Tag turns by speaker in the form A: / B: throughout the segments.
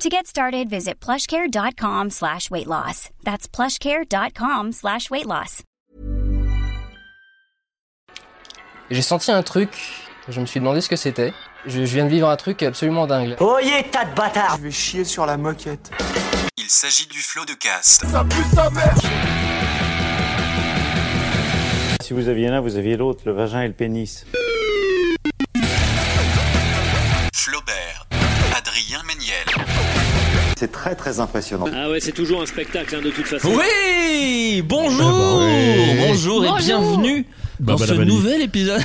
A: To get started, visit plushcare.com slash weight loss. That's plushcare.com slash weight loss.
B: J'ai senti un truc, je me suis demandé ce que c'était. Je, je viens de vivre un truc absolument dingue.
C: Oh,
D: Oyez, tas de bâtards
E: Ah. Je vais chier sur la moquette.
F: Il s'agit du flot de cast.
G: Si vous aviez l'un, vous aviez l'autre, le vagin et le pénis.
F: Flaubert. Adrien Méniel.
G: C'est très très impressionnant.
H: Ah ouais, c'est toujours un spectacle hein, de toute façon.
C: Oui Bonjour
I: Eh ben, ouais.
C: Bonjour et
A: Bonjour.
C: bienvenue dans
I: Bah, bah,
C: ce
I: bah, bah,
C: nouvel épisode.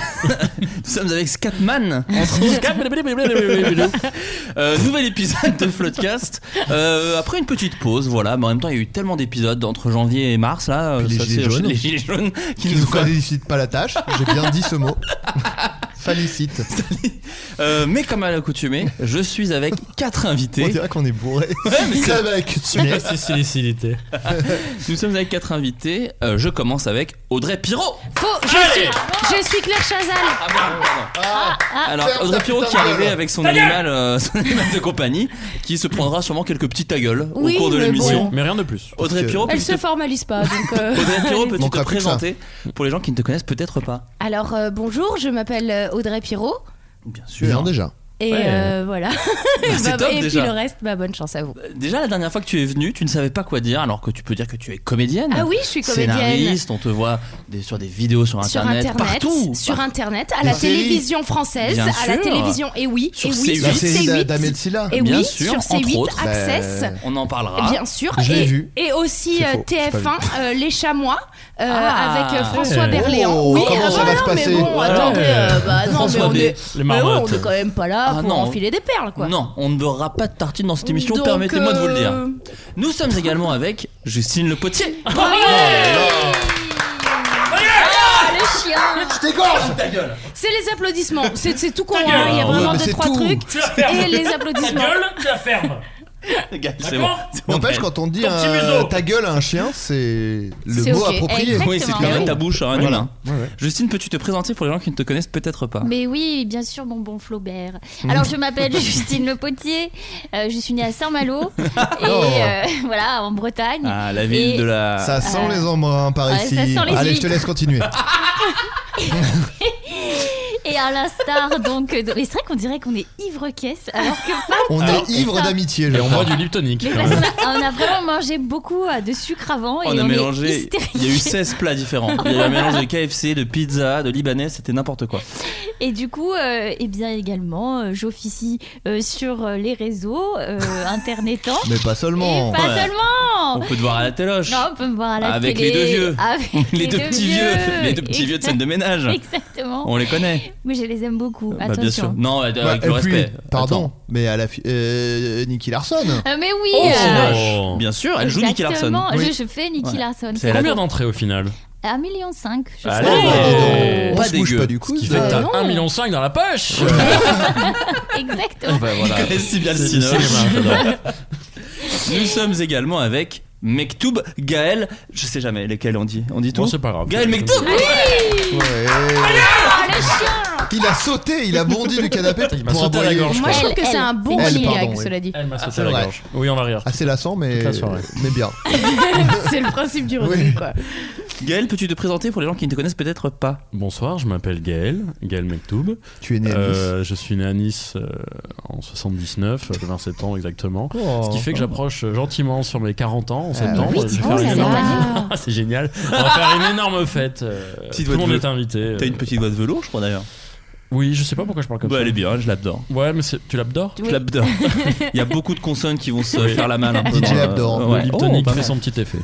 C: Nous sommes avec Scatman. entre autres. Euh, nouvel épisode de Floodcast. Euh, après une petite pause, voilà. Mais en même temps, il y a eu tellement d'épisodes entre janvier et mars là.
I: Puis les
C: ça,
I: gilets
C: c'est-
I: jaunes.
C: les gilets jaunes qui
I: Qui
C: nous
I: nous
C: ont
I: félicite pas la tâche, j'ai bien dit ce mot. Félicite.
C: Euh, mais comme à l'accoutumée, je suis avec quatre
I: On
C: invités.
I: dirait qu'on est bourré.
C: mais c'est-
I: Comme à l'accoutumée.
E: Merci Silicilité.
C: Nous sommes avec quatre invités. Euh, je commence avec Audrey Pirot.
J: Faux, je suis, je suis Claire Chazal.
C: Ah, pardon, pardon.
I: Ah,
C: Alors
I: ferme
C: Audrey
I: ta
C: Pirot
I: putain
C: qui est
I: de
C: arrivée
I: gueule.
C: avec son animal, euh, son animal de compagnie, qui se prendra sûrement quelques petits ta gueule
J: Oui,
C: au cours de
J: mais
C: l'émission.
E: Mais rien de plus.
C: Audrey
I: Parce que-
C: Pirot,
J: Elle
C: peux-tu
J: se
C: te,
J: formalise pas, donc. euh,
C: Audrey Pirot, peux-tu te
I: Manquera plus que ça.
C: présenter pour les gens qui ne te connaissent peut-être pas
J: Alors euh, bonjour, je m'appelle euh, Audrey Pirot
C: Bien sûr.
I: Bien déjà.
J: et
C: Ouais.
J: euh, voilà.
C: c'est
J: Bah,
C: top,
J: et
C: déjà.
J: puis le reste, bah, bonne chance à vous.
C: Déjà la dernière fois que tu es venue, tu ne savais pas quoi dire, alors que tu peux dire que tu es comédienne.
J: Ah oui, je suis comédienne.
C: Scénariste, on te voit des- sur des vidéos sur
J: Sur
C: internet,
J: internet,
C: partout.
J: sur
C: Par-
J: internet, à la
I: Des séries.
J: télévision française,
C: Bien
J: à la
C: sûr.
J: télévision, et oui,
C: Sur
J: et oui,
C: C8.
I: La
J: sur
C: Oui,
J: C8,
I: série d'A- d'Ahmed Silla.
J: et
C: Bien
J: oui,
C: sûr,
J: sur C8,
C: entre autres.
J: Access, Eh
I: Bah,
C: On en parlera.
J: bien euh, sûr,
I: Je l'ai
J: et,
I: vu.
J: et aussi
I: C'est
J: euh,
I: faux, j'ai pas
J: TF1, euh, Les Chamois, euh,
C: Ah.
J: avec euh, François
E: Eh.
J: Berléand.
I: Oh,
J: oui,
I: comment
J: ah,
I: ça
J: bah
I: va se
J: non, mais
I: passer
J: bon,
C: Ouais.
J: attendez, euh, bah, non, mais
C: François
J: on
C: Bé-
J: est, mais
E: Les
J: bon,
E: marmottes.
J: on est quand même pas là
C: Ah,
J: pour
C: non.
J: enfiler des perles, quoi.
C: Non, on ne verra pas de tartine dans cette émission,
J: Donc,
C: permettez-moi de vous le dire.
J: euh,
C: Nous sommes également avec Justine Le Potier.
I: Oh Je t'égorge
J: C'est les applaudissements, c'est c'est tout con, hein, il y a
I: Ah, ouais,
J: vraiment
I: mais
J: deux,
I: c'est
J: trois
I: tout.
J: trucs.
H: Tu la fermes
J: Et les
H: Ta
J: applaudissements.
H: gueule, tu la fermes
C: C'est bon.
H: D'accord
C: c'est bon.
I: N'empêche, quand on dit
H: Ton petit
I: un-
H: museau.
I: ta gueule à un chien, c'est
J: C'est
I: le mot
J: ok.
I: approprié.
J: Exactement.
C: Oui, c'est
J: Exactement.
C: de ta bouche, hein, voilà.
I: Ouais, ouais.
C: Justine, peux-tu te présenter pour les gens qui ne te connaissent peut-être pas
J: Mais oui, bien sûr, mon bon Flaubert. Alors, je m'appelle Justine Le Potier, euh, je suis née à Saint-Malo, et
I: Oh.
J: euh, voilà, en Bretagne.
C: Ah, la ville
J: Et-
C: de la.
I: Ça sent les embruns hein, par
J: euh, ouais,
I: ici.
J: ça sent les
I: Allez, je te
J: huîtres.
I: laisse continuer.
J: Et à l'instar, donc, de- mais c'est vrai qu'on dirait qu'on est ivre-caisse, alors que pas.
I: On
J: Alors,
I: est ivre
J: ça-
I: d'amitié, je
E: Et on
I: crois.
E: boit du liptonique.
J: Mais parce qu'on a, on a vraiment mangé beaucoup euh, de sucre avant,
C: On
J: et
C: a
J: on est
C: mélangé,
J: hystérique.
C: il y a eu 16 plats différents. Il y a un mélange de KFC, de pizza, de libanais, c'était n'importe quoi.
J: Et du coup, euh, eh bien également, euh, j'officie euh, sur euh, les réseaux, euh, internetant.
I: Mais pas
J: Et
I: seulement.
J: pas
C: Ouais.
J: seulement
C: On peut te voir à la téloche.
J: Oh. Non, on peut me voir à la
C: Avec
J: télé. Ah,
C: les deux vieux.
J: Avec
C: les, deux petits vieux, les deux petits vieux de scène de ménage.
J: Exactement.
C: On les connaît.
J: Mais je les aime beaucoup.
C: Bah, bien sûr.
J: Attention.
C: Non, avec
I: Bah,
C: le
I: et puis,
C: respect.
I: pardon,
C: Attends.
I: mais à la fi- euh, Nicky Larson.
J: Euh, mais oui.
C: Oh,
J: euh,
E: Oh.
C: Bien sûr, elle joue Nicky Larson.
J: exactement,
I: Oui.
J: Je, je fais Nicky
C: Ouais.
J: Larson.
C: C'est la- Ah.
E: Combien d'entrées au final
J: À 1,5 million, je
I: Oh,
E: Allez,
J: crois.
E: bah, dis donc.
I: On
C: Oh. Pas
I: se bouge
C: dégueu.
I: pas du coup.
E: Qui fait que
J: Bah,
E: t'as
J: non.
E: 1,5 million dans la poche
J: Exactement.
E: Bah
C: Ils connaissent si bien le
E: C'est-
C: cinéma.
E: c'est cinéma,
C: Nous sommes également avec Mektoub, Gaël, je sais jamais lesquels on dit. On dit tout.
E: Bon, c'est pas grave.
C: Gaël Mektoub
J: Ah
I: Ouais. Il a sauté, il a bondi du canapé
E: Il m'a
I: pour
E: sauté à la
I: aboyer.
E: gorge.
I: je
E: Moi,
I: crois.
E: je
J: trouve que c'est un bon
I: Elle, running pardon, gag, oui. cela
J: dit.
E: Elle m'a sauté
I: c'est
E: à la
I: vrai.
E: gorge. Ah, euh, Oui, on va rire.
I: Assez lassant, mais,
E: Toute la soirée.
I: mais bien.
J: C'est le principe du
I: running, Oui.
J: quoi.
C: Gaël, peux-tu te présenter pour les gens qui ne te connaissent peut-être pas
E: Bonsoir, je m'appelle Gaël, Gaël Mektoub. Euh,
I: Tu es né à
C: Euh.
I: Nice
E: Je suis né à Nice euh, en 79, euh, le 20 septembre exactement.
I: Oh.
E: Ce qui fait que j'approche euh, gentiment sur mes 40 Euh, ans en
I: Ah,
E: septembre.
I: oui,
E: Je vais
I: dis
E: faire
I: donc,
E: une
I: ça
E: énorme-
I: va.
E: Ah, C'est génial. On va faire une énorme fête. euh,
C: Petite voix
E: tout le
C: de
E: monde
C: velours.
E: est invité. euh.
C: T'as une petite voix de velours, je crois d'ailleurs.
E: Oui, je sais pas pourquoi je parle comme
C: Bah,
E: ça.
C: elle est bien, je l'adore.
E: Ouais, mais c'est- tu l'abdores
C: Je l'adore. Il y a beaucoup de consonnes qui vont se faire la malle un peu.
E: DJ
C: dans le-
E: l'abdore.
C: Ouais. Oh,
E: Le liptonique
C: pas
E: fait
C: mal.
E: son petit effet.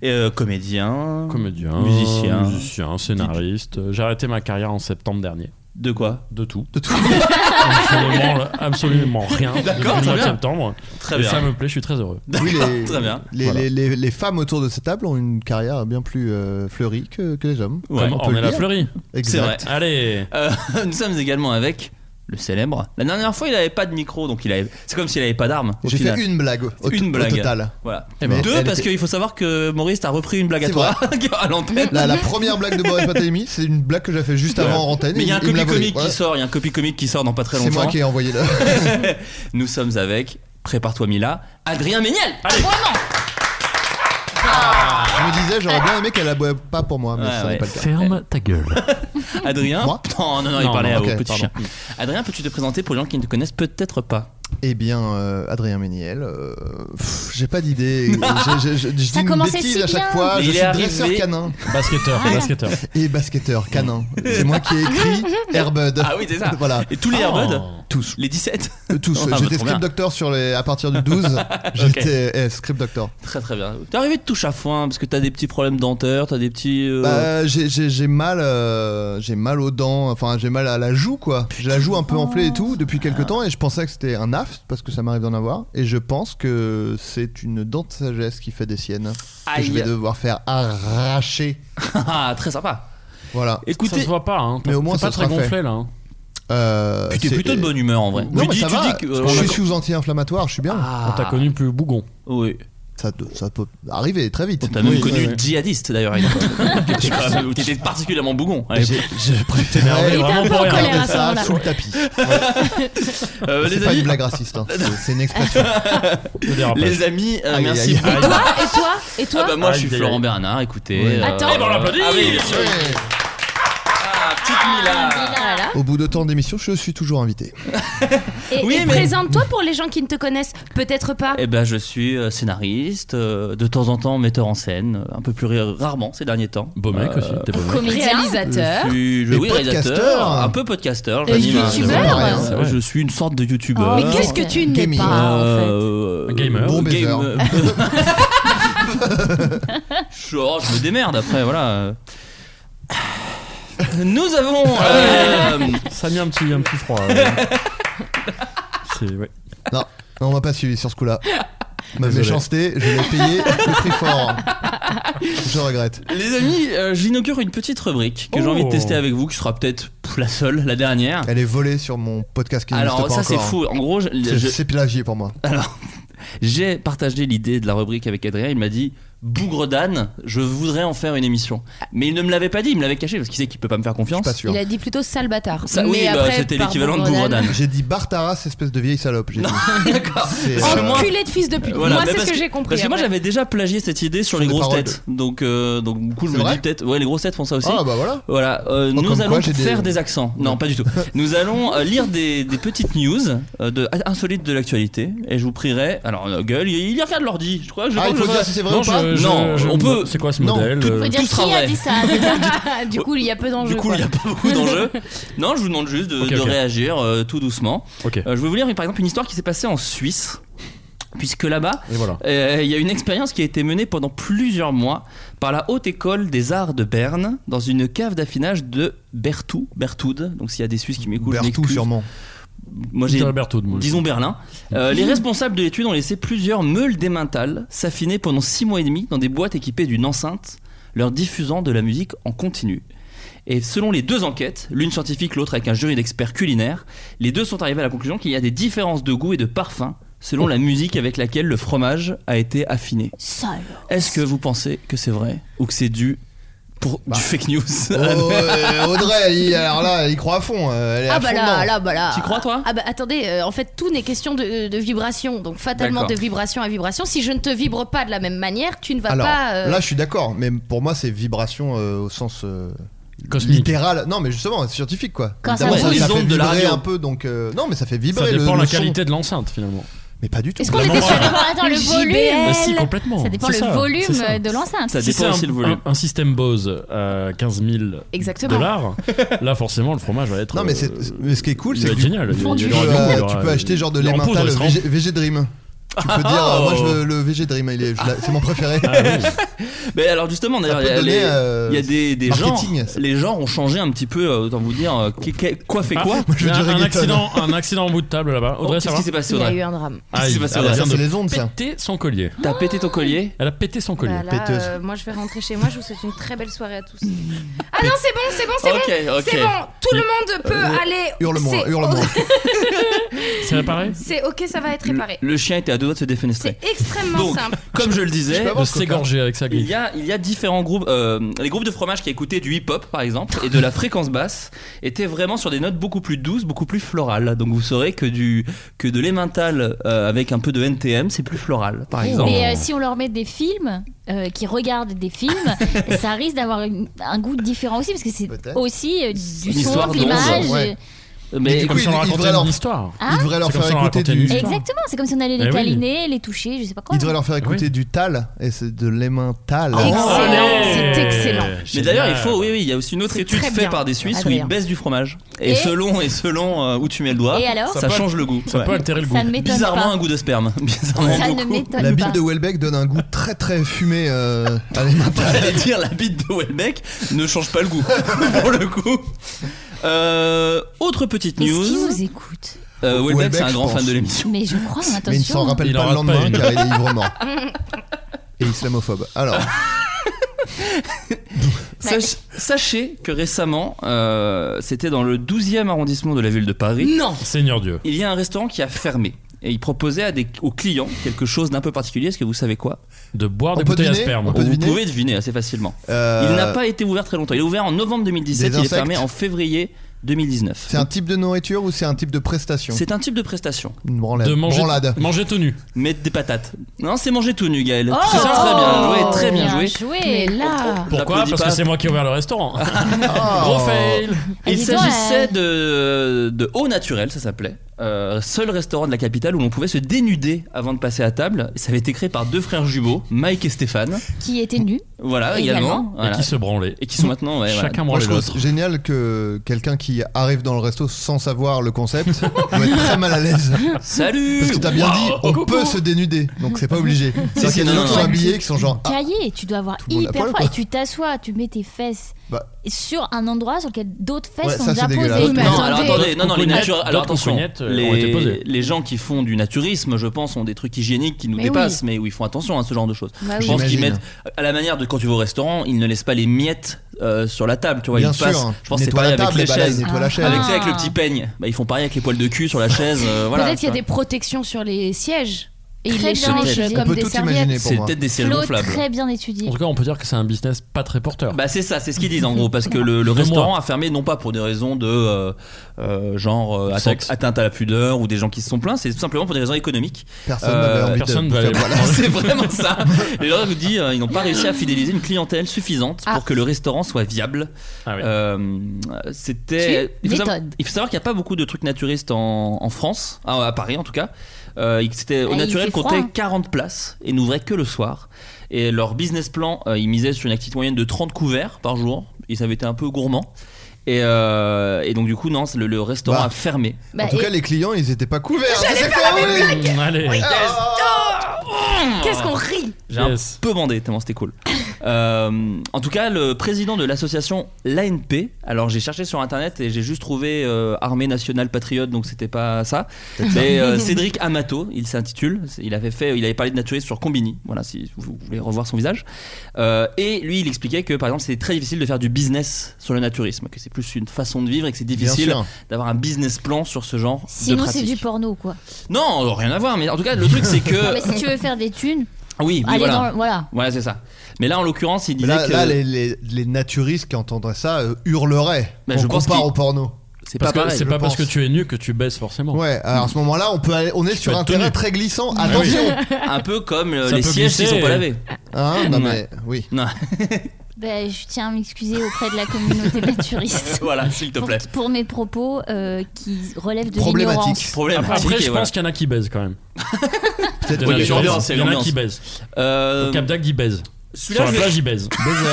C: Et euh, comédien.
E: Comédien,
C: Musicien.
E: musicien, scénariste. J'ai arrêté ma carrière en septembre dernier.
C: De quoi
E: De tout. De tout. absolument, absolument rien.
I: D'accord,
E: Depuis le mois de
I: très bien. Bah,
E: septembre.
C: Très
E: Et
C: bien.
E: ça me plaît, je suis très heureux.
I: Oui, les, Les,
E: Voilà.
I: les- les- les femmes autour de cette table ont une carrière bien plus euh, fleurie que, que les hommes.
C: Ouais.
I: Comme
C: On
I: peut
C: est
I: le
C: la
I: dire.
C: fleurie.
I: Exact.
C: C'est vrai.
E: Allez.
C: Euh, nous sommes également avec le célèbre. La dernière fois, il n'avait pas de micro, donc il avait. C'est comme s'il n'avait pas d'arme. au
I: J'ai
C: final.
I: fait une blague au, au-
C: Une
I: au
C: blague.
I: total.
C: Voilà.
I: Eh ben,
C: Deux,
I: elle
C: parce
I: était-
C: qu'il faut savoir que Maurice t'a repris une blague à
I: C'est
C: toi à l'antenne.
I: La, la première blague de Boris Patelemi, c'est une blague que j'ai fait juste avant en antenne.
C: Mais il y a un
I: il- il
C: copie
I: me l'a volée.
C: comique
I: Voilà.
C: qui sort, il y a un copie comique qui sort dans pas très longtemps.
I: C'est moi qui ai envoyé là.
C: Nous sommes avec, prépare-toi Mila, Adrien Méniel.
I: Je me disais, j'aurais bien aimé qu'elle aboie pas pour moi, mais
C: Ouais,
I: ça
C: ouais.
I: n'est pas le cas.
E: Ferme ta gueule.
C: Adrien
I: Moi
C: Non, non, non, il
I: Non,
C: parlait
I: non,
C: au
I: ok,
C: petit
I: pardon.
C: chien. Adrien, peux-tu te présenter pour les gens qui ne te connaissent peut-être pas
I: Eh bien, euh, Adrien Méniel, euh, pff, j'ai pas d'idée. Je- je- je- je dis une
J: commençait
I: bêtise
J: si
I: à chaque
J: bien.
I: fois.
C: Mais
I: je
C: il
I: suis
C: est
I: dresseur
C: arrivé-
I: canin
E: Basketteur, basketteur.
I: et basketteur canin. C'est moi qui ai écrit Airbud.
C: Ah oui, c'est ça.
I: Voilà.
C: Et tous les
E: Oh.
C: Airbuds
I: Tous.
C: Les 17
I: Euh, Tous.
C: Ah, bah,
I: J'étais
C: trop
I: script
C: bien.
I: doctor sur les... à partir du 12. J'étais eh, script doctor.
C: Très très bien. T'es arrivé de touche à foin parce que t'as des petits problèmes dentaires, t'as des petits. euh,
I: Bah, j'ai- j'ai j'ai mal, euh, j'ai mal aux dents, enfin j'ai mal à la joue quoi. J'ai la joue un peu enflée et tout depuis quelques temps et je pensais que c'était un aft parce que ça m'arrive d'en avoir et je pense que c'est une dent de sagesse qui fait des siennes que je
C: Aïe.
I: vais devoir faire arracher.
C: Ah, très sympa.
I: Voilà.
E: Ça
C: Écoutez,
E: se voit pas, hein.
I: Mais au moins
E: T'es pas
I: ça
E: très
I: sera fait.
E: gonflé là. hein.
I: Euh,
C: puis t'es
I: c'est-
C: plutôt de bonne humeur en vrai.
I: Non,
C: Tu
I: mais
C: dis-
I: ça
C: tu
I: va.
C: dis que. euh,
I: je suis sous anti-inflammatoire, je suis bien.
C: Ah,
E: On t'a connu plus bougon.
C: Oui.
I: Ça, te- ça peut arriver très vite.
C: Oh, T'as même
I: Oui,
C: connu
I: oui, oui.
C: djihadiste d'ailleurs. à une époque. Tu vois, où T'étais particulièrement bougon. à l'époque.
I: Je préfère
E: énervé,
J: Il était un
E: vraiment
J: peu
E: pour
J: en
E: rien.
J: colère à ce
I: ça
J: moment-là.
I: sous le tapis.
C: Euh,
I: C'est
C: les
I: pas une
C: amis,
I: blague raciste, hein. C'est- c'est une expression.
E: Le dérapage.
C: les amis, euh,
I: Aïe,
C: merci
I: aïe,
C: beaucoup.
I: aïe.
J: Toi et toi et toi
C: Ah bah moi je suis
E: Aïe, aïe,
C: Florent
E: aïe.
C: Bernard, écoutez. euh,
I: Ouais.
J: Attends. Eh ben,
E: on l'applaudit.
C: ah oui, bien sûr.
I: Ouais.
C: Ah, petite Mila.
J: Voilà.
I: Au bout de temps d'émission, je suis toujours invité.
D: Et,
C: bah, Oui,
D: et
C: mais-
D: présente-toi pour les gens qui ne te connaissent peut-être pas.
C: Eh ben je suis euh, scénariste, euh, de temps en temps metteur en scène, euh, un peu plus ra- rarement ces derniers temps.
E: Beau mec
C: Euh,
E: aussi. T'es beau mec.
J: Comédien.
D: Réalisateur.
C: Je suis je-
I: Et
C: oui, réalisateur,
I: podcasteur.
C: un peu podcasteur,
D: Bah. Et
C: j'anime un-
D: youtubeur.
C: C'est vrai,
I: C'est
E: vrai.
C: Je suis une sorte de youtubeur.
D: mais qu'est-ce que tu n'es
I: Gaming.
D: pas en fait
C: Ah. Euh,
E: Un gamer.
I: Bon baiser.
C: je, oh, je me démerde après, voilà. Nous avons.
D: Ah
C: euh,
E: Ça a mis un petit, un petit froid. euh. C'est ouais.
I: Non, non, on m'a pas suivi sur ce coup-là. Ma
E: Désolé.
I: méchanceté, je l'ai payé le prix fort. Je regrette.
C: les amis, euh, j'inaugure une petite rubrique que j'ai
E: Oh.
C: envie de tester avec vous, qui sera peut-être la seule, la dernière.
I: Elle est volée sur mon podcast qui n'existe pas
C: Alors, ça, c'est
I: encore.
C: fou. En gros, je-
I: C'est
C: je-
I: c'est plagié pour moi.
C: alors, j'ai partagé l'idée de la rubrique avec Adrien. Il m'a dit. Bougre d'âne, je voudrais en faire une émission. Mais il ne me l'avait pas dit, il me l'avait caché parce qu'il sait qu'il peut pas me faire confiance.
I: Pas sûr.
D: Il a dit plutôt sale bâtard.
C: Ça,
D: Mais
C: oui, bah,
D: après,
C: c'était
D: par
C: l'équivalent de
D: Bourgogne-
C: bougre d'âne.
I: J'ai dit Bartaras, espèce de vieille salope. j'ai dit.
C: Ah, D'accord.
I: C'est,
C: Parce que
I: euh,
C: moi-
D: Enculé de fils de pute.
C: Voilà,
D: moi,
C: mais
D: c'est ce
C: parce
D: que, j'ai compris.
C: Parce que moi
D: après.
C: j'avais déjà plagié cette idée sur
I: Sur
C: les
I: les
C: grosses
I: paroles.
C: têtes. Donc, euh, donc du coup, je
I: C'est
C: me
I: vrai
C: dis peut-être. Ouais, les grosses têtes font ça aussi.
I: Ah bah voilà.
C: Voilà, euh, nous
I: Oh, comme
C: allons
I: quoi, j'ai des-
C: faire des... accents. Non, pas du tout. Nous allons euh, lire des, des petites news euh, de, insolites de l'actualité et je vous prierai. Alors, euh, gueule, il, il regarde l'ordi. Je crois que je
I: Ah,
C: crois
I: il
C: que
I: faut
C: je-
I: dire si c'est vrai
E: Non,
I: ou
E: je,
I: pas.
E: je-
C: Non,
E: je-
C: on peut-
E: C'est quoi ce
I: Non,
E: modèle
I: tout-
E: euh,
J: Faut dire
C: tout sera
J: qui a
C: vrai.
J: dit ça. hein, c'est ça. du coup, il y a peu
C: Du
J: d'enjeux.
C: coup, il n'y a pas beaucoup d'enjeux. Non, je vous demande juste de,
E: Ok,
C: de
E: ok.
C: réagir euh, tout doucement.
E: Ok.
C: Euh, je vais vous lire par exemple une histoire qui s'est passée en Suisse, puisque là-bas,
E: Et voilà.
C: Euh, Il y a une expérience qui a été menée pendant plusieurs mois par la Haute École des Arts de Berne dans une cave d'affinage de Berthou, Berthoud. Donc s'il y a des Suisses qui m'écoutent, je
I: Bertou
C: m'excuse.
I: sûrement.
C: Moi j'ai
E: Peter Berthoud, moi.
C: disons Berlin.
E: Mmh.
C: Euh, les responsables de l'étude ont laissé plusieurs meules d'émental s'affiner pendant six mois et demi dans des boîtes équipées d'une enceinte, leur diffusant de la musique en continu. Et selon les deux enquêtes, l'une scientifique, l'autre avec un jury d'experts culinaires, les deux sont arrivés à la conclusion qu'il y a des différences de goût et de parfum selon la musique avec laquelle le fromage a été affiné.
J: Sale.
C: Est-ce que vous pensez que c'est vrai ou que c'est dû pour
E: Bah.
C: du fake news.
I: Oh, euh, Audrey, elle y- alors là, elle y croit à fond. euh, Elle est à
D: Ah bah
I: fond
D: là,
I: dedans.
D: là, bah là.
I: T'y crois, toi
D: Ah bah attendez, euh, en fait tout n'est question de, de vibration, donc
J: Ah,
D: fatalement
I: D'accord.
D: de vibration à vibration. Si je ne te vibre pas de la même manière, tu ne vas
I: Alors,
D: pas. euh,
I: là, je suis d'accord, mais pour moi, c'est vibration euh, au sens euh, littéral. Non, mais justement, c'est scientifique quoi.
D: Quand ça
I: Évidemment,
D: brûle.
I: ça
D: Les
I: fait
D: ondes de la
I: vibrer
D: radio.
I: un peu, donc euh, non, mais ça fait vibrer.
E: Ça
I: le-
E: dépend
I: le
E: la
I: son.
E: qualité de l'enceinte finalement.
I: Mais pas
C: Ah,
I: du tout.
J: Est-ce qu'on était sur le, attends, le
D: Le
J: volume
D: JBL.
E: Bah si, complètement.
J: Eh, Ça dépend
E: C'est
J: le
E: ça, c'est
J: volume
E: ça.
J: euh, de l'enceinte.
E: si c'est un, Un, un système Bose à 15 000
J: Exactement.
E: dollars, là forcément le fromage va être. euh,
I: Non, mais, c'est- mais ce qui est cool,
E: il
I: c'est
E: va
I: que
E: être génial.
I: tu,
E: Il y a- il y a
I: tu
E: du
I: peux,
E: ragoût, il y
I: euh, tu
E: aura-
I: peux acheter genre de
E: il y aura en pause
I: l'emmental
E: au restaurant.
I: VG, VG Dream. Tu peux dire, euh, moi je veux le VG Dream, il est- je la- c'est mon préféré.
E: Ah,
C: Mais alors justement, d'ailleurs,
I: peut
C: il y a,
I: donner,
C: les-
I: euh,
C: il y a des, des genres.
I: marketing.
C: Les genres ont changé un petit peu. euh, Autant vous dire euh, qu'est- qu'est- quoi fait quoi.
E: Ah, un- un, accident, un accident en bout de table là-bas.
C: Oh,
E: Audrey,
C: qu'est-ce
E: ça va Ah,
C: qui s'est passé,
D: Il y a eu un drame.
C: Qu'est-ce qui s'est
I: ah,
C: passé,
I: bah,
C: Audrey Ça, c'est les ondes, ça.
E: Pété son collier.
C: T'as pété ton collier
E: Elle a pété son collier.
D: Bah là, euh, moi je vais rentrer chez moi, je vous souhaite une très belle soirée à tous. ah non, c'est bon, c'est bon, c'est
C: Ok,
D: bon,
C: ok.
D: c'est bon, tout le monde peut
C: Euh,
D: aller.
C: hurle-moi,
D: c'est-
C: hurle-moi.
E: C'est réparé
D: C'est ok, ça va être réparé.
C: Le chien était à deux doigts de se défenestrer.
D: Extrêmement
C: Donc,
D: simple.
C: comme je le
E: Je
C: disais,
E: peux avoir De ce coca s'égorger avec sa
C: il
E: griffe.
C: y a, il y a différents groupes. euh, les groupes de fromage qui écoutaient du hip-hop, par exemple, et de la fréquence basse, étaient vraiment sur des notes beaucoup plus douces, beaucoup plus florales. Donc vous saurez que, du, que de l'emmental euh, avec un peu de NTM, c'est plus floral, par exemple.
J: Et euh, si on leur met des films, euh, qui regardent des films, ça risque d'avoir une- un goût différent aussi, parce que c'est aussi euh, du
C: Une
J: son,
C: histoire
J: de
C: d'onde.
J: l'image.
C: Ouais.
E: Mais
C: Mais
E: c'est comme
C: oui,
E: si on
C: il- il
E: racontait
C: devrait leur-
E: une histoire.
J: Hein
I: Il devrait leur
E: C'est comme
I: faire
E: si on
I: écouter
E: racontait
I: du.
E: une histoire.
J: Exactement, c'est comme si on allait les
I: Eh oui.
J: câliner, les toucher, je sais pas quoi.
I: Il devrait leur faire
E: Ah
I: écouter du tal, et c'est de l'emmental.
J: c'est excellent.
C: Mais d'ailleurs, il
I: euh,
C: faut, oui, oui, il y a aussi une autre étude
J: très
C: faite
J: bien,
C: par des Suisses où
J: Adrien.
C: ils baissent du fromage. Et,
J: Et
C: selon, et selon euh, où tu mets le doigt,
J: Et alors
C: ça,
J: Ça peut-
C: change le goût.
I: ça peut altérer le
J: Ça goût. ne m'étonne
C: Bizarrement,
J: pas.
C: un goût de sperme. Bizarrement,
J: Ça
C: un
J: ne
C: goût-
J: m'étonne
I: La bite
J: pas.
I: de Welbeck donne un goût très très fumé euh, à l'emmental.
C: J'allais dire, la bite de Welbeck ne change pas le goût. pour le coup. Euh, autre petite
J: Est-ce
C: news.
J: qu'ils nous écoutent
C: Euh, Welbeck,
I: Welbeck,
C: c'est un
I: je
C: grand
I: pense.
C: fan de l'émission.
J: Mais je crois, mais Ah, attention.
I: Mais il ne s'en rappelle
C: Il en
I: pas le
C: rate pas
I: lendemain
C: une.
I: car il est ivre mort. Et islamophobe. Alors,
C: Sach- sachez que récemment, euh, c'était dans le 12e arrondissement de la ville de Paris.
D: Non
E: Seigneur Dieu.
C: Il y a un restaurant qui a fermé. Et il proposait à des, aux clients quelque chose d'un peu particulier. Est-ce que vous savez quoi
E: De boire
C: des
E: peut bouteilles à deviner sperme. On peut
C: Vous
E: deviner
C: pouvez deviner assez facilement.
I: Euh,
C: Il n'a pas été ouvert très longtemps. Il est ouvert en novembre 2017.
I: Des
C: Il est
I: insectes
C: fermé en février 2019.
I: c'est un type de nourriture ou c'est un type de prestation
C: C'est un type de prestation.
I: Une branlade.
C: De manger-
I: branlade.
E: Manger tout nu.
C: Mettre des patates. Non, c'est manger tout nu, Gaël. c'est
E: Oh
C: ça, très bien joué, très bien,
J: Bien
C: joué.
J: joué. Mais là.
E: Pourquoi
C: T'applaudis
E: Parce
C: pas.
E: que c'est moi qui ai ouvert le restaurant.
I: Ah. Oh.
E: Gros fail.
J: Eh,
C: Il
J: dis donc,
C: s'agissait
J: euh,
C: de, de Eau Naturelle, ça s'appelait. Euh, seul restaurant de la capitale où l'on pouvait se dénuder avant de passer à table. Ça avait été créé par deux frères jumeaux, Mike et Stéphane.
J: Qui était nu.
C: Voilà, également.
J: Également.
C: Voilà.
E: Et qui se branlaient.
C: Et qui sont maintenant. ouais, voilà.
I: Moi, je trouve génial que quelqu'un qui arrive dans le resto sans savoir le concept doit être très mal à l'aise.
C: Salut
I: Parce que t'as bien
C: Waouh,
I: dit, on peut se dénuder, donc c'est pas obligé. C'est
C: si,
I: qu'il y a des
C: non,
I: gens qui
C: non,
I: sont
C: non.
I: habillés qui sont genre. ah,
J: Cahier, et tu dois avoir
I: le monde à
J: hyper
I: poil,
J: froid.
I: quoi.
J: Et tu t'assois, tu mets tes fesses
I: Bah.
J: sur un endroit sur lequel d'autres fesses
I: Ouais,
J: sont
I: ça,
J: déjà
I: c'est
J: posées.
I: dégueulasse. Oui, mais
C: non, alors attendez, non, non, les
E: coucougnettes-
C: nature- alors
E: d'autres
C: attention,
E: coucougnettes, euh, ont été
C: les,
E: posées.
C: les gens qui font du naturisme, je pense, ont des trucs hygiéniques qui nous
D: Mais
C: dépassent,
D: oui.
C: mais où ils font attention à ce genre de choses.
D: Bah
C: je
D: oui.
C: pense qu'ils
D: J'imagine.
C: mettent, à la manière de quand tu vas au restaurant, ils ne laissent pas les miettes euh, sur la table, tu vois,
I: Bien
C: ils
I: sûr,
C: passent. Je pense que c'est
I: nettoie
C: pareil
I: la
C: avec
I: table,
C: les
I: les balais,
C: chaises,
I: nettoie la chaise.
C: avec, ça, avec
D: Ah.
C: le petit peigne, bah, ils font pareil avec les poils de cul sur la chaise, euh, voilà.
D: Peut-être qu'il y a
C: tu
D: des protections sur les sièges. Et il
J: Très
D: les
J: bien
D: change
J: étudié.
D: comme des serviettes.
C: C'est peut-être des sièges
J: Flo,
C: gonflables.
J: très bien étudié.
E: En tout cas, on peut dire que c'est un business pas très porteur.
C: vois. Bah c'est ça, c'est ce qu'ils disent en gros, parce que le, le
E: Deux
C: restaurant
E: mois.
C: a fermé non pas pour des raisons de euh, euh, genre euh, atteinte,
E: Sexe.
C: atteinte à la pudeur ou des gens qui se sont plaints, c'est tout simplement pour des raisons économiques.
I: Personne
C: euh,
I: n'avait envie de-
E: Euh, personne
I: de
E: va
I: faire
E: aller
I: voilà.
C: C'est vraiment ça. Les gens vous disent, euh, ils n'ont pas réussi à fidéliser une clientèle suffisante
D: Ah.
C: pour que le restaurant soit viable. Euh, C'était.
D: Tu
C: Il, faut savoir-
D: m'étonnes.
C: il faut savoir qu'il n'y a pas beaucoup de trucs naturistes en, en France, ah, à Paris en tout cas. Euh, il- C'était
J: Ah,
C: au
J: il
C: naturel
J: fait froid,
C: comptait
J: hein.
C: 40 places et n'ouvrait que le soir. Et leur business plan, euh, ils misaient sur une activité moyenne de 30 couverts par jour. Ils avaient été un peu gourmands. Et, euh, et donc du coup, non, c'est le, le restaurant
I: Bah.
C: a fermé.
I: En tout cas, les clients, ils étaient pas couverts. ça,
D: J'allais
I: c'est
D: faire
I: quoi,
D: la
I: oui
D: même blague.
E: hum, Allez.
D: Qu'est-ce qu'on rit
C: J'ai un peu bandé tellement c'était cool. Euh, en tout cas, le président de l'association l'ANP. Alors j'ai cherché sur internet et j'ai juste trouvé euh, Armée nationale patriote, donc c'était pas ça. Mais euh, Cédric Amato, il s'intitule. C'est- Il avait fait, il avait parlé de naturisme sur Combini. Voilà, si vous voulez revoir son visage. Euh, et lui, il expliquait que par exemple, c'est très difficile de faire du business sur le naturisme, que c'est plus une façon de vivre et que c'est difficile
I: sûr.
C: d'avoir un business plan sur ce genre de
J: Sinon, c'est
C: pratique.
J: du porno, quoi.
C: Non, rien à voir. Mais en tout cas, le truc c'est que
J: Non, mais si tu veux faire des thunes,
C: Oui, mais
J: Aller
C: voilà.
J: dans le- voilà.
C: c'est ça. Mais là, en l'occurrence, il
I: Mais
C: disait
I: Là,
C: que.
I: là, les, les- les naturistes qui entendraient ça euh, hurleraient.
C: Bah,
I: on
C: je pense
I: compare
C: qu'ils-
I: au porno.
C: C'est
E: Parce que c'est
I: je
E: pas parce que
I: pense.
E: tu es nu que tu baisses forcément.
I: Ouais, alors à ce moment-là, on peut aller- on est sur
E: peux
I: un
E: être
I: terrain
E: tenu.
I: très glissant.
E: Ah oui.
I: Attention.
C: Un peu comme euh,
E: Ça
C: les
E: peut
C: sièges qui
E: glisser,
C: sont pas
E: euh.
C: lavés.
I: Hein, non,
C: Ouais.
I: mais oui.
C: Non.
J: Ben, je tiens à m'excuser auprès de la communauté naturiste
C: voilà, s'il te plaît.
J: pour mes propos euh, qui relèvent de
E: Problématique.
J: l'ignorance.
C: Problématique,
E: Après,
C: et
E: je
C: voilà.
E: pense qu'il y en a qui baisent quand même. Il
I: Peut-être
E: y en
C: oui,
E: a
C: il y a
E: qui
C: une
E: baisent.
C: ambiance, il
E: Il
C: y
E: y
C: a
E: en
C: une
E: a qui
C: ambiance.
E: baisent.
C: Euh,
E: Au Cap d'Agde, ils baisent.
C: Celui-là,
E: Sur la
C: je vais-
E: plage, ils baisent.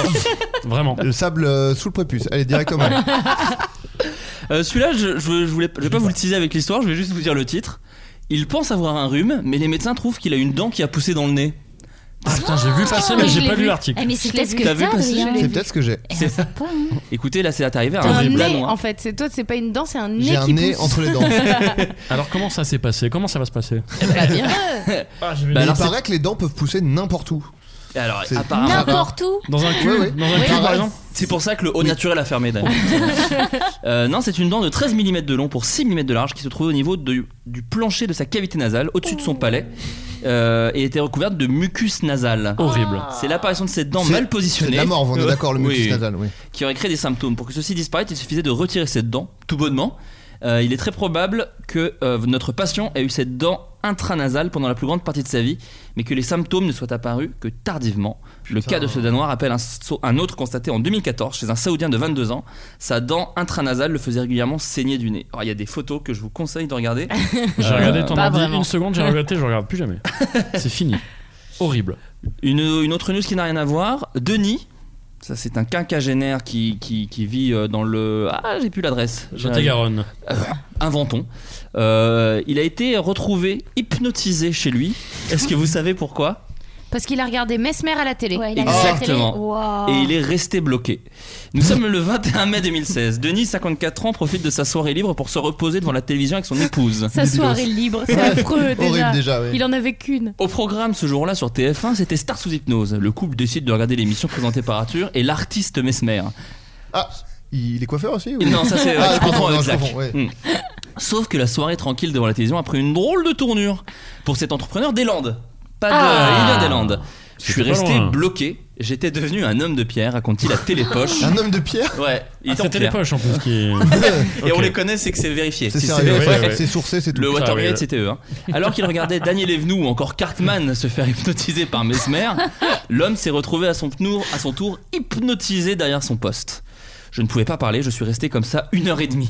E: Vraiment.
I: Le sable euh, sous le prépuce. Allez, directement.
C: Euh, Celui-là, je, je, veux- je voulais, je vais pas vous le teaser avec l'histoire, je vais juste vous dire le titre. Il pense avoir un rhume, mais les médecins trouvent qu'il a une dent qui a poussé dans le nez.
E: Ah putain, j'ai vu passer, mais j'ai pas lu l'article.
J: Ah, mais c'est
D: Je l'ai
J: peut-être
D: vu.
J: ce que
C: T'as vu
J: t'as,
C: passer
J: Adrien.
I: C'est peut-être ce que j'ai.
C: C'est-
J: Pas, hein.
C: Écoutez, là, c'est arrivé hein. à
D: T'as
C: un
D: un
C: horrible
D: nez
C: danois.
D: en fait, c'est toi, c'est pas une dent, c'est un nez
I: J'ai un
D: qui
I: nez
D: pousse.
I: entre les dents.
C: Bah,
E: Alors comment ça s'est passé Comment ça va se passer Ah, j'ai vu
I: Mais
C: Bah, alors,
I: il
C: c'est-
I: paraît que les dents peuvent pousser n'importe où.
C: Alors,
I: C'est-
C: apparemment.
J: N'importe où.
E: Dans un cul
I: Ouais, ouais.
E: Dans un cul, par exemple
C: C'est pour ça que le haut naturel a fermé d'ailleurs. Euh, non, c'est une dent de 13 mm de long pour 6 mm de large qui se trouvait au niveau de- du plancher de sa cavité nasale, au-dessus
I: Oh.
C: de son palais, euh, et était recouverte de mucus nasal.
I: Ah.
E: Horrible.
C: C'est l'apparition de cette dent
I: Oh. C'est-
C: mal
I: C'est
C: positionnée.
I: de la mort, on est d'accord, le
C: Oui,
I: mucus
C: oui.
I: nasal, oui.
C: Qui aurait créé des symptômes. Pour que ceci disparaisse, il suffisait de retirer cette dent, tout bonnement. Euh, il est très probable que euh, notre patient ait eu cette dent intranasale pendant la plus grande partie de sa vie, mais que les symptômes ne soient apparus que tardivement. Le
I: Putain.
C: cas de ce Danois rappelle un, sau- un autre constaté en 2014 chez un Saoudien de 22 ans. Sa dent intranasale le faisait régulièrement saigner du nez. Alors, il y a des photos que je vous conseille de regarder.
E: J'ai
C: Euh,
E: regardé ton
C: pas
E: ordi
C: vraiment.
E: une seconde, j'ai regretté, je regarde plus jamais. C'est fini. Horrible.
C: Une, une autre news qui n'a rien à voir, Denis. Ça, c'est un quinquagénaire qui, qui, qui vit euh, dans le. Ah, j'ai plus l'adresse.
E: J'étais garonne.
C: Inventons. Euh, il a été retrouvé hypnotisé chez lui. Est-ce que vous savez pourquoi
D: Parce qu'il a regardé Mesmer à la télé.
J: Ouais, il a mis la télé.
C: Exactement.
J: Waouh.
C: Et il est resté bloqué. Nous sommes le 21 mai 2016. Denis, 54 ans, profite de sa soirée libre pour se reposer devant la télévision avec son épouse.
D: Sa soirée libre, c'est affreux déjà.
I: Horrible déjà, oui.
D: Il en avait qu'une.
C: Au programme ce jour-là sur TF1, c'était Star sous hypnose. Le couple décide de regarder l'émission présentée par Arthur et l'artiste Mesmer.
I: Ah, il est coiffeur aussi ou-
C: Non, ça c'est. euh,
I: Ah,
C: je
I: je
C: confonds
I: comprends,
C: avec
I: non, je
C: Zach.
I: comprends, ouais.
C: Hmm. Sauf que la soirée tranquille devant la télévision a pris une drôle de tournure pour cet entrepreneur des Landes. Pas de.
D: Ah.
C: Il vient des Landes. Je suis
E: C'était pas
C: resté
E: loin.
C: bloqué. J'étais devenu un homme de pierre, raconte-t-il à Télépoche.
I: Un homme de pierre
C: Ouais, il
E: Ah,
C: était en
E: C'était les
C: pierre.
E: poches en plus qui.
C: Et on
E: Ok.
C: les connaît, c'est que c'est vérifié.
I: C'est
C: Si
I: sérieux,
C: c'est-
I: ouais,
E: ouais.
I: c'est sourcé, c'est tout.
C: Le
E: Ah,
C: Watergate,
E: oui,
C: c'était eux. hein. Alors qu'il regardait Daniel Evenou ou encore Cartman se faire hypnotiser par Mesmer, l'homme s'est retrouvé à son, tour, à son tour hypnotisé derrière son poste. Je ne pouvais pas parler, je suis resté comme ça une heure et demie.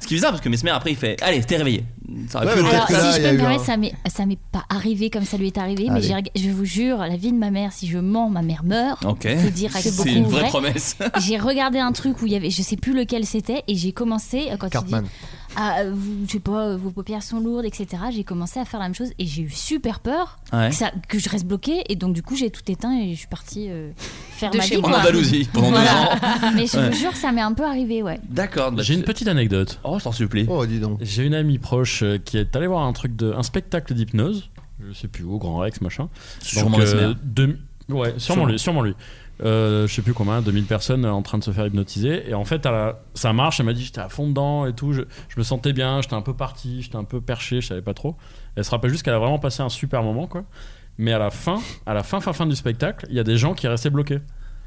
C: Ce qui est bizarre parce que Mesmer, après, il fait Allez, t'es réveillé. Ça aurait
I: Ouais,
C: pu
I: mais
C: être
J: Alors,
I: Peut-être que là,
J: si je
I: il y a
J: peux
I: eu
J: me permettre,
I: un-
J: ça m'est ça m'est pas arrivé comme ça lui est arrivé, mais
I: Allez.
J: j'ai reg- je vous jure, la vie de ma mère, si je mens, ma mère meurt.
C: Ok.
J: Ah, C'est dire à quel
C: Eh, C'est
J: point
C: une
J: vrai.
C: vraie promesse.
J: J'ai regardé un truc où il y avait, je sais plus lequel c'était, et j'ai commencé euh, quand il
I: Cartman.
J: dit, ah, euh, vous, je sais pas, euh, vos paupières sont lourdes, etc. J'ai commencé à faire la même chose et j'ai eu super peur
C: Ouais.
J: que, ça- que je reste bloquée, et donc du coup j'ai tout éteint et je suis partie euh, faire
D: De
J: ma
D: chez
J: vie.
C: En
D: moi.
J: quoi.
C: Andalousie, pendant deux
J: Voilà.
C: ans.
J: Mais je
C: Ouais.
J: vous jure, ça m'est un peu arrivé, ouais.
C: D'accord, bah,
E: J'ai une
C: tu-
E: petite anecdote.
C: Oh, je t'en supplie.
I: Oh, dis donc.
E: J'ai une amie proche euh, qui est allée voir un truc de un spectacle d'hypnose, je sais plus où, Grand Rex machin.
C: Sûrement
E: Donc,
C: Mesmer.
E: euh, deux- ouais, sûrement,
C: Sûrement.
E: lui, sûrement lui. Euh, je sais plus combien, 2000 personnes euh, en train de se faire hypnotiser. Et en fait, à la- ça marche. Elle m'a dit j'étais à fond dedans et tout. Je, je me sentais bien, j'étais un peu parti, j'étais un peu perché, je savais pas trop. Elle se rappelle juste qu'elle a vraiment passé un super moment quoi. Mais à la fin, à la fin, fin, fin du spectacle, il y a des gens qui restaient bloqués.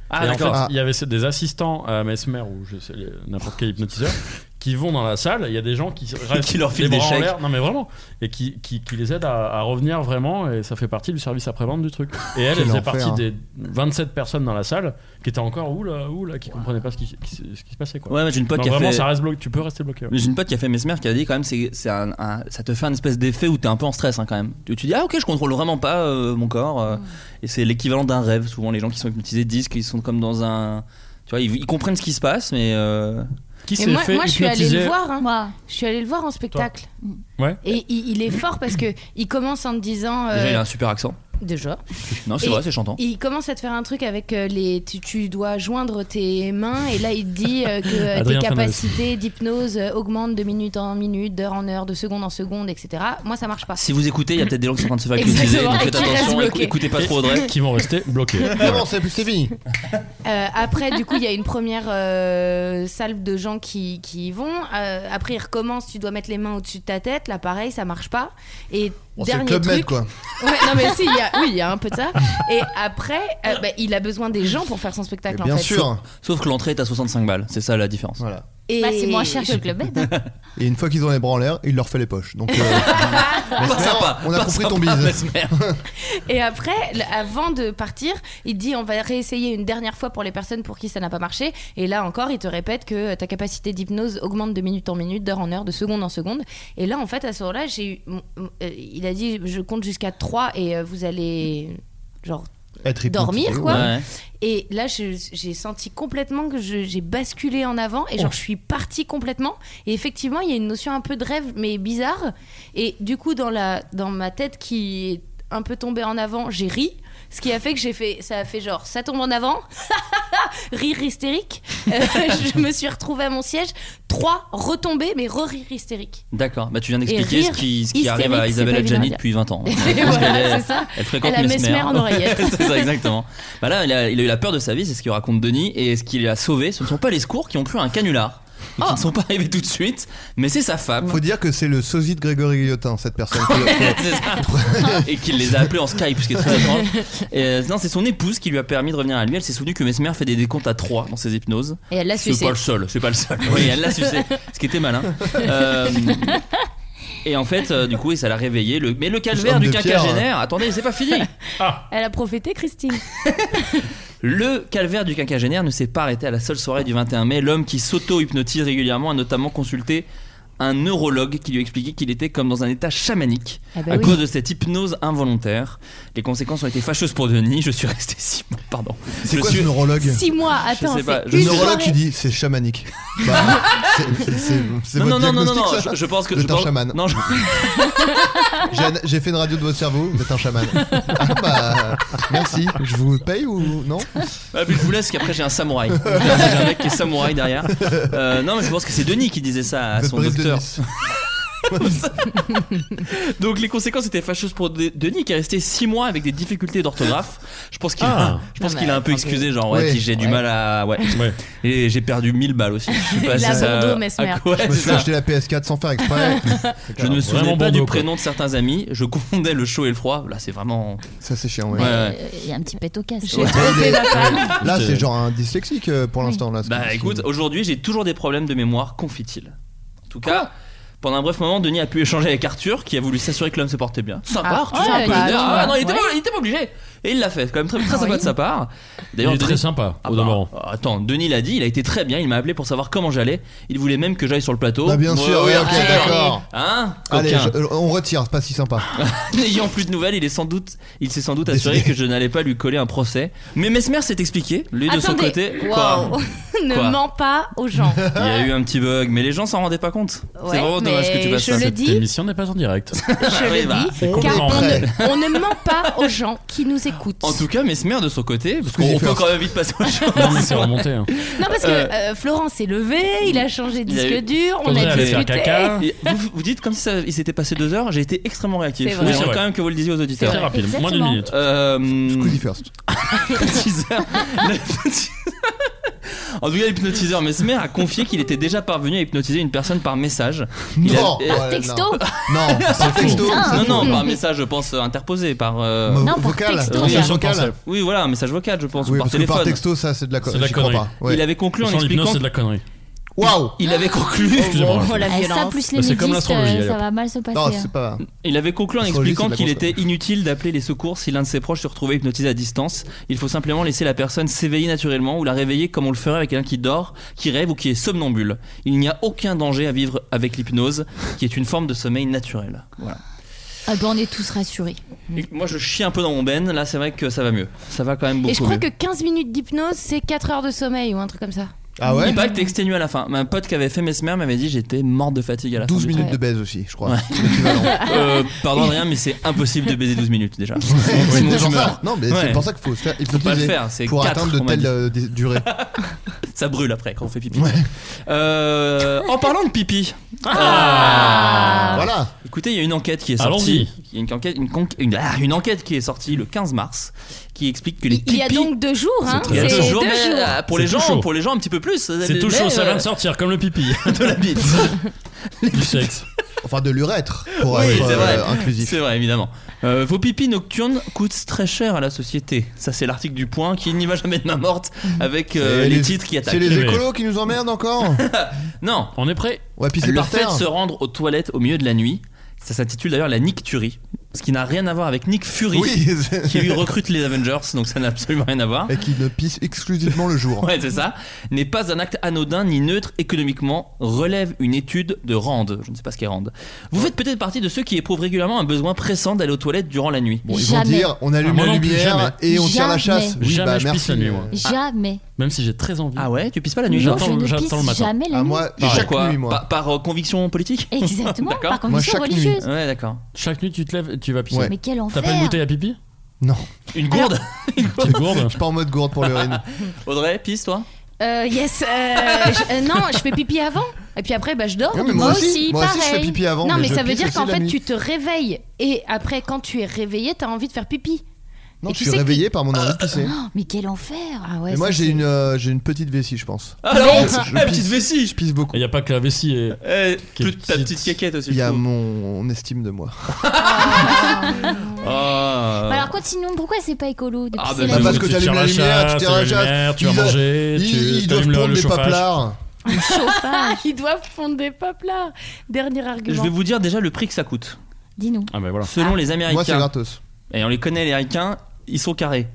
C: Ah,
E: et en fait,
C: d'accord.
I: Ah.
E: il y avait des assistants à Mesmer ou je sais, les- n'importe quel hypnotiseur qui vont dans la salle. Il y a des gens qui restent
C: Qui leur filent
E: les
C: des
E: bras en
C: chèques.
E: l'air. Non, mais vraiment. Et qui, qui, qui les aident à, à revenir vraiment. Et ça fait partie du service après-vente du truc. Et elle,
I: Quel
E: elle faisait
I: enfer,
E: partie
I: hein.
E: des 27 personnes dans la salle qui étaient encore oula, oula, qui comprenaient pas ce qui, qui- ce qui se passait. Quoi.
C: Ouais, mais j'ai une pote
E: Donc
C: qui a
E: vraiment,
C: fait.
E: ça reste bloqué. Tu peux rester bloqué. ouais.
C: J'ai une pote qui a fait Mesmer qui a dit quand même c'est, c'est un, un- ça te fait un espèce d'effet où t'es un peu en stress hein, quand même. Tu, tu dis ah ok je contrôle vraiment pas euh, mon corps
D: Mm.
C: euh, et c'est l'équivalent d'un rêve. Souvent les gens qui sont hypnotisés disent qu'ils sont comme dans un tu vois ils, ils comprennent ce qui se passe mais euh,
E: Qui
D: Et
E: s'est
D: moi,
E: fait
D: moi, je suis allée
E: hypnotiser
D: le voir. hein.
J: Moi,
D: Je suis allée le voir en spectacle.
E: Ouais.
D: Et il, il est fort parce que il commence en te disant euh,
C: déjà il a un super accent.
D: déjà.
C: Non c'est
D: et-
C: vrai c'est chantant.
D: Il commence à te faire un truc avec euh, les. Tu, tu dois joindre tes mains et là il te dit euh, que euh, tes
E: Adrien Fernandez.
D: capacités d'hypnose euh, augmentent de minute en minute, d'heure en heure, de seconde en seconde, etc. Moi ça marche pas.
C: Si vous écoutez il y a peut-être des gens qui sont en train de se faire hypnotiser
D: Exactement.
C: donc
D: Et
C: faites
D: qui restent
C: attention écou-
D: bloqués.
C: écoutez pas trop Audrey.
I: Ah
E: Qui vont rester bloqués.
I: C'est bon, c'est c'est fini.
D: Euh, après, du coup, il y a une première euh, salve de gens qui, qui y vont. Euh, après, ils recommencent, tu dois mettre les mains au-dessus de ta tête. Là, pareil, ça marche pas. Et
I: Bon, c'est
D: dernier
I: le Club
D: truc.
I: Med, quoi.
D: Ouais, non, mais si, il y a- oui, il y a un peu de ça. Et après, euh, bah, il a besoin des gens pour faire son spectacle, en fait.
C: Sauf que l'entrée est à 65 balles, c'est ça la différence.
D: Et...
J: Bah, c'est moins cher que le Club Med.
I: Et une fois qu'ils ont les bras en l'air, il leur fait les poches. Donc, euh,
D: Ah,
I: Mesmer,
C: sympa,
I: on a
C: pas
I: compris
C: sympa,
I: ton bise.
D: Et après, l- avant de partir, il dit on va réessayer une dernière fois pour les personnes pour qui ça n'a pas marché. Et là encore, il te répète que ta capacité d'hypnose augmente de minute en minute, d'heure en heure, de seconde en seconde. Et là, en fait, à ce moment-là, j'ai eu- m- m- euh, il a dit je compte jusqu'à 3 et euh, vous allez genre
I: Être hypnotisé,
D: dormir quoi.
I: ouais.
D: Et là, je- j'ai senti complètement que je- j'ai basculé en avant et genre
I: Oh.
D: je suis partie complètement. Et effectivement, il y a une notion un peu de rêve, mais bizarre. Et du coup, dans, la, dans ma tête qui est un peu tombée en avant, j'ai ri. Ce qui a fait que j'ai fait, ça a fait genre, ça tombe en avant, rire hystérique. Euh, je me suis retrouvée à mon siège, trois retombées, mais re-rire hystérique.
C: D'accord, bah, tu viens
D: Et
C: d'expliquer ce
D: rire
C: qui, ce qui
D: hystérique,
C: arrive à
D: c'est
C: Isabelle
D: pas évident à
C: Adjani
D: dire.
C: depuis 20 ans. hein.
D: Et
C: Parce qu'elle
D: voilà,
C: est-
D: c'est ça.
C: Elle fréquente
D: Elle a Mesmer en oreillette.
C: c'est ça, exactement. Bah là, il a, il a eu la peur de sa vie, c'est ce que raconte Denis. Et ce qu'il a sauvé, ce ne sont pas les secours qui ont cru à un canular.
D: Oh.
C: Qui ne sont pas arrivés tout de suite, mais c'est sa femme.
I: Faut dire que c'est le sosie de Grégory Guillotin, cette personne.
C: C'est ça. et qu'il les a appelés en Skype, ce qui est très étrange. Et, euh, non, c'est son épouse qui lui a permis de revenir à lui. Elle s'est souvenue que Mesmer fait des décomptes à 3 dans ses hypnoses.
D: Et elle l'a
C: C'est
D: sucé.
C: pas le seul, c'est pas le seul. Oui, elle l'a sucé, ce qui était malin. Euh, et en fait, euh, du coup, et ça l'a réveillé. Le, mais le calvaire
I: homme
C: du
I: de pierre, hein.
C: quinquagénaire, attendez, c'est pas fini.
D: Elle a profité, Christine.
C: Le calvaire du quinquagénaire ne s'est pas arrêté à la seule soirée du 21 mai. L'homme qui s'auto-hypnotise régulièrement a notamment consulté un neurologue qui lui expliquait qu'il était comme dans un état chamanique
D: Ah bah
C: à
D: oui.
C: cause de cette hypnose involontaire. Les conséquences ont été fâcheuses pour Denis. Je suis resté six mois. Pardon.
I: C'est
C: Je
I: quoi
C: suis-
I: ce neurologue
D: Six mois, attends,
C: sais pas,
D: c'est
C: je-
I: Le
C: Une
I: neurologue
C: soirée.
I: qui dit c'est chamanique. Bah, c'est- c'est- c'est- c'est
C: Non, non, non,
I: votre
C: non, non,
I: diagnostic, ça
C: je, je pense que
I: Vous
C: je
I: êtes un
C: pense-
I: chaman.
C: Non, je-
I: J'ai an- J'ai fait une radio de votre cerveau, vous êtes un chaman. Ah bah, merci. Je vous paye ou non
C: Ah, puis je vous laisse, parce qu'après j'ai un samouraï. j'ai un mec qui est samouraï derrière. Euh, non, mais je pense que c'est Denis qui disait ça à
I: Vous êtes
C: son
I: Brice
C: docteur.
I: Denis.
C: Donc les conséquences étaient fâcheuses pour De- Denis qui est resté 6 mois avec des difficultés d'orthographe. Je pense qu'il
E: Ah.
C: je pense
E: Non,
C: qu'il a
E: mais
C: un peu
E: attendez.
C: excusé genre ouais,
E: Ouais.
C: puis j'ai du
E: Ouais.
C: mal à ouais. Et j'ai perdu 1000 balles aussi. Je suis
D: Il
C: passé
D: a bon
C: à-
D: dos,
C: à
D: Mesmer.
C: quoi-
I: Je me
C: c'est
I: suis
C: ça.
I: acheté la PS4 sans faire exprès.
C: Je ne me souvenais
E: Vraiment
C: pas
E: bon
C: du
E: dos, quoi.
C: prénom de certains amis, je confondais le chaud et le froid. Là, c'est vraiment
I: Ça c'est chiant, ouais.
C: Ouais, ouais.
J: Euh, Il y a un petit pète au casque.
I: Ouais, il est- Là
C: C'est-
I: c'est genre un dyslexique euh, pour l'instant. là.
C: Bah écoute, aujourd'hui j'ai toujours des problèmes de mémoire, confie-t-il. En tout cas, pendant un bref moment, Denis a pu échanger avec Arthur qui a voulu s'assurer que l'homme se portait bien. Sympa,
D: Ah,
C: Arthur.
D: ouais,
C: il était-
D: sympa,
C: ah,
D: ouais.
C: non, il était, pas,
D: Ouais.
C: il était pas obligé. Et il l'a fait, c'est quand même très, très sympa de sa part.
E: Il est
C: Denis-
E: très sympa,
C: Ah
E: au
C: bah,
E: demeurant.
C: Attends, Denis l'a dit, il a été très bien, il m'a appelé pour savoir comment j'allais. Il voulait même que j'aille sur le plateau.
I: Bah, bien
C: Ouais,
I: sûr,
C: ouais,
I: oui, ok,
C: Arthur.
I: d'accord.
C: Hein
I: Allez,
C: Coquin.
I: je- euh, on retire, c'est pas si sympa.
C: N'ayant plus de nouvelles, il est sans doute, il s'est sans doute assuré que je n'allais pas lui coller un procès. Mais Mesmer s'est expliqué, lui de son
D: Attendez.
C: côté.
D: Wow.
C: Quoi
D: ne
C: Quoi
D: mens pas aux gens.
C: Il y a eu un petit bug, mais les gens s'en rendaient pas compte.
D: Ouais,
C: c'est vraiment dommage
D: mais
C: que tu fasses
D: je
C: ça.
D: le
C: cette
D: dis.
E: L'émission n'est pas en direct.
D: Je
C: Oui,
D: le
C: bah,
D: dis,
C: c'est
D: car
C: complètement
D: on
C: vrai.
D: ne, on ne ment pas aux gens qui nous écoutent.
C: En tout cas, Mesmer de son côté, parce qu'on
E: Squeezie
C: peut
E: first.
C: quand même vite passer aux choses.
E: Non, mais c'est remonté. hein.
D: Non, Ah, parce que
C: Euh,
D: euh, Florent s'est levé, il a changé de
C: il y a eu-
D: disque dur, on a
E: aller faire
D: discuté.
E: caca.
C: Et Vous, vous dites comme si ça, il s'était passé deux heures, j'ai été extrêmement réactif.
D: C'est vrai.
C: J'aimerais
E: Oui, c'est vrai.
C: quand même que vous le disiez aux auditeurs.
E: Très rapide, moins d'une minute.
C: Euh,
I: Squeezie first.
C: hypnotiseur- l'hypnotiseur- En tout cas, l'hypnotiseur Mesmer a confié qu'il était déjà parvenu à hypnotiser une personne par message. Il a-
I: Non,
C: euh,
I: ouais, non.
J: Texto
I: Non, c'est texto.
C: Non,
I: c'est
C: non,
I: faux.
C: par message, je pense, euh, interposé, par. euh,
I: Mo-
J: Non, par
I: vocal.
J: texto,
I: message
C: ça.
I: vocal.
C: Oui, voilà, un message vocal, je pense, ou
I: Oui,
C: par
I: parce que
C: téléphone.
I: par texto, ça c'est de la, co-
E: C'est de la
I: j'y crois
E: connerie.
I: pas. Ouais.
C: Il avait conclu en
E: Sans l'hypnose,
C: expliquant.
E: c'est de la connerie.
I: Waouh
C: Il avait conclu.
E: Excusez-moi.
D: Oh, la
J: Ah, Ça
D: violence.
J: plus
E: Bah,
J: les
E: c'est comme
J: nudistes,
E: l'astrologie,
J: euh,
E: allez,
J: ça
E: hop.
J: va mal se passer.
I: Non,
J: hein.
I: c'est pas.
C: Il avait conclu en
I: Astrologie,
C: expliquant
I: c'est de la
C: qu'il
I: grosse
C: était inutile d'appeler les secours si l'un de ses proches se retrouvait hypnotisé à distance. Il faut simplement laisser la personne s'éveiller naturellement ou la réveiller comme on le ferait avec quelqu'un qui dort, qui rêve ou qui est somnambule. Il n'y a aucun danger à vivre avec l'hypnose, qui est une forme de sommeil naturel. Voilà.
J: Ah bah, on est tous rassurés.
C: Et moi je chie un peu dans mon ben, là c'est vrai que ça va mieux. Ça va quand même beaucoup
D: Et je crois
C: mieux.
D: que 15 minutes d'hypnose, c'est 4 heures de sommeil ou un truc comme ça.
I: Ah
C: Il
I: ouais
C: paraît que t'es exténué à la fin. Mais Un pote qui avait fait Mesmer m'avait dit j'étais mort de fatigue à la
I: 12
C: fin. du
I: minutes
C: truc.
I: de baise aussi, je crois.
C: Ouais.
I: L'équivalent.
C: Euh, pardon rien mais c'est impossible de baiser 12 minutes déjà.
I: C'est
C: Sinon,
I: pour
C: tu
I: ça.
C: meurs.
I: Non, mais
C: Ouais.
I: c'est pour ça qu'il faut se faire
C: pas le
I: hypnotiser
C: faire, c'est
I: pour
C: quatre,
I: atteindre
C: on
I: de
C: m'a dit.
I: telles euh, des- durées.
C: Ça brûle après quand on fait pipi.
I: Ouais.
C: Euh, en parlant de pipi,
D: Ah.
E: Ah.
I: Voilà.
C: Écoutez, il y a une enquête qui est sortie. Il y a une enquête, une, conque- une- ah, une enquête qui est sortie le 15 mars qui explique que les
D: Il y a
C: tipis-
D: donc deux jours, hein.
C: Il y a
D: C'est
C: deux jours,
D: deux
C: mais,
D: jours.
C: euh, pour les
E: C'est tout
C: gens,
E: chaud.
C: pour les gens un petit peu plus. euh,
E: C'est tout chaud, ça vient de sortir, comme le pipi.
C: de la bite.
E: du sexe.
I: Enfin, de l'urètre, pour
C: Oui,
I: être
C: c'est
I: euh,
C: vrai.
I: inclusif.
C: C'est vrai, évidemment. Euh, vos pipis nocturnes coûtent très cher à la société. Ça, c'est l'article du Point qui n'y va jamais de main morte avec euh,
I: C'est
C: les,
I: les-
C: titres qui attaquent.
I: C'est les écolos qui nous emmerdent encore
C: Non.
E: On est prêt
I: Ouais, pisser
C: Le
I: par
C: fait
I: terre.
C: de se rendre aux toilettes au milieu de la nuit, ça s'intitule d'ailleurs la Nick Fury. Ce qui n'a rien à voir avec Nick Fury,
I: Oui, c'est-
C: qui lui recrute les Avengers, donc ça n'a absolument rien à voir.
I: Et qui ne pisse exclusivement le jour.
C: Ouais, c'est ça. N'est pas un acte anodin ni neutre économiquement, relève une étude de Rand. Je ne sais pas ce qu'est Rand. Vous faites peut-être partie de ceux qui éprouvent régulièrement un besoin pressant d'aller aux toilettes durant la nuit.
I: Bon, ils vont Jamais. dire, on
C: Ah,
I: allume la lumière et on tire la Jamais. chasse. Oui, Jamais bah, je pisse merci. la nuit, moi.
J: Jamais. Ah,
E: Même si j'ai très envie.
C: Ah ouais, tu pisses pas la nuit
J: Non, je ne pisse jamais
I: Ah,
J: la nuit.
C: Par quoi
E: nuit, moi.
C: Par, par, euh, conviction politique
J: Exactement,
C: D'accord.
J: par conviction Moi, chaque nuit. religieuse.
C: Ouais, d'accord.
E: Chaque nuit, tu te lèves et tu vas pisser.
J: Mais quel enfer.
E: T'as pas une bouteille à pipi
I: Non.
C: Une gourde Une
E: gourde
I: Je suis pas en mode gourde pour
D: Ah,
I: l'urine.
C: Audrey, pisse toi
D: Euh, yes, euh, je- euh, non, je fais pipi avant. Et puis après, bah, je dors.
I: Ouais, mais moi aussi, moi aussi, je
D: pareil.
I: fais pipi avant,
D: Non,
I: mais
D: mais,
I: je
D: ça veut
I: pisse
D: dire
I: aussi
D: qu'en
I: la
D: fait,
I: nuit.
D: tu te réveilles. Et après, quand tu es réveillé, t'as envie de faire pipi.
I: Non,
D: Et
I: je
D: tu
I: suis
D: sais que-
I: réveillé par mon envie de pisser.
D: Oh, mais quel enfer Ah ouais,
I: Et moi,
D: ça,
I: j'ai
D: c'est-
I: une, euh, j'ai une petite vessie, je pense.
C: Ah, Alors,
I: Je
C: la
I: pisse-
C: Eh, petite vessie
I: Je pisse beaucoup.
E: Il n'y a pas que la vessie et.
C: Eh,
E: Qui est
C: toute ta petite caquette aussi.
I: Il y
C: je
I: a
C: trouve.
I: mon estime de moi.
C: Ah.
J: Bah alors continuons, pourquoi c'est pas écolo de
C: Ah,
J: pisser la
C: bah, bah,
J: nuit
I: Parce que
E: Tu
I: t'allumes
E: tires
I: la
E: la
I: lumière,
E: chasse,
I: tu tires la
E: t'allumes la lumière,
I: chasse.
E: tu vas
I: Ils-
E: manger, tu-
I: Ils ils doivent
E: t'allumes le-
I: prendre
E: le
I: des
E: chauffage.
I: paplards.
D: Chauffage. Ils doivent fondre des paplards. Dernier
C: Je
D: argument.
C: vais vous dire déjà le prix que ça coûte.
J: Dis-nous.
E: Ah bah voilà.
C: Selon les Américains.
I: Moi, c'est gratos.
C: Et on les connaît, les Américains, ils sont carrés.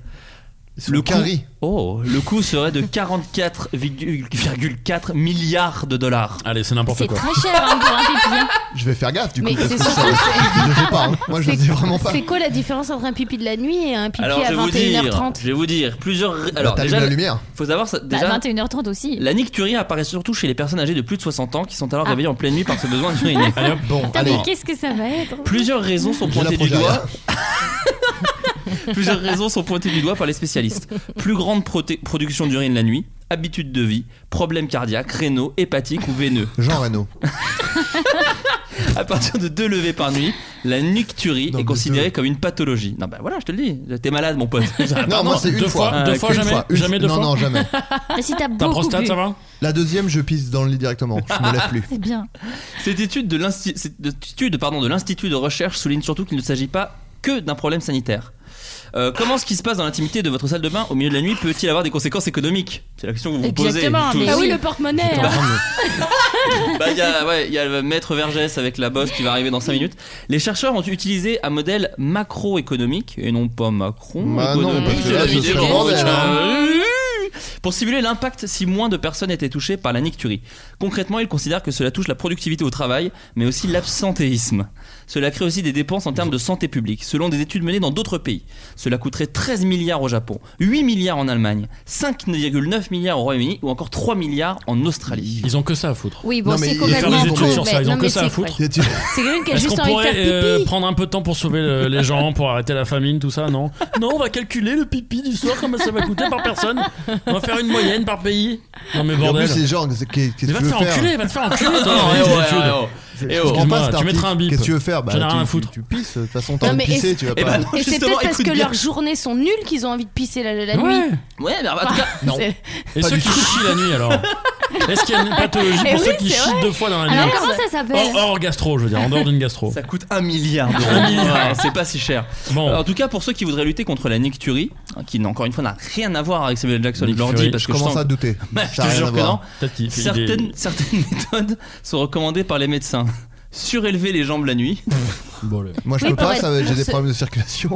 I: sont
C: le coût-
I: carrés.
C: oh, le coût serait de 44,4 milliards de dollars.
E: Allez, c'est n'importe
J: C'est très cher hein, pour un pipi. hein.
I: Je vais faire gaffe du coup.
D: Mais
I: parce
D: c'est
I: que ça-
D: surtout-
I: Je sais pas. hein. Moi, je
D: C'est-
I: sais vraiment pas.
D: C'est quoi la différence entre un pipi de la nuit et un pipi
C: Alors
D: à
C: je vais vous
D: 21h30
C: dire, je vais vous dire plusieurs. Alors
I: t'allumes
C: déjà
I: la lumière.
C: Faut savoir ça,
J: Bah,
C: déjà.
J: 21h30 aussi.
C: la nicturie apparaît surtout chez les personnes âgées de plus de 60 ans qui sont alors
J: Ah.
C: réveillées en pleine nuit par ce besoin d'uriner.
E: Allez hop.
I: Bon,
J: Putain,
I: allez.
J: mais qu'est-ce que ça va être
C: Plusieurs raisons sont
I: Je
C: pointées du
I: n'approche
C: doigt. Plusieurs raisons sont pointées du doigt par les spécialistes. Plus grande proté- production d'urine la nuit, habitude de vie, problèmes cardiaques, rénaux, hépatiques ou veineux.
I: Jean Reno.
C: À partir de deux levées par nuit, la nicturie
I: Non,
C: est
I: mais
C: considérée
I: deux.
C: comme une pathologie. Non bah voilà, je te le dis, t'es malade mon pote.
I: Non, moi c'est une
E: Deux fois,
I: fois.
E: deux
I: Euh,
E: fois,
I: une
E: jamais,
I: Une-
E: jamais deux
I: Non,
E: fois.
I: non, jamais.
J: Mais si t'as
E: Ta
J: beaucoup
E: prostate,
J: bu,
E: ça va
I: La deuxième, je pisse dans le lit directement. Je me lève plus.
J: c'est bien.
C: Cette étude de l'insti- cette étude, pardon, de l'Institut de recherche souligne surtout qu'il ne s'agit pas que d'un problème sanitaire. Euh, comment ce qui se passe dans l'intimité de votre salle de bain au milieu de la nuit peut-il avoir des conséquences économiques C'est la question que vous vous posez.
J: Exactement,
C: tous.
J: mais-
E: Ah
D: Bah oui,
J: Oui.
D: le porte-monnaie.
E: T'es en train de-
C: Bah, il y a, ouais, il y a le maître Vergès avec la bosse qui va arriver dans 5 minutes. Les chercheurs ont utilisé un modèle macroéconomique et non pas Macron.
I: Bah non,
C: économique,
I: parce que
C: c'est
I: là,
C: la
I: ce
C: vidéo,
I: serait le bordel, hein.
C: euh, Pour simuler l'impact si moins de personnes étaient touchées par la nicturie. Concrètement, ils considèrent que cela touche la productivité au travail, mais aussi l'absentéisme. Cela crée aussi des dépenses en termes de santé publique, selon des études menées dans d'autres pays. Cela coûterait 13 milliards au Japon, 8 milliards en Allemagne, 5,9 milliards au Royaume-Uni ou encore 3 milliards en Australie.
E: Ils ont que ça à foutre.
D: Oui, bon,
I: Non, mais
D: c'est
I: il- de faire
D: complètement
I: des études
D: con,
I: sur
E: ça,
D: mais-
E: ils ont
D: non,
E: que
D: mais
E: ça à
D: c'est-
E: foutre.
I: Et tu-
D: C'est quelqu'un qui a
E: Est-ce
D: juste
E: qu'on
D: envie de
E: pourrait
D: faire pipi.
E: euh, prendre un peu de temps pour sauver le- les gens, pour arrêter la famine, tout ça Non. Non, on va calculer le pipi du soir, combien ça va coûter par personne. On va faire une moyenne par pays. Non mais
I: Et En plus,
E: bordel.
I: c'est genre, qu'est-ce qu'est-ce que tu
E: Mais va te
I: veux
E: faire enculer,
I: faire
E: va te faire enculer.
C: Non,
E: toi,
C: eh
E: avec tes
C: oh, eh
E: études.
C: oh, eh oh. Eh
I: Je
C: oh.
I: comprends
E: Excuse-moi,
I: pas cet
E: tu mettras
I: article.
E: un bip.
I: Qu'est-ce que tu veux faire Bah,
E: J'en ai rien
I: tu-
E: à
I: tu-
E: foutre.
I: Tu pisses. De toute façon, t'as
D: Non,
I: envie de
D: mais
I: pisser.
D: est-ce-
I: Tu vas
C: Eh
I: pas.
C: ben non,
D: Et c'est
C: justement,
D: peut-être parce
C: écoute
D: que
C: bien.
D: leurs journées sont nulles qu'ils ont envie de pisser la, la
E: Ouais.
D: nuit.
C: Ouais, mais en tout cas,
I: Non.
D: C'est-
E: Et
I: Pas
E: ceux
I: du
E: qui
I: tout.
E: chient la nuit alors Est-ce qu'il y a une pathologie
D: Eh
E: pour
D: oui,
E: ceux qui
D: c'est
E: chient
D: vrai.
E: deux fois dans
I: Ah,
E: la
J: Alors
E: nuit
J: comment ça s'appelle
E: hors, hors gastro, je veux dire, en dehors d'une gastro.
C: ça coûte un milliard d'euros.
E: Un milliard.
C: Ouais, c'est pas si cher.
E: Bon.
C: En tout cas, pour ceux qui voudraient lutter contre la nicturie, hein, qui encore une fois n'a rien à voir avec Samuel Jackson,
E: Nick
C: je leur
E: Fury.
C: dis parce
I: Je
C: que je
I: commence
C: sens-
I: à douter.
C: Bah, je
I: Ça a
C: te
I: rien à
C: jure que
I: voir.
C: non.
E: Peut-être qu'il fait des-
C: Certaines, certaines méthodes sont recommandées par les médecins. Surélever les jambes la nuit.
E: Bon, le-
I: Moi, je
D: Oui,
I: peux pas.
D: pareil,
I: ça va- J'ai
D: pour
I: des
D: ce-
I: problèmes de circulation.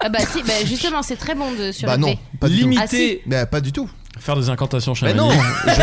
D: Ah bah si, bah justement, c'est très bon de
I: Bah
D: surélever.
I: non, pas du tout.
D: Ah, si.
C: Limiter.
I: Mais pas du tout.
E: Faire des incantations
I: Mais
E: chamaniques.
I: non, je le sais.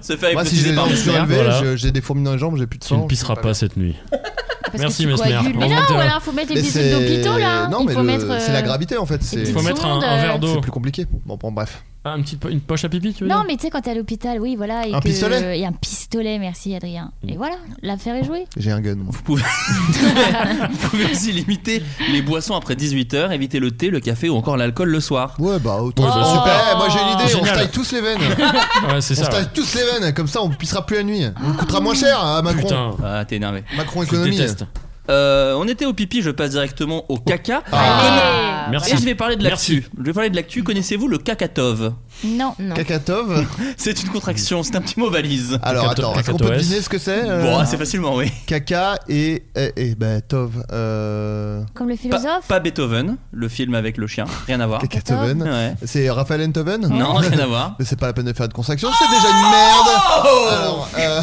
I: c'est-
C: Se faire
I: Moi, si
C: hypnotiser
I: j'ai les
C: par
I: jambes
C: Mesmer.
I: surélevées,
E: Voilà.
I: je- j'ai des fourmis dans les jambes, j'ai plus de
E: Tu ne
I: sang.
E: pisseras pas cette nuit.
D: Ah, Parce que
E: Merci
D: tu
E: Mesmer.
D: coagules.
E: On
J: Mais non,
E: rentre-
J: ou alors faut mettre les
I: Mais
J: décisions
I: c'est-
J: d'hôpitaux là.
I: Non,
J: Il
I: mais
J: faut
I: le-
J: mettre.
I: c'est la
J: euh,
I: gravité en fait. C'est
J: petites
E: faut mettre un-
J: sondes,
E: un verre
J: euh,
E: d'eau.
I: c'est plus compliqué. Bon, bon, bref.
E: Ah, une, petite po- une poche à pipi, tu veux
J: Non,
E: dire
J: mais tu sais, quand t'es à l'hôpital, oui, voilà. Et
E: Un
J: que-
E: pistolet
J: Il y a un pistolet, merci Adrien.
E: Mm.
J: Et voilà, l'affaire est jouée.
I: J'ai un gun. Moi.
C: Vous pouvez... Vous pouvez aussi limiter les boissons après 18h, éviter le thé, le café ou encore l'alcool le soir.
I: Ouais, bah autant. super, eh, moi j'ai une idée, on se taille tous les veines.
C: Ouais, c'est
I: on
C: ça,
I: se taille
C: ouais.
I: tous les veines, comme ça on pissera plus la nuit. On coûtera moins cher à Macron.
C: Ah, t'es énervé.
I: Macron économie.
C: Euh, on était au pipi, je passe directement au caca.
I: Ah.
C: Et
I: Merci.
C: je vais parler de
I: Merci.
C: l'actu. Je vais parler de l'actu. Connaissez-vous le cacatov
J: Non, non.
I: Cacatov
C: C'est une contraction, c'est un petit mot valise.
I: Alors attends, est-ce qu'on peut deviner ce que c'est euh,
C: Bon, c'est facilement, oui.
I: Caca et. Et, et bah, Tov. euh,
J: Comme le philosophe
C: Pas Beethoven, le film avec le chien, rien à voir.
I: Cacatoven.
C: Ouais.
I: C'est Raphaël Entoven
C: Non, rien à voir.
I: Mais c'est pas la peine de faire de contraction, c'est déjà une
C: Oh
I: merde Alors, euh,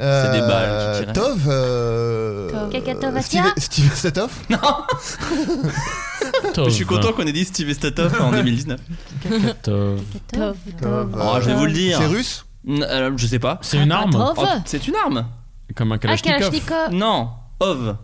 I: euh,
C: des balles qui tirent.
I: Tov. euh,
J: Tov. Cacatovatia
I: Steve, Steve Setoff
C: Je suis content qu'on ait dit Steve Estatov en 2019.
E: Cacatov.
C: Oh, je vais vous le dire.
I: euh, C'est russe
C: N- euh, Je sais pas.
E: C'est une arme
C: Oh, C'est une arme
E: Comme un Kalachnikov.
C: Non, ov.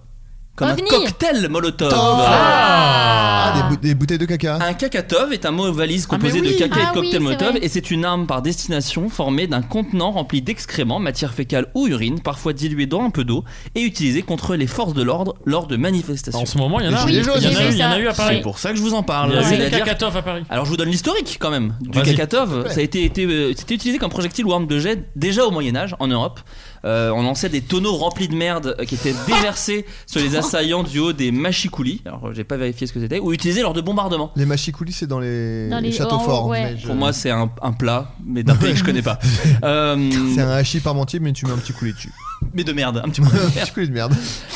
C: Comme
J: Ovni.
C: un cocktail molotov.
I: Tov. Ah, des, bou- des bouteilles de caca.
C: Un cacatov est un mot valise composé
I: mais oui.
C: de caca et
I: Ah
C: de cocktail
I: oui, c'est
C: molotov
I: vrai.
C: et c'est une arme par destination formée d'un contenant rempli d'excréments, matière fécale ou urine, parfois diluée dans un peu d'eau et utilisée contre les forces de l'ordre lors de manifestations.
E: En ce moment, il y en a un. Il y en a eu- il y en a eu à Paris.
C: C'est pour ça que je vous en parle.
E: Il y a eu
C: C'est-à-dire-
E: des cacatov à Paris.
C: Alors je vous donne l'historique quand même du
E: Vas-y.
C: Kakatov.
E: Ouais.
C: Ça a été, été, euh, c'était utilisé comme projectile ou arme de jet déjà au Moyen Âge en Europe. Euh, on lançait des tonneaux remplis de merde euh, qui étaient déversés sur les assaillants du haut des machicoulis. Alors euh, j'ai pas vérifié ce que c'était. Ou utilisés lors de bombardements.
I: Les machicoulis, c'est dans les,
J: Dans les-
I: châteaux
J: en-
I: forts.
J: ouais.
I: mais je-
C: Pour moi c'est un, un plat, mais d'un pays que je connais pas. Euh,
I: C'est un hachis parmentier, mais tu mets un petit coulis dessus.
C: mais de merde, un petit peu.
I: un petit coulis de merde.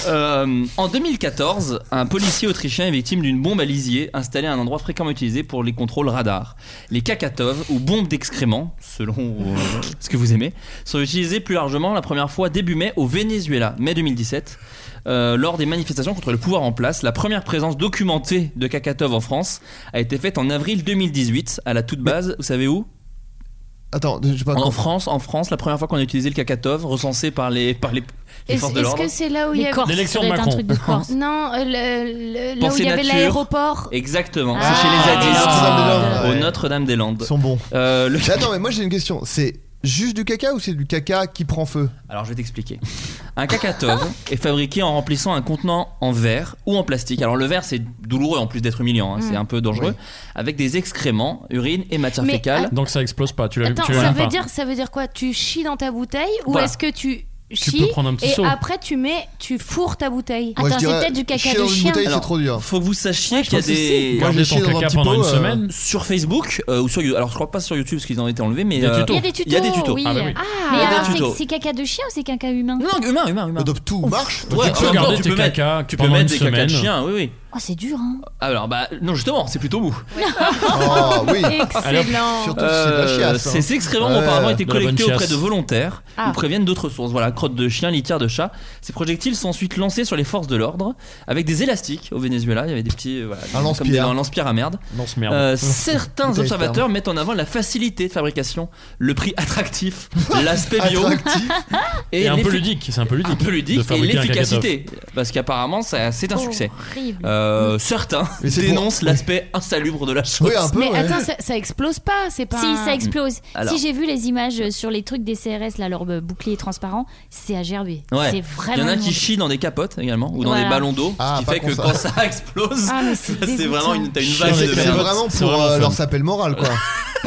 C: Euh, en 2014, un policier autrichien est victime d'une bombe à lisier installée à un endroit fréquemment utilisé pour les contrôles radars. Les kakatov, ou bombes d'excréments, selon euh, ce que vous aimez, sont utilisées plus largement la première fois début mai au Venezuela, mai 2017. euh, lors des manifestations contre le pouvoir en place, la première présence documentée de Kakatov en France a été faite en avril 2018 à la toute base, vous savez où
I: Attends, je sais pas.
C: en France, en France, la première fois qu'on a utilisé le Kakatov, recensé par les, par les, les
D: Est-ce
C: forces de
D: est-ce
C: l'ordre.
D: que c'est là où il y
J: Les
D: avait
J: Corses, L'élection ça doit de être un Macron. truc de Corse.
D: Non, euh, le- le- là où
C: Pensée
D: il y avait
C: nature.
D: l'aéroport.
C: Exactement,
D: Ah.
C: c'est chez les zadistes.
I: Ah.
C: Au Notre-Dame-des-Landes.
I: Ils sont bons.
C: Euh, le-
I: Attends, mais moi j'ai une question. C'est juste du caca ou c'est du caca qui prend feu
C: Alors je vais t'expliquer. Un cacatov est fabriqué en remplissant un contenant en verre ou en plastique. Alors le verre c'est douloureux en plus d'être humiliant, hein, c'est un peu dangereux, avec des excréments, urine et matière
D: Mais,
C: fécale.
D: ah,
E: Donc ça explose pas,
C: Euh,
E: tu l'as
D: Attends,
E: tu l'as
D: ça
E: même
D: veut,
E: pas.
D: dire, ça veut dire quoi Tu chies dans ta bouteille ou
C: Bah,
E: Voilà.
D: est-ce que tu
E: Tu
D: chies
E: peux prendre un petit
D: et
E: seau.
D: après tu mets, tu fourres ta bouteille
I: Moi, je Attends, c'est dirais, peut-être du caca chier de dans une chien. bouteille, c'est
C: Alors,
I: trop dur.
C: Faut que vous sachiez qu'il y a
E: pense que si.
C: des.
E: Moi, j'ai Garder ton chié dans un caca petit pendant pot, une euh, semaine.
C: Sur Facebook euh, ou sur YouTube. Alors je crois pas sur YouTube parce qu'ils ont été enlevés, mais.
E: Des
C: euh,
J: Il
E: tutos.
J: y a des tutos.
C: Il y a des tutos.
J: oui.
D: Ah,
J: Mais
C: Il y a des
J: alors,
C: tutos.
J: c'est- c'est caca de chien ou c'est caca humain
C: Non, non, humain, humain, humain.
I: Donc tout marche.
C: Ouais,
E: tu peux
C: en même
E: garder
C: temps,
E: tes
C: peux mettre-
E: cacas
C: tu peux
E: pendant
C: mettre des
E: une
C: cacas de
E: semaine.
C: chien, oui, oui.
J: Oh, c'est dur, hein.
C: Alors, bah, non, justement, c'est plutôt mou.
I: Oh oui.
D: Excellent.
I: Surtout si c'est de la
C: Euh,
I: chiasse. hein.
C: Ces excréments ont
I: Ouais.
C: auparavant été
E: De la bonne
C: collectés auprès
E: chiasse.
C: de volontaires
D: Ah.
C: ou préviennent d'autres sources. Voilà, crottes de chiens, litières de chats. Ces projectiles sont ensuite lancés sur les forces de l'ordre avec des élastiques. Au Venezuela, il y avait des petits. euh, voilà,
I: Un lance-pierre.
C: comme des- un lance-pierre à merde.
E: Non, ce merde.
C: Euh, certains
I: Bouteille
C: observateurs mettent en avant la facilité de fabrication, le prix attractif, l'aspect bio
I: Attractif.
C: et,
E: Et un peu
C: l'effi-
E: ludique, c'est un peu ludique.
C: un peu ludique
E: de
C: et
E: fabriquer un
C: l'efficacité. Parce qu'apparemment, ça- c'est un
D: Oh,
I: Oh.
C: succès.
J: Horrible.
C: Euh, certains
I: Mais c'est pour-
C: dénoncent l'aspect insalubre de la chose.
I: Oui, hein. un peu.
D: Mais
I: ouais.
D: attends, ça, ça explose pas, c'est pas.
J: Si,
D: un-
J: ça explose.
C: Mm. Alors.
J: Si j'ai vu les images sur les trucs des CRS, là, leur euh, bouclier transparent, c'est à gerber.
C: Ouais.
J: C'est
C: Il y
J: vraiment.
C: en a qui
J: immonde.
C: chient dans des capotes également ou dans
J: Voilà.
C: des ballons d'eau,
I: Ah,
C: ce qui
I: pas
C: fait
I: con,
C: que
I: ça.
C: quand ça explose,
D: Ah, mais c'est
C: c'est
D: dégoûtant.
C: vraiment
J: Eh,
C: une t'as une
I: Mais
C: vague
I: C'est
C: de
I: c'est
C: merde.
I: vraiment
E: C'est
I: pour
E: vraiment
I: euh,
E: fun.
I: leur s'appelle moral quoi.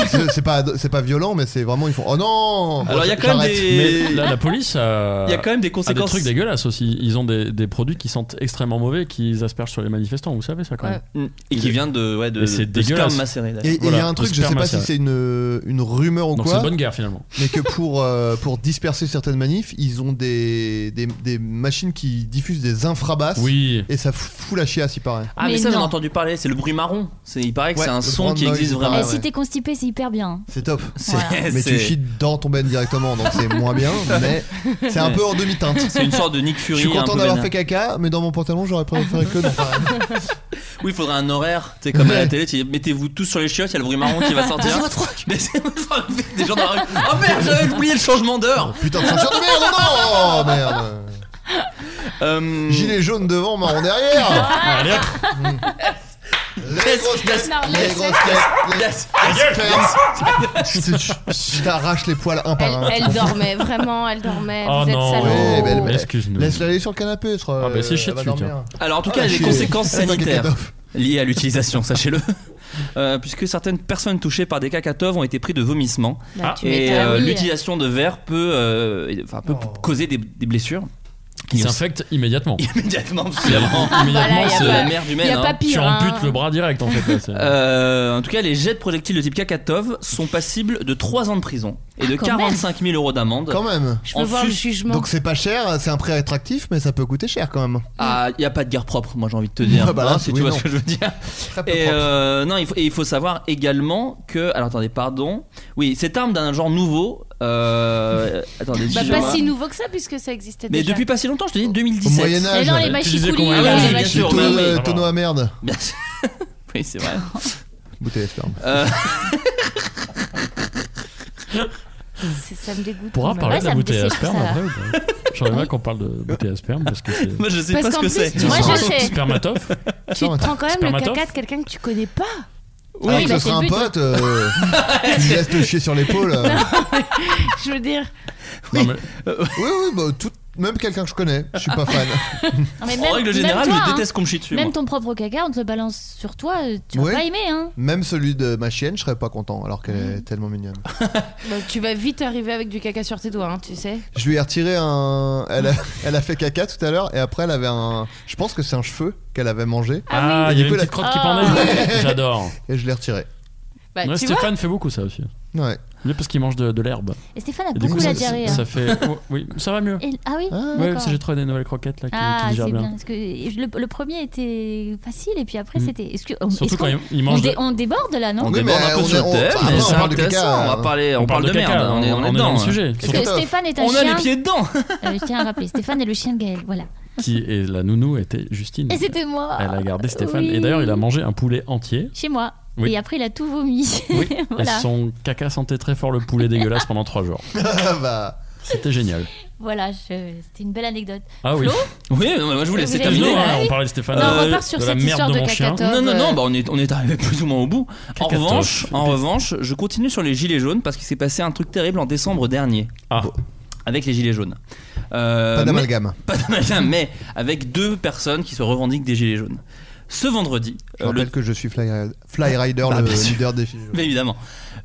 I: C'est c'est pas c'est pas violent mais c'est vraiment ils font oh non.
C: Alors, il y a quand même
I: J'arrête.
C: des-
E: Mais la, la police a,
C: Il y a
I: Ah,
C: quand même des
E: a Ah, des
C: conséquences.
E: trucs dégueulasses aussi. Ils ont des, des produits qui sentent extrêmement mauvais qu'ils aspergent sur les manifestants, vous savez ça quand même.
C: Mm. Et qui viennent de ouais de,
E: Et c'est
C: de sperme
E: dégueulasse.
C: macéré. d'ailleurs.
I: Et et il y
E: Voilà,
I: a un
E: le
I: truc je sais
E: sperme,
I: pas
E: c'est
I: si
E: vrai.
I: c'est une une rumeur ou
E: Donc c'est une
I: quoi
E: bonne guerre finalement.
I: mais que pour euh, pour disperser certaines manifs ils ont des des, des machines qui diffusent des infrabasses
E: Oui.
I: et ça fout la chiasse il paraît.
C: Ah mais,
J: Mais
C: ça j'en ai
J: non.
C: entendu parler, c'est le bruit marron. C'est il paraît que
I: Ouais,
C: c'est un
I: le
C: son
I: brown
C: qui
I: noise, Ah,
C: existe
I: il
C: vraiment.
I: paraît,
J: Et
I: ouais.
J: si t'es constipé, c'est hyper bien. hein.
I: C'est top.
C: C'est
J: Voilà.
I: Mais
C: c'est-
I: tu chies dans ton ben directement donc c'est moins bien mais c'est un peu en demi-teinte.
C: c'est une sorte de Nick
I: Je
C: Fury.
I: suis
C: un
I: content
C: peu
I: d'avoir
C: vénère.
I: fait caca mais dans mon pantalon j'aurais préféré que non.
C: Oui, il faudrait un horaire. Tu sais, comme à la
I: Ouais.
C: télé, tu dis, mettez-vous tous sur les chiottes, il y a le bruit marron qui va sortir. Mais c'est des gens dans la rue. Oh merde, j'avais oublié le changement d'heure.
I: Putain de ceinture de merde non oh, merde.
C: Euh, Mm.
I: ah, Gilet jaune devant, marron derrière.
E: Allez hop
I: Les grosses têtes, les grosses têtes, les-
C: gueule,
I: ferme. Je te- je t'arrache les poils un par un.
D: Elle dormait, vraiment, elle dormait.
I: Oh
D: Vous êtes
I: non,
D: salauds.
I: ouais, ben, ben,
E: Excuse-nous.
I: Laisse-la aller sur le canapé,
E: Ah, bah, c'est chier
I: chier
E: dessus,
C: Alors en tout cas,
I: les
C: les conséquences sanitaires liées à l'utilisation, sachez-le. Euh, puisque certaines personnes touchées par des cacatoves ont été prises de vomissements.
D: Bah, tu
C: et euh,
D: m'étonnes. Ah oui.
C: l'utilisation de verre peut, euh, et- enfin,
I: Oh.
C: peut causer des, des blessures.
E: Qui s'infectent immédiatement.
C: Immédiatement, évidemment.
E: Immédiatement,
C: Voilà, Ah, y a
E: c'est
C: pas- y a pas
E: Tu
C: pire, hein.
E: amputes le bras direct en fait. là, c'est-
C: Euh, en tout cas, les jets de projectiles de type Kakatov sont passibles de 3 ans de prison et de
I: quand
C: 45 000 euros d'amende.
I: Quand même.
C: En sus-
I: Donc c'est pas cher, c'est un prêt rétractif, mais ça peut coûter cher quand même.
C: Ah, il n'y a pas de guerre propre, moi j'ai envie de te dire.
I: Ah bah là,
C: Hein, si
I: oui,
C: tu vois
I: non.
C: ce que je veux dire. Et euh, non, il faut, et il faut savoir également que. Alors attendez, pardon. Oui, cette arme d'un genre nouveau. euh, attendez,
D: Bah,
C: excusez-moi.
D: pas si nouveau que ça, puisque ça existait
C: Mais
D: déjà.
C: depuis pas si longtemps, je te dis 2017.
I: Au Moyen Âge.
D: Mais non, les
I: Tu
D: machicoulis,
I: disais qu'on
D: là,
I: avait
D: les
I: des
D: machicoulis.
I: tonneaux,
C: oui,
I: euh,
E: Ah,
C: oui.
I: tonneaux à merde.
C: Bien sûr. Oui, c'est vrai.
I: Bouteille à sperme.
C: Euh,
D: C'est- Ça me dégoûte.
E: On pourra parler de la bouteille à sperme
D: ça.
E: après ou pas J'aurais bien qu'on parle de bouteille à sperme parce que c'est.
C: Moi, je sais Parce pas ce qu'en que plus, c'est. tu-
D: moi, je sais.
E: Spermatophe
I: Ah,
D: Tu te prends bah, quand même le
E: Spermatophe
D: caca de quelqu'un que tu connais pas.
I: Alors que ce sera un pote, euh, tu lui laisses te chier sur l'épaule. euh.
D: Je veux dire.
I: Oui, oui, oui, bah, tout- même quelqu'un que je connais, je suis pas fan.
J: Non, mais
I: En
J: même-
I: règle
J: même
I: générale,
J: toi,
I: je
J: hein.
I: déteste qu'on me chie dessus,
J: Même
I: moi.
J: ton propre caca, on te le balance sur toi, euh, tu vas
I: Ouais.
J: pas aimer, hein.
I: Même celui de ma chienne, je serais pas content alors qu'elle est tellement mignonne.
D: Mm. Bah, tu vas vite arriver avec du caca sur tes doigts, hein, tu sais.
I: Je lui ai retiré un. Elle a, elle a fait caca tout à l'heure et après elle avait un. Je pense que c'est un cheveu qu'elle avait mangé.
E: Ah,
I: Et
E: il y avait
I: du coup,
E: une
I: elle a-
E: petite crotte qui pendait. J'adore.
I: Et je l'ai retiré.
D: Bah,
E: Ouais,
D: tu
E: Stéphane fait beaucoup ça aussi.
I: Ouais.
E: parce qu'il mange de, de l'herbe.
J: Et Stéphane a
E: Et du
J: beaucoup
E: coup,
J: la
E: ça-
J: diarrhée,
E: Ça
J: hein.
E: fait. oh, oui, ça va mieux.
J: Et- ah oui
E: Ouais,
J: D'accord.
E: parce que j'ai trouvé des nouvelles croquettes là qui,
J: Ah,
E: qui digèrent
J: c'est bien.
E: bien.
J: Parce que le, le premier était facile et puis après
E: Mm.
J: c'était. Est-ce que,
E: Surtout
J: est-ce
E: quand
J: qu'on-
E: il- il mange
J: on, dé-
E: de-
J: on déborde là, non
C: on déborde un peu sur le thème, mais c'est intéressant.
I: hein.
C: On va parler, on, parle de, merde.
E: caca,
C: on est,
E: on- on est
C: dedans.
E: dans le
C: hein.
E: sujet.
J: Parce que Stéphane est un
C: On
J: chien.
C: a les pieds dedans.
J: Euh, je tiens à rappeler, Stéphane est le chien de Gaël, voilà.
E: Qui, et la nounou était Justine.
J: Et c'était moi.
E: Elle a gardé Stéphane.
J: Oui.
E: Et d'ailleurs, il a mangé un poulet entier.
J: Chez moi.
E: Oui.
J: Et après, il a tout vomi. voilà.
E: Et son caca sentait très fort le poulet dégueulasse pendant trois jours.
I: Bah,
E: C'était génial.
J: Voilà, je- c'était une belle anecdote.
E: Ah oui.
J: Flo
C: Oui, non, mais moi je vous laisse
J: Vous avez
C: terminer.
J: vu, ouais.
E: on parlait de Stéphane.
J: Non, on repart sur
C: de
J: cette histoire de Kakatov,
C: Non, non, non,
J: euh.
C: bah, on, est, on est arrivé plus ou moins au bout. En
E: Kakatov.
C: revanche, en revanche, je continue sur les gilets jaunes parce qu'il s'est passé un truc terrible en décembre dernier.
E: Bon,
C: Avec les gilets jaunes. Euh,
I: Pas
C: mais-
I: d'amalgame.
C: Pas d'amalgame, mais avec deux personnes qui se revendiquent des gilets jaunes. Ce vendredi,
I: Je
C: euh, le
I: rappelle que je suis Fly, Fly Rider,
C: Bah,
I: le
C: bien sûr.
I: leader des filles.
C: Mais évidemment.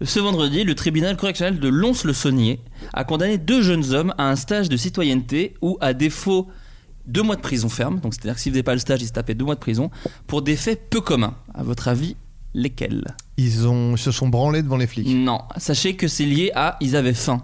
C: Ce vendredi, le tribunal correctionnel de Lons-le-Saunier a condamné deux jeunes hommes à un stage de citoyenneté où, à défaut, deux mois de prison ferme, donc c'est-à-dire que s'ils faisaient pas le stage, ils se tapaient deux mois de prison, pour des faits peu communs. À votre avis, lesquels
I: Ils ont, ils se sont branlés devant les flics.
C: Non. Sachez que c'est lié à ils avaient faim.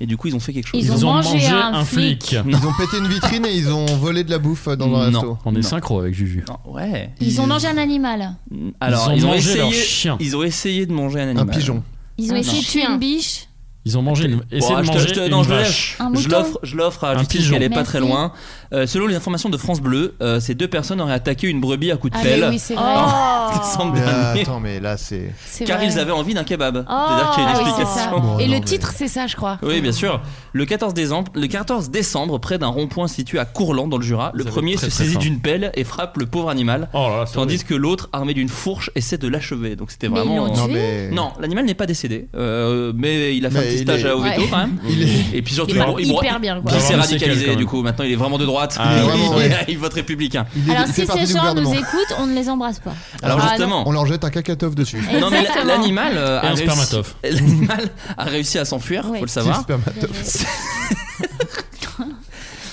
C: Et du coup, ils ont fait quelque chose.
J: Ils ont Ils ont mangé mangé un un flic.
C: Non.
I: Ils ont pété une vitrine et ils ont volé de la bouffe dans un
C: Non.
I: resto.
E: On est
C: Non.
E: synchro avec Juju.
C: Non, Ouais.
J: Ils ont mangé un animal.
C: Alors,
E: Ils ont
C: ils ont,
E: mangé
C: essayé,
E: leur chien.
C: Ils ont essayé de manger un animal.
I: pigeon.
J: Ils ont
C: Ah,
J: essayé de
C: non.
J: tuer une biche.
E: Ils ont mangé une.
C: Bon,
E: Essayez de
C: je te-
E: manger
C: je te-
E: une
C: non, je le
E: vache.
J: Un
C: lève. Je
J: mouton.
C: l'offre, je l'offre à Justine
E: pigeon.
C: qu'elle est pas
J: Merci.
C: très loin. Euh, selon les informations de France Bleu, euh, ces deux personnes auraient attaqué une brebis à coups de
D: Ah,
C: pelle
D: mais oui, c'est vrai.
J: Oh.
D: Oh.
C: en décembre
I: Mais
C: dernier,
I: attends, mais là c'est.
D: C'est
C: car
D: vrai.
C: ils avaient envie d'un kebab.
D: Oh,
C: C'est-à-dire qu'il y a une
D: ah oui, c'est ça.
C: explication.
D: Et le titre, c'est ça, je crois.
C: Oui, bien sûr. Le 14 décembre, le 14 décembre près d'un rond-point situé à Courland dans le Jura, le
E: avaient
C: premier
E: très,
C: se
E: très
C: saisit
E: faim.
C: d'une pelle et frappe le pauvre animal,
E: Oh là là, c'est
C: tandis
E: horrible.
C: que l'autre, armé d'une fourche, essaie de l'achever. Donc c'était
D: Mais ils
C: vraiment.
D: l'ont
I: Non,
D: tué.
I: mais-
C: Non, l'animal n'est pas décédé, euh, mais il a fait
I: Mais
C: un petit
I: il
C: stage
I: est-
C: à Oveto
D: Ouais.
C: quand même.
I: Il est-
C: Et puis surtout,
D: Il va
C: il, il-
D: hyper bien, quoi.
C: il
E: Il va
C: s'est
E: avoir des séquelles,
C: radicalisé
E: quand
C: du
E: même.
C: coup. Maintenant, il est vraiment de droite.
E: Ah,
C: il,
I: vraiment,
C: il-
I: ouais.
C: il vote républicain.
I: Il est-
J: Alors
I: il fait
J: si
I: partie
J: ces
I: du
J: gens nous
I: gouvernement.
J: écoutent, on ne les embrasse pas.
C: Alors
D: Ah,
C: justement.
I: On leur jette un cacatov dessus.
C: Non mais la-
J: Exactement.
C: l'animal euh, a
E: Et un
C: réussi-
E: spermatophe.
C: l'animal a réussi à s'enfuir,
J: Ouais.
C: faut le savoir.
I: Spermatophe.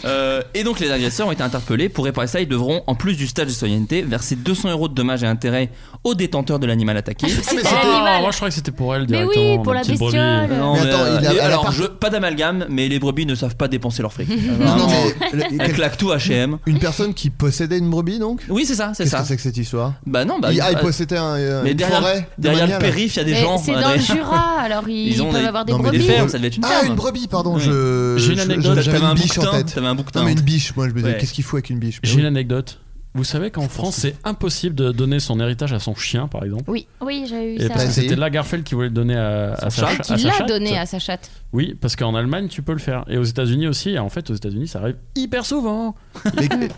C: Euh, et donc les agresseurs ont été interpellés. Pour réparer ça, ils devront, en plus du stage de citoyenneté, verser 200 euros de dommages et intérêts aux détenteurs de l'animal attaqué.
J: C'était
E: Ah,
J: l'animal.
E: moi je crois que c'était pour elle
J: Mais
E: directement.
J: oui, pour la
E: petite brebis.
J: bestiole.
C: Non,
I: Mais
C: mais,
I: attends,
C: euh,
I: il a-
C: et
I: à la
C: alors
I: part-
C: je- pas d'amalgame, mais les brebis ne savent pas dépenser leur fric. Euh,
I: Non, non,
C: Vraiment,
I: mais le-
C: Elles
I: quel-
C: claquent tout H&M.
I: une personne qui possédait une brebis donc
C: Oui, c'est ça, c'est
I: Qu'est-ce
C: ça.
I: que c'est que cette histoire
C: Bah non, bah
I: il, ah, il
C: euh,
I: possédait un, euh,
C: mais
I: une
C: derrière,
I: forêt de
C: derrière le
I: mania, là.
C: périph, il y a des
D: Mais
C: gens.
D: C'est
C: euh,
D: dans le
C: des-
D: Jura, alors ils,
C: Ils ont
D: peuvent
C: des-
D: avoir des
I: non, mais
C: Des
D: brebis.
C: fermes, ça devait être une
I: Ah,
C: ferme.
I: une brebis, pardon.
C: Oui.
I: Je,
E: J'ai une
I: je-
E: anecdote,
I: J'avais
C: T'avais
I: une
C: un
I: biche en
C: bouquetin.
I: tête.
C: T'avais un bouquetin.
I: Non, mais une biche, moi je me disais,
C: Ouais.
I: qu'est-ce qu'il faut avec une biche Mais
E: J'ai
I: Eh oui.
E: une anecdote. Vous savez qu'en France, c'est impossible de donner son héritage à son chien, par exemple.
D: Oui, oui, j'ai eu
E: Et
D: ça.
E: parce que c'était Lagerfeld qui voulait le donner à, à sa, cha- à
D: Qui
E: sa
D: l'a
E: chatte.
D: donné à sa chatte.
E: Oui, parce qu'en Allemagne, tu peux le faire. Et aux États-Unis aussi. Et en fait, aux États-Unis, ça arrive hyper souvent.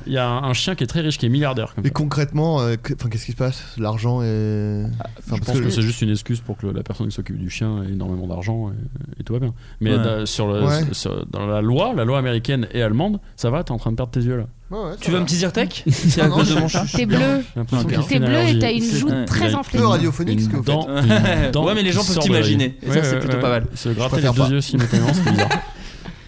E: Il y a un, un chien qui est très riche, qui est milliardaire. Comme
I: Et
E: ça.
I: concrètement, euh, que- enfin, qu'est-ce qui se passe L'argent est.
J: Ah,
I: Enfin,
E: Je
I: parce
E: pense que, c'est juste une excuse pour que le- la personne qui s'occupe du chien ait énormément d'argent et, et tout va bien. Mais
C: Ouais.
E: dans- sur le-
C: Ouais.
E: sur- dans la loi, la loi américaine et allemande, ça va, t'es en train de perdre tes yeux là.
C: Tu veux un petit zirtec C'est à
E: Non, non,
C: cause de
E: je-
C: mon
E: je-
C: chat
E: je- T'es bleu.
C: J'ai l'impression
E: T'es
C: qu'il fait une
E: bleu et
C: allergie.
E: t'as une
C: C'est-
E: joue
C: ouais.
E: très
C: Il a
E: enflée.
C: une-
E: Peu radiophonique, ce que vous
C: dent-
E: faites.
C: une dent
E: Ouais, mais les gens
C: qui
E: peuvent
C: sort de la
E: t'imaginer.
C: gueule. Et ça, c'est plutôt pas mal.
E: Se
C: Je
E: gratter les
C: préfère
E: deux
C: pas.
E: yeux simultanément, c'est bizarre.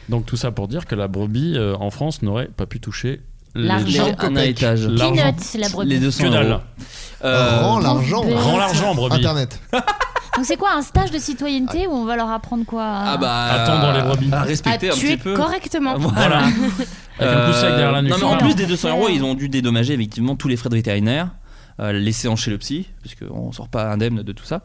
E: Donc tout ça pour dire que la brebis euh, en France n'aurait pas pu toucher les-
C: L'argent.
E: les-
C: Un héritage.
E: L'argent.
J: Peanuts, la brebis.
C: Les 200
E: Que dalle.
C: euros. Euh,
I: Rends l'argent.
E: Rends l'argent, brebis.
I: Internet.
J: Donc c'est quoi un stage de citoyenneté où on va leur apprendre quoi
C: Ah bah.
E: Attendre les brebis.
C: À respecter
D: À
C: un
D: tuer
C: petit peu.
D: euh, correctement.
C: Voilà. Euh,
E: Avec un pouce sec derrière la nuque.
C: Non, mais en
E: Alors,
C: plus des 200 euros,
E: faire.
C: ils ont dû dédommager effectivement tous les frais de vétérinaire, euh, les séances chez le psy, parce qu'on sort pas indemne de tout ça.
E: Mm.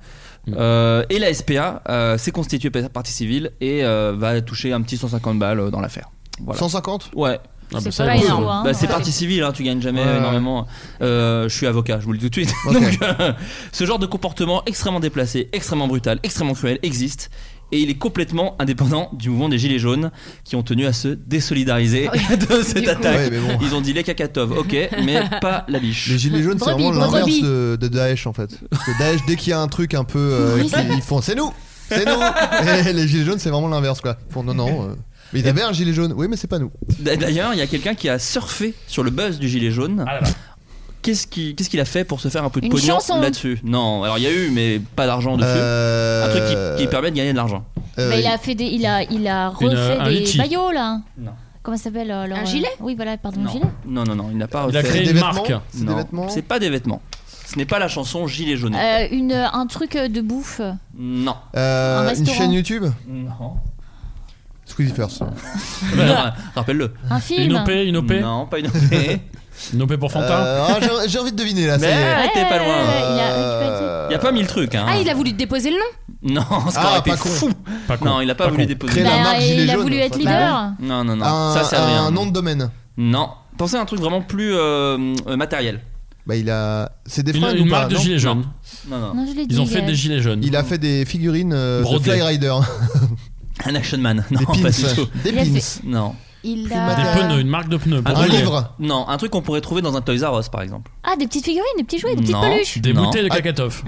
C: Euh, et la SPA euh, s'est constituée par- partie civile et euh, va toucher un petit 150 balles euh, dans l'affaire. Voilà.
I: 150
C: Ouais.
J: Ah, bah, C'est ça, pas bon. énorme, hein,
C: Bah, c'est
J: ouais.
C: partie civile, hein, tu gagnes jamais
I: Ouais.
C: énormément. Euh, je suis avocat, je vous le dis tout de suite.
I: Ok.
C: Donc, euh, ce genre de comportement extrêmement déplacé, extrêmement brutal, extrêmement cruel existe. Et il est complètement indépendant du mouvement des Gilets jaunes qui ont tenu à se désolidariser
D: Oui,
C: de cette
D: du coup.
C: attaque.
D: Ouais, mais
I: bah.
D: bon.
C: Ils ont dit les cacatoves, ok, mais pas la biche.
I: Les gilets jaunes, c'est vraiment l'inverse
C: brebis.
I: de, de Daesh en fait. Parce que Daesh, dès qu'il y a un truc un peu, euh,
C: Oui,
I: qui-
C: c'est-
I: ils font c'est nous, c'est nous. Et les gilets jaunes, c'est vraiment l'inverse quoi. Ils font non non. euh, Mais ils avaient un gilet jaune. Oui, mais c'est pas nous.
C: D- D'ailleurs, il y a quelqu'un qui a surfé sur le buzz du gilet jaune.
I: Ah
C: Qu'est-ce qui- qu'est-ce qu'il a fait pour se faire un peu de
J: Une
C: pognon
J: chanson.
C: là-dessus Non, alors il y a eu, mais pas d'argent dessus.
I: Euh,
C: Un truc qui, qui permet de gagner de l'argent.
J: Bah, il a fait des, il a, il a refait
C: Une, euh, un
J: des
C: litchi.
J: maillots là.
C: Non.
J: Comment ça s'appelle euh, leur,
D: Un
J: euh,
D: gilet
J: Oui, voilà, pardon,
C: Non.
J: un gilet.
C: Non, non, non, il n'a pas
E: Il a
C: refait.
E: créé C'est des une vêtements marque. C'est des
C: Non,
E: vêtements
C: C'est pas des vêtements. Ce n'est pas la chanson Gilet jaune.
J: Euh, une, euh, un truc euh, de bouffe.
C: Non.
J: Un
I: Euh, une
J: restaurant.
I: chaîne YouTube.
C: Non.
I: Squeezie first.
C: Bah, alors, Rappelle-le.
J: Un film. Une OP,
E: une OP.
C: Non, pas une OP.
E: Une OP pour Fanta.
I: Euh, ah, j'ai- j'ai envie de deviner là. ça y
C: Mais
I: est. Euh,
C: t'es pas loin.
D: il a
C: Il n'y a pas mille trucs. Hein.
D: Ah, il a voulu déposer le nom
C: Non, ce
I: Ah,
C: qui aurait été
I: pas con.
C: fou. Non, il n'a pas, voulu déposer.
I: Créer la
J: Bah,
I: marque
J: il
I: gilet
J: a
I: jaune,
J: voulu
I: ça
J: être
I: serait pas
J: leader.
I: mal.
C: Non, Ah non, non.
I: Un-
C: ça, c'est rien.
I: un nom de domaine.
C: Non. Pensez à un truc vraiment plus euh, euh, matériel.
I: Bah, il a. C'est des
E: Une-
I: fringues
E: une
I: ou pas
E: marque de
I: non
E: gilets jaunes.
C: Non, non.
J: Non, je l'ai dit.
E: Ils ont fait
J: gars.
E: des gilets jaunes.
I: Il a fait des figurines euh, de
E: Brodées.
I: Fly Rider.
C: Un action man. Non,
I: Des pins.
C: pas du tout.
I: Des
D: Il a
I: pins.
D: fait-
C: Non.
D: Il
E: Des
D: a.
E: pneus, une marque de pneus.
I: Un
E: Brodés.
I: livre.
C: Non, un truc qu'on pourrait trouver dans un Toys R Us par exemple.
J: Ah, des petites figurines, des petits jouets, des petites
C: Non.
J: peluches.
E: Des
C: Non.
E: bouteilles de
C: Ah.
E: Kakatov.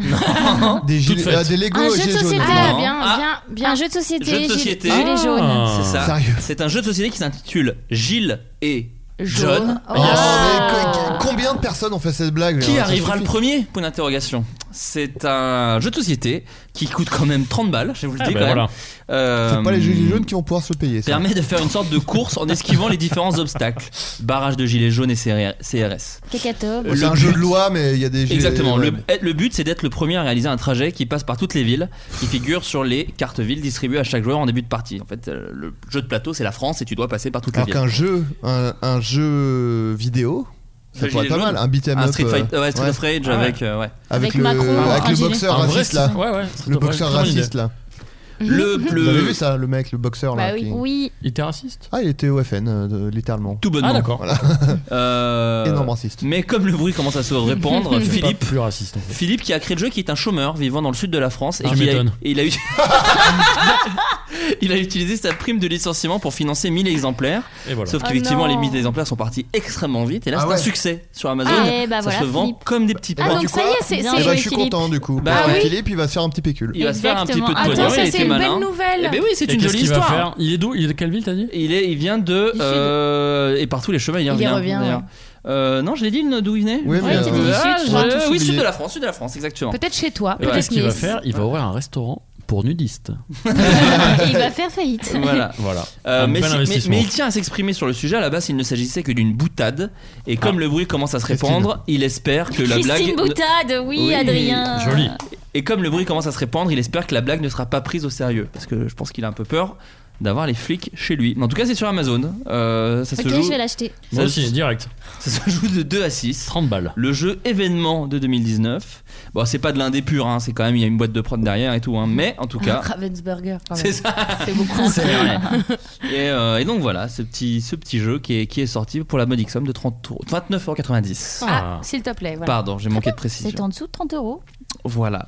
I: Des, gilets,
E: faites.
I: euh, des Lego
J: Un jeu de
I: gilets
J: société.
I: jaunes.
D: Ah,
C: Non.
D: bien,
C: Ah.
D: bien, bien.
J: Un jeu de société.
C: Jeu de
J: gilet-
C: société.
J: Gilet jaune.
C: C'est ça.
I: Sérieux
C: C'est un jeu de société qui s'intitule Gilles et John.
D: Jaune.
I: Oh,
C: Yes.
I: mais co- combien de personnes ont fait cette blague
C: Qui
I: là, ça
C: arrivera le
I: suffit.
C: premier Point d'interrogation. C'est un jeu de société qui coûte quand même 30 balles, je vous le
E: Ah,
C: dis
E: bah
C: quand même.
E: voilà.
C: Euh,
I: C'est pas les gilets jaunes qui vont pouvoir se le payer. Ça.
C: Permet de faire une sorte de course en esquivant les différents obstacles. Barrage de gilets jaunes et CRS.
J: Cacatobe.
I: C'est
C: le
I: un
C: but-
I: jeu de loi, mais il y a des gilets.
C: Exactement.
I: ouais.
C: Le, être- le but, c'est d'être le premier à réaliser un trajet qui passe par toutes les villes, qui figure sur les cartes villes distribuées à chaque joueur en début de partie. En fait, euh, le jeu de plateau, c'est la France et tu dois passer par toutes
I: Alors
C: les
I: qu'un
C: villes.
I: jeu, un, un jeu vidéo, ça
C: Le
I: pourrait
C: gilet
I: être pas
C: jaune,
I: mal. Un beat'em up.
C: Street,
I: euh,
C: fight, ouais, Street
I: ouais.
C: of Rage
E: Ah ouais.
C: avec. euh, ouais.
J: Avec
I: Avec, le,
J: Macron,
I: avec
J: un
I: le
J: gilet.
I: boxeur
E: Un vrai
I: raciste là.
C: Ah,
E: st- ouais, ouais, c'est
I: Le
E: une vraie-
I: boxeur
E: très bonne idée.
I: raciste là. Mhm.
C: Le,
I: Vous avez
C: le,
I: vu ça, le mec, le boxeur là
D: Bah oui.
I: qui-
J: Oui.
E: Il était raciste
I: Ah, il était au FN, euh, de- littéralement.
C: tout bonnement.
E: Ah, d'accord.
C: Euh,
I: Énorme raciste.
C: Mais comme le bruit commence à se répandre,
E: C'est pas
C: Philippe,
E: plus raciste. en fait.
C: Philippe qui a créé le jeu, qui est un chômeur vivant dans le sud de la France et
E: Ah,
C: qui a,
E: m'étonne.
C: et il a eu. Il a utilisé sa prime de licenciement pour financer 1000 exemplaires.
E: Et voilà.
C: Sauf
D: Oh
C: qu'effectivement,
D: non.
C: les 1000 exemplaires sont partis extrêmement vite. Et là,
I: Ah
C: c'est un
I: ouais.
C: succès sur Amazon.
J: Ah, eh bah
C: ça
J: voilà,
C: se vend
J: Philippe.
C: comme des petits
D: ben Ah,
C: pains.
D: donc
I: du
D: ça
I: coup,
D: y est, c'est
J: bien
D: c'est
J: joué,
I: Eh bah,
D: joué,
I: je suis
D: Philippe.
I: content du coup.
C: Bah
I: Parce que
D: oui.
I: Philippe, il va se faire un petit pécule.
C: Il va se faire un petit peu de
J: Exactement.
C: pognon,
D: Attends,
C: il
D: ça,
C: était
D: c'est une
C: malin.
D: belle nouvelle.
C: Eh ben oui, c'est
E: Et
C: une
E: qu'est-ce
C: jolie
E: qu'il va
C: histoire.
E: faire Il est d'où Il est de quelle ville, t'as dit
C: Il, est, il vient de.
D: Du
C: euh, et par tous les chemins, il,
D: Il y
C: revient.
D: revient,
C: d'ailleurs.
D: ouais.
C: Euh, non, je l'ai dit une- d'où il venait
I: Oui, mais,
C: Ah,
I: euh, Ouais, t'as dit
D: du
C: ah,
D: sud,
C: je-
D: on a
I: tous
C: Oui,
I: oublié.
C: sud de la France, sud de la France, exactement.
D: Peut-être chez toi.
C: Ouais.
D: Peut-être
E: Qu'est-ce qu'il va
D: Nice.
E: faire Il va ouvrir un restaurant pour nudistes.
J: il va faire faillite.
C: Voilà.
E: Voilà.
C: Euh,
E: Un
C: mais,
E: bel
C: si- mais-
E: investissement.
C: mais il tient à s'exprimer sur le sujet. À la base, il ne s'agissait que d'une boutade. Et comme le bruit commence à se répandre, il espère que la
J: Christine
C: blague.
D: Ah,
J: Boutade, oui,
C: Oui,
J: Adrien.
E: Joli.
C: Et comme le bruit commence à se répandre, il espère que la blague ne sera pas prise au sérieux. Parce que je pense qu'il a un peu peur. d'avoir les flics chez lui. Mais en tout cas, c'est sur Amazon. Euh, ça se
J: Ok,
C: joue-
J: je vais l'acheter.
E: Moi
C: Ça
E: aussi,
C: se-
E: direct.
C: Ça se joue de 2 à 6.
E: 30 balles.
C: Le jeu événement de 2019. Bon, c'est pas de l'indé pur, hein, c'est quand même, il y a une boîte de prod derrière et tout, hein, mais en tout
D: Un
C: cas.
D: Ravensburger, quand même.
C: C'est ça.
D: C'est beaucoup.
C: C'est vrai. Et, euh, et donc voilà, ce petit, ce petit jeu qui est, qui est sorti pour la modique somme de 30 euros- 29,90€.
D: Ah, s'il te plaît. voilà.
C: Pardon, j'ai manqué de précision.
J: C'est en dessous de 30 euros.
C: Voilà.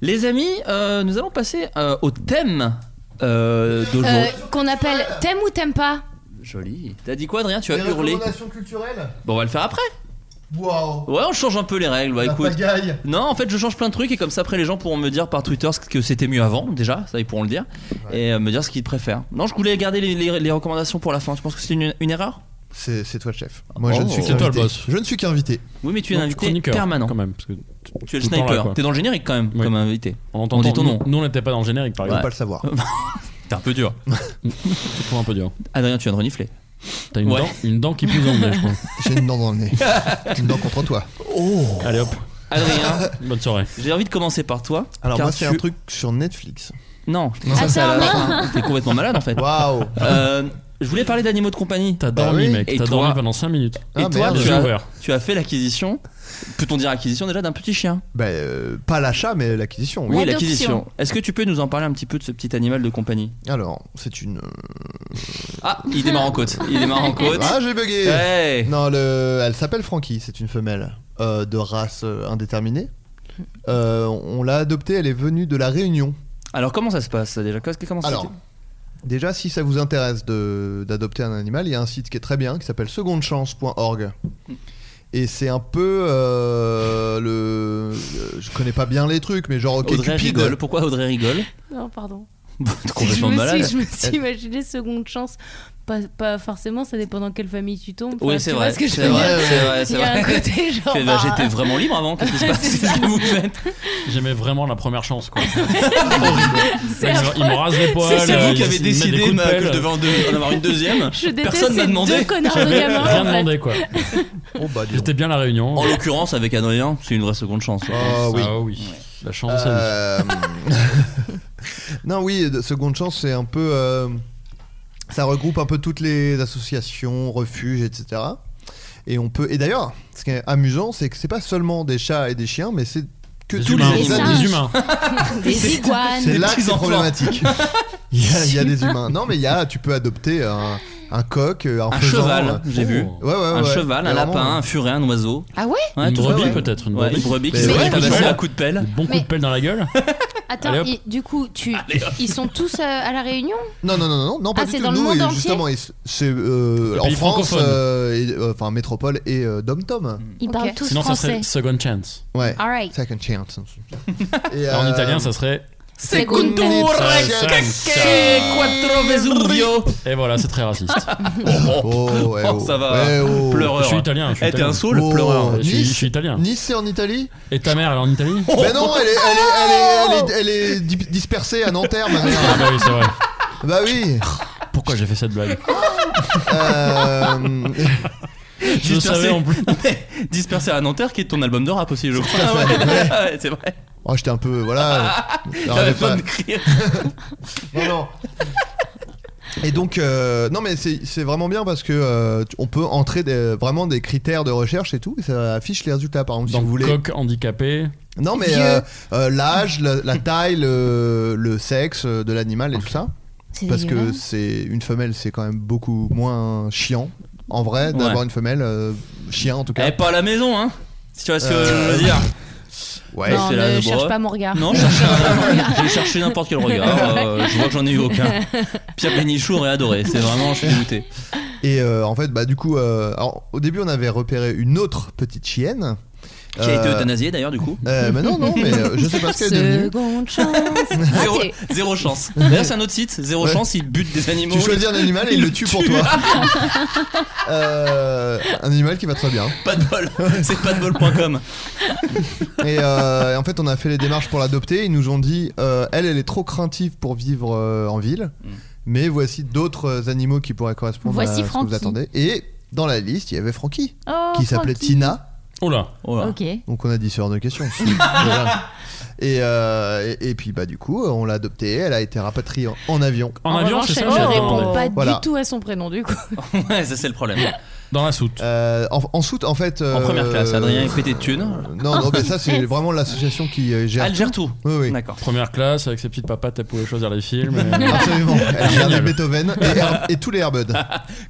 C: Les amis, euh, nous allons passer euh, au thème euh, d'aujourd'hui.
D: Euh, Qu'on appelle t'aimes ou t'aimes pas
C: Joli. T'as dit quoi, Adrien Tu as
I: Les
C: hurlé.
I: recommandations culturelles
C: Bon, on va le faire après.
I: Waouh
C: Ouais, on change un peu les règles. Bah,
I: La
C: écoute.
I: pagaille.
C: Non, en fait, je change plein de trucs et comme ça, après, les gens pourront me dire par Twitter ce que c'était mieux avant, déjà, ça ils pourront le dire, et euh, me dire ce qu'ils préfèrent. Non, je voulais garder les, les- les recommandations pour la fin. Tu penses que c'est une, une erreur
I: C'est c'est toi le chef. Moi, je
C: Oh.
I: ne suis
C: C'est toi le
I: qu'invité.
C: boss.
I: Je ne suis qu'invité.
C: Oui, mais tu es un invité
E: chroniqueur,
C: permanent.
E: quand même. Parce que
C: Tu es le
E: tout temps là,
C: sniper.
E: quoi.
C: T'es dans le générique quand même,
E: Ouais.
C: comme invité.
E: On,
C: On dit ton nom.
E: Nous, on n'était pas dans le générique, par
C: On
I: On
C: peut Ouais.
I: peut
E: exemple.
I: pas le savoir.
C: T'es un peu dur.
E: Je trouve un peu dur.
C: Adrien, tu viens de renifler.
E: T'as une,
C: Ouais.
E: dent, une dent qui pousse dans le nez, je crois.
I: J'ai une dent dans le nez. une dent contre toi.
E: Allez hop,
C: Adrien,
E: bonne soirée.
C: j'ai envie de commencer par toi.
I: Alors,
C: car
I: moi, c'est
C: tu-
I: un truc sur Netflix.
C: Non, je te dis ça, c'est à la fin. T'es complètement malade en fait.
I: Waouh Ah,
C: Euh, je voulais parler d'animaux de compagnie.
E: T'as
I: Bah
E: dormi,
I: oui.
E: mec.
C: Et
E: T'as
C: toi
E: dormi pendant 5 minutes.
C: Et
I: Ah,
C: toi,
I: merde.
C: tu
E: J'ai
C: as,
E: ouvert.
C: tu as fait l'acquisition, peut-on dire acquisition déjà, d'un petit chien
I: Bah, euh, pas l'achat, mais l'acquisition. oui.
C: Oui,
D: L'adoption.
C: l'acquisition. Est-ce que tu peux nous en parler un petit peu de ce petit animal de compagnie
I: Alors, c'est une. euh,
C: Ah, il démarre en côte. Il démarre en côte.
I: Ah, j'ai bugué
C: Hey
I: Non, le... elle s'appelle Frankie, c'est une femelle euh, de race euh, indéterminée. Euh, on l'a adoptée, elle est venue de la Réunion.
C: Alors, comment ça se passe déjà Qu'est-ce que- Comment ça
I: Alors,
C: se fait
I: déjà, si ça vous intéresse de- d'adopter un animal, il y a un site qui est très bien qui s'appelle secondechance.org. Et c'est un peu euh, le. le- Je connais pas bien les trucs, mais genre, ok,
C: Audrey
I: Cupid.
C: rigole. Pourquoi Audrey rigole
D: Non, Oh, pardon.
C: T'es
D: Je
C: complètement
D: me,
C: malade.
D: suis, je me suis imaginé seconde chance. Pas, pas forcément, ça dépend dans quelle famille tu tombes. Enfin,
C: Oui, c'est
D: tu
C: vrai.
D: vois ce que je
C: C'est
D: veux
C: vrai,
D: dire euh,
C: c'est vrai, c'est
D: Il y a un
C: vrai.
D: côté genre.
C: Fais, bah, J'étais vraiment libre avant. Qu'est-ce qui se passe Qu'est-ce que vous faites
E: J'aimais vraiment la première chance, quoi.
D: c'est
E: Ils me- ils me rasent les poils.
C: C'est
E: euh,
C: vous
E: ils-
C: qui avez
E: ils me mettent des
C: décidé
E: coups de
C: ma- que
E: pelle.
C: je devais en, deux- en avoir une deuxième.
D: Je déteste
C: Personne m'a
D: ces
C: demandé.
D: deux connards de
E: J'avais
D: gamins.
E: rien
D: en fait.
E: demandé, quoi.
I: Oh, bah, dis
E: J'étais
I: donc.
E: bien à la réunion.
C: En l'occurrence, avec Adrien, c'est une vraie seconde chance.
I: Ah oui.
E: Ah oui. La chance de sa vie.
I: Euh, non, oui, de- Seconde Chance, c'est un peu. euh, ça regroupe un peu toutes les associations, refuges, etc. Et on peut. Et d'ailleurs, ce qui est amusant, c'est que c'est pas seulement des chats et des chiens, mais c'est que
E: Des
I: tous
E: humains.
I: les
J: Des
I: animaux.
E: Des
J: singes.
E: humains.
J: Des iguanes.
I: C'est là que
C: petits
I: c'est
C: enfants.
I: problématique. Il y, a, il y a des humains. Non, mais il y a. Tu peux adopter un, un coq, euh, un,
C: Un
I: faisan.
C: cheval,
D: euh,
C: j'ai vu.
D: Oh.
I: Ouais, ouais,
C: Un
I: ouais.
C: cheval, un
I: Mais
C: lapin,
I: vraiment,
C: un furet, un oiseau.
D: Ah ouais
C: Ouais,
E: Oh. Une
C: tout ça,
E: brebis,
C: ouais.
E: peut-être. Une
C: Ouais,
E: brebis.
C: une brebis qui
I: Mais
C: se
I: ouais,
C: fait tabasser
E: ouais.
C: à coups de pelle.
E: Bon coup de
D: Mais-
E: pelle dans la gueule.
D: Attends,
E: Allez, hop.
D: et du coup, tu, ils sont tous euh, à la réunion
I: Non, non, non, non, non, non, pas
D: Ah,
I: du
D: c'est
I: tout.
D: dans le
I: Nous,
D: monde
I: et
D: entier
I: justement, et c'est- c'est euh,
E: Les
I: en
E: pays
I: France,
E: francophones.
I: euh, et, euh, enfin métropole et euh, dom-tom.
E: Mm.
J: Ils
D: Ok.
J: parlent tous
E: Sinon, ça
J: français.
E: serait second chance.
I: Ouais.
D: All right.
I: Second chance. Et,
E: En
I: euh,
E: italien, ça serait.
I: Secondo
E: Secondo
C: Che quattro Vesuvio.
E: Et voilà, c'est très raciste.
I: Oh, ouais,
C: Oh,
I: oh.
C: ça va.
I: Ouais, oh.
C: Pleureur.
E: Je suis italien, je suis
C: Eh, t'es
E: italien.
C: un saoul,
I: Oh.
C: pleureur.
E: Je suis-
I: Nice.
E: je suis italien. Oh.
I: Nice, c'est en Italie
E: Et ta mère, elle est en Italie
I: Mais non, elle est, elle est, elle est, elle est, elle est di- dispersée à Nanterre, ma
E: Ah
I: mère.
E: bah oui, c'est vrai.
I: Bah oui.
E: Pourquoi j'ai fait cette blague
I: Euh,
E: Je le savais en plus.
C: Dispersé à Nanterre, qui est ton album de rap aussi, je crois. Ah ouais, ouais, c'est vrai.
I: oh, j'étais un peu. Voilà.
C: T'avais
I: j'arrivais
C: besoin
I: pas.
C: de crier.
I: Non, non. Et donc, euh, non, mais c'est c'est vraiment bien parce que euh, tu- on peut entrer des- vraiment des critères de recherche et tout, et ça affiche les résultats. Par exemple, si
E: Dans
I: vous voulez.
E: coq handicapé.
I: Non, mais
D: Vieux.
I: euh, euh, l'âge, la, la taille, le, le sexe euh, de l'animal et tout ça.
J: C'est
I: Parce que
J: dégueulasse.
I: c'est une femelle, c'est quand même beaucoup moins chiant. En vrai, d'avoir
C: Ouais.
I: une femelle, euh, chien en tout
C: Elle
I: cas.
C: est pas à la maison, hein. Si tu vois ce que je
I: Euh.
C: veux dire.
I: Ouais.
D: Non,
C: c'est là,
D: ne
C: le
D: cherche
C: bras.
D: pas mon regard.
C: Non, chercher un- j'ai cherché n'importe quel regard. euh, je vois que j'en ai eu aucun. Pierre Bénichou aurait adoré. C'est vraiment, je suis dégoûté.
I: Et euh, en fait, bah du coup, euh, alors, au début, on avait repéré une autre petite chienne.
C: Qui a été
I: Euh,
C: euthanasié d'ailleurs, du coup.
I: euh, mais non, non, mais euh, je sais pas ce qu'elle est devenue.
D: Seconde chance.
C: Zéro,
D: Raté.
C: zéro chance. D'ailleurs, c'est un autre site. Zéro
I: Ouais.
C: chance, il bute des animaux.
I: Tu choisis un animal et il le tue pour toi. Euh, un animal qui va très bien.
C: Pas de bol. C'est pas de bol.com.
I: Et, euh, et en fait, on a fait les démarches pour l'adopter. Ils nous ont dit, euh, elle, elle est trop craintive pour vivre euh, en ville. Mais voici d'autres euh, animaux qui pourraient correspondre euh,
J: Voici
I: à ce que vous
J: Frankie.
I: attendez. Et dans la liste, il y avait Francky,
J: Oh,
I: qui s'appelait
J: Francky.
I: Tina.
E: Oh là.
C: Oh là.
J: Ok.
I: Donc on a dit c'est hors de question. C'est- déjà. Et, euh, et, et puis bah du coup, on l'a adoptée. Elle a été rapatriée en, en avion.
D: En avion, revanche, c'est ça, elle
I: ne
D: ne répond pas du tout à son prénom du coup.
C: Ouais, ça c'est le problème.
E: Dans la soute.
I: Euh, en, en soute, en fait. euh,
C: En première classe, Adrien est pété de thunes.
I: Non, non, mais ça c'est vraiment l'association qui euh, gère.
C: Elle gère tout.
I: Oui, oui.
C: D'accord.
E: Première classe, avec ses petites papates, elle pouvait choisir les films. et-
I: Absolument. Elle gère les
E: Génial.
I: Beethoven et, Air- et tous les Airbuds.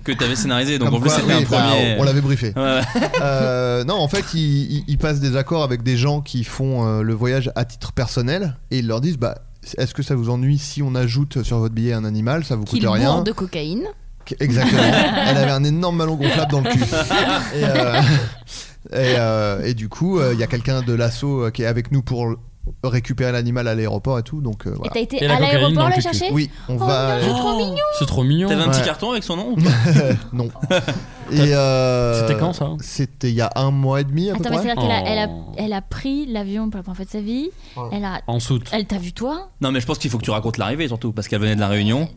C: Que t'avais scénarisé, Ah, donc
I: Comme
C: en plus
I: quoi,
C: c'était
I: oui,
C: un
I: bah,
C: premier.
I: on- on l'avait briefé.
C: Ouais.
I: Euh, non, en fait, ils, ils- ils passent des accords avec des gens qui font euh, le voyage à titre personnel et ils leur disent bah, est-ce que ça vous ennuie si on ajoute sur votre billet un animal Ça vous coûte
D: Qu'il bourre
I: rien.
D: de cocaïne.
I: Exactement. Elle avait un énorme ballon gonflable dans le cul. Et, euh, et, euh, et du coup, euh, il y a quelqu'un de l'assaut euh, qui est avec nous pour l- récupérer l'animal à l'aéroport et tout. Donc, euh, voilà.
J: t'as été Et la à cocaïne l'aéroport dans le la cucu. chercher
I: Oui, on
J: Oh non,
I: va.
J: c'est trop mignon.
E: C'est trop mignon.
C: T'avais un petit
I: Ouais.
C: carton avec son nom
I: non. Et, euh,
E: C'était quand, ça
I: C'était il y a un mois et demi à peu
J: Attends, mais
I: près.
J: c'est-à-dire Ah, qu'elle a, elle a,
E: Oh.
J: elle a pris l'avion pour la première fois de sa vie. Elle a,
C: En soute.
J: Elle t'a vu toi
C: Non, mais je pense qu'il faut que tu racontes l'arrivée surtout, parce qu'elle venait de la Réunion.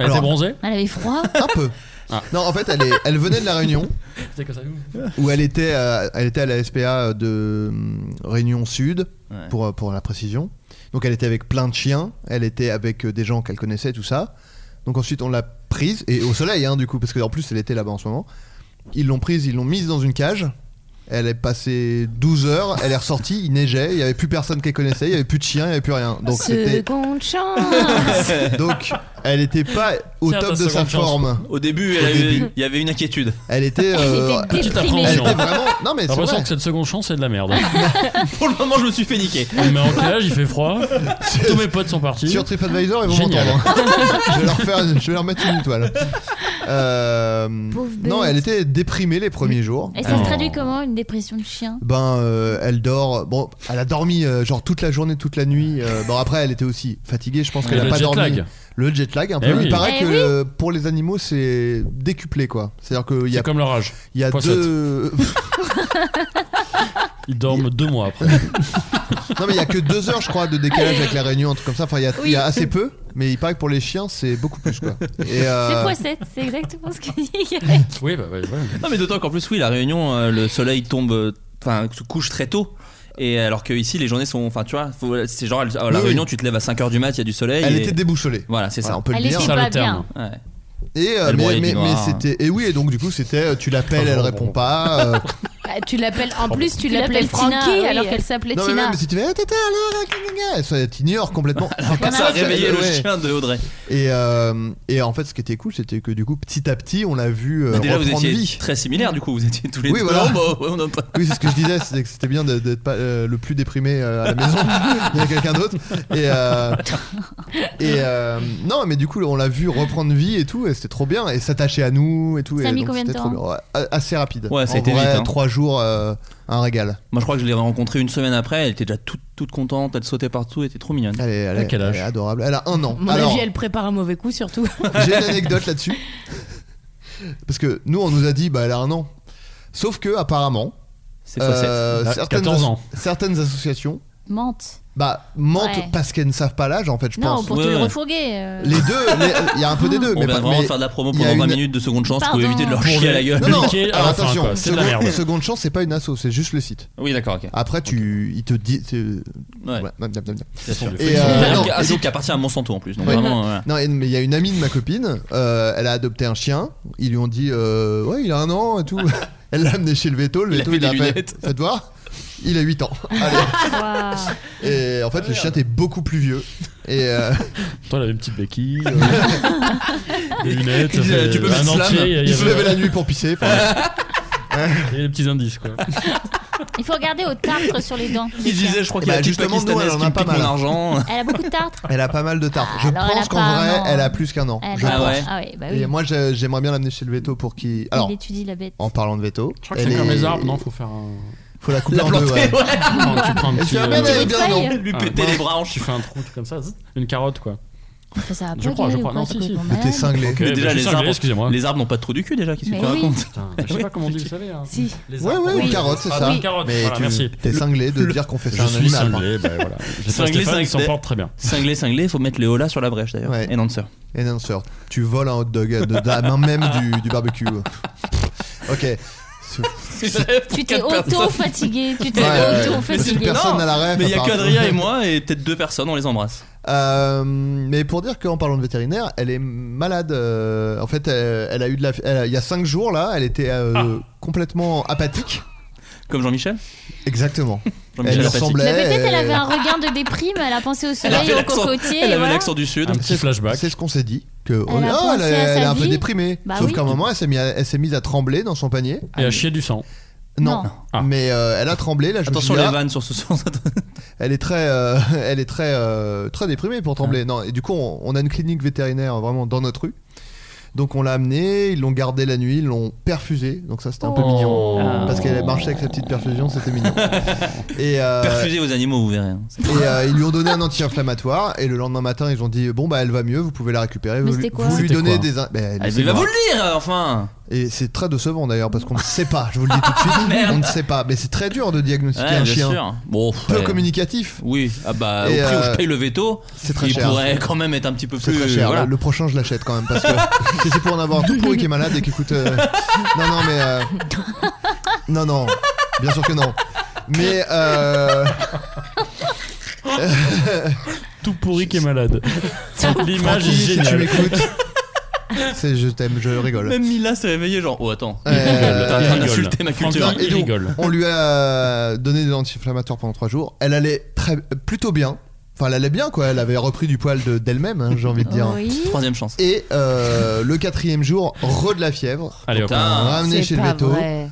E: Elle était bronzée
J: Elle avait froid
I: Oh. Un peu. Non, en fait, elle, est- elle venait de la Réunion
E: C'était comme ça.
I: où elle était, euh, elle était à la SPA de hum, Réunion Sud
C: Ouais.
I: pour, euh, pour la précision. Donc elle était avec plein de chiens, elle était avec euh, des gens qu'elle connaissait, tout ça. Donc ensuite on l'a prise et au soleil, hein, du coup, parce qu'en plus elle était là-bas en ce moment. Ils l'ont prise, ils l'ont mise dans une cage. Elle est passée 12 heures, elle est ressortie, il neigeait, il n'y avait plus personne qu'elle connaissait, il n'y avait plus de chiens, il n'y avait plus rien. Donc c'était.
D: Seconde chance.
I: Donc elle n'était pas au
C: Tiens,
I: top
C: ta
I: de sa
C: seconde chance.
I: forme.
C: Au début, elle
I: Au
C: avait-
I: début.
C: il y avait une inquiétude.
I: Elle était. euh,
E: Petite
I: elle
E: appréhension.
I: était vraiment. Non mais
E: J'ai
I: c'est vrai.
E: l'impression que cette seconde chance, c'est de la merde.
C: Pour le moment, je me suis fait niquer.
E: Mais en cage, il fait froid. Tous mes potes sont partis.
I: Sur TripAdvisor, ils vont
E: Génial.
I: m'entendre. hein. je, vais leur faire- je vais leur mettre une étoile. Euh, non,
J: bête.
I: elle était déprimée les premiers jours. Euh,
J: Et ça se traduit comment une dépression de chien
I: Ben, euh, elle dort. Bon, elle a dormi euh, genre toute la journée, toute la nuit. Euh, bon, après, elle était aussi fatiguée. Je pense
E: Et
I: qu'elle a
E: le
I: pas
E: jet
I: dormi.
E: lag.
I: Le jet lag, un
E: Eh
I: peu.
E: oui.
I: Il paraît
J: Eh
I: que
J: oui.
I: euh, pour les animaux, c'est décuplé, quoi. C'est-à-dire qu'il y a,
E: C'est comme leur âge.
I: il y a
E: Point
I: deux.
E: Ils dorment deux mois après.
I: non, mais il y a que deux heures, je crois, de décalage avec la Réunion, un truc comme ça. Enfin, il y, a- il y a assez peu. Mais il paraît que pour les chiens, c'est beaucoup plus, quoi. Et,
J: C'est
I: euh,
J: fois 7, c'est exactement ce que dit
E: Oui, bah, ouais, ouais.
C: Non, mais d'autant qu'en plus, oui, la Réunion, euh, le soleil tombe, euh, enfin, se couche très tôt. Et alors que ici, les journées sont. Enfin, tu vois, faut- c'est genre, à la
I: Oui, oui.
C: Réunion, tu te lèves à 5h du mat, il y a du soleil.
I: Elle
C: et-
I: était déboussolée.
C: Voilà, c'est ça.
I: Voilà, on peut le
J: Elle
I: dire.
J: était pas bien.
C: Ouais.
I: Et euh,
C: Elle
I: mais,
C: broyait
I: mais-
C: du
I: mais
C: noir.
I: c'était et oui et donc du coup c'était euh, tu l'appelles elle répond pas euh,
J: Bah,
D: Ah, tu l'appelles en plus tu
J: Tu
D: l'appelles
J: l'appelles Tina,
D: Frankie
J: oui.
D: alors qu'elle s'appelait
I: non mais
D: Tina.
I: même si tu fais Eh, t'étais alors euh, gna, gna, gna ça t'ignore complètement
C: Quand ça a réveillé le
I: Ouais.
C: chien de Audrey.
I: et euh, et en fait ce qui était cool c'était que du coup petit à petit on l'a vu euh,
C: Bah, déjà, vous
I: reprendre
C: étiez
I: vie
C: très similaires, du coup, vous étiez tous les
I: Oui,
C: deux.
I: voilà.
C: Oh, bah, ouais, on a pas-
I: oui c'est ce que je disais c'était que c'était bien de- d'être pas euh, le plus déprimé euh, à la maison il y a quelqu'un d'autre et euh, et euh, non mais du coup on l'a vu reprendre vie et tout et c'était trop bien et s'attacher à nous et tout
J: Ça a
I: et
J: mis
I: donc,
J: combien de
I: c'était
J: temps
I: trop bien. Ouais, assez rapide
C: Ouais, ça a
I: En
C: été
I: vrai,
C: vite, hein.
I: trois jours euh, un régal
C: Moi, je crois que je l'ai rencontrée une semaine après. Elle était déjà toute, toute contente. Elle sautait partout. Elle était trop mignonne.
I: Elle est, elle
E: À
I: est-
E: quel âge
I: elle est adorable. Elle a un an.
D: À Mon
I: Alors,
D: avis, elle prépare un mauvais coup surtout.
I: j'ai une anecdote là-dessus. Parce que nous, on nous a dit, bah, elle a un an. Sauf que, apparemment,
C: C'est fois sept.
I: euh,
E: Ah,
I: certaines,
E: 14 ans.
I: certaines associations
J: Mente.
I: bah, mentent
J: Ouais.
I: parce qu'elles ne savent pas l'âge, en fait, je
J: Non,
I: pense.
J: pour te
C: Ouais,
J: le
C: ouais.
J: refourguer. euh.
I: Les deux, les- il y a un peu des deux.
C: On
I: mais
C: va
I: pas-
C: vraiment
I: mais-
C: faire de la promo
I: il y a
C: pendant 20
I: une-
C: minutes de seconde chance.
J: Pardon.
C: Vous pouvez éviter de leur
J: Pour
C: chier à la gueule.
I: Non, non,
E: Bliquer à
I: alors
E: la fin,
I: attention,
E: Ah, quoi, c'est de la
I: seconde,
E: merde.
I: seconde chance, c'est pas une asso, c'est juste le site.
C: Oui, d'accord, ok.
I: Après, tu, il te dit. te-
C: Ouais.
I: ouais, blablabla.
C: Bien sûr.
I: Et, euh, non,
C: un site qui appartient à Monsanto en plus. Donc
I: Ouais.
C: vraiment, voilà.
I: Non, et- mais il y a une amie de ma copine, euh, elle a adopté un chien. Ils lui ont dit, euh, ouais, il a un an et tout. Elle l'a amené chez le veto. Le
C: Il a
I: veto,
C: fait
I: il a
C: des
I: fait,
C: lunettes.
I: faites voir, il a 8 ans. Allez.
J: Waouh.
I: Et
E: Ah,
I: en fait, le chien était beaucoup plus vieux. Et euh,
E: Toi, elle avait une petite béquille, euh, des lunettes,
C: Il disait,
E: ça fait
C: tu peux
E: un
C: mettre slam.
E: entier. y
I: il se
E: avait-
I: levait la nuit pour pisser. Enfin,
E: il y avait des petits indices, quoi.
J: Il faut regarder aux tartres sur les dents.
C: Il disait, je crois qu'il y a
I: Bah,
C: une petite
I: justement, nous, elle en
C: pakistanaise qui
I: a
C: me
I: pas
C: pique
I: mal.
C: mon argent.
J: Elle a beaucoup de tartres.
I: elle a pas mal de tartes. Je
J: Alors, elle
I: pense
J: a
I: qu'en
J: pas un
I: vrai,
J: an.
I: elle a plus qu'un an.
J: Elle
I: je
J: a-
C: Ah
I: pense.
C: ouais.
J: Ah ouais, bah oui.
I: Et moi, j'ai- j'aimerais bien l'amener chez le veto pour qu'il. Alors,
J: Il étudie la bête.
I: en parlant de veto,
E: Je crois que
I: elle
E: c'est comme
I: est-
E: les arbres, non Faut faire un.
I: Faut la couper
C: La
I: en deux.
C: planter, ouais.
I: Ouais.
E: Non, tu prends un
I: Elle
E: petit.
I: fait, ah, mais elle est
E: euh,
I: bien, non
C: Lui
E: Ah,
C: péter
E: ouais.
C: les branches.
E: Tu fais un trou, tout comme ça, zzz, une carotte, quoi.
J: Il fait ça à
E: Je crois, je
J: Paul,
E: crois.
J: ou
E: Non,
J: quoi,
E: si,
J: t'es
E: si.
J: complètement
I: Mais t'es
J: malade.
I: cinglé.
C: Mais
E: Ok,
C: déjà,
E: bah, je suis
C: les
E: cinglé,
C: arbres-
E: excusez-moi.
C: les arbres n'ont pas de trou du cul déjà. Qu'est-ce que
J: Mais
C: tu
J: oui.
C: racontes
E: Putain, Je sais pas comment on dit, vous savez. hein.
D: Si.
E: Les
I: Ouais,
E: arbres,
I: ouais, une
E: oui.
I: carotte, c'est
E: Ah,
I: ça.
E: Une carotte,
I: Mais
E: voilà,
I: tu-
E: merci.
I: T'es cinglé de dire qu'on fait ça
E: Je
I: à un
E: suis
I: animal. par
E: cinglé, bah voilà. J'espère
C: Cinglé,
E: que Stéphane il s'en
C: cinglé.
E: porte très bien.
C: Cinglé, cinglé, faut mettre les holas sur la brèche d'ailleurs.
I: Ouais.
C: Et non, sœur.
I: Et non, sir, tu voles un hot dog de, de la main même du, du barbecue. ok.
J: Tu t'es auto-fatigué, tu t'es auto-fatigué.
I: personne n'a la ref,
C: Mais il y a
I: apparemment.
C: qu'Adrien et moi et peut-être deux personnes, on les embrasse.
I: Euh, mais pour dire qu'en parlant de vétérinaire, elle est malade. euh, en fait, elle, elle a eu de la. elle a- il y a 5 jours, là, elle était euh,
C: Ah.
I: complètement apathique.
C: Comme Jean-Michel
I: Exactement.
C: Jean-Michel
I: elle
C: apathique.
I: ressemblait.
C: Mais
J: Peut-être elle avait un regain de déprime, elle a pensé au soleil et au cocotier. et voilà.
C: du Sud.
I: Un petit
E: flashback.
I: C'est ce qu'on s'est dit. Que on-
J: Elle a
I: Ah,
J: pensé
I: elle,
J: à
I: est-
J: sa
I: elle est un peu
J: vie.
I: déprimée.
J: Bah
I: Sauf
J: oui.
I: qu'à un moment, elle s'est, mis à- elle s'est mise à trembler dans son panier.
E: Et à chier du sang.
I: Non.
E: Non.
I: Mais euh, elle a tremblé. Là, je me
C: Ah. Attention
I: suis dit,
C: les
I: ah,
C: vannes sur ce sens.
I: Elle est très, euh, elle est très, euh, très déprimée pour trembler. Non, et du coup, on, on a une clinique vétérinaire vraiment dans notre rue. Donc on l'a amenée, ils l'ont gardée la nuit, ils l'ont perfusée. Donc ça c'était un peu
C: Oh.
I: mignon
C: Ah.
I: parce qu'elle marchait avec sa petite perfusion, c'était mignon. et euh,
C: Perfusez vos animaux, vous verrez. hein.
I: et euh, ils lui ont donné un anti-inflammatoire et le lendemain matin ils ont dit bon bah elle va mieux, vous pouvez la récupérer,
J: Mais
I: vous,
J: c'était
I: lui-
J: quoi
I: vous lui
C: C'était
I: donnez
C: quoi
I: des. in- Ben,
C: Ah, Il
I: laissez-moi.
C: va vous le dire, enfin
I: Et c'est très décevant d'ailleurs parce qu'on ne sait pas. Je vous le dis tout de suite, on ne sait pas. Mais c'est très dur de diagnostiquer
C: Ah, Ouais,
I: un
C: bien
I: chien.
C: sûr. Bon,
I: Peu
C: ouais.
I: communicatif.
C: Oui, ah bah,
I: Et,
C: au prix où
I: euh,
C: je paye le veto,
I: c'est très
C: il
I: cher.
C: pourrait quand même être un petit peu
I: C'est
C: plus.
I: très cher.
C: voilà.
I: Le, le prochain, je l'achète quand même parce que si c'est pour en avoir un tout pourri qui est malade et qui coûte. euh, Non, non, mais euh, non, non, bien sûr que non. Mais euh,
E: Tout pourri qui est malade. L'image est
I: Francky, si tu
E: géniale.
I: m'écoutes, c'est je t'aime, je rigole.
C: Même Mila s'est réveillée, genre, oh attends, il rigole, t'es en
I: Euh,
C: train
E: il rigole.
C: d'insulter ma culture.
E: Franklin, il
I: donc,
E: rigole.
I: On lui a donné des anti-inflammatoires pendant 3 jours. Elle allait très, plutôt bien. Enfin, elle allait bien, quoi. Elle avait repris du poil de- d'elle-même, hein, j'ai envie de dire.
J: Oui.
C: Troisième chance.
I: Et euh, le quatrième jour, re de la fièvre.
E: Allez, hop.
C: Putain,
I: Ramené chez le
D: Ah, pas
I: veto.
D: vrai.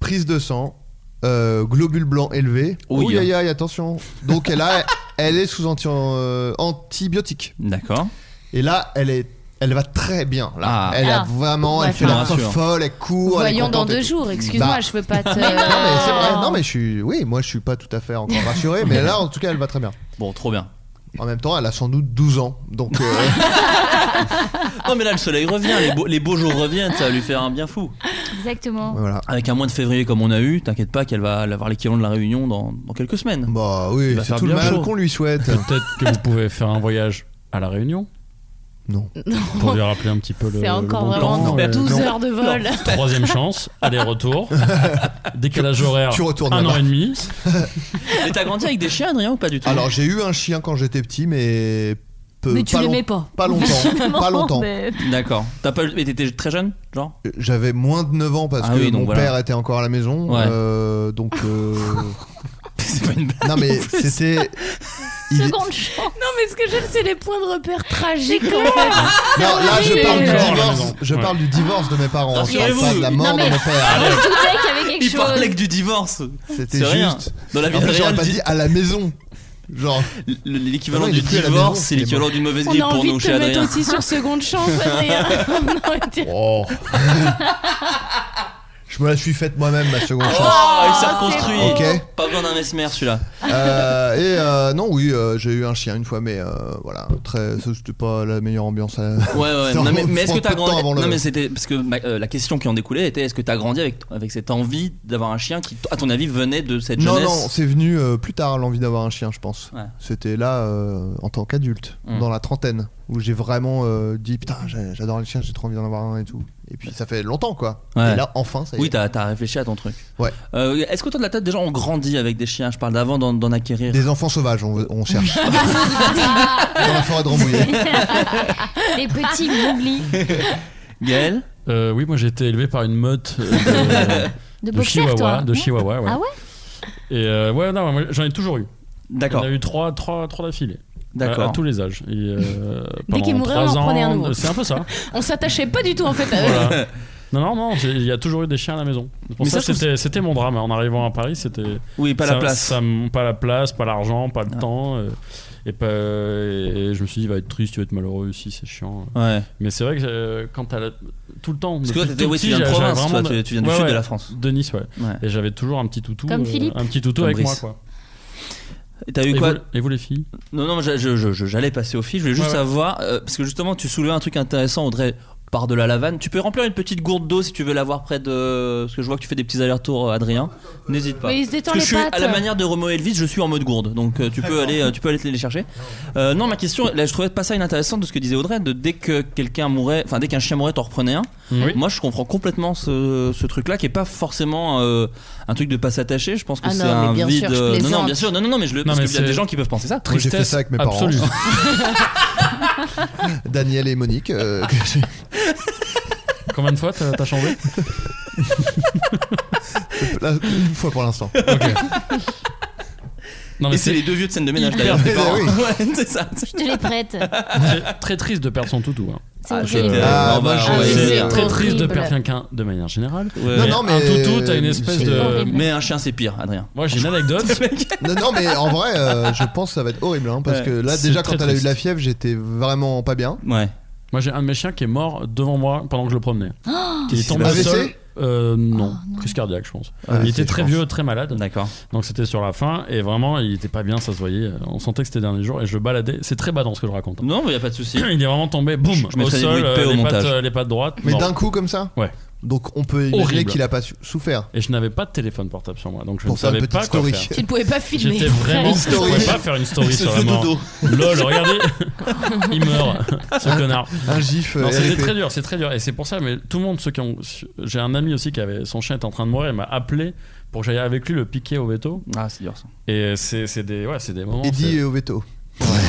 I: prise de sang, euh, globule blanc élevé.
C: Oui. hein.
I: Ouïe, aïe, aïe, attention. Donc elle, a, elle est sous anti, euh, antibiotiques.
C: D'accord.
I: Et là, elle est. Elle va très bien là.
C: Ah.
I: Elle a
D: Ah.
I: vraiment,
D: Ouais,
I: elle fait la
C: enfin. Rassure.
I: folle, elle court. elle est
D: Voyons dans
I: contente et
D: deux
I: tout.
D: jours, excuse-moi,
I: Bah,
D: je veux pas te.
I: Non mais c'est vrai. Non mais je suis. Oui, moi je suis pas tout à fait encore rassuré, mais là en tout cas elle va très bien.
C: Bon, trop bien.
I: En même temps, elle a sans doute 12 ans, donc euh,
C: Non, mais là, le soleil revient, les beaux, les beaux jours reviennent, ça va lui faire un bien fou.
D: Ah
J: Exactement.
I: voilà.
C: Avec un mois de février comme on a eu, t'inquiète pas qu'elle va avoir l'équivalent de la réunion dans, dans quelques semaines.
I: Bah
C: Il
I: oui,
C: va
I: c'est
C: faire
I: tout le
C: bien
I: mal
C: chaud.
I: qu'on lui souhaite.
E: Peut-être que vous pouvez faire un voyage à la Réunion
I: Non.
E: pour lui rappeler un petit peu le.
D: C'est
E: le
D: encore
E: bon
D: vraiment
E: temps, euh,
D: 12
E: non.
D: heures de vol.
E: Troisième chance, aller-retour, décalage horaire,
I: tu retournes
E: un an
I: là-bas.
E: et demi.
C: Mais t'as grandi avec des chiens, Adrien, ou pas du tout
I: Alors j'ai eu un chien quand j'étais petit, mais peu,
J: Mais tu
I: pas long-
J: l'aimais pas.
I: Pas longtemps. pas longtemps.
J: Mais-
C: D'accord. T'as pas. Mais t'étais très jeune, genre
I: J'avais moins de 9 ans parce
C: Ah
I: que
C: oui, donc
I: mon
C: voilà.
I: père était encore à la maison.
C: Ouais.
I: euh, donc. euh,
C: C'est pas une blague.
I: non, mais c'était. il est-
J: Seconde chance.
D: Non, mais ce que j'aime, c'est les points de repère tragiques. en fait.
I: Non, là, je parle
D: horrible.
I: du
E: Ouais.
I: divorce. Je
E: Ouais.
I: parle du divorce de mes parents. Je parle
C: Rassurez-vous.
I: pas de la mort
J: Non, mais-
I: de mon père.
J: Je me doutais qu'il y avait quelque
C: Il parlait que
J: chose.
C: du divorce.
I: C'était
C: ah, C'est rien.
I: juste.
C: Dans la vie
I: En
C: de
I: fait, j'aurais
C: Adrien,
I: pas
C: le
I: dit
C: di-
I: à la maison. Genre,
C: le- l'équivalent
I: Ah non,
C: du
I: il est plus à la maison,
C: divorce, c'est
I: il est
C: l'équivalent d'une mauvaise
D: On
C: grippe
D: a
C: pour
D: envie de
C: nous
D: te
C: chez
D: mettre
C: Adrien.
D: aussi sur seconde chance, Adrien. On a été-
I: oh. je me la suis faite moi-même, ma seconde
C: Oh,
I: chance.
C: il s'est reconstruit.
I: Ok.
C: Pas besoin d'un mesmer celui-là.
I: Euh, et euh, non, oui, euh, j'ai eu un chien une fois, mais euh, voilà, très, ça, c'était pas la meilleure ambiance. euh. à-
C: Ouais, ouais.
I: Ça
C: Non, mais, mais est-ce que
I: remonte
C: t'as
I: peu de temps
C: grandi
I: avant le-
C: Non, mais c'était parce que ma- euh, la question qui en découlait était est-ce que t'as grandi avec avec cette envie d'avoir un chien qui, à ton avis, venait de cette
I: Non,
C: jeunesse
I: non, c'est venu euh, plus tard l'envie d'avoir un chien, je pense.
C: Ouais.
I: C'était là euh, en tant qu'adulte,
C: Mm.
I: dans la trentaine, où j'ai vraiment euh, dit putain, j'ai- j'adore les chiens, j'ai trop envie d'en avoir un et tout. Et puis ça fait longtemps quoi.
C: Ouais.
I: Et là, enfin, ça y est.
C: Oui, t'as t'as réfléchi à ton truc.
I: Ouais.
C: Euh, Est-ce qu'autour de la table, des gens ont grandi avec des chiens Je parle d'avant d'en d'en acquérir.
I: Des enfants sauvages, on, on cherche. dans la forêt de Rambouillet.
J: Les petits mouglis
C: Gaël
E: Euh, oui, moi j'ai été élevé par une meute euh, de,
J: de
E: de
J: boxer,
E: chihuahua,
J: toi.
E: de chihuahua, ouais.
J: Ah ouais
E: Et euh, ouais, non, moi, j'en ai toujours eu. J'en
C: D'accord.
E: ai eu trois, trois, trois d'affilée. À, à
C: D'accord.
E: tous les âges. Et, euh,
D: Dès qu'il
E: pendant
D: mourait,
E: trois
D: on en
E: ans,
D: prenait un nouveau.
E: C'est un peu ça.
D: On s'attachait pas du tout en fait à eux.
E: Voilà. Non, non, non, j'ai- il y a toujours eu des chiens à la maison. C'est Pour
C: Mais
E: ça,
C: ça, je
E: c'était, c'était mon drame. En arrivant à Paris, c'était.
C: Oui, pas
E: ça-
C: la place.
E: ça m- pas la place, pas l'argent, pas le
C: Ah.
E: temps. euh, et, pas- et je me suis dit, va être triste, tu vas être malheureux aussi, c'est chiant.
C: Ouais.
E: Mais c'est vrai que euh, quand t'as la- tout le temps.
C: Parce que
E: depuis
C: toi,
E: tout
C: t'étais- ouais,
E: petit,
C: tu viens de
E: j'avais
C: province,
E: vraiment
C: toi, tu- tu viens du
E: Ouais,
C: sud de
E: ouais,
C: la France.
E: De Nice, ouais.
C: Ouais.
E: Et j'avais toujours un petit toutou. euh,
J: Comme Philippe.
E: Un petit toutou
C: Comme
E: avec
C: Brice.
E: moi, quoi.
C: Et T'as eu
E: Et
C: quoi
E: vous, et vous, les filles
C: Non, non, je- je- je- je- j'allais passer au fil. Je voulais juste
E: Ouais, ouais.
C: savoir, euh, parce que justement, tu soulevais un truc intéressant, Audrey. par-delà la vanne. Tu peux remplir une petite gourde d'eau si tu veux l'avoir près de. Parce que je vois que tu fais des petits allers-retours, euh, Adrien. N'hésite pas.
D: Mais il se détend
C: Parce que je
D: les
C: suis à la
D: pattes.
C: manière de Romo Elvis, je suis en mode gourde. Donc euh, tu peux aller, euh, tu peux aller te les chercher. Euh, non, ma question, là, je trouvais pas ça inintéressant de ce que disait Audrey. De dès que quelqu'un mourait, enfin dès qu'un chien mourait, t'en reprenais un.
E: Oui.
C: Moi, je comprends complètement ce, ce truc-là qui est pas forcément euh, un truc de pas s'attacher. Je pense que
E: Ah
C: c'est
E: non, mais
C: un
E: bien sûr,
C: vide.
E: je
C: euh, non, non,
E: plaisante.
C: bien sûr, non, non, non, mais je le.
E: Non,
C: parce
E: mais
C: qu'il y a
E: c'est-
C: des gens qui peuvent penser ça.
I: Moi, j'ai fait ça avec mes parents.
C: Absolue.
I: Daniel et Monique. euh, que j'ai-
E: Combien de fois t'as t'as changé
I: Là, une fois pour l'instant.
E: Non, mais
C: Et c'est les deux vieux de scène de ménage
E: Hyper
C: d'ailleurs. tes parents.
E: désolé.
C: Ouais, c'est ça.
J: Je te les prête.
E: C'est très triste de perdre son toutou. hein.
J: C'est Ah, horrible.
I: je- Ah,
E: on
I: moi,
E: va-
I: j'ai-
E: on va-
I: c'est
E: c'est
I: horrible.
E: très triste de perdre quelqu'un de manière générale.
C: Ouais.
I: Non, non,
E: un
I: mais-
E: toutou, t'as une espèce
I: c'est
E: de.
I: horrible.
C: Mais un chien, c'est pire, Adrien.
E: Moi, j'ai une anecdote.
I: non, non, mais en vrai, euh, je pense que ça va être horrible. hein, parce
E: Ouais,
I: que là,
E: c'est
I: déjà,
E: très
I: quand elle a eu de la
E: triste.
I: fièvre, j'étais vraiment pas bien.
C: Ouais.
E: Moi, j'ai un de mes chiens qui est mort devant moi pendant que je le promenais.
J: Oh
E: il est
I: Qu'est-ce
E: tombé
I: qu'il a
E: seul.
I: AVC
E: Euh, non, crise cardiaque, je pense.
I: Ah,
E: il
I: c'est-
E: était
I: je
E: très
I: pense.
E: vieux, très malade.
C: D'accord.
E: Donc c'était sur la fin et vraiment, il était pas bien, ça se voyait. On sentait que c'était les derniers jours et je le baladais. C'est très bas dans ce que je raconte.
C: Non, mais y a pas de souci.
E: Il est vraiment tombé, boum,
C: Je mettrai
E: au
C: des bruits
E: sol,
C: de paix
E: euh,
C: au
E: les,
C: montage.
E: pattes, euh, les pattes droites.
I: Mais
E: mort.
I: d'un coup, comme ça
E: Ouais.
I: Donc, on peut imaginer
E: Horrible.
I: qu'il a pas su- souffert.
E: Et je n'avais pas de téléphone portable sur moi, donc je
I: Pour
E: ne
I: faire une
E: savais
I: petite
E: pas quoi
I: story.
E: faire.
D: Tu ne pouvais pas filmer.
E: J'étais vraiment.
I: Faire une
E: Je pouvais
I: story.
E: pas faire une story
I: Il se
E: sur la
I: fait
E: mort.
I: dodo.
E: Lol, regardez, il meurt, ce
I: Un-
E: connard.
I: Un gif.
E: Non,
I: euh,
E: c'était
I: RIP.
E: très dur, c'est très dur. Et c'est pour ça, mais tout le monde, ceux qui ont. J'ai un ami aussi qui avait. Son chien était en train de mourir, il m'a appelé pour que j'aille avec lui le piquer au veto.
C: Ah, c'est dur ça.
E: Et c'est c'est des, ouais, c'est des moments.
I: Eddie et Oveto.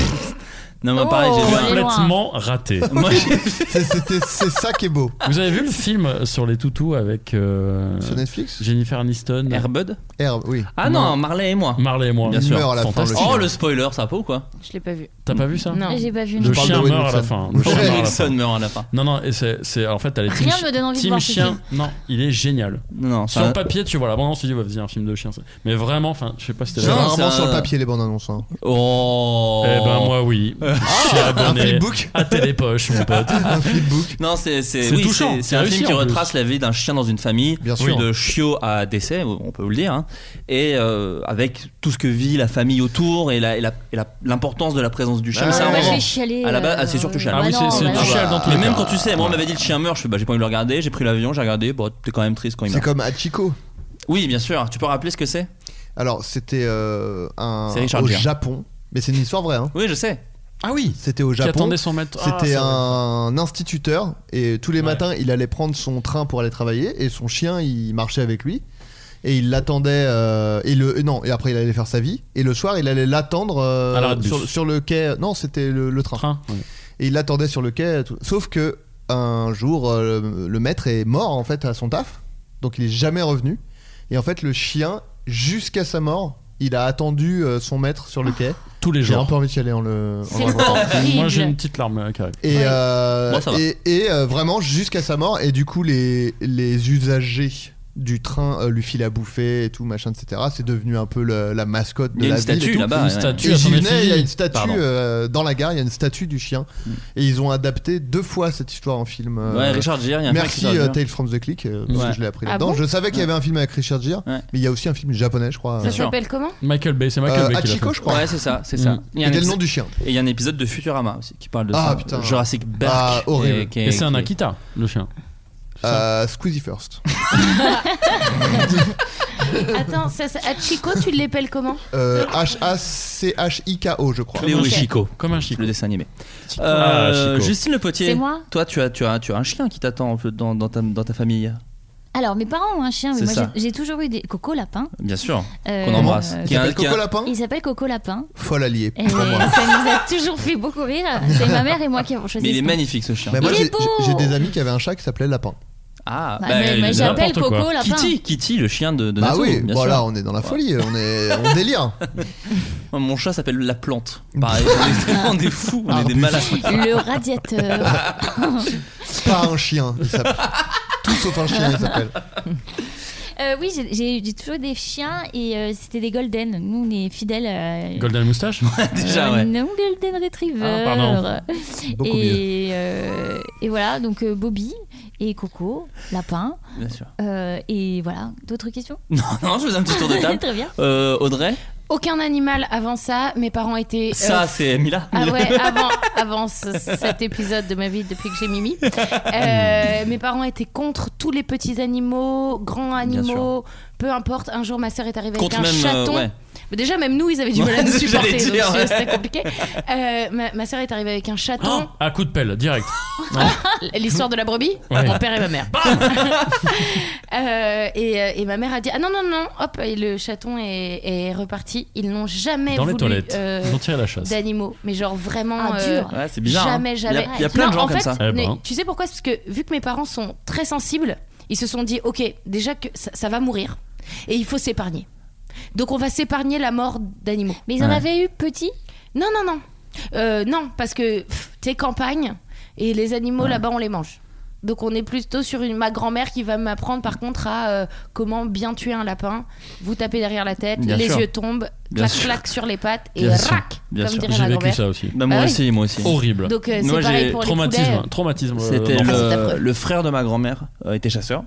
C: Non, mais
E: Oh,
C: pareil, j'ai
E: c'est
C: vu un-
E: complètement raté.
C: Moi,
I: C'est- c'était- C'est ça qui est beau.
E: Vous avez vu le film sur les toutous avec. euh,
I: Sur Netflix
E: Jennifer Aniston.
C: Airbud
I: Herbe, oui.
C: Ah non, Marley et moi.
E: Marley et moi.
C: Bien
I: Il
C: sûr.
I: meurt à la fin,
E: fantastique.
C: Oh, le spoiler, ça a pas ou quoi
D: Je l'ai pas vu.
E: T'as pas vu ça
D: Non.
J: J'ai pas vu.
E: Le
J: Non.
I: Je parle
E: chien
I: de Owen
E: meurt à la
I: Wilson.
E: fin.
I: Le
E: Le chien meurt à la
C: Wilson
E: fin.
C: meurt à la fin.
E: Non, non, et c'est, c'est- en fait, t'as les team,
J: Rien me donne envie de
E: team
J: voir ce
E: chien.
J: film.
E: Non, il est génial.
C: Non,
E: Sur
C: ça.
E: le papier, tu vois, là, bon, on se dit, ouais, vas-y, un film de chien. c'est- Mais vraiment, enfin, je sais pas si t'es
C: Non,
I: J'avais
C: c'est
I: rarement
C: un-
I: sur le papier les bandes annonces. hein.
C: Oh.
E: Eh ben, moi, oui. Je suis
I: Ah, Un
E: abonné
I: flipbook
E: à Télépoche, mon pote.
I: Un flipbook
C: Non, c'est c'est
E: C'est
C: oui, c'est-
E: touchant, c'est
C: c'est un
E: réussi,
C: film qui
E: en plus.
C: retrace la vie d'un chien dans une famille,
I: Bien sûr.
C: de chiot à décès, on peut vous le dire, hein. et euh, avec tout ce que vit la famille autour et la- et la- et la- l'importance de la présence du chien.
I: Ah,
C: c'est un
I: ouais,
J: Moi, je
C: moment.
J: vais chialer.
C: À la base,
J: euh,
C: ah, c'est surtout chialer.
E: Ah oui,
J: bah
E: c'est-
J: non,
E: c'est
J: bah
E: du
J: non.
E: chial dans tous
C: Mais
E: les
C: même
E: cas.
C: quand tu sais, moi on m'avait dit le chien meurt, je fais bah j'ai pas envie de le regarder, j'ai pris l'avion, j'ai regardé, bon t'es quand même triste quand il
I: C'est
C: meurt.
I: comme Hachiko.
C: Oui bien sûr, tu peux rappeler ce que c'est
I: Alors, c'était euh, un.
C: C'est Richard
I: Au
C: Gere.
I: Japon. Mais c'est une histoire vraie. Hein.
C: Oui je sais.
E: Ah oui
I: C'était au
E: Qui
I: Japon.
E: attendait son maître. Ah,
I: C'était
E: ça, ouais.
I: un instituteur et tous les
E: Ouais.
I: matins il allait prendre son train pour aller travailler et son chien il marchait avec lui et il l'attendait euh, et le non et après il allait faire sa vie et le soir il allait l'attendre euh,
E: À l'arrêt de bus.
I: sur, sur le quai non c'était le, le train.
E: Train, ouais.
I: et il l'attendait sur le quai tout- sauf que un jour euh, le, le maître est mort en fait à son taf donc il est jamais revenu et en fait le chien jusqu'à sa mort il a attendu euh, son maître sur le quai
E: Tous Ah, les
I: j'ai un
E: jours.
I: peu envie de chialer en le en
J: C'est
I: le racontant.
E: Moi,
J: horrible.
E: j'ai une petite larme euh, qui arrive.
I: Et, euh,
C: Moi, ça va.
I: et, et, euh, vraiment jusqu'à sa mort. Et du coup, les, les usagers du train euh, lui filent à bouffer et tout, machin, etc. C'est devenu un peu le- la mascotte de
C: Il y a une
I: la ville. et
C: statue
I: tout.
C: là-bas.
E: Une
C: Ah bah, ouais.
E: statue.
I: Et j'y
E: Son
I: venais, il y a
E: effigie.
I: une statue
C: Pardon. Mm.
I: euh, dans la gare, il y a une statue du chien. Et ils ont adapté deux fois cette histoire en film. euh,
C: Ouais Richard Gere, il y a un film qui
I: Merci
C: s'appelle
I: euh,
C: Richard Gere.
I: Tales from the Click, euh, parce
C: Ouais.
I: que je l'ai appris
D: Ah
I: là-dedans.
D: bon
I: je savais qu'il y avait un film avec Richard Gere,
C: Ouais.
I: mais il y a aussi un film japonais, je crois.
D: Ça
C: Bien sûr.
D: s'appelle comment
E: Michael Bay, c'est Michael
I: Euh,
E: Bay qui l'a
I: Hachiko,
E: fait.
I: je crois.
C: Ouais c'est ça, c'est ça.
E: Mm.
C: Il y a un
I: Quel est le
C: ex-
I: nom du chien
C: Et il y a un épisode de Futurama aussi qui parle de
I: Ah,
C: ça.
I: putain.
C: Jurassic Park.
I: Ah, horrible.
C: qui est-
E: Et c'est un
C: qui est-
E: Akita, le chien.
I: Euh, Squeezie First.
D: Attends, ça, ça- Hachiko, tu l'appelles comment
I: Euh, H-A-C-H-I-K-O, je crois.
C: Cléo et
E: Comme un chien.
C: Chico.
E: Comme un chico.
C: Le dessin animé.
E: Ah,
C: Euh,
E: Chico.
C: Justine Le Potier.
J: C'est moi
C: Toi, tu as, tu, as, tu as un chien qui t'attend un peu dans, dans ta, dans ta famille.
J: Alors, mes parents ont un chien, mais
C: C'est
J: moi,
C: ça.
J: j'ai- j'ai toujours eu des Coco Lapin.
C: Bien sûr.
J: euh,
C: Qu'on embrasse.
J: euh,
C: Qui
I: Il
C: est un-
I: s'appelle
C: qui est un-
I: Coco Lapin
J: Il s'appelle Coco Lapin.
I: Folle alliée.
J: Et
I: pour moi.
J: ça nous a toujours fait beaucoup rire. C'est ma mère et moi qui avons choisi.
C: Mais il est
J: ce nom.
C: magnifique ce chien.
I: Mais Bah, moi,
J: Il est
I: j'ai-
J: beau.
I: j'ai j'ai des amis qui avaient un chat qui s'appelait Lapin.
C: Ah,
J: Bah,
C: bah,
J: mais- mais
C: il-
J: j'appelle
E: n'importe
J: Coco
E: quoi.
J: Lapin.
C: Kitty, Kitty, le chien de, de
I: bah
C: Natsu,
I: oui,
C: bien
I: bon
C: sûr.
I: là on est dans la folie, on est on délire.
C: Moi, Mon chat s'appelle La Plante. Pareil, on est, on est fous,
I: Ah,
C: on est des malades.
J: Le radiateur.
I: Pas un chien, il s'appelle. Tout sauf un chien, il s'appelle.
J: Euh, oui, j'ai- j'ai j'ai toujours des chiens et euh, c'était des golden. Nous, on est fidèles. euh,
E: Golden Moustache
C: Déjà,
J: euh,
C: ouais.
J: Non, golden retriever.
E: Ah, pardon.
I: Beaucoup mieux.
J: et, euh, et voilà, donc euh, Bobby et Coco, Lapin.
C: Bien sûr.
J: euh, et voilà, d'autres questions
C: Non, non, je faisais un petit tour de table.
J: Très bien.
C: Euh, Audrey
D: aucun animal avant ça. Mes parents étaient.
C: Ça,
D: euh,
C: c'est Mila.
D: Ah
C: Mila.
D: ouais, avant, avant ce- cet épisode de ma vie depuis que j'ai Mimi. Euh, mes parents étaient contre tous les petits animaux, grands
C: Bien
D: animaux, peu importe. Un jour, ma sœur est arrivée
C: Contre
D: avec un
C: même, euh,
D: chaton.
C: ouais.
D: Mais déjà, même nous, ils avaient du mal à nous
C: Ouais, j'allais
D: supporter. donc
C: dire, ouais.
D: C'était compliqué. Euh, ma, ma sœur est arrivée avec un chaton.
E: À Ah, coup de pelle, direct.
D: L'histoire de la brebis
E: Ouais.
D: Mon père et ma mère. Euh, et, euh, et ma mère a dit Ah non, non, non, hop, et le chaton est, est reparti. Ils n'ont jamais
E: Dans les
D: voulu
E: toilettes.
D: euh,
E: Ils ont tiré la chasse.
D: d'animaux. Mais genre vraiment.
J: Ah,
D: euh,
J: dur.
C: Ouais, c'est bizarre, hein.
D: Jamais,
C: Il y a-
D: jamais.
C: il y a plein de
D: Non,
C: gens
D: en
C: comme
D: fait, euh,
C: ça. Eh
D: mais
C: ben.
D: Tu sais pourquoi C'est parce que vu que mes parents sont très sensibles, ils se sont dit Ok, déjà que ça, ça va mourir et il faut s'épargner. Donc on va s'épargner la mort d'animaux.
J: Mais ils en Ouais. avaient eu petit
D: Non, non, non. Euh, non, parce que pff, t'es campagne et les animaux là-bas on les mange. Donc on est plutôt sur une ma grand-mère qui va m'apprendre par contre à euh, comment bien tuer un lapin. Vous tapez derrière la tête,
C: Bien
D: les
C: sûr.
D: yeux tombent,
C: Bien
D: clac
C: sûr.
D: clac sur les pattes et
C: Bien sûr.
D: rac.
C: Bien
D: comme
C: sûr.
D: dirait
C: J'ai
D: ma
C: vécu
D: grand-mère.
C: ça aussi. Bah, moi
D: Ah oui.
C: aussi, moi aussi.
E: Horrible.
D: Donc, euh, c'est pareil pour les
C: traumatisme,
D: poulets.
E: traumatisme, euh,
C: C'était
E: d'enfance. Ah, c'est
C: le,
E: affreux.
C: le frère de ma grand-mère euh, était chasseur.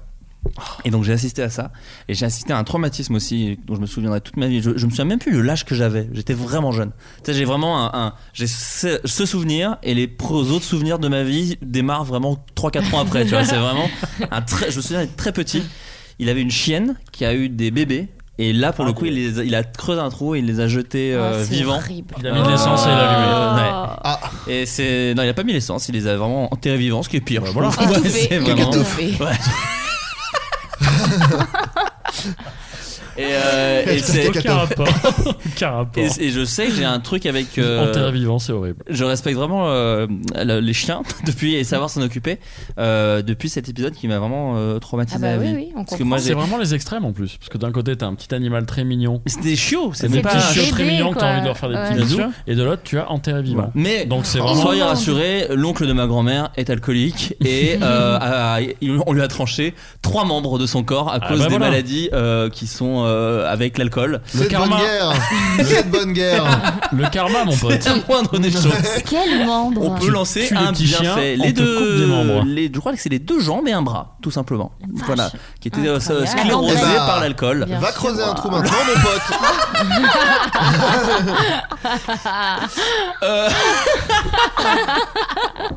C: Et donc j'ai assisté à ça. Et j'ai assisté à un traumatisme aussi dont je me souviendrai toute ma vie. Je, je me souviens même plus de l'âge que j'avais. J'étais vraiment jeune. Tu sais, j'ai vraiment un, un- j'ai ce, ce souvenir et les pro- autres souvenirs de ma vie démarrent vraiment 3-4 ans après. tu vois, c'est vraiment un très. Je me souviens d'être très petit. Il avait une chienne qui a eu des bébés. Et là, pour le coup, il, les a, il a creusé un trou et il les a jetés euh,
E: Ah, c'est
C: vivants.
E: horrible. Il a mis de l'essence et il a allumé.
C: Ouais.
D: Ah.
E: Ah.
C: Et c'est non, il a pas mis l'essence, il les a vraiment enterrés vivants, ce qui est pire. je
E: voilà.
D: Ah,
C: trouve. c'est
E: Étouffé, quelqu'un
C: vraiment-
E: étouffé.
C: Ouais. Et, euh, et c'est-
E: Aucun rapport. Aucun rapport.
C: Et, et je sais que j'ai un truc avec. euh,
E: Enterré vivant, c'est horrible.
C: Je respecte vraiment euh, le- les chiens depuis et savoir s'en occuper euh, depuis cet épisode qui m'a vraiment euh, traumatisé
D: Ah bah
C: la
D: oui,
C: vie.
D: oui, on
C: Parce que moi,
E: c'est
C: j'ai-
E: vraiment les extrêmes en plus. Parce que d'un côté, t'as un petit animal très mignon.
C: C'est des chiots,
E: c'est
C: c'est
E: des
C: même
E: petits
C: pas un
E: chiots très
C: bébé,
E: mignons que t'as
C: quoi.
E: envie de leur faire des
C: Ouais.
E: petits
C: Bien
E: bisous.
C: sûr.
E: Et de l'autre, tu as enterré vivant.
C: Mais
E: donc c'est
C: on
E: vraiment.
C: soyez rassurés, l'oncle de ma grand-mère est alcoolique et euh, a- il- on lui a tranché trois membres de son corps à
E: Ah
C: cause
E: bah
C: des
E: voilà.
C: maladies euh, qui sont euh, avec l'alcool.
I: C'est de bonne guerre. C'est de bonne guerre.
E: Le karma, mon pote.
C: C'est la moindre des choses.
J: Quel membre
C: On peut
E: Tu
C: lancer
E: tues les
C: un
E: petits chiens,
C: bienfait.
E: on
C: Les
E: te coupe des membres.
C: deux, les, je crois que c'est les deux jambes et un bras, tout simplement. Voilà, qui étaient euh,
I: Incroyable.
C: sclérosés
I: Eh bah,
C: par l'alcool.
I: Bien va sûr. creuser un trou maintenant, mon
C: Euh,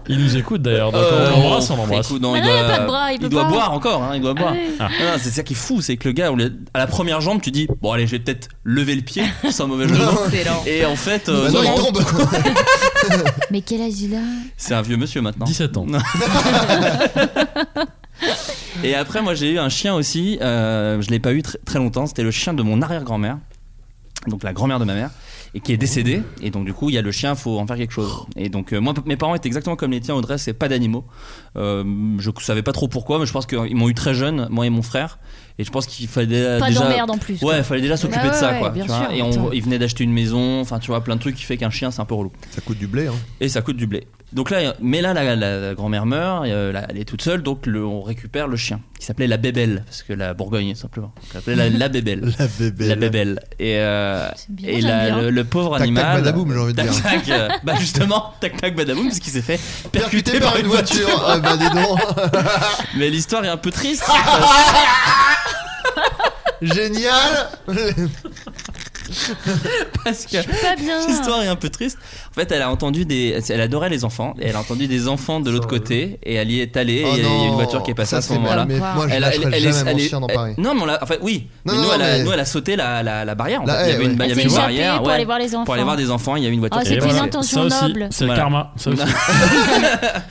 E: Il nous écoute d'ailleurs. Donc
C: Euh,
E: on l'embrasse, on
C: on-
E: l'embrasse.
C: écoute, non, il
J: Mais non, il a
C: doit-
J: pas de bras, il peut
C: doit
J: pas.
C: boire encore, hein, il doit boire.
J: oui.
C: Ah. Non, non, c'est ça qui est fou, c'est que le gars, on lui a- à la première jambe, tu dis bon allez, je vais peut-être lever le pied, sans mauvais jeu de mots.
I: Excellent.
C: Et en fait, euh,
I: Bah non,
C: non,
I: il
C: non,
I: tombe.
J: Mais quel âge il a
C: c'est un vieux monsieur maintenant.
E: 17 ans.
C: Et après, moi, j'ai eu un chien aussi. euh, je l'ai pas eu tr- très longtemps. C'était le chien de mon arrière-grand-mère, donc la grand-mère de ma mère, et qui est décédée. Et donc, du coup, il y a le chien, faut en faire quelque chose. Et donc, euh, moi, p- mes parents étaient exactement comme les tiens, Audrey, c'est pas d'animaux. Euh, je savais pas trop pourquoi, mais je pense qu'ils m'ont eu très jeune, moi et mon frère. Et je pense qu'il fallait
J: Pas
C: déjà.
J: d'emmerde en plus, quoi.
C: Ouais, il fallait déjà s'occuper
J: Ah
C: de
J: ouais,
C: ça,
J: ouais,
C: quoi.
J: bien
C: tu vois.
J: sûr,
C: et on-
J: attends.
C: ils venaient d'acheter une maison, enfin, tu vois, plein de trucs qui fait qu'un chien, c'est un peu relou.
I: Ça coûte du blé. Hein.
C: Et ça coûte du blé. Donc là, mais là, la, la- la grand-mère meurt, et, euh, là, elle est toute seule, donc le- on récupère le chien, qui s'appelait la bébelle, parce que la Bourgogne, simplement. On l'appelait la, la bébelle.
I: La bébelle.
C: La bébelle. Et, euh,
I: bien,
C: et
I: j'aime
C: la-
I: bien.
C: le, le pauvre
I: Tac, tac,
C: animal.
I: badaboum, j'ai envie de
C: Tac,
I: dire.
C: tac, euh, bah justement, tac tac badaboum, parce qu'il s'est fait percuter,
I: Percuté par une voiture. Ah bah dis donc.
C: Mais l'histoire est un peu triste.
I: Génial.
C: parce que
J: pas bien.
C: l'histoire est un peu triste. En fait, elle a entendu des, elle adorait les enfants, et elle a entendu des enfants de l'autre côté, et elle y est allée,
I: euh, Oh
C: et il y a eu une
I: non,
C: voiture qui est passée
I: ça,
C: à ce
I: c'est
C: moment-là.
I: mal, mais moi, Ah, je
C: Elle a-
I: lâcherai
C: elle- elle
I: jamais
C: est-
I: mon
C: elle est-
I: chien dans
C: elle-
I: Paris.
C: Non, mais on l'a- enfin oui. mais
I: Non, non,
C: nous,
I: non,
C: elle, a,
I: mais-
C: nous, elle a sauté la, la, la barrière. en
I: Là,
C: fait. il y
I: eh,
C: avait une,
I: ouais.
C: il y
J: Elle
C: avait
J: s'est
C: une
J: échappée
C: barrière
J: pour
C: ouais.
J: aller voir les enfants.
C: Pour aller voir des enfants, il y avait une voiture.
D: Ah,
J: Oh,
C: qui
J: c'était
C: est passée.
J: une intention
E: Ça aussi,
J: noble.
E: c'est le karma. Ça aussi.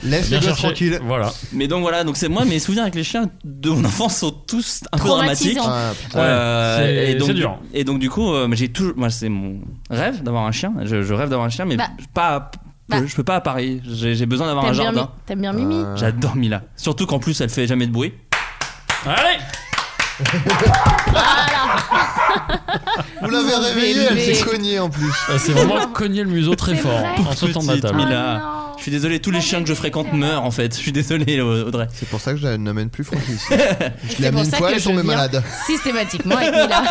I: Laisse les
E: Bien
I: gosses
E: cherché.
I: tranquilles.
E: Voilà.
C: Mais donc voilà, donc c'est moi mes souvenirs avec les chiens de mon enfance sont tous un peu
J: Traumatisants.
C: dramatiques. Euh,
I: Ah, putain.
E: Ouais, c'est-
C: et donc
E: c'est dur.
C: et donc du coup, euh, j'ai toujours moi c'est mon rêve d'avoir un chien. Je, je rêve d'avoir un chien mais
D: Bah.
C: pas à-
J: Bah.
C: je peux pas à Paris. J'ai j'ai besoin d'avoir un
D: T'aimes bien,
C: jardin.
D: Mi- t'aimes bien Mimi
I: Euh.
C: J'adore Mila. Surtout qu'en plus elle fait jamais de bruit.
E: Allez
I: Vous l'avez réveillée, elle s'est cognée en plus.
E: Ah, C'est vraiment cogner le museau très fort en sautant de la
C: Petite
E: table.
J: Oh
C: Mila. je suis désolé,
J: Ah,
C: tous les chiens que je fréquente meurent en fait. Je suis désolé Audrey.
I: C'est pour ça que je la n'amène plus Francky ici.
D: Et
I: Je l'ai
D: c'est pour
I: amenée une
D: ça
I: fois,
D: que
I: elle est
D: je
I: tombée
D: viens
I: malade.
D: Systématiquement avec Mila.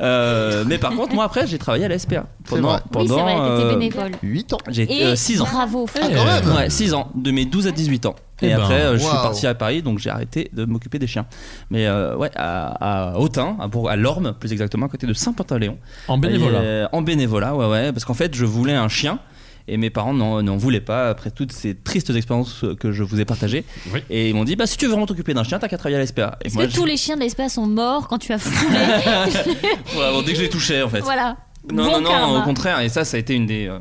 C: Euh, mais par contre, moi après, j'ai travaillé à la SPA pendant
I: vrai.
J: Oui, c'est
C: pendant
J: vrai, t'étais
C: euh,
J: bénévole.
I: 8 ans.
C: J'ai
J: Et
C: 6 ans.
J: bravo.
I: Ah, quand même.
C: Ouais, 6 ans, de mes 12 à 18 ans. Et,
E: Eh ben,
C: après, euh, je suis
E: waouh.
C: parti à Paris, donc j'ai arrêté de m'occuper des chiens. Mais euh, ouais, à, à Autun, à, Bourg- à Lorme, plus exactement, à côté de Saint-Pantaléon.
E: En bénévolat.
C: Et, euh, en bénévolat, ouais, ouais. Parce qu'en fait, je voulais un chien. Et mes parents n'en n'en voulaient pas après toutes ces tristes expériences que je vous ai partagées. Et ils m'ont dit bah si tu veux vraiment t'occuper d'un chien, t'as qu'à travailler à la SPA. Et
J: Est-ce
C: moi,
J: que
C: je-
J: tous les chiens de l'espace sont morts quand tu as foulé
C: Ouais, bon, dès que je les touchais en fait.
J: Voilà.
C: Non,
J: Bon
C: non, non,
J: karma.
C: au contraire. Et ça, ça a été une des. euh,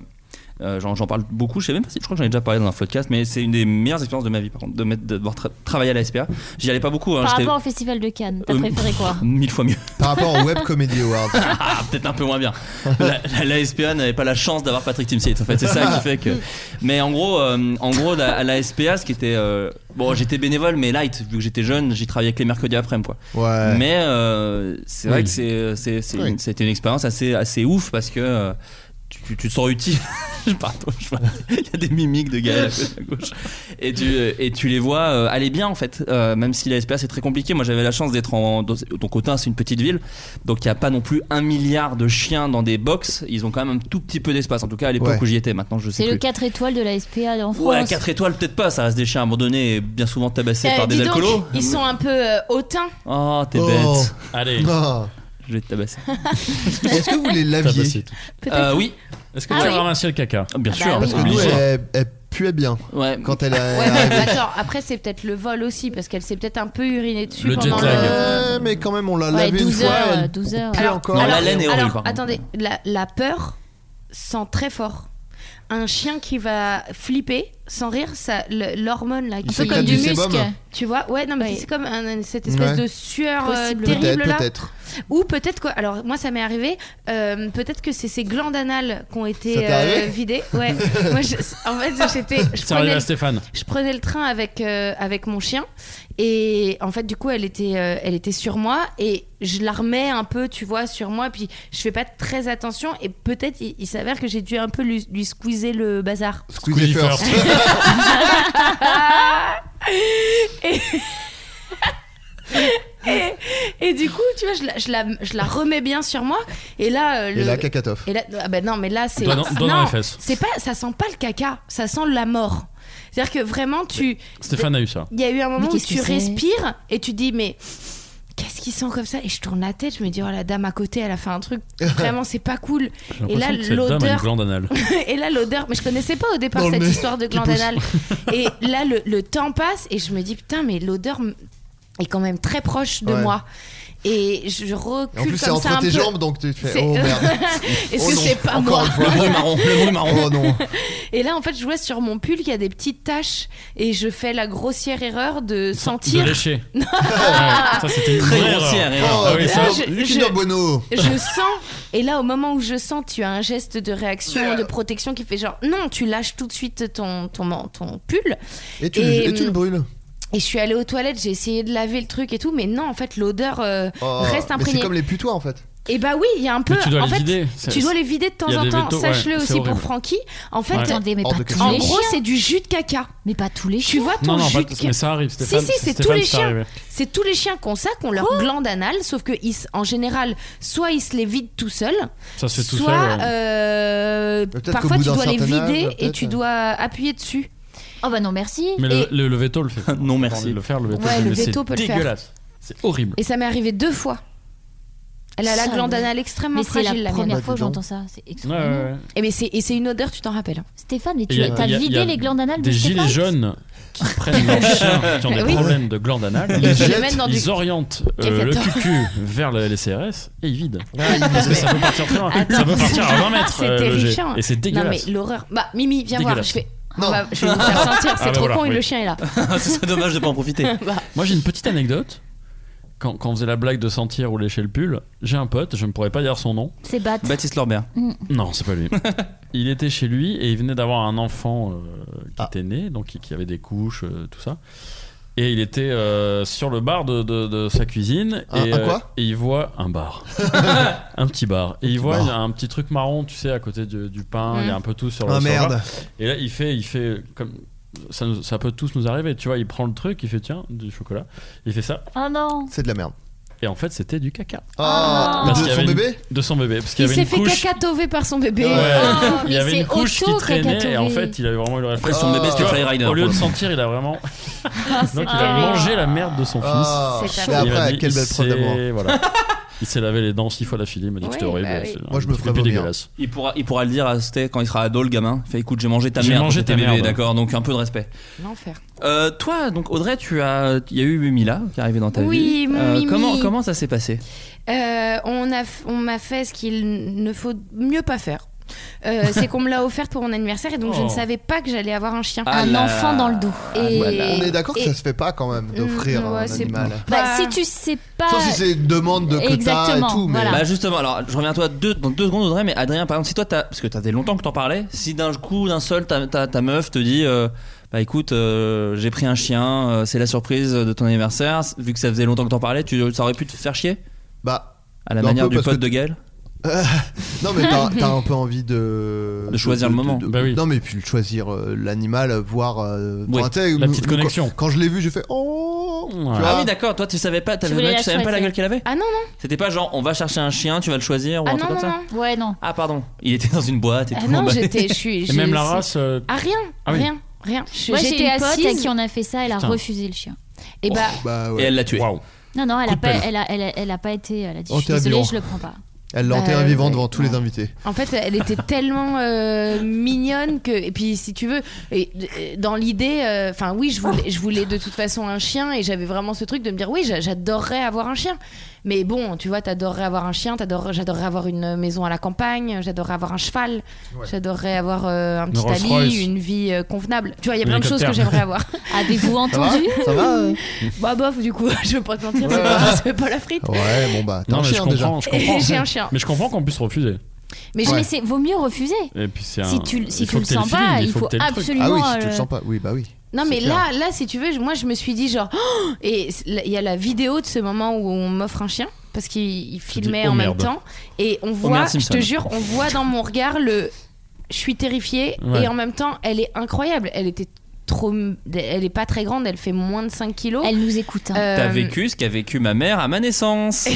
C: euh, J'en j'en parle beaucoup, je sais même pas si je crois que j'en ai déjà parlé dans un podcast, mais c'est une des meilleures expériences de ma vie par contre, de, mettre- de devoir tra- travailler à la SPA. J'y allais pas beaucoup, hein,
J: Par
C: j'étais
J: rapport au festival de Cannes, t'as
C: Euh,
J: préféré quoi
C: mille fois mieux.
I: Par rapport au Web Comedy Awards.
C: Ah, peut-être un peu moins bien. La, la- la SPA n'avait pas la chance d'avoir Patrick Timsit. En fait, c'est ça qui fait que. Mais en gros, euh, en gros, la- à la SPA, ce qui était euh, bon, j'étais bénévole, mais light vu que j'étais jeune, j'y travaillais que les mercredis après-midi, quoi.
I: Ouais.
C: Mais euh, c'est vrai
I: Oui.
C: que c'est, c'est, c'est
I: Oui.
C: une- c'était une expérience assez, assez ouf parce que. euh, tu, tu- tu te sens utile. Pardon, je vois- il y a des mimiques de Gaël à gauche. à gauche. Et tu, et tu les vois euh, aller bien en fait, euh, même si la SPA c'est très compliqué. Moi j'avais la chance d'être en. dans- Donc Autun c'est une petite ville, donc il n'y a pas non plus un milliard de chiens dans des box. Ils ont quand même un tout petit peu d'espace, en tout cas à l'époque
J: Ouais.
C: où j'y étais. Maintenant je sais
J: C'est le
C: plus.
J: 4 étoiles de la SPA en France.
C: Ouais, 4 étoiles peut-être pas, ça reste des chiens abandonnés et bien souvent tabassés par des alcoolos.
D: Euh, ils sont un peu euh, hautains.
C: Oh, t'es
I: Oh.
C: bête.
E: Allez.
C: Je vais te tabasser.
I: Est-ce que vous les laviez
C: Euh, oui.
E: Est-ce
I: que Ah tu as oui.
E: ramassé le caca
C: Bien
I: Bah
C: sûr.
I: Parce que nous,
C: Obligé.
I: elle, elle puait bien. Quand elle a.
D: Ouais, mais attends, après c'est peut-être le vol aussi parce qu'elle s'est peut-être un peu urinée dessus
I: Le
D: pendant
I: jet lag. Ouais, mais quand même, on l'a lavé une
D: 12
I: fois,
D: euh, Heures,
I: elle
D: euh, 12 heures.
I: pue encore. Non, la laine est horrible, par contre.
D: attendez, la, la peur sent très fort. Un chien qui va flipper, sans rire, ça le- l'hormone là, qui
I: C'est comme du du sébum. musc.
D: Tu vois Ouais, non mais c'est comme un- cette espèce
I: Ouais.
D: de sueur euh,
I: Possible.
D: terrible
I: Peut-être,
D: là.
I: peut-être.
D: Ou peut-être quoi Alors moi ça m'est arrivé. euh, peut-être que c'est ces glandes anales qui ont
E: Ça
D: été
E: t'est
D: euh,
E: arrivé
D: vidées. Ouais. moi, je- en fait j'étais. je
E: C'est arrivé
D: prenais-
E: à Stéphane.
D: je prenais le train avec, euh, avec mon chien et en fait du coup elle était, euh, elle était sur moi et je la remets un peu tu vois sur moi puis je fais pas très attention et peut-être il, il s'avère que j'ai dû un peu lui, lui squeezer le bazar.
I: Squeezie first.
D: Ah et... Et, et du coup, tu vois, je la, je, la, je la remets bien sur moi. Et là, euh,
I: Et
D: le-
I: la cacatof.
D: et là, ah bah non, mais là, c'est.
I: Doigt dans- doigt dans
D: non,
I: les fesses.
D: C'est pas, ça sent pas le caca, ça sent la mort. C'est-à-dire que vraiment, tu.
E: Stéphane a eu ça.
D: Il y a eu un moment
E: Mais
D: où
E: qu'est-ce
D: tu
E: que c'est
D: respires et tu dis, mais qu'est-ce qui sent comme ça Et je tourne la tête, je me dis, oh la dame à côté, elle a fait un truc, vraiment, c'est pas cool.
E: J'ai
D: Et là,
E: l'impression que cette dame a une
D: l'odeur.
E: glande anale.
D: et là, l'odeur. Mais je connaissais pas au départ
E: Dans le
D: cette
E: nez
D: histoire de
E: qui
D: glande
E: pousse.
D: anale. Et là, le, le temps passe et je me dis, putain, mais l'odeur m- est quand même très proche de
I: Ouais.
D: moi. Et je recule
I: Et en plus, c'est
D: comme ça
I: entre
D: un
I: tes
D: peu.
I: jambes, donc tu te fais.
D: C'est-
I: Oh merde.
D: Est-ce
I: Oh
D: que
I: non,
D: c'est pas
I: encore
D: moi
I: une fois.
C: le bruit marron.
I: Oh non.
D: Et là, en fait, je vois sur mon pull qu'il y a des petites taches et je fais la grossière erreur de sentir.
E: De lécher. Ouais, ça, c'était une
C: Très
E: vraie
C: grossière
E: erreur.
C: erreur.
E: Ah oui, ça.
D: Ah, je-
I: Kinder
D: je-
I: Bueno.
D: Je sens, et là au moment où je sens, tu as un geste de réaction, de protection qui fait genre non, tu lâches tout de suite ton, ton, ton pull. hum,
I: Et tu, et tu le brûles.
D: Et je suis allée aux toilettes, j'ai essayé de laver le truc et tout, mais non, en fait, l'odeur euh,
I: Oh,
D: reste
I: mais c'est
D: imprégnée.
I: comme les putois en fait.
D: Et bah oui, il y a un peu.
I: Mais tu dois
D: en
I: les
D: fait,
I: vider,
D: Tu
I: c'est-
D: dois les vider de temps
I: il y a
D: en
I: des
D: temps.
I: vétos,
D: Sache-le
I: ouais,
D: aussi
I: c'est horrible.
D: pour Francky. En fait,
E: Ouais. Attendez, mais Hors pas de tous question.
D: en
E: les
D: gros,
E: chiens.
D: c'est du jus de caca.
J: Mais pas tous les
D: chiens. Tu vois ton
E: Non, non,
D: jus
E: pas
D: de
E: tous,
D: caca.
E: mais ça arrive, Stéphane,
D: Si, si, c'est
E: Stéphane,
D: tous les
E: c'est
D: chiens.
E: arrivé.
D: C'est tous les chiens qui ont ça, qui ont leur glande anale, sauf que ils, s- en général, soit ils se les vident tout seuls,
E: Ça se fait tout
D: soit
E: seul, ouais.
D: euh,
E: Peut-être qu'au
D: parfois
E: bout
D: tu
E: d'un
D: dois les
E: certain âge,
D: vider et
E: peut-être.
D: tu dois appuyer dessus.
J: Oh bah non, merci.
E: Mais le, le, le veto le fait.
C: non, merci.
E: Le faire, le veto,
D: Ouais, le
E: mais
D: veto
E: c'est
D: peut le faire.
E: dégueulasse. C'est horrible.
D: Et ça m'est arrivé deux fois. Elle a la
J: Ça,
D: glande
J: mais-
D: anale extrêmement
J: mais c'est la
D: fragile.
J: première
D: mienne.
J: Bah, dis fois que donc. j'entends ça, c'est
E: extraordinaire. Ouais, ouais, ouais.
D: Et mais c'est et c'est une odeur, tu t'en rappelles.
J: Stéphane, mais
E: Et y a- y a- y a Des gilets jaunes qui prennent leurs chiens qui ont des
D: Oui.
E: problèmes de glandes anales.
D: Ils
E: Ils,
D: les
E: jettent,
D: mettent dans du-
E: ils orientent euh, le
D: Cacator.
E: cucu vers le- les CRS et ils vident.
I: ils
E: Parce que
I: vident.
E: ça peut partir très loin.
D: Attends.
E: Ça peut partir à 20 mètres.
D: C'est
E: euh, le jet.
D: terrifiant.
E: Et c'est dégueulasse.
D: Non mais l'horreur. Bah Mimi, viens voir.
E: Dégueulasse.
D: Je vais. on va- je vais vous faire sentir. C'est
E: Ah, bah
D: trop
E: voilà,
D: con. et
E: oui.
D: Le chien est là.
C: Ce serait dommage de pas en profiter.
E: Moi, j'ai une petite anecdote. Quand, quand on faisait la blague de sentir ou lécher le pull, j'ai un pote, je ne pourrais pas dire son nom.
J: C'est bête.
C: Baptiste Lorbert.
J: Mm.
E: Non, c'est pas lui. il était chez lui et il venait d'avoir un enfant euh, qui était né, donc qui, qui avait des couches, euh, tout ça. Et il était euh, sur le bar de, de- de sa cuisine.
I: Un-
E: et,
I: un
E: euh,
I: quoi
E: et il voit un bar. un petit bar. Et il voit il y a un petit truc marron, tu sais, à côté du, du pain.
I: Mm.
E: Il y a un peu tout sur le
I: Ah,
E: sur le
I: merde.
E: bar. Et là, il fait, il fait comme. Ça, nous- ça peut tous nous arriver, tu vois. Il prend le truc, il fait tiens, du chocolat. Il fait ça.
J: Oh non.
I: C'est de la merde.
E: et en fait c'était du caca.
I: Ah,
E: Parce
I: de
E: qu'il y
I: son
E: avait une-
I: bébé
E: De son bébé, parce qu'il
D: Il
E: y avait
D: s'est
E: une
D: fait
E: couche.
D: cacatover par son bébé.
E: Ouais.
D: Ah,
E: il y
D: mais
E: avait
D: c'est
E: une couche qui traînait
D: auto-cacatover.
E: et en fait il avait vraiment eu le réflexe.
C: Son bébé, c'était
E: Tu vois,
C: Fly Rider,
E: Au lieu
C: pour
E: de
C: le coup.
E: sentir, il a vraiment.
D: Ah, c'est
E: Donc il a
D: terrible.
E: mangé la merde de son
I: Ah,
E: fils.
I: c'est chaud. Et
E: il m'a
I: après,
E: dit,
I: quelle belle
E: il
I: preuve
E: s'est-
I: d'amour.
E: voilà. Il s'est lavé les dents six fois d'affilée, il m'a dit que c'était
C: Oui,
E: horrible.
C: bah oui.
E: c'est
I: Moi, je me
E: un
I: ferais
E: truc
I: vomir.
E: dégueulasse.
C: Il pourra, il pourra le dire à Sté quand il sera ado, le gamin. Il fait écoute, j'ai mangé ta
E: J'ai
C: merde.
E: mangé
C: quand
E: ta
C: t'étais bébé,
E: merde.
C: d'accord. Donc un peu de respect.
D: L'enfer.
C: Euh, toi, donc Audrey, tu as, il y a eu Mila qui est arrivée dans ta
D: Oui,
C: vie. Euh,
D: mon Mimi.
C: Comment comment ça s'est passé
D: Euh, on a f- on m'a fait ce qu'il ne faut mieux pas faire. Euh, c'est qu'on me l'a offerte pour mon anniversaire et donc je
I: Oh.
D: ne savais pas que j'allais avoir un chien.
I: Ah Un là. enfant dans le
D: dos.
C: Ah,
J: Ah.
I: On est d'accord que ça se fait pas quand même d'offrir
D: Mm, ouais,
I: un
D: c'est Ah,
I: animal.
J: Bah, si tu sais pas.
I: Sauf si c'est une demande de quota et
J: Exactement,
I: tout, mais
C: Bah justement, alors je reviens à toi deux, dans deux secondes Audrey, mais Adrien par exemple, si toi t'as, parce que t'as fait longtemps que t'en parlais, si d'un coup, d'un seul, ta, ta, ta meuf te dit, euh, bah écoute, euh, j'ai pris un chien, euh, c'est la surprise de ton anniversaire, vu que ça faisait longtemps que t'en parlais, tu, ça aurait pu te faire chier
I: Bah.
C: À la
I: un
C: manière
I: peu
C: du
I: parce
C: pote
I: que-
C: de Gaël
I: Euh, non mais t'as t'as un peu envie de
C: De choisir le moment. Bah oui.
I: Non mais puis de choisir euh, l'animal, voir euh,
C: Oui,
I: enfin, tu sais,
C: la
I: nous-
C: petite
I: nous,
C: connexion.
I: Quand, quand je l'ai vu, j'ai fait oh. Tu
C: Ah
I: vois
C: oui, d'accord, toi tu savais pas, t'avais-
I: voulais
C: tu
I: la
C: savais même pas la
I: choisir.
C: gueule qu'elle avait
D: Ah non, non.
C: C'était pas genre, on va chercher un chien, tu vas le choisir, ou
D: Ah
C: un
D: non,
C: truc comme
D: non,
C: ça
D: non. Ouais, non.
C: Ah pardon, il était dans une boîte et
D: Ah
C: tout. bah.
D: non,
C: emballé.
D: j'étais- je suis- Et j'ai- même la c'est- race, euh, Ah rien,
C: Ah oui.
D: rien, rien. Je-
J: Moi, j'ai
D: J'étais
J: une pote à
D: assise.
J: qui on a fait ça, elle a
C: Putain.
J: refusé le chien.
D: Et bah,
C: Et elle l'a tué.
J: non, non, elle a,
C: Coup de
J: pas,
C: pelle.
J: elle, a, elle, a, elle a pas été. Elle a dit Je
I: Oh,
J: suis
I: t'es
J: désolée,
I: aberrant.
J: je le prends pas.
I: Elle l'enterre
D: Bah,
I: vivant
D: ouais.
I: devant tous les invités.
D: En fait, elle était tellement euh, mignonne que. Et puis, si tu veux, et, euh, dans l'idée, euh, enfin, oui, je voulais, je voulais de toute façon un chien et j'avais vraiment ce truc de me dire, oui, j'a- j'adorerais avoir un chien. Mais bon, tu vois, t'adorerais avoir un chien, t'adorerais- j'adorerais avoir une maison à la campagne, j'adorerais avoir un cheval, j'adorerais avoir euh, un
J: Une
D: petit
J: Rolls-Royce.
D: ami, une vie euh, convenable. Tu vois, il y a
J: Un
D: plein de choses que
J: hélicoptère.
D: j'aimerais avoir.
J: Avez-vous entendu
I: Ça va euh
D: Bah, bof, du coup, je veux pas te mentir, c'est pas, c'est pas la frite.
I: Ouais, bon bah, t'as
E: Non,
I: un
E: mais je
I: chien déjà.
E: comprends, je comprends.
D: J'ai un chien.
E: Mais je comprends qu'on puisse refuser.
J: Mais,
E: Ouais.
J: c'est vaut mieux refuser.
E: Et puis c'est un.
J: Si tu- si
E: il
J: tu
E: faut
J: le
E: que t'aies
J: sens pas,
E: feeling,
J: il
E: faut,
J: faut
E: que t'aies le truc.
J: absolument, Ah oui, si tu le euh, sens
I: pas, oui, bah oui.
D: Non
I: C'est
D: mais
I: clair.
D: là, là, si tu veux, moi je me suis dit genre, Oh et c'est- là, il y a la vidéo de ce moment où on m'offre un chien parce qu'il il filmait
J: dis, oh
D: en
J: merde.
D: même temps et on
J: Oh
D: voit,
J: merde,
D: je te
J: Simpson.
D: jure, on voit dans mon regard le, je suis terrifiée
J: Ouais.
D: et en même temps elle est incroyable, elle était trop, elle est pas très grande, elle fait moins de 5 kilos. Euh,
J: Elle nous écoute. hein.
E: Euh,
C: T'as vécu ce qu'a vécu ma mère à ma naissance.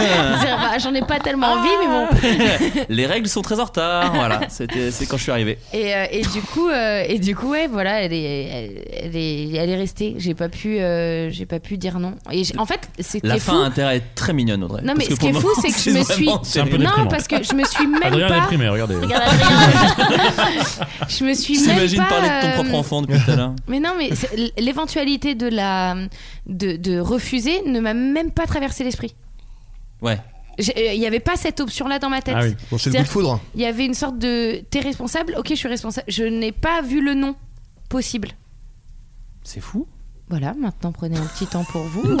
D: J'en ai pas tellement
C: Ah.
D: envie mais bon.
C: Les règles sont très en retard. Voilà, c'était- c'est quand je suis arrivé.
D: Et, euh, et du coup, euh, et du coup, ouais, voilà, elle est, elle, elle est, elle est restée. J'ai pas pu, euh, j'ai pas pu dire non. Et j'ai- en fait, c'était
C: La
D: fou.
C: fin a intérêt à être très mignonne, Audrey.
D: Non mais
C: Parce
D: ce qui
C: pour
D: est
C: le
D: fou
C: moment,
D: c'est que je me suis
C: vraiment terrible.
D: non parce que je me suis même
E: Adrien est
D: pas
E: déprimé, regardez.
D: je me suis même
C: T'imagines
D: pas
C: parler de ton
D: euh,
C: propre enfant depuis tout à l'heure.
D: mais non mais c'est- l- l'éventualité de la de, de refuser ne m'a même pas traversé l'esprit
C: Ouais.
D: J'ai- euh, il n'y avait pas cette option là dans ma tête
I: Ah oui. Bon, c'est le coup
D: C'est-à-dire
I: de foudre.
D: il y avait une sorte de t'es responsable ok je suis responsable je n'ai pas vu le nom possible
C: C'est fou.
D: voilà maintenant prenez un petit temps pour vous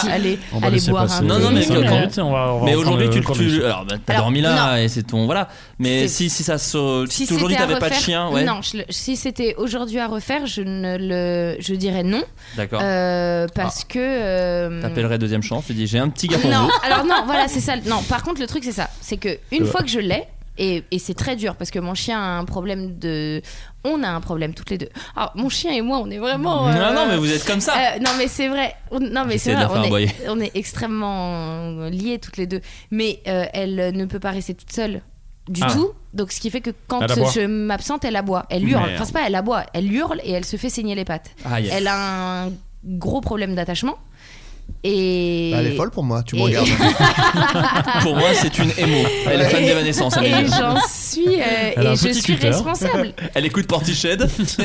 D: Euh,
C: Voilà.
D: allez
C: On va
D: allez
C: laisser
D: boire
C: passer
D: un
C: Non,
D: thé.
C: non, mais
D: Euh,
C: que- mais
E: reprendre
C: aujourd'hui,
E: le-
C: tu,
E: le cours
C: tu-
E: du-
C: alors, bah, t'as
D: Alors,
C: dormi là
D: non.
C: et c'est ton voilà. Mais si si ça se si,
D: c'était
C: aujourd'hui
D: à
C: t'avais pas de
D: refaire-
C: chien, ouais.
D: Non, je le- si c'était aujourd'hui à refaire, je ne le, je dirais non.
C: D'accord. Ah.
D: Euh, parce que. euh,
C: T'appellerais deuxième chance, tu dis j'ai un petit gars pour
D: non,
C: vous.
D: alors non, voilà, c'est ça. Non, par contre, le truc c'est ça, c'est que une
C: Euh.
D: fois que je l'ai. Et, et c'est très dur parce que mon chien a un problème de. On a un problème toutes les deux. Ah, mon chien et moi, on est vraiment.
C: Non, non, mais vous êtes comme ça.
D: Euh, non, mais c'est vrai. On- non, mais
C: J'essaie
D: c'est
C: de la
D: vrai.
C: faire
D: On
C: aboyer.
D: est, on est extrêmement liés toutes les deux. Mais euh, elle ne peut pas rester toute seule du
C: Ah.
D: tout. Donc, ce qui fait que quand
C: Elle aboie.
D: je m'absente, elle aboie. Elle hurle.
C: Merde.
D: Enfin, c'est pas elle aboie. Elle hurle et elle se fait saigner les pattes.
I: Aïe.
D: Elle a un gros problème d'attachement. Et.
I: Bah, elle est folle pour moi, tu me
D: et-
I: regardes.
C: Pour moi, c'est une émo. Elle est fan
D: Et-
C: dès ma naissance. hein,
D: Et
C: Mimi.
D: j'en suis. euh,
C: Elle a un
D: et je
C: petit
D: suis
C: scooter.
D: responsable.
C: Elle écoute Portiched.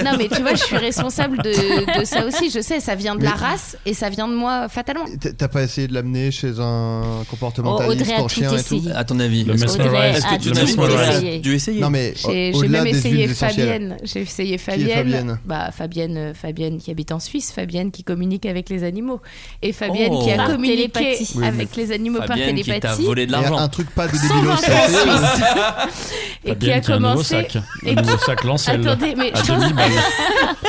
D: Non, mais tu vois, je suis responsable de, de ça aussi. Je sais, ça vient de la
I: Mais-
D: race et ça vient de moi fatalement.
I: T'as- T'as pas essayé de l'amener chez un comportementaliste
D: Oh, Audrey a
I: pour
D: tout
I: chien et tout
D: essayé.
C: À ton avis,
E: Le
C: est-ce que-
E: mesmerize,
C: est-ce que
E: a
C: Ah, tu
E: tout
C: n'as pas
E: essayé.
C: dû essayer
I: Non, mais
D: J'ai
I: au-
D: j'ai
I: au-delà
D: même
I: des
D: essayé
I: huiles essentielles.
D: Fabienne. J'ai essayé Fabienne.
I: Fabienne
D: bah Fabienne, euh, Fabienne qui habite en Suisse, Fabienne qui communique avec les animaux et Fabienne
C: Oh.
D: qui a
C: Par
D: communiqué
C: télépathie. Oui, mais
D: avec les animaux
C: Fabienne
D: par
C: qui t'a
D: télépathie.
C: volé de l'argent.
I: Et un truc pas de
D: Sans
I: débilos.
D: vainqueur
I: ça, c'est-
D: suisse. et qui
E: Fabienne
D: a
E: qui a un nouveau
D: commencé
E: sac.
D: et
E: Un
D: qui-
E: nouveau sac Lancel.
D: Attendez, mais
E: À
D: je pense-
E: demi balle.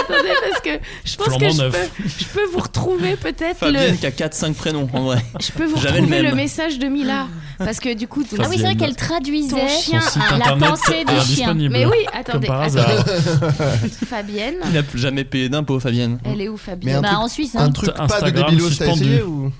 D: Attendez parce que je pense
C: Flambant
D: que je
C: neuf.
D: peux, je peux vous retrouver peut-être
C: Fabienne
D: le
C: qui a 4-5 prénoms en vrai.
D: je peux vous
C: J'avais
D: retrouver
C: le
D: le,
C: même.
D: message de Mila parce que du coup
C: Ah oui, c'est vrai Fabienne. qu'elle
J: traduisait
D: Ton chien
C: Son site
D: a la
C: internet
D: pensée
C: est
D: du chien.
C: indisponible.
D: Mais oui,
C: Comme
D: attendez.
C: par
D: attendez.
C: hasard.
D: Fabienne,
C: Il n'a plus jamais payé d'impôts, Fabienne.
D: elle est où Fabienne
C: Mais un Bah, truc- en Suisse, hein. un truc pas de
E: Instagram,
C: débilos,
I: Bob, t'as
C: suspendu.
I: essayé ou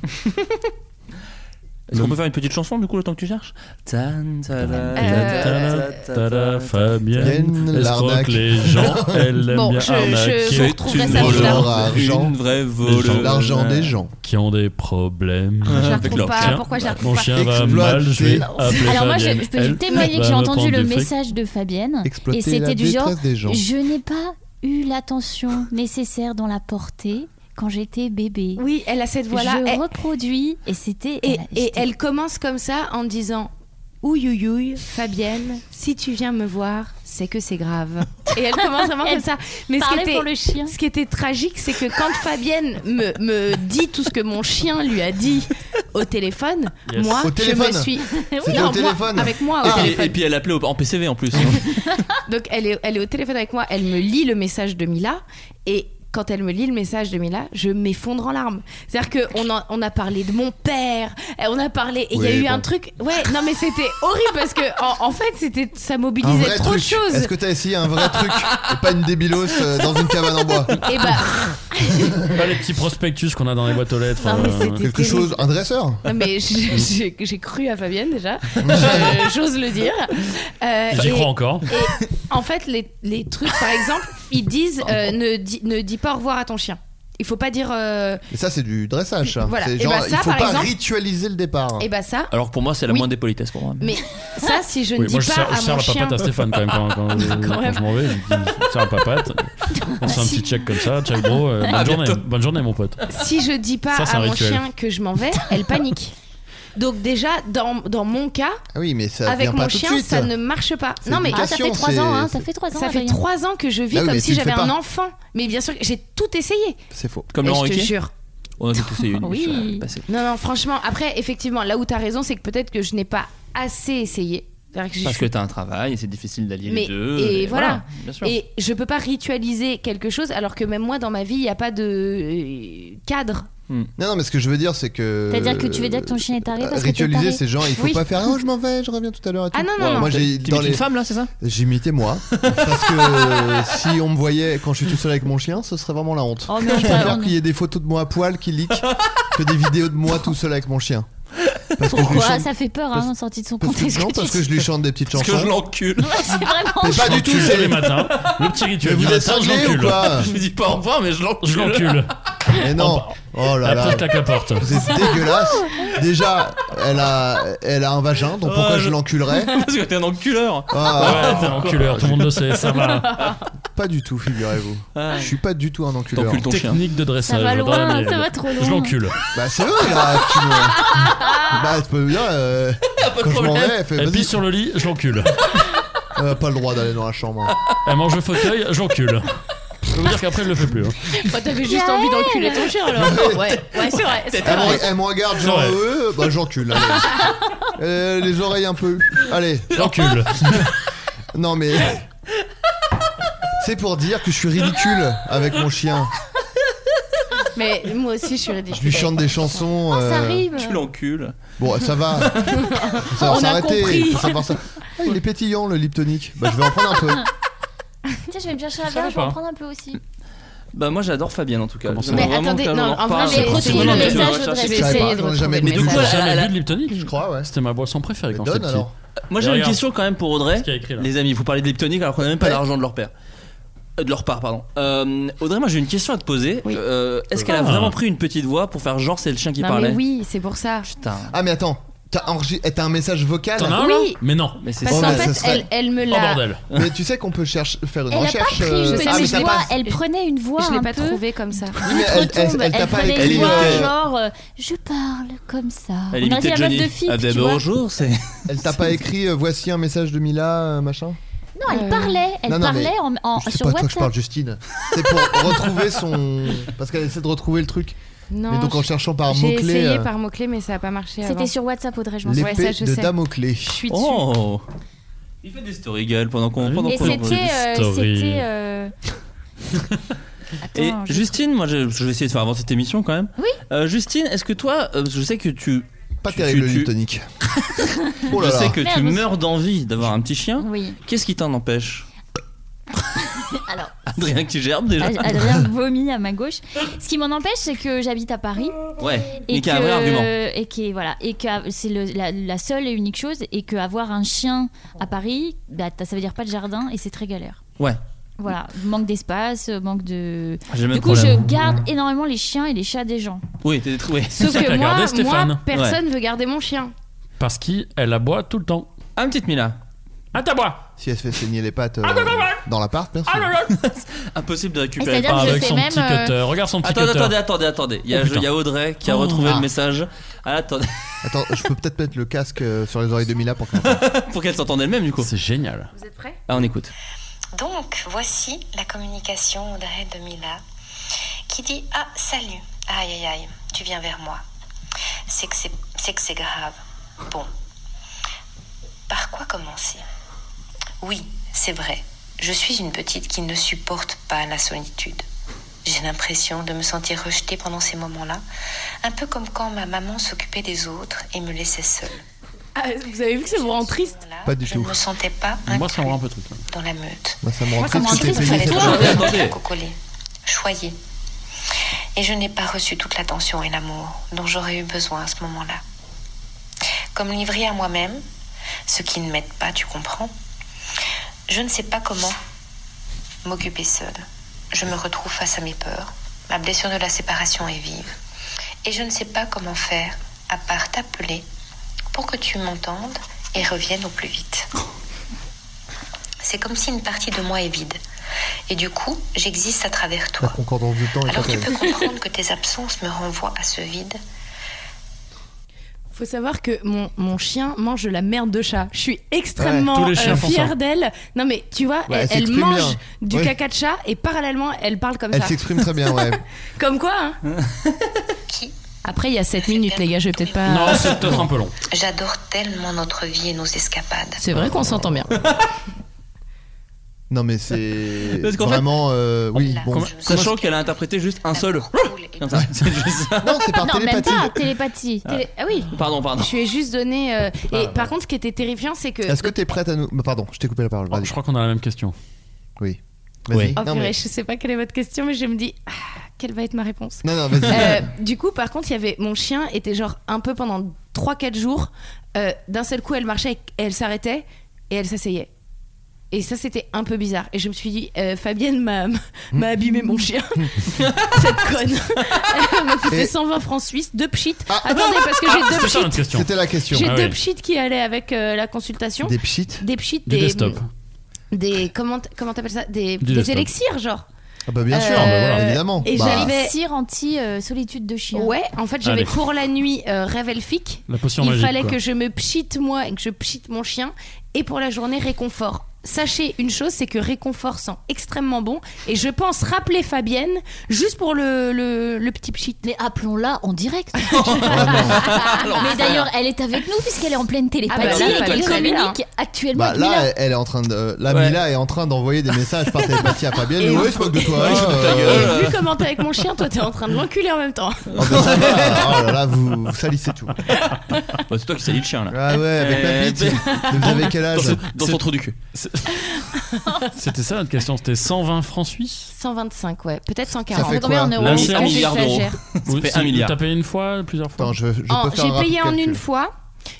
C: Est-ce qu'on peut faire une petite chanson du coup le temps que tu cherches Tan, ta, da,
E: Euh,
C: ta, da, ta, da, ta, da.
E: Fabienne
C: Fabienne
E: escroque
C: l'arnaque.
E: les gens, elle aime
C: Bon,
E: bien
C: je- je
E: arnaquer.
C: vous retrouverai ça plus tard. L'argent. Une vraie
E: Les
C: voleuse.
E: gens-
C: L'argent des gens.
E: Qui ont des problèmes.
C: Je
D: Ah.
C: la retrouve pas,
E: chien.
C: pourquoi je
J: la retrouve
E: Mon
J: pas
E: chien va
J: Exploiter.
E: mal, je vais appeler
J: Alors moi, je,
E: Fabienne.
J: je peux
E: Elle
J: témoigner que
E: va
J: j'ai
E: me
J: entendu
E: prendre
J: le
E: du fric.
J: message de Fabienne
E: Exploiter
J: et c'était
E: la
J: du genre
E: détresse des gens.
J: je n'ai pas eu l'attention nécessaire dans la portée quand j'étais bébé.
D: Oui, elle a cette voix-là.
J: Je
D: Elle-
J: reproduis et c'était
D: Et,
J: elle-
D: et
J: j'étais-
D: elle commence comme ça en disant Ouïouïouï, Fabienne, si tu viens me voir, c'est que c'est grave. Et elle commence vraiment
J: Elle
D: comme ça. Mais ce qui,
J: parlait
D: était,
J: pour le chien.
D: ce qui était tragique, c'est que quand Fabienne me, me dit tout ce que mon chien lui a dit au téléphone,
C: Yes.
D: moi,
C: Au téléphone
D: je me suis.
C: C'était
D: Oui,
C: au
D: non, moi,
C: téléphone.
D: avec moi, hein. au
C: Et puis-
D: téléphone.
C: Et puis elle appelait au- en PCV en plus. hein.
D: Donc elle est, elle est au téléphone avec moi, elle me lit le message de Mila et quand elle me lit le message de Mila, je m'effondre en larmes. C'est-à-dire qu'on a, on a parlé de mon père, et on a parlé et il y a
I: Oui,
D: eu
I: bon.
D: un truc. Ouais, non mais c'était horrible parce que en, en fait c'était ça
I: Un
D: mobilisait
I: vrai
D: trop de
I: truc.
D: choses.
I: Est-ce que t'as essayé un vrai truc et pas une débilos euh, dans une cabane en bois
D: Et bah
E: Pas les petits prospectus qu'on a dans les boîtes aux lettres.
D: Non, mais
E: euh,
D: c'était Quelque terrible. chose-
I: un dresseur
D: non, mais je- j'ai j'ai cru à Fabienne déjà, Je- j'ose le dire. Euh,
E: J'y
D: et-
E: crois encore.
D: Et en fait, les, les trucs, par exemple, ils disent euh, ne, dis, ne dis pas au revoir à ton chien. Il faut pas dire. euh,
I: Mais ça, c'est du dressage. ça.
D: Voilà.
I: C'est
D: Et
I: genre,
D: bah ça,
I: il faut
D: par
I: pas
D: exemple-
I: ritualiser le départ.
D: Eh ben ça.
C: Alors pour moi, c'est la
D: Oui.
C: moindre des politesses pour moi.
D: Mais ça, si je ne
E: Oui,
D: dis
E: moi,
D: pas
E: je sers,
D: à
E: je sers
D: mon
E: la
D: chien.
E: papate à Stéphane quand même quand, quand- quand
D: même.
E: je m'en vais. Je, dis, je sers la papate. On se fait un petit check comme ça. Ciao bro. euh,
D: À
E: bonne journée.
C: bientôt.
E: Bonne journée mon pote.
D: Si je dis pas
E: Ça, c'est
D: à
E: un
D: mon
E: rituel.
D: chien que je m'en vais, elle panique. Donc déjà, dans, dans mon cas,
I: Ah oui, mais ça
D: avec
I: vient pas
D: mon
I: tout de
D: chien,
I: suite.
D: ça ne marche pas.
I: C'est
D: Non mais
I: une Ah, ça fait éducation, trois ans, hein, c'est-
D: ça fait trois ans. Ah, Ça fait
J: Adrien.
D: trois ans que je vis
I: Ah oui,
D: comme
I: mais
D: si
I: tu le
D: j'avais
I: fais
D: un
I: pas.
D: enfant. Mais bien sûr, j'ai tout essayé.
I: C'est faux.
C: Comme
D: Et
C: Laurent
D: je te
C: Ruquier
D: jure.
C: On a tous essayé une.
D: Oui.
C: je suis passé.
D: Non, non, franchement, après, effectivement, là où t'as raison, c'est que peut-être que je n'ai pas assez essayé. C'est-à-dire que
C: Parce
D: je-
C: que t'as un travail et c'est difficile d'allier
D: mais,
C: les deux.
D: et
C: mais
D: voilà.
C: bien sûr.
D: Et je peux pas ritualiser quelque chose alors que même moi, dans ma vie, il n'y a pas de euh, cadre.
I: Non, non, mais ce que je veux dire, c'est que.
J: C'est-à-dire que tu veux dire que ton chien est taré parce que t'es
I: Ritualiser,
J: taré.
I: ces gens, il faut
J: Oui.
I: pas faire. Oh, je m'en vais, je reviens tout à l'heure. et tout.
J: Ah, non, non, non.
I: Moi, j'ai
C: T'imites
I: dans les
C: une femme là, c'est ça
I: J'imitais moi. parce que euh, si on me voyait quand je suis tout seul avec mon chien, ce serait vraiment la honte.
J: Oh, mais on
I: je
J: t'a-
I: préfère
J: on-
I: qu'il y ait des photos de moi à poil qui leak que des vidéos de moi tout seul avec mon chien. Parce que je lui
J: Pourquoi
I: chante-
J: Ça fait peur, hein, sorti de son
I: parce que-
J: contexte.
I: non,
J: tu
I: parce que
J: dis.
I: je lui chante des petites
C: Parce que
I: chansons.
C: je l'encule.
J: Ouais, c'est vraiment.
I: Mais pas du tout, c'est-
E: les matins. Le petit rituel.
I: Mais
E: du
I: vous êtes
E: matin, je
I: cinglés ou
E: l'encule.
I: quoi
C: Je lui dis pas au revoir, mais je l'encule.
E: Je l'encule.
I: Mais non. Oh là
E: La
I: là.
E: petite claque la porte.
I: Vous êtes dégueulasse. Déjà, elle a, elle a un vagin, donc pourquoi
C: Ouais,
I: je
C: je-
I: l'enculerais
C: Parce que t'es un enculeur.
I: Ah,
E: Ouais, t'es un enculeur, tout le monde le sait, ça va.
I: Pas du tout, figurez-vous.
C: Ah.
I: Je suis pas du tout un enculeur.
C: T'encules ton chien.
E: Technique de dressage.
J: Ça va
E: dans la
J: loin,
E: mienne.
J: ça va trop loin.
E: Je l'encule.
I: Bah c'est vrai là. Tu me- bah tu peux me dire. euh, quand je m'en vais, elle fait
E: Elle
I: vas-y.
E: pisse sur le lit, je l'encule.
I: euh, pas le droit d'aller dans la chambre. hein.
E: Elle mange le fauteuil, je l'encule. Je peux vous dire qu'après, elle le fait plus. hein.
D: Bah, t'avais juste envie d'enculer ton chien alors. Ouais, ouais, c'est vrai. c'est
I: Elle,
D: vrai.
I: me- elle me regarde
E: C'est
I: genre
E: vrai.
I: euh, bah j'encule. allez. Euh, les oreilles un peu. Allez.
E: J'encule.
I: Non mais. C'est pour dire que je suis ridicule avec mon chien.
D: Mais moi aussi, je suis
I: Je
D: ridicule.
I: lui chante des chansons.
J: Ah, Ça
I: euh,
J: arrive.
C: Tu l'encules.
I: Bon, ça va. Faut
D: On
I: savoir
D: a
I: s'arrêter.
D: compris.
I: faut savoir ça. Ah, il est pétillant le liptonique. Bah, je vais en prendre un peu.
J: Tiens, je vais me chercher un
E: Ça va
J: verre, je vais en
E: pas.
J: prendre un peu aussi.
C: Bah moi j'adore Fabienne en tout cas.
E: Comment ça
C: J'aimerais
D: Mais
C: vraiment
D: attendez,
C: qu'elle
D: non,
C: en
D: en vrai,
C: reparle.
D: j'ai
C: Ouais,
D: retrouvé
C: ouais,
D: le
C: ouais,
D: message,
C: ouais,
D: je voudrais
C: ouais,
I: Je savais
D: essayer de
I: pas, j'en ai
D: retrouver
I: jamais
D: le
C: Mais du
D: message.
C: coup,
E: J'ai
C: elle-
E: jamais
C: elle a-
E: bu de liptonique.
I: Je crois, ouais.
E: C'était ma boisson préférée
I: Mais
E: quand j'étais
I: donne
E: petit.
I: alors.
C: Moi
E: Et
C: j'ai une
E: regarde.
C: question quand même pour Audrey.
E: Ce qu'il y a écrit, là.
C: Les amis, vous parlez de Liptonique alors qu'on n'a même pas
I: Ouais.
C: l'argent de leur père. Euh, De leur part, pardon. Euh, Audrey, moi j'ai une question à te poser. Euh, Est-ce qu'elle a
E: Ah.
C: vraiment pris une petite voix pour faire genre c'est le chien qui
D: Non, mais
C: parlait
D: oui, c'est pour ça.
C: Putain.
I: Ah, mais attends. T'as enregist- eh, t'as un message vocal
E: T'en as un
D: Oui.
E: là Mais non.
C: Mais c'est
D: Parce
I: Oh,
D: qu'en
I: mais ça
D: fait,
I: serait-
D: elle, elle me
E: Oh
D: l'a.
E: bordel.
I: Mais tu sais qu'on peut cherche- faire une
J: Elle a pas
I: recherche.
J: pris
I: euh,
J: une
D: sais,
I: ah,
D: mais je
I: mais
J: petite
I: t'as
D: l'ai
J: voix,
I: pas-
J: elle prenait une voix.
D: Je l'ai
J: un
D: pas
J: peu.
D: trouvé comme ça.
I: Oui, mais elle- elle-
J: Elle,
I: elle t'a pas
J: prenait
I: écrit,
J: une voix
I: euh,
J: genre euh, je parle comme ça.
C: Elle
J: On a dit
C: imitait
J: la
C: Johnny.
J: meuf de Philippe,
C: Ah, ben,
J: tu vois.
C: bonjour, c'est.
I: Elle t'a pas écrit euh, voici un message de Mila, euh, machin
J: Non, elle parlait, elle
I: Non, non, mais
J: parlait en, en-
I: Je sais
J: sur
I: pas de quoi je
J: WhatsApp.
I: parle, Justine. C'est pour retrouver son. Parce qu'elle essaie de retrouver le truc.
D: Non,
I: mais donc en cherchant par
D: j'ai
I: mots-clés.
D: essayé
I: euh,
D: par mots-clés, mais ça a pas marché. avant.
J: C'était sur WhatsApp, Audrey, je m'en souviens.
I: L'épée
D: Ouais, ça, je
I: de
D: sais.
I: Damoclès.
D: Je suis dessus.
C: Oh Il fait des story girls pendant qu'on.
E: Ah Oui.
C: pendant
J: Et
C: qu'on-
J: c'était. euh,
E: Story.
J: c'était, euh,
C: Et
J: Attends, je-
C: Justine, moi je, je vais essayer de faire avancer cette émission quand même.
J: Oui.
C: Euh, Justine, est-ce que toi, euh, je sais que tu,
I: Pas
C: Tu- tu-
I: terrible le
C: tu-
I: liptonique. oh là
C: je
I: là.
C: sais que tu
J: Merde.
C: meurs d'envie d'avoir un petit chien.
J: Oui.
C: Qu'est-ce qui t'en empêche
J: Alors, Ah,
C: Adrien qui gerbe déjà.
J: Ad- Adrien vomit à ma gauche. Ce qui m'en empêche, c'est que j'habite à Paris.
I: Oh.
C: Ouais,
J: ah. Et
C: mais qui a un
J: que-
C: vrai argument.
J: Et que, voilà, et que c'est le- la, la seule et unique chose, et qu'avoir un chien à Paris, bah, t'as- ça veut dire pas de jardin, et c'est très galère.
C: Ouais.
J: Voilà, manque d'espace, euh, manque de.
C: J'ai le même
J: du coup,
C: problème.
J: je garde énormément les chiens et les chats des gens.
C: Oui, t'es oui.
D: Sauf que moi, moi, personne
C: Ouais.
D: veut garder mon chien.
E: Parce qu'elle aboie tout le temps.
C: Ah, une petite Mila.
E: Ah, t'aboies
K: Si elle se fait saigner les pattes euh,
I: Ah,
K: dans l'appart, merci.
C: Impossible de
J: Et
C: récupérer
J: c'est-à-dire
E: Ah,
D: Ah,
J: que je fais même, euh,
C: attendez, Attendez, attendez, attendez. Il y
K: Oh,
C: a,
K: putain.
C: il y a Audrey qui a
K: Oh.
C: retrouvé
K: Ah.
C: le message. Ah, attendez.
K: Attends, je peux peut-être mettre le casque euh, sur les oreilles de Mila pour qu'elle
C: Pour qu'elle s'entende elle-même, du coup.
E: C'est génial.
I: Vous êtes prêts
C: Ah, on écoute.
I: Donc, voici la communication Audrey de Mila qui dit Ah, salut, aïe aïe aïe, tu viens vers moi. C'est que c'est c'est que c'est grave. Bon, par quoi commencer Oui, c'est vrai, je suis une petite qui ne supporte pas la solitude. J'ai l'impression de me sentir rejetée pendant ces moments-là, un peu comme quand ma maman s'occupait des autres et me laissait seule.
D: Ah, vous avez vu que ça vous rend triste
K: Pas du
I: je
K: tout.
I: ne me sentais pas
E: Moi, ça me rend un peu truc. hein.
I: dans la meute.
K: Moi, ça me rend
I: Moi, ça me rend
K: triste que t'aies
I: triste,
K: payé
I: fallait
K: cette
I: toujours
K: journée.
I: me faire cocoler, choyer. Et je n'ai pas reçu toute l'attention et l'amour dont j'aurais eu besoin à ce moment-là. Comme livrée à moi-même, ce qui ne m'aide pas, tu comprends, je ne sais pas comment m'occuper seule. Je me retrouve face à mes peurs. Ma blessure de la séparation est vive. Et je ne sais pas comment faire, à part t'appeler, pour que tu m'entendes et reviennes au plus vite. C'est comme si une partie de moi est vide. Et du coup, j'existe à travers toi.
K: La concordance du temps est
I: Alors tu peux
K: fatale.
I: comprendre que tes absences me renvoient à ce vide.
D: Faut savoir que mon, mon chien mange de la merde de chat. Je suis extrêmement
E: tous les chiens
D: euh,
E: font ça.
D: fière d'elle. Non mais tu vois,
E: Ouais, elle
D: elle, elle
E: s'exprime
D: mange
E: bien.
D: du
E: Oui.
D: caca de chat et parallèlement elle parle comme
K: Elle
D: ça.
K: s'exprime très bien, ouais.
D: Comme quoi hein Après il y a 7 minutes les gars, je vais peut-être pas...
E: Non, c'est peut-être un peu long.
I: J'adore tellement notre vie et nos escapades.
D: C'est vrai qu'on s'entend bien.
K: Non, mais c'est
C: Parce qu'en fait-
K: vraiment. euh, oui, bon.
C: Comment- Sachant qu'elle a interprété juste un seul. Comme ça. C'est juste ça.
K: Non, c'est par
D: Non, même
K: télépathie.
D: pas, télépathie. Télé- Ah oui.
C: Pardon, pardon.
D: Je lui ai juste donné... euh,
K: Ah,
D: Et par contre, ce qui était terrifiant, c'est que...
K: Est-ce que t'es prête à nous. Bah, Pardon, je t'ai coupé la parole.
E: Oh, je crois qu'on a la même question.
K: Oui.
E: Oui.
K: Vas-y.
D: Oh
K: Non,
D: purée,
K: mais-
D: je sais pas quelle est votre question, mais je me dis, ah, quelle va être ma réponse
K: Non, non, vas-y.
D: Euh, du coup, par contre, il y avait mon chien était genre un peu pendant 3-4 jours. euh, D'un seul coup, elle marchait, elle s'arrêtait et elle s'asseyait. Et ça, c'était un peu bizarre. Et je me suis dit, euh, Fabienne m'a m'a abîmé mon chien. Cette conne. Elle m'a coûté
K: Et-
D: 120 francs suisses, deux pchites. Attendez, parce que
K: Ah,
D: j'ai deux
K: c'était ça,
D: pchites.
K: notre question. C'était la question.
D: J'ai
K: Ah
D: deux
K: oui.
D: pchites qui allaient avec euh, la consultation.
K: Des pchites
D: Des pchites,
K: Du
D: des.
K: desktop.
D: Des. Comment t- comment t'appelles ça Des,
K: Du
D: des
K: desktop.
D: élixirs, genre.
K: Ah, bah, bien sûr,
D: Euh,
K: bah, voilà, évidemment.
D: Et
K: Bah,
D: j'avais euh,
J: anti-solitude de chien.
D: Ouais, en fait, j'avais
E: Allez.
D: pour la nuit euh, rêve elfique.
E: La potion
D: Il
E: magique,
D: fallait
E: quoi.
D: que je me pchite moi et que je pchite mon chien. Et pour la journée, réconfort. Sachez une chose, c'est que réconfort sent extrêmement bon. Et je pense rappeler Fabienne juste pour le, le, le petit pchit.
J: Mais appelons-la en direct.
D: Ah, l'enfer.
J: Ah, Mais d'ailleurs, elle est avec nous puisqu'elle est en pleine télépathie
D: Ah bah là,
J: et qu'elle
D: elle est là.
J: communique actuellement.
K: Bah
J: avec Mila.
K: là, elle- elle est en train de. Là, Mila est en train d'envoyer des messages par télépathie à Fabienne.
D: Et-
K: Ouais, il se moque de toi.
C: Ouais, il se moque de ta
K: euh,
C: gueule.
D: Vu comment t'es avec mon chien, toi t'es en train de l'enculer en même temps.
K: Oh, bah, ça va. Oh là là, vous, vous salissez tout.
C: Bah, c'est toi qui salis le chien là.
K: Ah ouais, avec ma
C: Euh,
K: bite. Vous avez quel âge
C: Dans son- Dans son trou du cul.
E: C'était ça notre question. C'était 120 francs suisses
D: 125, ouais. Peut-être
J: Ah,
D: 140.
K: fait Combien quoi en euros
E: La
K: Est-ce
E: séance-
K: que j'exagère
E: Oui,
C: Ça fait
E: c'est-
C: un milliard.
E: T'as payé une fois, plusieurs fois
K: Attends, je, je
D: En-
K: peux faire
D: J'ai
K: un
D: payé en
K: rapide
D: une
K: calcul.
D: fois.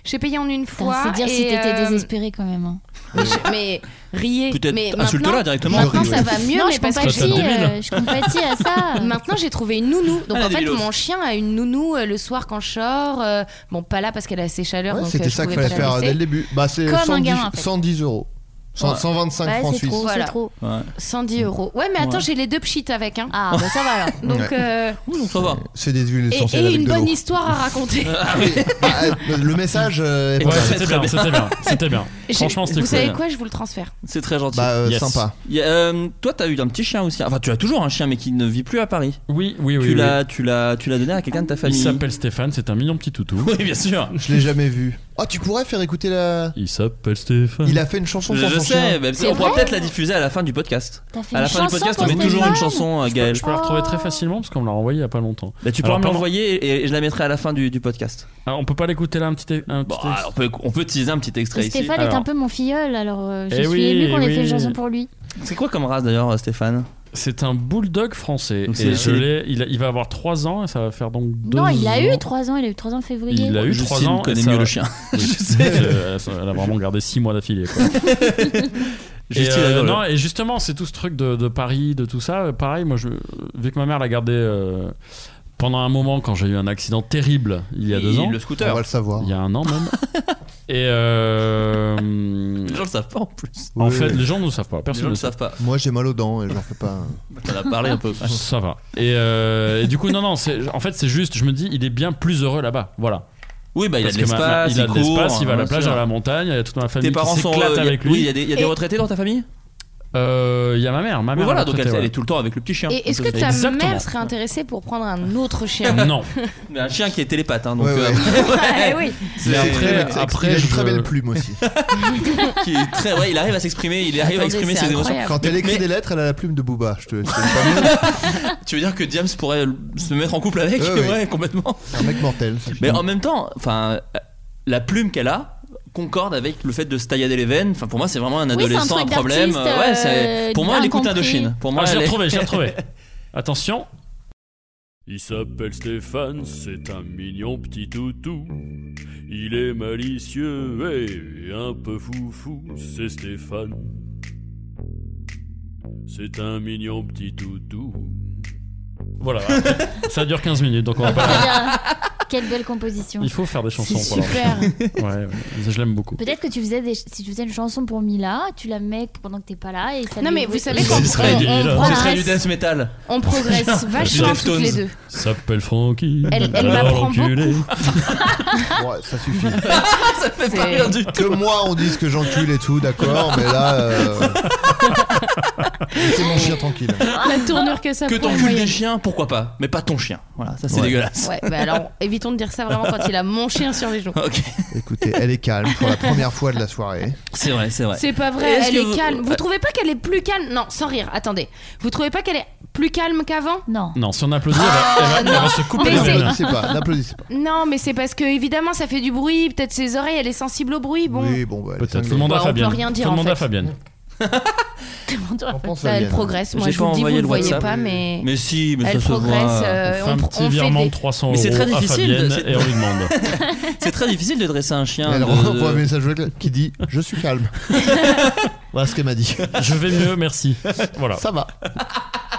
D: J'ai payé en une
J: Putain,
D: fois.
J: C'est dire si
D: et,
J: t'étais
D: euh,
J: désespéré quand même. hein.
D: Je- mais riez.
C: Peut-être
D: mais
C: insulte-la
D: maintenant-
C: directement.
D: Maintenant,
C: Je ris, ouais.
D: ça va mieux,
J: Non,
D: mais
J: je
D: parce que
J: compatis,
D: si,
J: euh,
D: euh,
J: je compatis à ça.
D: Maintenant, j'ai trouvé une nounou. Donc,
J: Ah, la
D: en fait,
J: débilose.
D: mon chien a une nounou euh, le soir quand je sors. euh, bon, pas là parce qu'elle a ses chaleurs.
K: Ouais,
D: donc, euh,
K: C'était
D: je
K: ça qu'il
D: pouvais
K: fallait
D: pas la
K: faire dès
D: laisser.
K: le début. Bah, c'est
D: Comme un
K: 110,
D: gamin, en fait.
K: 110 euros. Cent-
D: Ouais.
K: 125
D: Ouais,
K: francs
D: c'est
K: suisses.
D: trop, c'est Voilà. trop.
C: Ouais.
D: 110 euros. Ouais, mais attends,
K: Ouais.
D: j'ai les deux pchites avec. Hein.
J: Ah, bah, ça va alors.
D: Donc,
K: Ouais.
D: euh,
C: Oui, donc ça va.
K: C'est des huiles
D: et,
K: essentielles
D: et
K: avec
D: une
K: de
D: bonne
K: l'eau.
D: histoire à raconter.
K: Ah, euh, le message euh, est
E: Ouais,
K: pas mal.
E: c'était bien, c'était bien. C'était bien.
D: J'ai-
E: Franchement, c'était
D: Vous
E: cool.
D: savez quoi Je vous le transfère.
C: C'est très gentil.
K: Bah, euh, sympa.
C: Il y a, euh, toi, t'as eu un petit chien aussi. Enfin, tu as toujours un chien, mais qui ne vit plus à Paris.
E: Oui, oui, oui.
C: tu
E: oui.
C: l'as, tu l'as, tu l'as donné à quelqu'un de ta
E: Il
C: famille.
E: s'appelle Stéphane, c'est un mignon petit toutou.
C: Oui, bien sûr.
K: Je l'ai jamais vu. Oh, tu pourrais faire écouter la.
E: Il s'appelle Stéphane.
K: Il a fait une chanson
C: Je,
K: sur
C: je
K: son
C: sais,
K: chien.
C: mais
J: C'est
C: on pourra
J: vrai
C: peut-être la diffuser à la fin du podcast.
J: T'as fait
C: À la
J: une
C: fin du
J: chanson
C: podcast, on
J: pour
C: met toujours
J: Stéphane
C: une chanson à Gaël.
E: Je peux la retrouver très facilement parce qu'on me l'a renvoyée il y a pas longtemps.
C: Bah, tu
E: Alors,
C: pourras me
E: pendant-
C: l'envoyer et, et je la mettrai à la fin du, du podcast.
E: Ah, on peut pas l'écouter là un petit, é- un petit
C: Bon,
E: extrait
C: alors, on peut, on peut teaser un petit extrait
J: Et
C: ici.
J: Stéphane est
C: Alors,
J: un peu mon filleul, alors euh, je
E: Eh
J: suis
E: oui,
J: émue qu'on ait
E: oui.
J: fait une chanson pour lui.
C: C'est quoi comme race d'ailleurs, euh, Stéphane
E: C'est un bulldog français.
C: Donc c'est-
E: Et je l'ai- il, a- il va avoir 3 ans et ça va faire donc 2 ans.
J: Non, il a eu 3 ans, il a eu 3 ans en février.
E: Il a eu 3
C: Justine
E: ans. et
C: connaît
E: ça-
C: mieux le chien.
E: Oui,
C: Je sais.
E: euh, Elle a vraiment gardé 6 mois d'affilée. quoi. Et,
C: Justine
E: euh,
C: adore le-
E: non, et justement, c'est tout ce truc de, de Paris, de tout ça. euh, Pareil, moi, je, vu que ma mère l'a gardé euh, pendant un moment quand j'ai eu un accident terrible il y a
C: Et
E: deux ans.
C: le scooter. On va le
I: savoir.
E: Il y a un an même. et euh,
C: Les gens le savent pas en plus.
E: En fait, les gens ne le savent pas.
C: les gens
E: Personne ne
C: le
E: le sait.
C: savent pas. Bah,
I: Moi j'ai mal aux dents et j'en fais pas.
C: T'en as parlé un peu.
E: Ça va. Et, euh, et du coup, non, non, c'est- en fait, c'est juste, je me dis, il est bien plus heureux là-bas. Voilà.
C: Oui, bah, il a
E: Parce
C: de
E: que
C: l'espace,
E: maintenant, il, a
C: il
E: de l'espace,
C: court,
E: il va à la
C: bien
E: plage,
C: sûr.
E: à la montagne, il y a toute ma famille
C: Tes parents
E: qui
C: sont.
E: s'éclate
C: euh, y a-
E: avec lui.
C: Oui, il y a des, il y a des
D: Et-
C: retraités dans ta famille
E: Euh, Il y a ma mère, ma mère.
C: Voilà,
E: est
C: donc elle,
E: retraitée,
C: elle
E: ouais.
C: est tout le temps avec le petit chien. euh,
D: Et est-ce que ta
E: Exactement.
D: mère serait intéressée pour prendre un autre chien
E: Non.
C: Mais un chien qui est télépathe, hein, donc.
I: Ouais, ouais.
C: euh,
D: Ouais, oui.
E: Mais
C: C'est-
I: Très
E: après,
I: belle-
E: après,
I: il a une
E: je-
I: très belle plume aussi.
C: qui est très, ouais, il arrive à s'exprimer, Ah, il arrive à
D: Attendez,
C: exprimer
D: c'est
C: ses émotions.
D: incroyable.
I: Quand elle
C: Mais-
I: écrit
C: mais-
I: des lettres, elle a la plume de Booba. Je te, je te le
C: Tu veux dire que James pourrait se mettre en couple avec
I: Ouais, ouais.
C: complètement.
I: dis, un mec mortel. ça.
C: Mais en même temps, enfin, euh, la plume qu'elle a concorde avec le fait de se taillader les veines. Enfin, pour moi, c'est vraiment un
J: Oui, c'est un
C: adolescent
J: truc
C: à problème.
J: d'artiste,
C: Ouais, c'est-
J: euh,
C: pour moi, elle écoute
J: incompris.
C: Indochine. Pour moi,
E: Ah, j'ai
C: elle est-
E: retrouvé, j'ai retrouvé. Attention.
L: Il s'appelle Stéphane, c'est un mignon petit toutou. Il est malicieux et un peu foufou, c'est Stéphane. C'est un mignon petit toutou.
E: Voilà. ça dure 15 minutes, donc on va
J: Très
E: pas.
J: bien. Quelle belle composition.
E: Il faut faire des chansons
D: C'est
E: pour leur
D: super.
E: chien. Ouais, ouais, je l'aime beaucoup.
J: Peut-être que tu faisais des- si tu faisais une chanson pour Mila, tu la mets pendant que t'es pas là et ça
D: Non,
J: lui-
D: mais vous savez
J: Oui.
D: qu'on-
C: Ce serait du,
D: on- on
C: ce
D: progresse.
C: serait du death metal.
D: On progresse vachement
C: Jeff
D: toutes les
C: Tones.
D: deux.
E: S'appelle Francky.
D: Elle- elle
E: alors
D: m'apprend
E: enculé.
I: Ouais, ça suffit.
C: Ça fait pas
D: C'est-
C: rire du tout.
I: Que moi on dise que j'encule et tout, d'accord, mais là. euh, Laissez mon chien tranquille.
D: La tournure que ça
C: Que
D: prend. en
C: t'encules des
D: moyenne.
C: chiens, pourquoi pas Mais pas ton chien. Voilà, ça c'est
I: Ouais.
C: dégueulasse.
D: Ouais, bah alors évitons de dire ça vraiment quand il a mon chien sur les genoux.
C: Ok,
I: Écoutez, elle est calme pour la première fois de la soirée.
C: c'est vrai, c'est vrai.
D: C'est pas vrai,
C: Est-ce
D: elle
C: que
D: est
C: vous-
D: calme. Vous trouvez pas qu'elle est plus calme Non, sans rire, attendez. Vous trouvez pas qu'elle est plus calme qu'avant
J: Non.
E: Non, si on applaudit, elle va- elle va, elle va se couper
D: Ah, Mais
E: les
D: c'est-
E: veines.
I: N'applaudissez pas, n'applaudissez pas.
D: Non, mais c'est parce que évidemment ça fait du bruit, peut-être ses oreilles, elle est sensible au bruit. Bon,
I: Oui, bon, bah, elle est
E: Peut-être.
I: cinglée.
E: Tout le monde à
D: Bah, on peut
E: Fabienne.
D: rien dire,
E: Tout le
D: en
E: monde
D: fait.
E: à Fabienne.
I: On pense à
D: Bah, elle
I: Liane.
D: progresse. Moi
C: J'ai
D: je
C: pas
D: vous le dis, vous
C: envoyé
D: le
C: le
D: voyez
C: WhatsApp.
D: pas, mais.
C: Mais si, mais ça
D: elle
C: se
D: progresse.
C: voit.
D: euh,
E: on fait
D: on,
E: un
D: pr-
E: petit
D: on fait
E: virement de
D: des...
E: 300
C: Mais
E: euros
C: c'est très
E: à
C: difficile de-
E: Fabienne
C: c'est-
E: et on lui demande.
C: C'est très difficile de dresser un chien.
I: Elle
C: de-
I: renvoie un
C: de-
I: message vocal qui dit Je suis calme. voilà ce qu'elle m'a dit.
E: Je vais mieux, merci. Voilà.
I: Ça va.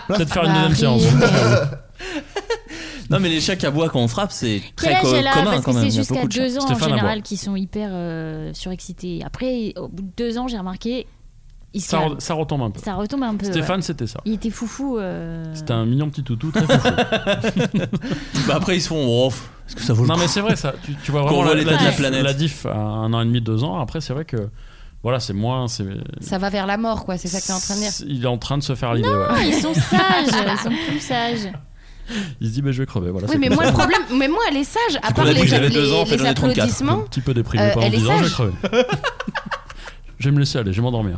E: Peut-être faire une
D: Paris.
E: deuxième séance.
C: Non, mais les chiens qui aboient quand on frappe, c'est
J: Quel
C: très
J: âge
C: co-
J: elle a
C: commun
J: Parce
C: quand
J: que
C: même.
J: c'est
C: Il y a
J: jusqu'à
C: beaucoup de chiens.
J: 2 ans en
E: Stéphane
J: général
E: Aboie.
J: qui sont hyper euh, surexcités. Après, au bout de 2 ans, j'ai remarqué, il se
E: Ça,
J: calme.
E: re- ça retombe un peu.
J: ça retombe un peu. ouais.
E: Stéphane, c'était ça.
J: Il était foufou. euh,
E: C'était un mignon petit toutou très foufou.
C: Bah après, ils se font. Oh, pff, est-ce que ça vaut le
E: Non
C: coup
E: mais c'est vrai ça. Tu, tu vois
C: Quand on
E: vraiment
C: voit l'état de la
E: diff,
C: planète.
E: la diff à un an et demi, deux ans. Après c'est vrai que voilà c'est moins c'est.
D: Ça va vers la mort, quoi, c'est ça que t'es en train de dire.
E: Il est en train de se faire à l'idée.
J: Ah,
E: ouais.
J: ils sont sages, ils sont plus sages.
C: Ah,
E: Il se dit mais je vais crever. Voilà.
D: Oui,
E: c'est
D: mais
E: comme
D: moi
E: ça.
D: le problème, mais moi elle est sage. À part
C: qu'on a
D: les,
C: dit que j'avais
D: les,
C: deux ans, en fait,
D: les
C: j'en ai 34.
E: Un
D: applaudissements.
E: petit peu déprimé
D: Euh,
E: pendant
D: elle est
E: 10 ans, je vais
D: sage.
E: crever. je vais me laisser aller, je vais m'endormir.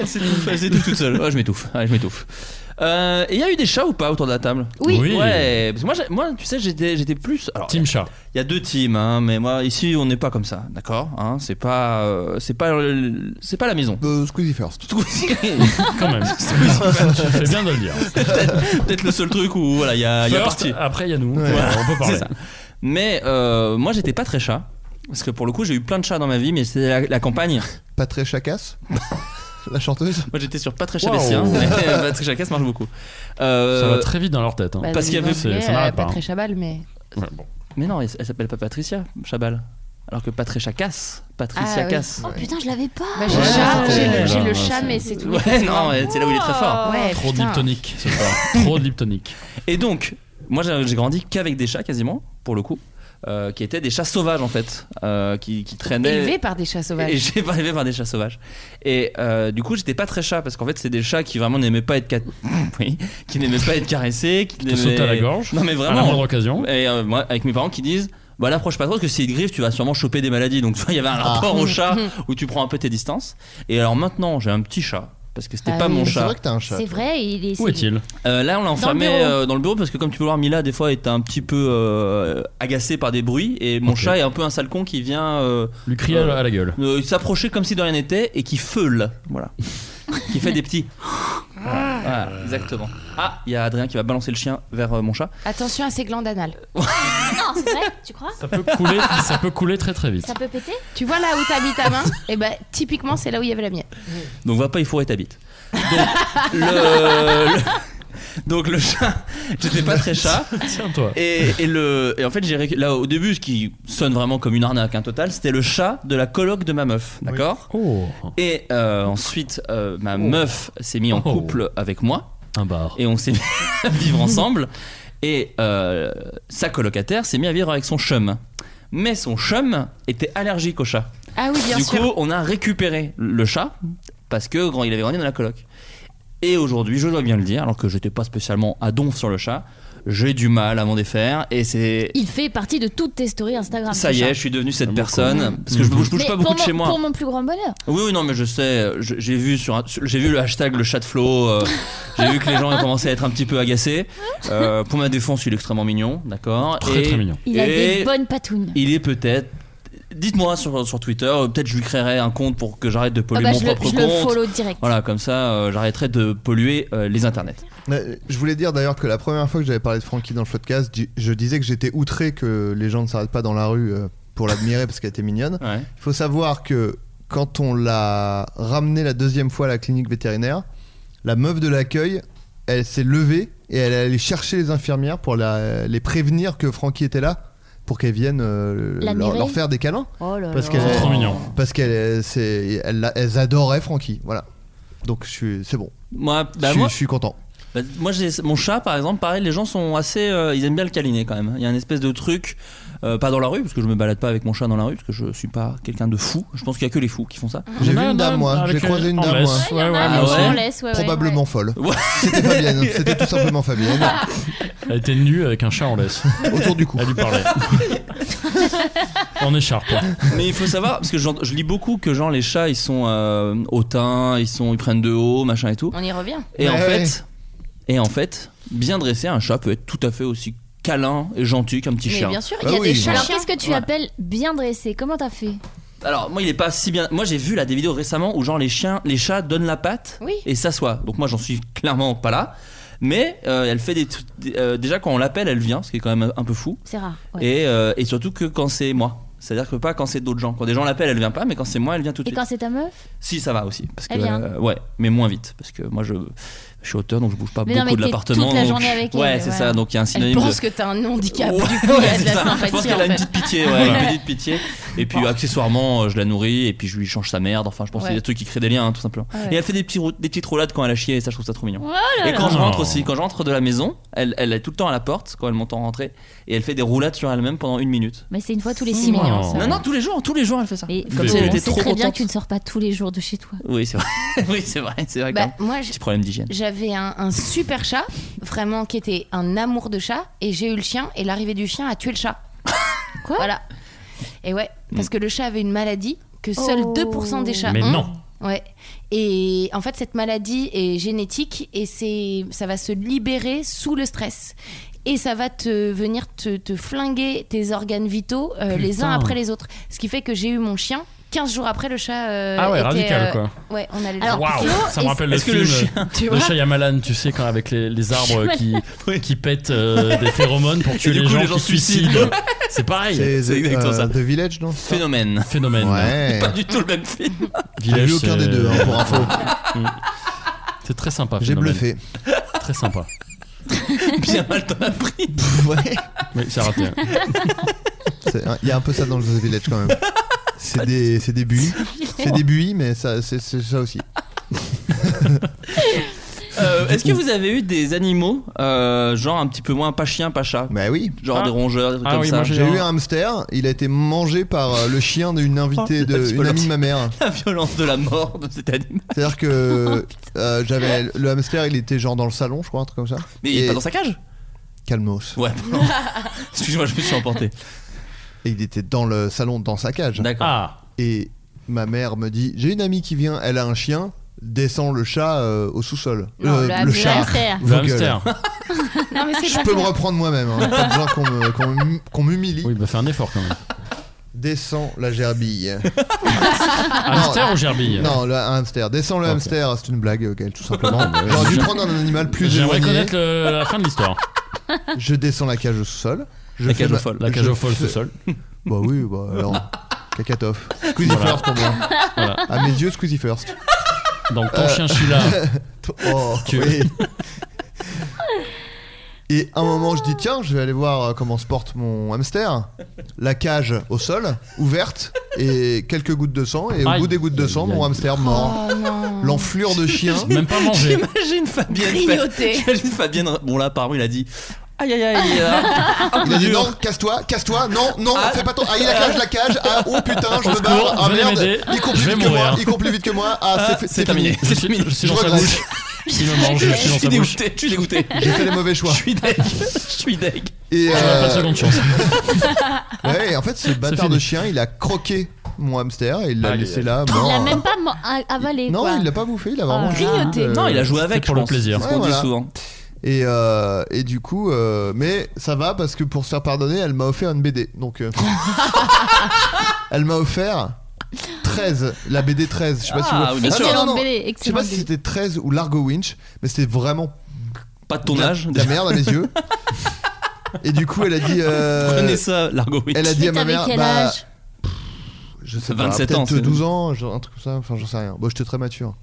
C: Elle s'étouffe, elle s'étouffe toute seule. Ouais, je m'étouffe. Ouais, je m'étouffe. Euh, et il y a eu des chats ou pas autour de la table
D: Oui.
E: Oui.
C: Ouais, parce que moi, j'ai- moi tu sais, j'étais j'étais plus. Alors,
D: euh,
E: Team chat.
C: Il y a deux teams, hein, mais moi, ici, on n'est pas comme ça, d'accord hein, C'est pas, euh, c'est pas, le- c'est pas la maison.
I: Euh, Squeezie first.
E: Quand même. tu fais bien de le dire.
C: Peut-être le seul truc où voilà, il y a, Ah, il y a
E: First,
C: parti.
E: après il y a nous.
I: Ouais.
E: Voilà, On peut parler.
C: C'est ça. Mais euh, moi, j'étais pas très chat. Parce que pour le coup, j'ai eu plein de chats dans ma vie, mais c'était la, la campagne.
I: Pas très chacasse. La chanteuse
C: Moi, j'étais sur pas très chat
E: Waouh.
C: bestiaire, mais pas très chat casse marche beaucoup. Euh,
E: Ça va très vite dans leur tête. hein.
D: Bah,
C: Parce qu'il y avait-
D: désolé,
E: ça m'arrête
D: euh,
E: pas,
D: Pas
E: hein.
D: très chabal, mais.
E: Ouais, bon.
C: Mais non, elle, elle s'appelle pas Patricia Chabal. Alors que Patricia Casse. Patricia
D: Ah oui.
C: Casse.
J: Oh putain, je l'avais pas.
D: Bah, j'ai
C: Ouais,
D: le chat,
C: c'était-
D: j'ai le- j'ai
E: Ouais,
D: le
E: ouais,
D: chat,
E: c'est-
D: mais c'est tout.
C: Ouais, non, ouais, c'est là où il est très fort.
D: Ouais,
E: Trop de
D: eh, putain.
E: diptonique ce soir. Trop de diptonique.
C: Et donc, moi j'ai j'ai grandi qu'avec des chats quasiment, pour le coup, euh, qui étaient des chats sauvages en fait, euh, qui, qui traînaient.
D: Élevé par des chats
C: Et
D: sauvages.
C: j'ai pas élevé par des chats sauvages. Et euh, du coup, j'étais pas très chat parce qu'en fait, c'est des chats qui vraiment n'aimaient pas être ca- oui, qui n'aimaient pas être caressés, qui
E: Te sauter à la
C: n'aimaient-
E: gorge.
C: Non mais
E: À la
C: vraiment.
E: moindre occasion.
C: Et euh, moi, avec mes parents qui disent bah l'approche pas trop parce que s'il te griffe tu vas sûrement choper
J: Ah.
C: des maladies donc tu vois, il y avait un rapport au chat où tu prends un peu tes distances et alors maintenant j'ai un petit chat parce que c'était
J: Ah
C: pas
J: oui.
C: mon
J: Mais c'est
C: chat.
J: vrai que t'as un chat, C'est toi. vrai, il est-
C: Où est-il Là, on l'a enfermé
J: bureau.
C: euh, dans le bureau parce que, comme tu peux le voir, Mila, des fois, est un petit peu euh, agacée par des bruits et mon
E: Ok.
C: chat est un peu un sale con qui vient.
E: Lui crier à la gueule.
C: euh, s'approcher comme si de rien n'était et qui feule. Voilà. qui fait des petits. Voilà, voilà, exactement. Ah, il y a Adrien qui va balancer le chien vers euh, mon chat.
D: Attention à ses glandes anales.
J: Non, c'est vrai, tu crois
E: Ça peut couler, ça peut couler très très vite.
J: Ça peut péter
D: Tu vois là où t'as mis ta main Et ben typiquement, c'est là où il y avait la mienne.
C: Donc va pas y fourrer ta bite. Donc le, le- donc le chat, j'étais pas très chat.
E: Tiens-toi.
C: Et, et le et en fait j'ai récu- là au début ce qui sonne vraiment comme une arnaque hein, totale, c'était le chat de la coloc de ma meuf, d'accord
E: Oh,
C: Et euh, ensuite euh, ma meuf s'est mise en
E: Oh.
C: couple avec moi.
E: Un bar.
C: Et on s'est mis à vivre ensemble. Et euh, sa colocataire s'est mise à vivre avec son chum. Mais son chum était allergique au chat
D: Ah oui, bien
C: du
D: sûr.
C: coup, on a récupéré le chat parce que grand, il avait grandi dans la coloc. Et aujourd'hui, je dois bien le dire, alors que j'étais pas spécialement à donf sur le chat, j'ai du mal à m'en défaire et c'est
J: Il fait partie de toutes tes stories Instagram.
C: ça
J: ce
C: y est,
J: chat.
C: je suis devenu cette personne parce que je bouge, je bouge
J: Mais
C: pas beaucoup
J: pour
C: de
J: mon-
C: chez moi.
J: Pour mon plus grand bonheur.
C: Oui, oui, non, mais je sais. je- J'ai vu sur, un- sur- j'ai vu le hashtag le chat de Flo. euh, j'ai vu que les gens ont commencé à être un petit peu agacés. Euh, pour ma défense, il est extrêmement mignon, d'accord.
E: Très,
C: Et-
E: très mignon.
J: Il a
C: et-
J: des bonnes patounes.
C: il est peut-être. Dites-moi sur, sur Twitter, euh, peut-être je lui créerai un compte pour que j'arrête de polluer
J: Ah bah,
C: mon
J: je le-
C: propre
J: je le
C: compte.
J: follow direct.
C: Voilà, comme ça, euh, j'arrêterai de polluer euh, les internets.
I: Mais euh, je voulais dire d'ailleurs que la première fois que j'avais parlé de Frankie dans le podcast, je- je disais que j'étais outré que les gens ne s'arrêtent pas dans la rue euh, pour l'admirer parce qu'elle était mignonne.
C: Il
I: faut savoir que quand on l'a ramenée la deuxième fois à la clinique vétérinaire, la meuf de l'accueil, elle s'est levée et elle est allée chercher les infirmières pour la- les prévenir que Frankie était là pour qu'elles viennent euh, leur,
J: L'admirer
I: leur faire des câlins.
J: Oh là
I: parce
J: là.
I: qu'elle
J: C'est trop
E: mignon.
I: Parce qu'elles c'est- elles la- elles adoraient Frankie. Voilà. Donc je suis- c'est bon.
C: Moi, bah,
I: je, suis-
C: moi-
I: je suis content.
C: Bah, moi, j'ai mon chat, par exemple, pareil, les gens sont assez. euh, ils aiment bien le câliner quand même. Il y a une espèce de truc, euh, pas dans la rue, parce que je me balade pas avec mon chat dans la rue, parce que je suis pas quelqu'un de fou. Je pense qu'il y a que les fous qui font ça.
I: J'ai vu une dame, moi. hein. J'ai croisé une dame, moi.
C: Ah ouais
I: Probablement folle. C'était Fabienne. hein. C'était tout simplement Fabienne.
E: Elle était nue avec un chat en laisse.
I: Autour du cou.
E: Elle lui parlait. en écharpe.
C: Mais il faut savoir, parce que j'ent- je lis beaucoup que genre les chats ils sont euh, hautains, ils sont ils prennent de haut, machin et tout.
D: On y revient.
C: Et en
D: Ouais.
C: fait, et en fait, bien dressé, un chat peut être tout à fait aussi câlin et gentil qu'un petit
J: Mais
C: chien.
J: bien sûr, il y a des chats. Alors qu'est-ce que tu
C: Voilà.
J: appelles bien dressé Comment t'as fait
C: Alors moi il est pas si bien. Moi j'ai vu là des vidéos récemment où genre les chiens, les chats donnent la patte
J: Oui.
C: et s'assoient. Donc moi j'en suis clairement pas là. Mais euh, elle fait des, tr- des- euh, déjà quand on l'appelle elle vient, ce qui est quand même un peu fou.
J: C'est rare. ouais.
C: Et, euh, et surtout que quand c'est moi. C'est-à-dire que pas quand c'est d'autres gens. Quand des gens l'appellent, elle vient pas, mais quand c'est moi, elle vient tout de
J: Et
C: suite.
J: quand c'est ta meuf
C: Si, ça va aussi. Parce que,
J: Elle vient.
C: euh, ouais, mais moins vite. Parce que moi, je, je suis auteur, donc je bouge pas
J: Mais non,
C: beaucoup
J: mais
C: de
J: t'es
C: l'appartement.
J: toute la
C: donc-
J: journée avec elle,
C: Ouais, c'est
J: voilà.
C: ça. Donc il y a un
D: Elle
C: synonyme.
D: pense
C: de-
D: que t'as un handicap.
C: Ouais,
D: du coup, il y a
C: c'est
D: de la
C: ça.
D: sympathie.
C: Je pense qu'elle
D: en
C: a une
D: fait.
C: petite pitié. ouais,
D: Voilà.
C: une petite pitié. Et puis, accessoirement, euh, je la nourris. Et puis, je lui change sa merde. Enfin, je pense que c'est
D: Ouais.
C: des trucs qui créent des liens, hein, tout simplement.
D: Ouais.
C: Et elle fait des, petits, rou- des petites roulades quand elle a chié. Et ça, je trouve ça trop mignon.
J: Oh là
C: et quand
J: là.
C: je rentre
J: Oh.
C: aussi, quand je rentre de la maison, elle, elle est tout le temps à la porte quand elle m'entend rentrer. Et elle fait des roulades sur elle-même pendant une minute.
D: Bah,
J: Mais c'est une fois tous les
C: C'est
J: 6 mois.
C: mignon, ça. Oh. Non, non, tous les jours, tous les jours elle fait ça. Comme si elle était
J: c'est
C: trop
J: très bien
C: contente.
J: que tu ne sors pas tous les jours de chez toi.
C: Oui, c'est vrai. oui, c'est vrai. C'est vrai.
D: Bah,
C: quand même.
D: moi, je-
C: Petit problème d'hygiène.
D: J'avais un, un super chat, vraiment qui était un amour de chat, et j'ai eu le chien, et l'arrivée du chien a tué le chat. Quoi Voilà. Et ouais,
C: Mm.
D: parce que le chat avait une maladie que seuls
J: Oh.
D: 2% des chats
E: Mais
D: ont.
E: non.
D: Ouais. Et en fait, cette maladie est génétique et c'est, ça va se libérer sous le stress. Et ça va te venir te, te flinguer tes organes vitaux euh, les uns
E: Putain.
D: après les autres. Ce qui fait que j'ai eu mon chien 15 jours après le chat. euh,
E: Ah ouais,
D: était,
E: radical,
D: euh,
E: quoi.
D: Ouais, on allait le
E: Waouh,
D: voir.
E: ça me rappelle le
C: est-ce que
E: film
C: le
E: euh,
C: chien- Tu
E: de
C: vois
E: Shyamalan, tu sais, quand avec les, les arbres qui, qui pètent euh, des phéromones pour
C: Et
E: tuer
C: du
E: les,
C: coup,
E: gens
C: les gens
E: qui
C: se
E: se suicident.
C: suicident.
E: C'est pareil.
I: C'est-
C: C'est exactement
I: euh,
C: ça.
I: The Village, non Eh, c'est ça
C: Phénomène.
E: Phénomène.
I: Ouais.
C: Pas du tout le même film.
I: J'ai vu aucun des deux, hein, pour info.
E: Mm. C'est très sympa.
I: J'ai
E: Phénomène.
I: bluffé.
E: Très sympa.
C: Bien mal t'en as pris.
I: ouais.
E: Mais c'est raté. hein.
I: C'est- Il y a un peu ça dans le The Village quand même. C'est des, c'est des buis. C'est des buis, mais ça, c'est c'est ça aussi.
C: Euh, Est-ce que vous avez eu des animaux, euh, genre un petit peu moins pas chien, pas chat
I: Bah oui.
E: Ah.
C: Genre des rongeurs, des trucs comme ça.
I: J'ai eu un hamster, il a été mangé par euh, le chien d'une invitée,
C: Oh, la
I: de, une amie
C: violence.
I: de ma mère.
C: La violence de la mort de cet animal.
I: C'est-à-dire
C: Oh,
I: que euh, j'avais le hamster, il était genre dans le salon, je crois, un truc comme ça.
C: Mais il est pas dans sa cage
I: Calmos.
C: Ouais, pardon. Excuse-moi, je me suis emporté.
I: Et il était dans le salon, dans sa cage.
E: Ah,
C: D'accord.
I: Et ma mère me dit J'ai une amie qui vient, elle a un chien. descends le chat euh, au sous-sol.
J: Non,
I: Euh,
J: le
I: chat.
J: hamster.
I: Vos
J: Le
I: gueules.
E: hamster.
D: Non, mais c'est
I: Je
D: pas
I: peux me
D: bien.
I: reprendre moi-même. Hein. Pas besoin qu'on me- qu'on m'hum- qu'on m'humilie.
E: Oui, bah fais un effort quand même.
I: Descends la gerbille.
E: Hamster ou gerbille
I: Non, le hamster. Descends le hamster, c'est une blague, Gaël, tout simplement.
E: mais-
I: J'aurais dû prendre un animal plus
E: J'aimerais
I: éloigné.
E: connaître le- la fin de l'histoire.
I: Je descends la cage au sous-sol. Je
E: La
I: fais
E: cage au
I: ma-
E: folle. La cage
I: je
E: au folle
I: fais-
E: sous-sol.
I: Bah oui, bah alors. Cacatof. Squeezie
E: Voilà.
I: first pour moi.
E: Voilà.
I: À mes yeux, Squeezie first.
E: Donc ton
I: Euh,
E: chien Sheila.
I: oh,
E: Tu-
I: oui. Et à un moment, je dis tiens, je vais aller voir euh, comment se porte mon hamster. La cage au sol, ouverte, et quelques gouttes de sang. Et au
E: Aïe.
I: bout des gouttes de sang, mon hamster mort.
D: Oh,
I: L'enflure de chien.
E: Même pas mangé.
C: J'imagine Fabienne.
D: Grignoter.
C: J'imagine Fabienne. Bon, là, apparemment, il a dit. Aïe aïe aïe. euh, un peu
I: Il a dit
C: dur.
I: non, casse-toi, casse-toi, non, non, fais pas ton. Ah, il a cage, la cage, ah, oh putain, je
E: Au
I: me
E: secours,
I: barre, ah
E: venez
I: merde,
E: m'aider,
I: il court
E: je
I: plus
E: vais
I: vite que moi,
E: mourir.
I: il court plus vite que moi, ah, c'est
C: Ah,
I: fi-
C: c'est terminé.
I: fini.
C: C'est terminé.
E: Je suis
I: Je
E: dans sa
I: regrette.
E: bouche. Il me mange, je
C: Je
E: suis dans
C: suis
E: sa bouche.
C: dégoûté. Je suis dégoûté.
I: J'ai fait les mauvais
C: Je
I: choix.
C: suis deg. Je suis deg.
E: Je
I: Et euh,
E: n'aurai pas de seconde chance.
I: ouais, et en fait, ce bâtard
E: fini.
I: de chien, il a croqué mon hamster et il l'a
E: Aïe,
I: laissé
E: aïe.
I: là,
J: Il
I: mort.
J: l'a même pas mo- a- avalé.
I: Non,
J: quoi.
I: il l'a pas bouffé, il a
J: Oh
I: vraiment
J: là
I: juste,
J: là.
I: euh,
C: Non, il a joué avec.
E: C'est pour
C: je
E: le
C: pense.
E: plaisir.
C: C'est ce qu'on
I: Ouais,
C: dit
I: voilà.
C: souvent.
I: Et, euh, et du coup, euh, mais ça va parce que pour se faire pardonner, elle m'a offert une BD. Donc, euh, elle m'a offert 13, la BD 13. Je sais pas si vous
C: Ah, oui, bien
I: Ah,
C: sûr.
I: non,
J: Excellente
I: non, non.
J: BD,
I: Je sais pas
J: excellente
I: si
J: BD.
I: c'était 13 ou Largo Winch, mais c'était vraiment
C: Pas de ton
I: de la-
C: âge.
I: de la
C: déjà.
I: merde à mes yeux. Et du coup, elle a dit. euh,
C: Prenez ça, Largo Winch.
I: Elle a dit
J: Mais
I: à ma
J: t'avais
I: mère.
J: quel
I: bah,
J: âge
I: je sais
C: 27
I: pas,
C: ans,
I: peut-être
C: c'est-
I: 12 ans, genre un truc comme ça, enfin j'en sais rien. Bon, j'étais très mature.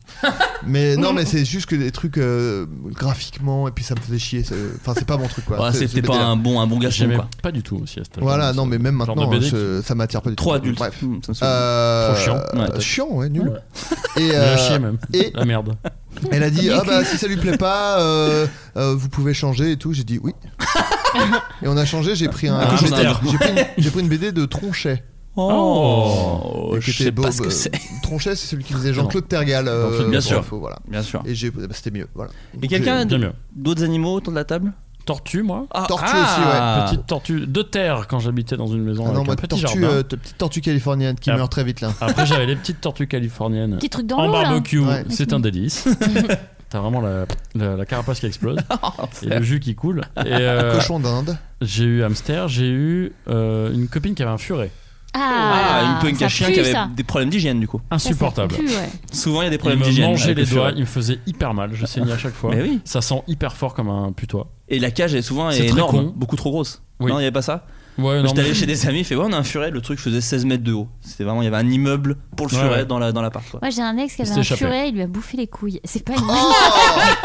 I: mais non, mais c'est juste que des trucs euh, graphiquement, et puis ça me faisait chier. c'est- Enfin, c'est pas mon truc quoi.
C: Voilà,
I: C'est-
C: C'était
I: ce
C: pas
I: BD-là.
C: un bon, un bon garçon
E: J'aimais
C: quoi.
E: pas du tout aussi à cette
I: Voilà, non, mais même
E: Genre de
I: maintenant,
E: BD
I: je- ça m'attire pas du tout.
C: Trois adultes.
I: Bref.
C: Mmh, ça me saoule.
I: Euh,
E: Trop chiant. Ouais, peut-être.
I: chiant, ouais, nul.
E: Ouais.
I: Et,
E: La
I: euh,
E: chier même.
I: et
E: La merde.
I: elle a dit
C: Bien
I: Ah bah
C: cuit.
I: si ça lui plaît pas, euh, euh, vous pouvez changer et tout. J'ai dit oui. et on a changé, j'ai pris un.
C: Un
I: j'ai pris,
C: hamster.
I: j'ai pris une, j'ai pris une BD de Tronchet.
C: Oh,
I: Et
C: je
I: qui était
C: sais
I: beau,
C: pas ce
I: euh,
C: que c'est.
I: Tronchet, c'est celui qui faisait Jean-Claude Tergal. euh,
C: Jean-Claude, bien
I: pour
C: sûr.
I: info, voilà.
C: Bien sûr.
I: Et j'ai, bah, c'était mieux. Voilà.
C: Et quelqu'un
E: Bien mieux.
C: d'autres animaux autour de la table
E: Tortue, moi.
C: Ah,
I: Tortue
C: ah.
E: Petite tortue de terre quand j'habitais dans une maison
I: Ah non,
E: avec
I: moi,
E: un petit
I: tortue,
E: jardin.
I: euh, t- petite tortue californienne qui
E: Ah.
I: meurt très vite là.
E: Après, j'avais les petites tortues californiennes.
J: Petit truc dans
E: En
J: l'eau.
C: hein.
J: là.
E: barbecue,
I: Ouais.
E: c'est un délice. T'as vraiment la, la- la carapace qui explose
C: Oh,
E: et le jus qui coule. Et euh,
I: Cochon d'Inde.
E: j'ai eu hamster, j'ai eu euh, une copine qui avait un furet
C: Ah, une punk
J: ça
C: à chien
J: pue,
C: qui avait
J: ça.
C: des problèmes d'hygiène du coup.
J: Ça, ça
E: insupportable.
J: pue, ouais.
C: Souvent il y a des
E: Il
C: problèmes
E: me
C: d'hygiène.
E: mangeait
C: avec
E: les
C: le
E: doigts,
C: furet.
E: il me faisait hyper mal, je saignais à chaque fois.
C: Mais oui.
E: Ça sent hyper fort comme un putois.
C: Et la cage est souvent
E: C'est très
C: énorme,
E: con.
C: beaucoup trop grosse.
E: Oui.
C: Non, il n'y avait pas ça.
E: Ouais,
C: Moi,
E: non,
C: J'étais allé
E: mais-
C: chez des amis, il fait ouais, on a un furet, le truc faisait 16 mètres de haut. C'était vraiment, il y avait un immeuble pour le
E: Ouais,
C: furet
E: ouais.
C: dans la dans l'appart. quoi.
J: Moi j'ai un ex qui avait
E: s'est
J: un
E: échappé.
J: furet, il lui a bouffé les couilles. C'est pas une
I: Oh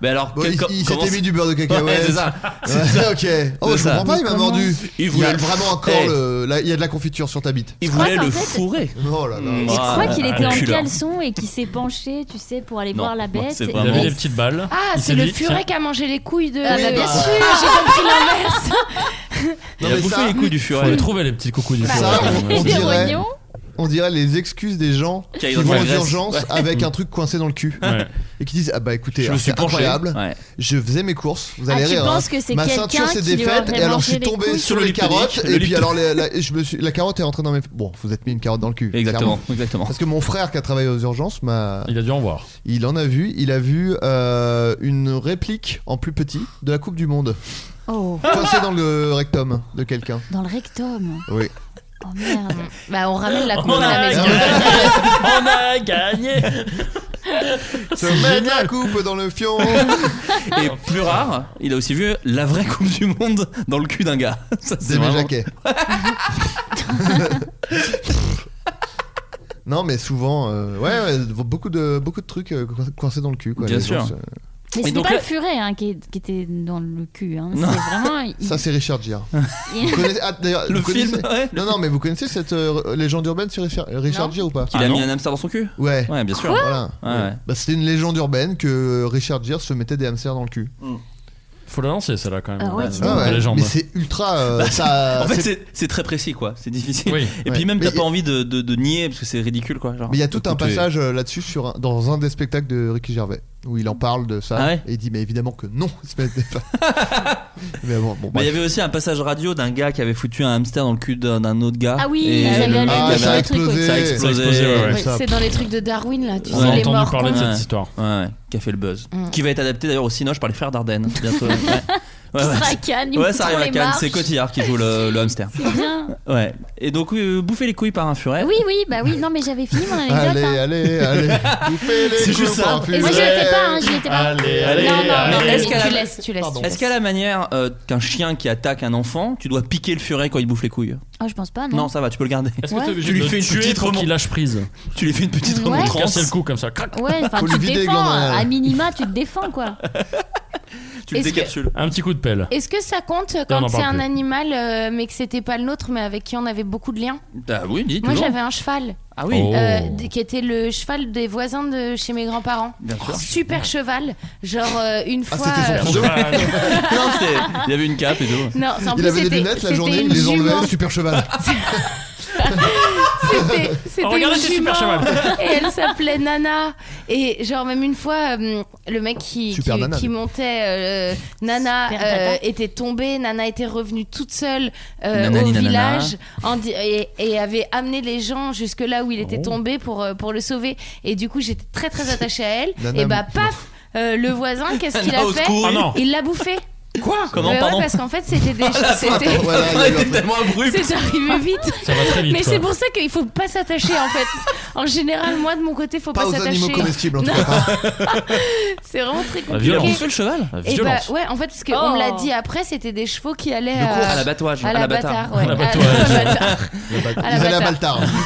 C: Mais alors,
I: Bon,
C: quel-
I: il,
C: com-
I: il
C: comment
I: s'était mis du beurre de cacahuète.
C: Ouais, c'est ça.
I: Ouais, ok. Oh,
C: C'est
I: je
C: ça.
I: comprends pas, il m'a
J: Comment
I: mordu.
C: Il
I: Il y
C: voulait
I: a
C: le-
I: vraiment encore
C: Eh.
I: le. là, il y a de la confiture sur ta bite.
C: Il
J: crois
C: voulait
J: qu'en
C: le
J: fait-
C: fourrer.
I: Oh là là.
J: Je
C: Ah,
J: crois qu'il
C: un
J: était en
C: culeur.
J: caleçon et qu'il s'est penché, tu sais, pour aller
C: Non,
J: voir la
C: moi,
J: bête.
C: c'est
J: et-
E: Il
C: vraiment-
E: avait des petites balles.
D: Ah,
E: il
D: c'est
E: s'est
D: le
E: dit,
D: furet
E: tiens,
D: qui a mangé les couilles de.
J: Ah, bah,
D: de-
J: bien
D: Ah,
J: sûr,
D: J'ai compris l'inverse.
C: Il
I: Non,
C: a
I: mais
C: bouffé
I: ça-
C: les couilles du
E: Faut les
C: furet.
E: trouver les petits coucous du
I: Ça,
D: Bah,
E: furet.
I: on- on
J: des
I: dirait-
J: rognons.
I: On dirait les excuses des gens
C: Qui
I: qui
C: aillent dans
I: vont
C: la
I: aux
C: Grèce.
I: urgences
C: Ouais.
I: avec un truc coincé dans le cul
E: Ouais.
I: et qui disent Ah bah écoutez,
C: Je
I: alors,
C: me suis
I: c'est
C: penché.
I: incroyable,
C: Ouais.
I: je faisais mes courses, vous
J: Ah,
I: allez
J: tu
I: rire.
J: penses
I: hein.
J: que c'est
I: Ma
J: quelqu'un
I: ceinture s'est
J: qui lui
I: défaite
J: aurait
I: et alors
J: mangé
I: je suis
J: les
I: tombé
J: couilles
I: sur
C: Le
I: les
C: Liptonic,
I: carottes
C: le
I: et puis
C: Liptonic.
I: alors la, la- je me suis, la carotte est rentrée dans mes. Bon, vous êtes mis une carotte dans le cul.
C: Exactement,
I: clairement.
C: exactement.
I: Parce que mon frère qui a travaillé aux urgences m'a.
E: Il a dû en voir.
I: Il en a vu, il a vu euh, une réplique en plus petit de la Coupe du Monde.
J: Oh,
I: coincé dans le rectum de quelqu'un.
J: dans le rectum.
I: Oui.
J: Oh merde.
D: Bah, on ramène la coupe
C: On
D: à la
C: a
D: maison.
C: gagné On a gagné
I: Se mettre la coupe dans le fion.
C: Et plus rare, il a aussi vu la vraie Coupe du Monde dans le cul d'un gars. Ça, c'est
I: Des
C: vraiment-
I: jaquets. non, mais souvent, euh, ouais, ouais, beaucoup de beaucoup de trucs euh, coin- coincés dans le cul. Quoi,
C: Bien
I: les
C: sûr.
I: gens,
J: Mais
C: Et
J: c'était
C: donc
J: pas
C: là-
J: le furet hein, qui, est- qui était dans le cul. Hein. C'est
C: Non.
J: vraiment. il-
I: se- ça, c'est Richard Gere.
J: il-
I: Vous connaissez- ah, d'ailleurs,
C: Le
I: vous connaissez-
C: film, ouais.
I: Non, non, mais vous connaissez cette euh, légende urbaine sur Richard- Richard
D: Non.
I: Gere ou pas
C: Qu'il
E: Ah
C: a mis
E: non.
C: un hamster dans son cul
I: Ouais.
C: Ouais, bien sûr.
I: Voilà.
C: Ouais, ouais.
I: Bah, c'était une légende urbaine que euh, Richard Gere se mettait des hamsters dans le cul.
E: Faut la lancer celle-là quand même.
J: Ah ouais,
E: la-
J: c'est
I: Ah
E: la
I: ouais,
E: légende.
I: Mais c'est ultra. euh, ça,
C: Bah, En fait,
I: c'est-
C: c'est- c'est très précis, quoi. C'est difficile.
E: Oui.
C: Et
I: Ouais.
C: puis même, t'as
I: Mais-
C: pas envie de, de- de nier parce que c'est ridicule, quoi. genre.
I: Mais il y a tout un
C: Écoute,
I: passage euh, là-dessus sur un- dans un des spectacles de Ricky Gervais. où il en parle de ça
C: Ah ouais
I: et il dit mais évidemment que non espèce de- mais bon, bon
C: Mais Bah, il y
I: bref.
C: avait aussi un passage radio d'un gars qui avait foutu un hamster dans le cul d'un d'un autre gars.
D: Ah oui,
C: Et
D: ils avaient
C: le
D: allumé
C: mec
D: Ah,
C: avait-
D: ça a explosé.
C: Ça a explosé.
E: Ça a explosé, ouais, ouais.
D: Ouais, c'est dans les trucs de Darwin là, tu
C: Ouais.
D: sais les morts. qu'on-
C: Ouais. Ouais, ouais. qui a fait le buzz.
D: Mm.
C: Qui va être adapté d'ailleurs au Cinoche par les frères Dardenne bientôt. Ouais. Ouais,
J: sera
C: ouais.
J: à Cannes, ils
C: Ouais, ça
J: monteront
C: arrive à
J: les
C: Cannes.
J: marches.
C: C'est Cotillard qui joue le, le hamster.
J: C'est bien.
C: Ouais. Et donc, euh, bouffer les couilles par un
D: Ah
C: furet.
J: Oui, oui, bah oui, non, mais j'avais fini mon anecdote.
C: Allez,
J: hein.
C: allez, allez. C'est juste ça.
J: Et moi, j'y étais pas, hein, j'y étais pas.
C: Allez,
J: Non,
C: allez,
J: non, non,
C: allez.
J: mais
C: Est-ce qu'à
J: tu
C: la-
J: laisses, tu laisses, tu laisses.
C: Est-ce qu'à la manière euh, qu'un chien qui attaque un enfant, tu dois piquer le furet quand il bouffe les couilles
J: Ah, je pense pas,
C: non.
J: non.
C: ça va, tu peux le garder.
J: Est-ce que Ouais. t'es obligé
C: Tu
E: de
C: lui
E: le
C: fais une
E: tuer
C: petite
E: pour
C: remontrance.
E: qu'il lâche prise.
C: Tu lui fais une petite
J: Ouais.
C: remontrance.
E: Casser le cou comme ça. crac.
J: Ouais, enfin,
E: Faut
J: tu
E: lui
J: te
E: vider les
J: défends.
E: glandes
J: hein,
E: anales.
J: À minima, tu te défends, quoi.
C: Tu le
D: Est-ce que-
C: décapsules.
E: Un petit coup de pelle.
D: Est-ce que ça compte
E: on en
D: quand
E: parle
D: c'est un
E: plus.
D: animal euh, mais que c'était pas le nôtre mais avec qui on avait beaucoup de liens
C: Bah oui, dis
D: Moi
C: toujours.
D: j'avais un cheval.
C: Ah oui. Oh.
D: Euh, d- qui était le cheval des voisins de chez mes grands-parents.
C: Bien sûr.
D: Super cheval, genre euh, une fois.
C: c'était son
D: euh,
C: cheval. Non, c'était- il avait une cape et tout.
D: Non, c'est- Ah, en
I: il
D: plus,
I: avait des
D: c'était-
I: lunettes la
D: c'était
I: journée
D: une
I: il les enlevait
D: jument.
I: super cheval
D: C'était- C'était
E: Oh, regardez,
D: une
E: c'est super
D: jument.
E: cheval.
D: Et elle s'appelait Nana. Et genre même une fois, euh, le mec qui,
E: Super
D: qui,
E: Nana,
D: qui
E: lui.
D: montait euh, Nana
J: Super
D: euh,
J: Nana.
D: était tombée. Nana était revenue toute seule euh,
J: Nanani,
D: au
J: nanana.
D: village en di- et, et avait amené les gens jusque là où il était
J: Oh.
D: tombé pour, euh, pour le sauver. Et du coup, j'étais très très attachée à elle.
E: Nana
D: et bah
E: mou-
D: paf, euh, le voisin, qu'est-ce qu'il
E: Nana
D: a
E: au
D: fait
E: secours. Ah non.
D: Il l'a bouffé. Quoi
E: Comment,
D: ouais,
E: pardon
D: Parce qu'en fait, c'était des.
E: Ah, la fin.
D: c'était-
E: Voilà, il y a eu un truc tellement abrupt.
D: C'est arrivé vite.
E: Ça va très vite,
D: Mais
E: quoi.
D: c'est pour ça qu'il faut pas s'attacher en fait. En général, moi de mon côté, faut pas,
I: pas aux
D: s'attacher.
I: animaux comestibles en tout
D: Non,
I: cas
D: C'est vraiment très compliqué.
C: violence. On fait le cheval La
D: Et bah,
C: violence.
D: ouais, en fait, parce qu'on
J: Oh.
D: me l'a dit après, c'était des chevaux qui allaient
C: De course.
D: à,
C: À l'abattoir,
D: À
C: à
D: l'abattoir,
C: l'abattoir.
D: ouais.
C: À l'abattoir.
D: À l'abattoir.
I: ils
D: À la
I: allaient à
D: Baltar.
I: Baltar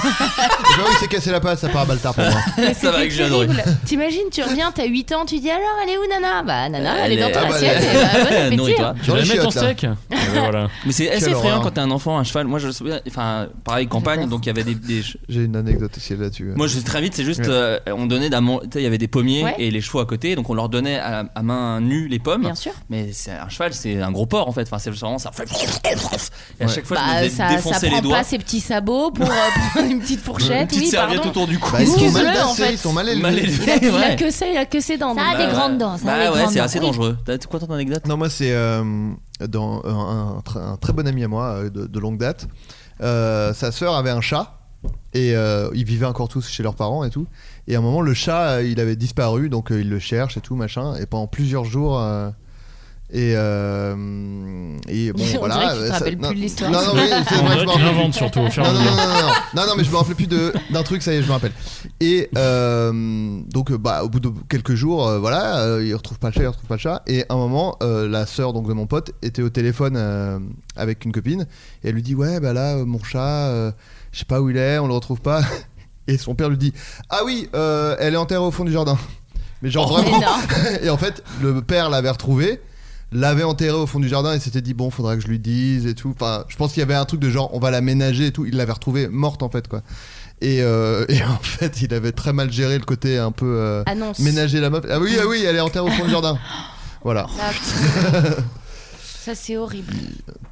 I: je vois où il s'est cassé la patte ça part à Baltar pour moi
C: Ça va avec Julien Doré.
D: Horrible. T'imagines, tu reviens, t'as 8 ans, tu dis alors, elle est où, Nana Bah, Nana, elle, est dans ton
C: Ah bah,
D: assiette.
C: elle-
D: et bah, bon appétit.
C: Nourris-toi.
E: Tu vas aller mettre ton steak Eh ben voilà.
C: Mais c'est assez
I: Quelle
C: effrayant
I: horreur.
C: quand t'es un enfant, un cheval. Moi, je souviens- enfin, pareil, campagne, donc il y avait des. des-
I: j'ai une anecdote aussi là-dessus
C: Moi, je sais très vite, c'est juste,
I: Ouais.
C: euh, on donnait d'un mon- tu sais, il y avait des pommiers
I: Ouais.
C: et les chevaux à côté, donc on leur donnait à, à main nue les pommes.
D: Bien sûr.
C: Mais c'est un cheval, c'est un gros porc en fait. Enfin, c'est vraiment ça. fait- Et à chaque fois, je me
D: Bah,
C: faisais
D: ça, ça
C: défoncer
D: prend
C: les doigts.
D: pas ses petits sabots pour euh, prendre une petite fourchette.
C: Une petite
D: oui,
C: serviette
D: pardon.
C: autour du cou.
I: Bah, ils sont mal
D: Bouffe-le, en
I: placés,
D: fait.
I: ils sont mal élevés.
C: Mal
D: Il a,
C: élevé,
D: il a
C: ouais.
D: que ça, il a que ses
J: a
D: dents. donc,
J: des
D: euh,
J: grandes dents, ça a des
C: Bah ouais,
J: grandes
C: c'est
J: dents.
C: assez
J: Oui.
C: dangereux. T'as- Quoi ton anecdote
I: Non, moi, c'est euh, dans un, un tr- un très bon ami à moi euh, de, de longue date. Euh, sa sœur avait un chat et euh, ils vivaient encore tous chez leurs parents et tout. Et à un moment, le chat, euh, il avait disparu, donc euh, ils le cherchent et tout machin. Et pendant plusieurs jours. euh, et, euh, et bon
D: On dirait que
I: voilà
D: tu te
I: euh, ça-
D: rappelles
I: non-
D: plus de l'histoire.
I: non non mais c'est
E: On
I: vrai, je
E: dirait
I: me
E: qu'il
I: rappelle
E: invente
I: plus.
E: surtout au fur et à
I: Non, non,
E: mesure.
I: non, non, non. Non, non, mais je me rappelle plus de- d'un truc, ça y est, je me rappelle. Et euh, donc, euh, bah, au bout de quelques jours, euh, voilà, euh, il retrouve pas le chat, il retrouve pas le chat. Et à un moment, euh, la sœur donc de mon pote était au téléphone euh, avec une copine et elle lui dit ouais, bah là, euh, mon chat, euh, je sais pas où il est, on le retrouve pas. Et son père lui dit ah oui, euh, elle est enterrée au fond du jardin. Mais genre
D: Oh,
I: vraiment.
D: énorme.
I: et en fait, le père l'avait retrouvé l'avait enterré au fond du jardin et s'était dit bon faudra que je lui dise et tout enfin je pense qu'il y avait un truc de genre on va la ménager et tout il l'avait retrouvée morte en fait quoi et, euh, et en fait il avait très mal géré le côté un peu euh,
D: Annonce.
I: ménager la meuf ah oui ah oui elle est enterrée au fond du jardin voilà
D: Ah, Ça, c'est horrible.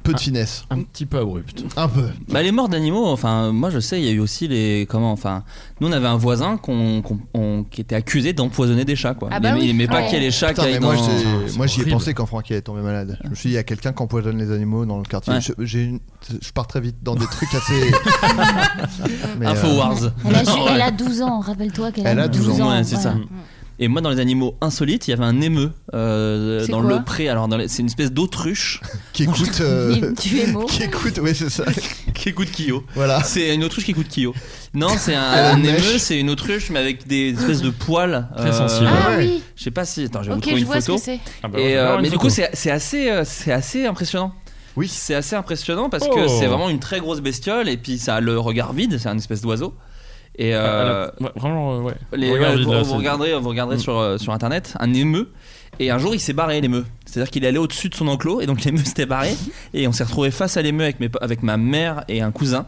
I: peu de finesse
E: un petit peu abrupt
I: un peu
C: Bah, les morts d'animaux, enfin, moi je sais, il y a eu aussi les. Comment Enfin, nous on avait un voisin qu'on- qu'on- on- qui était accusé d'empoisonner des chats, quoi.
I: Ah bah
C: il,
I: oui.
C: il aimait pas
I: Ouais.
C: qu'il y ait les chats
I: Putain,
C: qui aillent
I: mais moi,
C: dans-
I: j'ai-
C: C'est
I: moi j'y ai
C: horrible.
I: pensé quand Francky est tombé malade je me suis dit il y a quelqu'un qui empoisonne les animaux dans le quartier
C: Ouais.
I: je, j'ai une- je pars très vite dans des trucs assez Mais, euh,
C: Infowars.
J: Elle a, ju-
C: Ouais.
J: elle a 12 ans, rappelle-toi qu'elle a,
C: Elle a 12 ans, ouais, c'est
J: ouais.
C: ça. Et moi, dans les animaux insolites, il y avait un émeu euh,
J: C'est
C: dans
J: quoi
C: le pré. Alors, dans les- c'est une espèce d'autruche
I: qui écoute. euh,
J: Tu es mort.
I: qui écoute ouais c'est ça
C: qui écoute Kyo.
I: Voilà.
C: C'est une autruche qui écoute Kyo. Non, c'est
E: Ah,
C: un,
I: Elle a
C: un
I: une mèche.
C: émeu, c'est une autruche, mais avec des espèces de poils. euh,
E: Très sensible.
D: Ah oui.
C: Je sais pas si. Attends, je vais
D: Ok,
C: vous trouver
D: je
C: une
D: vois ce
C: photo.
D: que c'est.
E: Ah bah
C: Et,
E: ouais,
C: euh,
E: on va voir
C: mais
E: une
C: du coup,
E: photo.
C: c'est c'est assez, euh, c'est assez impressionnant.
I: Oui.
C: C'est assez impressionnant parce
E: Oh.
C: que c'est vraiment une très grosse bestiole et puis ça a le regard vide, c'est un espèce d'oiseau. Et euh,
E: Ah, elle a- ouais, vraiment, euh, ouais.
C: les-
E: Regarde,
C: ouais,
E: il
C: vous,
E: l'a,
C: vous
E: c'est- Mm.
C: regarderez, vous regarderez sur, euh, sur internet un émeu. Et un jour, il s'est barré, l'émeu. C'est-à-dire qu'il est allé au-dessus de son enclos, et donc l'émeu s'était barré. Et on s'est retrouvé face à l'émeu avec, mes pa- avec ma mère et un cousin.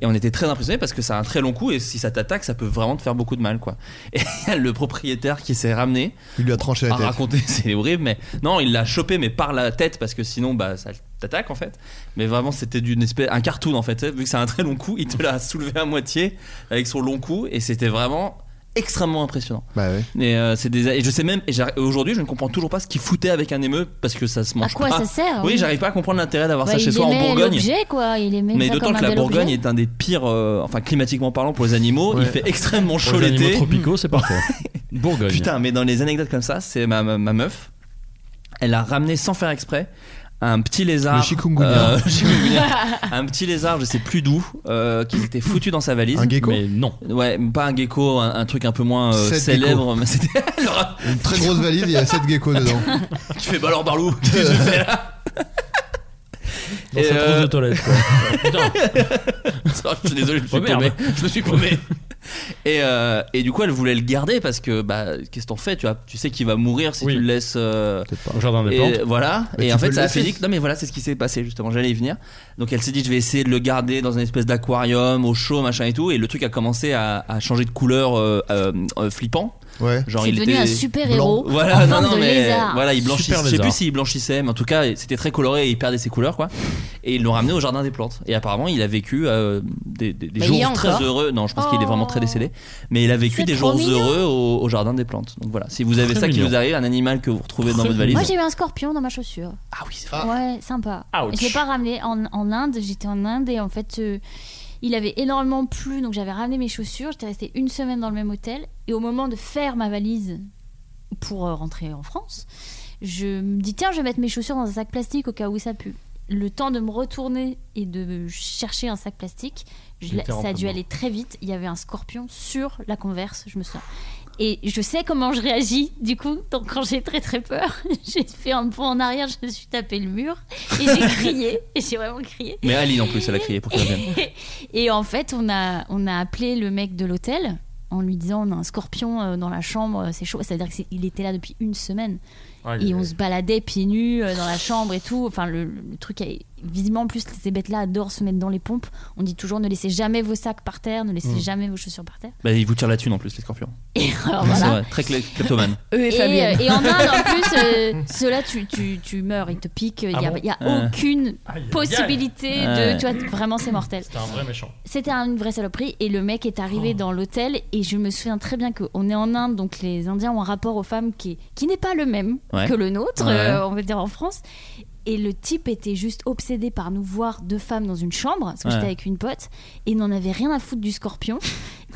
C: Et on était très impressionnés parce que ça a un très long coup, et si ça t'attaque, ça peut vraiment te faire beaucoup de mal. quoi. Et le propriétaire qui s'est ramené,
I: il lui a tranché la
C: à
I: tête
C: raconter, c'est horrible, mais non, il l'a chopé, mais par la tête, parce que sinon, bah, ça t'attaque en fait. Mais vraiment, c'était d'une espèce, un cartoon en fait, vu que c'est un très long coup, il te l'a soulevé à moitié avec son long coup, et c'était vraiment extrêmement impressionnant.
I: Bah ouais.
C: Et, euh, c'est des, et je sais même, et j'arri- aujourd'hui, je ne comprends toujours pas ce qu'ils foutaient avec un émeu parce que ça se mange.
D: quoi
C: pas.
D: ça sert,
C: Oui,
D: oui.
C: j'arrive pas à comprendre l'intérêt d'avoir
D: Bah,
C: ça chez
D: il
C: soi en
D: aimait
C: Bourgogne.
D: l'objet, quoi. Il aimait
C: Mais
D: ça
C: d'autant
D: comme
C: que
D: un
C: la
D: bel objet.
C: Bourgogne est un des pires, euh, enfin climatiquement parlant pour les animaux,
E: Ouais.
C: il fait extrêmement chaud
E: Pour les
C: l'été.
E: animaux tropicaux, c'est parfait. Bourgogne.
C: Putain, mais dans les anecdotes comme ça, c'est ma, ma, ma meuf, elle a ramené sans faire exprès un petit lézard. euh,
I: Le chikungunya.
C: chikungunya. un petit lézard, je sais plus d'où, euh, qui était foutu dans sa valise.
I: Un gecko
C: Mais non. Ouais, pas un gecko, un, un truc un peu moins euh,
I: Sept
C: célèbre.
I: geckos.
C: Mais c'était
I: Une très grosse valise, il y a 7 geckos dedans.
C: Tu fais ballon barlou, qu'est-ce que tu fais là
E: Dans sa trousse de toilette, quoi.
C: Putain. je suis désolé, je me suis
E: Oh, merde.
C: paumé. Je me suis paumé. Et, euh, et du coup, elle voulait le garder parce que, bah, qu'est-ce que t'en fais tu, vois, tu sais qu'il va mourir si tu le laisses. euh,
E: Au jardin des
C: et
E: plantes.
C: Voilà.
E: Mais
C: et
E: Bah, tu
C: en
E: peux
C: fait,
E: le
C: ça a
E: laisser.
C: fait dit que- Non, mais voilà, c'est ce qui s'est passé justement. J'allais y venir. Donc, elle s'est dit, je vais essayer de le garder dans une espèce d'aquarium au chaud, machin et tout. Et le truc a commencé à, à changer de couleur euh, euh, euh, flippant.
I: Ouais.
C: Genre,
D: C'est
C: il
D: devenu
C: était
D: un super-héros
C: blanc.
D: en
C: Voilà, non,
D: forme
C: non,
D: de
C: mais
D: lézard.
C: voilà, il blanchissait.
D: Super
C: Je sais
D: lézard.
C: plus s'il blanchissait, mais en tout cas, c'était très coloré et il perdait ses couleurs, quoi. Et ils l'ont ramené au jardin des plantes. Et apparemment, il a vécu euh, des, des- des
D: Mais il y
C: jours
D: est
C: très
D: encore
C: heureux. Non, je pense qu'il est vraiment très décédé. Mais il a vécu
D: C'est
C: des
D: trop
C: jours
D: mignon.
C: heureux au, au jardin des plantes. Donc voilà, si vous avez
E: Très
C: ça qui
E: mignon.
C: vous arrive, un animal que vous retrouvez dans
E: Très
C: votre valise.
D: Moi j'ai eu un scorpion dans ma chaussure.
C: Ah oui, c'est
D: vrai. Ouais, sympa.
C: Ouch.
D: Et Je l'ai pas ramené en, en Inde, j'étais en Inde et en fait euh, il avait énormément plu donc j'avais ramené mes chaussures, j'étais restée une semaine dans le même hôtel et au moment de faire ma valise pour euh, rentrer en France, je me dis tiens je vais mettre mes chaussures dans un sac plastique au cas où ça pue. Le temps de me retourner et de chercher un sac plastique, je
M: Il
D: l'ai-
M: était
D: ça a
M: rentré
D: dû
M: dedans.
D: aller très vite. Il y avait un scorpion sur la converse, je me souviens. Et je sais comment je réagis, du coup, donc quand j'ai très très peur, j'ai fait un bond en arrière, je me suis tapé le mur et j'ai crié, et j'ai vraiment crié.
C: Mais Ali, en plus, elle a crié pour qu'il revienne.
D: Et en fait, on a, on a appelé le mec de l'hôtel en lui disant on a un scorpion euh, dans la chambre, euh, c'est chaud. C'est-à-dire qu'il était là depuis une semaine.
M: Aïe,
D: et
M: aïe,
D: on
M: aïe.
D: se baladait pieds nus euh, dans la chambre et tout. Enfin, le, le truc, a- visiblement, en plus, ces bêtes-là adorent se mettre dans les pompes. On dit toujours ne laissez jamais vos sacs par terre, ne laissez
C: Mm.
D: jamais vos chaussures par terre.
C: Bah, il vous tire la thune en plus, les scorpions.
D: Alors
C: C'est
D: Oh, voilà.
C: vrai, très clé- kleptomane.
D: Et,
M: Fabienne.
D: euh, et en Inde, en plus, euh, ceux-là, tu, tu, tu meurs, ils te piquent. Il
C: Ah
D: n'y a,
C: bon
D: y a
C: Ouais.
D: aucune
E: Aïe, aïe,
D: possibilité
E: aïe.
D: de.
E: Ouais.
D: Tu vois, vraiment, c'est mortel.
E: C'était un vrai méchant.
D: C'était une vraie saloperie et le mec est arrivé
C: Oh.
D: dans l'hôtel et je me souviens très bien qu'on est en Inde donc les Indiens ont un rapport aux femmes qui, est- qui n'est pas le même
M: Ouais.
D: que le nôtre
M: Ouais.
D: euh, on va dire en France et le type était juste obsédé par nous voir deux femmes dans une chambre parce que
C: Ouais.
D: j'étais avec une pote et n'en avait rien à foutre du scorpion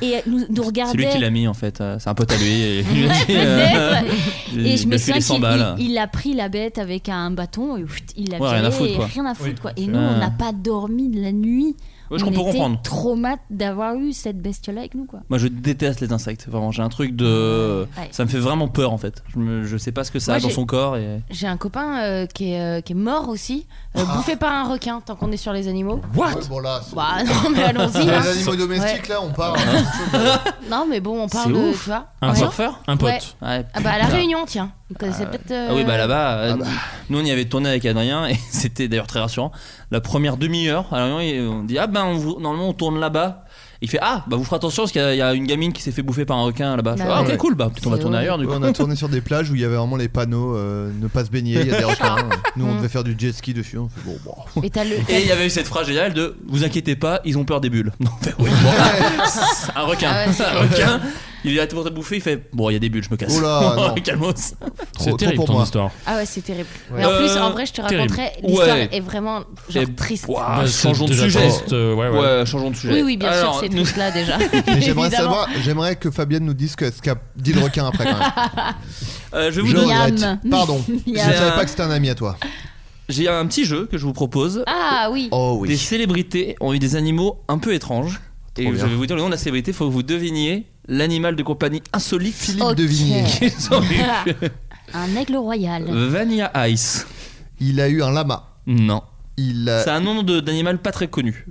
D: et euh, nous, nous
C: C'est lui
D: regardait
C: qui l'a mis en fait, euh, c'est un pote à lui. Et, il lui a
D: Ouais,
C: dit, euh,
D: peut-être.
C: il-
D: et je
C: il
D: me
C: a filé
D: souviens
C: 100
D: qu'il
C: balles.
D: il- il a pris la bête avec un bâton et pfft, il l'a
C: Ouais, rien à
D: viré
C: foutre,
D: et
C: quoi.
D: rien à foutre
C: Oui,
D: quoi.
C: c'est
D: Et nous,
C: vrai.
D: on n'a pas dormi de la nuit.
C: Ouais, je
D: on
C: comprends
D: était
C: comprendre.
D: traumatisés d'avoir eu cette bestiole avec nous quoi.
C: Moi, je déteste les insectes. Vraiment, j'ai un truc de.
D: Ouais.
C: Ça me fait vraiment peur en fait. Je, me- je sais pas ce que ça
N: Moi,
C: a dans
N: j'ai-
C: son corps. Et...
N: J'ai un copain euh, qui, est, euh, qui est mort aussi, euh,
C: Ah.
N: bouffé par un requin, tant qu'on est sur les animaux.
I: What Ouais, bon, là,
N: Bah non, mais allons-y.
I: Les
N: hein.
I: animaux domestiques, là, on hein. parle.
N: Ouais. Non, mais bon, on
C: C'est
N: parle de.
C: ouf.
N: Tu vois
C: Un
N: Ouais.
C: surfeur Un pote.
N: Ouais.
C: Ouais,
N: Ah bah à La
C: putain.
N: Réunion, tiens. Vous connaissez peut-être. euh,
C: Ah oui, bah là-bas, euh, nous on y avait tourné avec Adrien et c'était d'ailleurs très rassurant. La première demi-heure, à La Réunion, il- on dit Ah ben on vous- normalement on tourne là-bas. Il fait Ah bah vous ferez attention parce qu'il y a- il y, a une gamine qui s'est fait bouffer par un requin là-bas. Je fais, ah ok, cool, bah peut-être on va tourner ailleurs du coup.
I: Ouais, On a tourné sur des plages où il y avait vraiment les panneaux euh, ne pas se baigner, il y a des requins. Nous, on
N: Mm.
I: devait faire du jet ski dessus. On fait, bon, bon.
N: Mais t'as euh, le.
C: Et il y avait eu cette phrase géniale de Vous inquiétez pas, ils ont peur des bulles. Non, mais oui, bon. C'est un requin.
N: Ah ouais, c'est-
C: un requin. Il a tout te bouffer, il fait Bon, il y a des bulles, je me casse.
I: Oh là, non.
C: Calmos.
I: trop terrible pour ton moi. histoire.
N: Ah ouais, c'est terrible. Mais en plus, en vrai, je te
C: Euh,
N: raconterai.
C: terrible.
N: L'histoire
C: Ouais.
N: est vraiment genre,
C: Et-
N: triste.
C: Ouah,
E: Bah, c'est
C: Ah, changeons de
E: déjà
C: sujet.
E: triste, euh, ouais, ouais.
C: changeons de sujet.
N: Oui, oui, bien
C: Alors,
N: sûr, c'est
C: nous-
N: triste là déjà.
I: Mais j'aimerais
N: Évidemment.
I: savoir, j'aimerais que Fabienne nous dise que- ce qu'a dit le requin après. Quand même.
C: Euh, je vais vous
I: Je
C: donner-
I: regrette. Pardon, je
C: Miam.
I: savais pas que c'était un ami à toi.
C: J'ai un petit jeu que je vous propose.
N: Ah oui.
I: Oh,
C: Des célébrités ont eu des animaux un peu étranges. Et
I: Trop
C: je
I: bien.
C: vais vous dire le nom de la célébrité, il faut que vous deviniez l'animal de compagnie insolite. Philippe
D: Ok. Devinier.
C: Qu'ils ont
N: Ah.
C: eu.
D: Un aigle
C: Euh.
D: royal.
C: Vanilla Ice.
I: Il a eu un lama.
C: Non.
I: Il a-
C: C'est un nom de- d'animal pas très connu.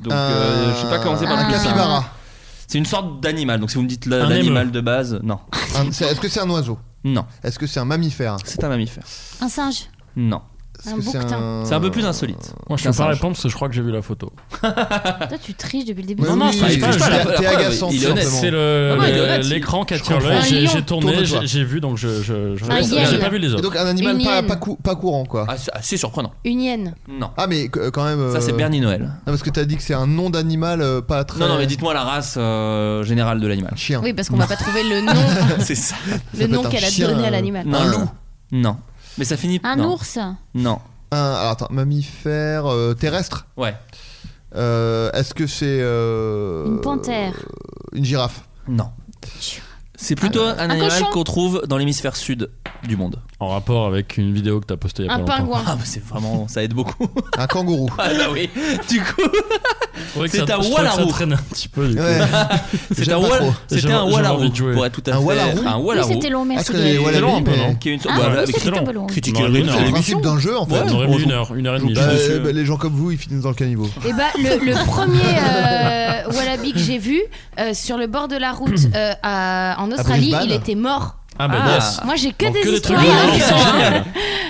C: Donc
I: Un-
C: euh, je sais pas comment c'est par
I: un
N: Ah.
C: le dessin.
I: capybara.
C: C'est une sorte d'animal. Donc si vous me dites la-
I: Un
C: l'animal
I: émeu.
C: de base, non.
I: Un- c'est- Est-ce que c'est un oiseau
C: Non.
I: Est-ce que c'est un mammifère
C: C'est un mammifère.
D: Un singe.
C: Non.
I: Parce que c'est un-
C: C'est un peu plus
I: Euh,
C: insolite.
E: Moi, je
C: Qu'un
E: peux pas
C: singe.
E: répondre parce que je crois que j'ai vu la photo.
J: Toi, tu triches depuis le début.
E: Ouais, Non, non, oui, je triche oui, pas, je- je- t'es
C: Ah,
E: agaçant,
C: Il est honnête.
E: simplement. C'est le-
C: Non, non, il est
E: le-
C: honnête.
E: l'écran qui
C: Je
E: attire
C: comprends.
E: l'œil. J'ai-
C: Un lion.
E: j'ai tourné,
C: Tourne-toi.
E: j'ai- j'ai vu, donc je- je- je-
D: Un
E: réponds.
D: hyène.
E: J'ai pas vu les autres.
I: Donc un animal
D: Une
I: pas,
D: hyène.
I: pas cou- pas courant quoi.
C: Ah, c'est assez surprenant.
D: Une hyène.
C: Non.
I: Ah mais euh, quand même.
C: Ça, c'est Bernie Noël.
I: Non, parce que t'as dit que c'est un nom d'animal euh, pas très.
C: Non, non, mais dites-moi la race euh, générale de l'animal.
I: Chien.
D: Oui, parce qu'on va pas trouver le nom,
C: c'est ça.
D: le nom qu'elle a donné à l'animal.
C: Non, un loup. Non. Mais ça finit.
J: Un
C: non.
J: ours
C: Non.
I: Un alors, attends, mammifère euh, terrestre.
C: Ouais.
I: Euh, Est-ce que c'est euh,
J: Une panthère.
I: Une girafe.
C: Non. C'est plutôt un,
J: un
C: animal
J: cochon.
C: qu'on trouve dans l'hémisphère sud du monde.
E: En rapport avec une vidéo que t'as postée il y a
D: Un
E: pas longtemps.
D: pingouin.
C: Ah, bah c'est vraiment. Ça aide beaucoup.
I: Un kangourou.
C: Ah, bah oui. Du coup,
E: Ouais, que
C: C'est
E: ça-
C: un
E: je trouve que ça
C: Wallaroo.
E: traîne un petit peu. du coup.
I: Ouais.
C: c'était
I: J'aime
C: un,
I: pas
C: wall...
I: trop.
C: c'était
E: J'ai-
C: un
E: j'ai envie
C: Wallaroo.
E: de jouer.
C: Ouais, tout à
I: Un
C: fait.
I: Wallaroo
C: Un
J: Oui,
C: Wallaroo.
J: c'était long, merci.
I: Est-ce que les
J: Gaël.
E: C'est long un
I: wallabies,
E: peu,
I: mais-
E: non
C: Qui est une...
J: Ah,
C: bah,
J: oui,
C: avec-
J: c'était
E: excellent.
J: un peu long.
C: Critique
E: On aurait
C: et
E: mis une heure.
I: C'est le
C: révolution.
I: principe d'un jeu en fait.
E: On aurait mis une heure, une heure et demie.
I: Bah,
C: Je suis
I: euh,
C: dessus.
I: bah, les gens comme vous, ils finissent dans le caniveau.
D: Et bah, le, le premier euh, wallaby que j'ai vu euh, sur le bord de la route euh, à- en Australie,
I: Brisbane
D: il était mort.
E: Ah bah
C: Ah.
E: yes.
D: Moi, j'ai que
E: Donc,
D: des
E: trucs
D: histoires. Ah.
E: de
D: avec-
E: violence, c'est génial.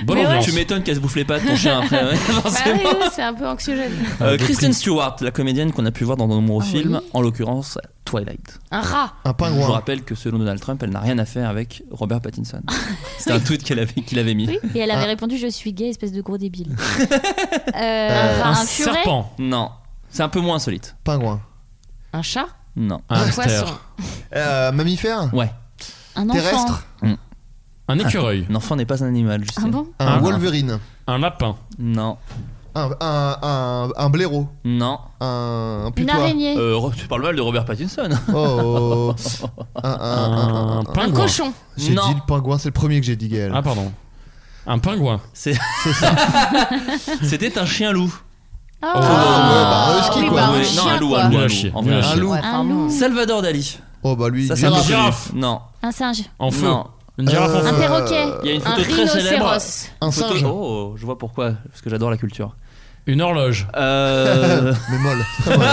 E: Bonne
D: Mais ouais.
E: ambiance.
C: Tu m'étonnes qu'elle se bouffait pas ton chien après. ouais,
D: Bah
C: forcément.
D: oui, oui, c'est un peu anxiogène.
C: Euh, Kristen Stewart, la comédienne qu'on a pu voir dans de nombreux
D: Ah
C: films,
D: oui.
C: en l'occurrence Twilight.
D: Un rat.
I: Un
C: Je vous
I: pingouin.
C: rappelle que selon Donald Trump, elle n'a rien à faire avec Robert Pattinson. C'était un tweet qu'elle avait, qu'il avait mis.
J: Oui, et elle avait
I: Ah.
J: répondu Je suis gay, espèce de gros débile. Euh,
E: Un
J: un furet
E: serpent.
C: Non, c'est un peu moins insolite.
I: Pingouin.
D: Un chat.
C: Non.
E: Un
D: Un
E: hamster.
D: poisson.
I: Euh, mammifère.
C: Ouais,
J: Un enfant
I: Terrestre.
E: Un écureuil.
C: un enfant n'est pas un animal,
J: Ah
C: justement.
J: bon
I: Un
E: Ah.
I: Wolverine.
E: Un lapin.
C: Non,
I: Un, un, un, un blaireau.
C: non.
I: Un, un
J: Une
I: putois.
J: araignée
C: Euh, Ro- tu parles mal de Robert Pattinson.
I: Oh. un, un, un- un-
E: Un
I: un-
D: Un
E: pingouin.
D: cochon.
I: J'ai
C: Non.
I: dit le pingouin, c'est le premier que j'ai dit, Gaël.
E: Ah pardon. Un pingouin.
C: C'est- C'était un chien loup.
D: Ah,
I: bah,
C: euh,
I: un husky,
D: oui,
I: quoi.
D: bah, un
C: Ouais, non,
D: chien,
C: un loup,
D: quoi.
C: un loup,
E: Nul
C: un
E: à
C: loup.
E: chier,
C: En
E: nul
C: vrai,
E: à
C: un
I: un
C: loup.
I: loup.
D: Un
J: Un loup
C: Salvador Dali.
I: Oh bah lui,
C: Ça,
I: il
C: c'est
I: est
C: un
I: parti.
E: girafe.
C: Non,
J: Un singe
E: En feu.
C: non.
E: Une girafe en
I: Euh,
E: feu.
J: Un perroquet
C: Il y a une
D: Un
C: photo très célèbre.
D: rhinocéros.
I: Un
C: Photo-
I: singe.
C: Oh, je vois pourquoi, parce que j'adore la culture.
E: Une horloge.
C: Euh,
I: Mais molle. Très molle.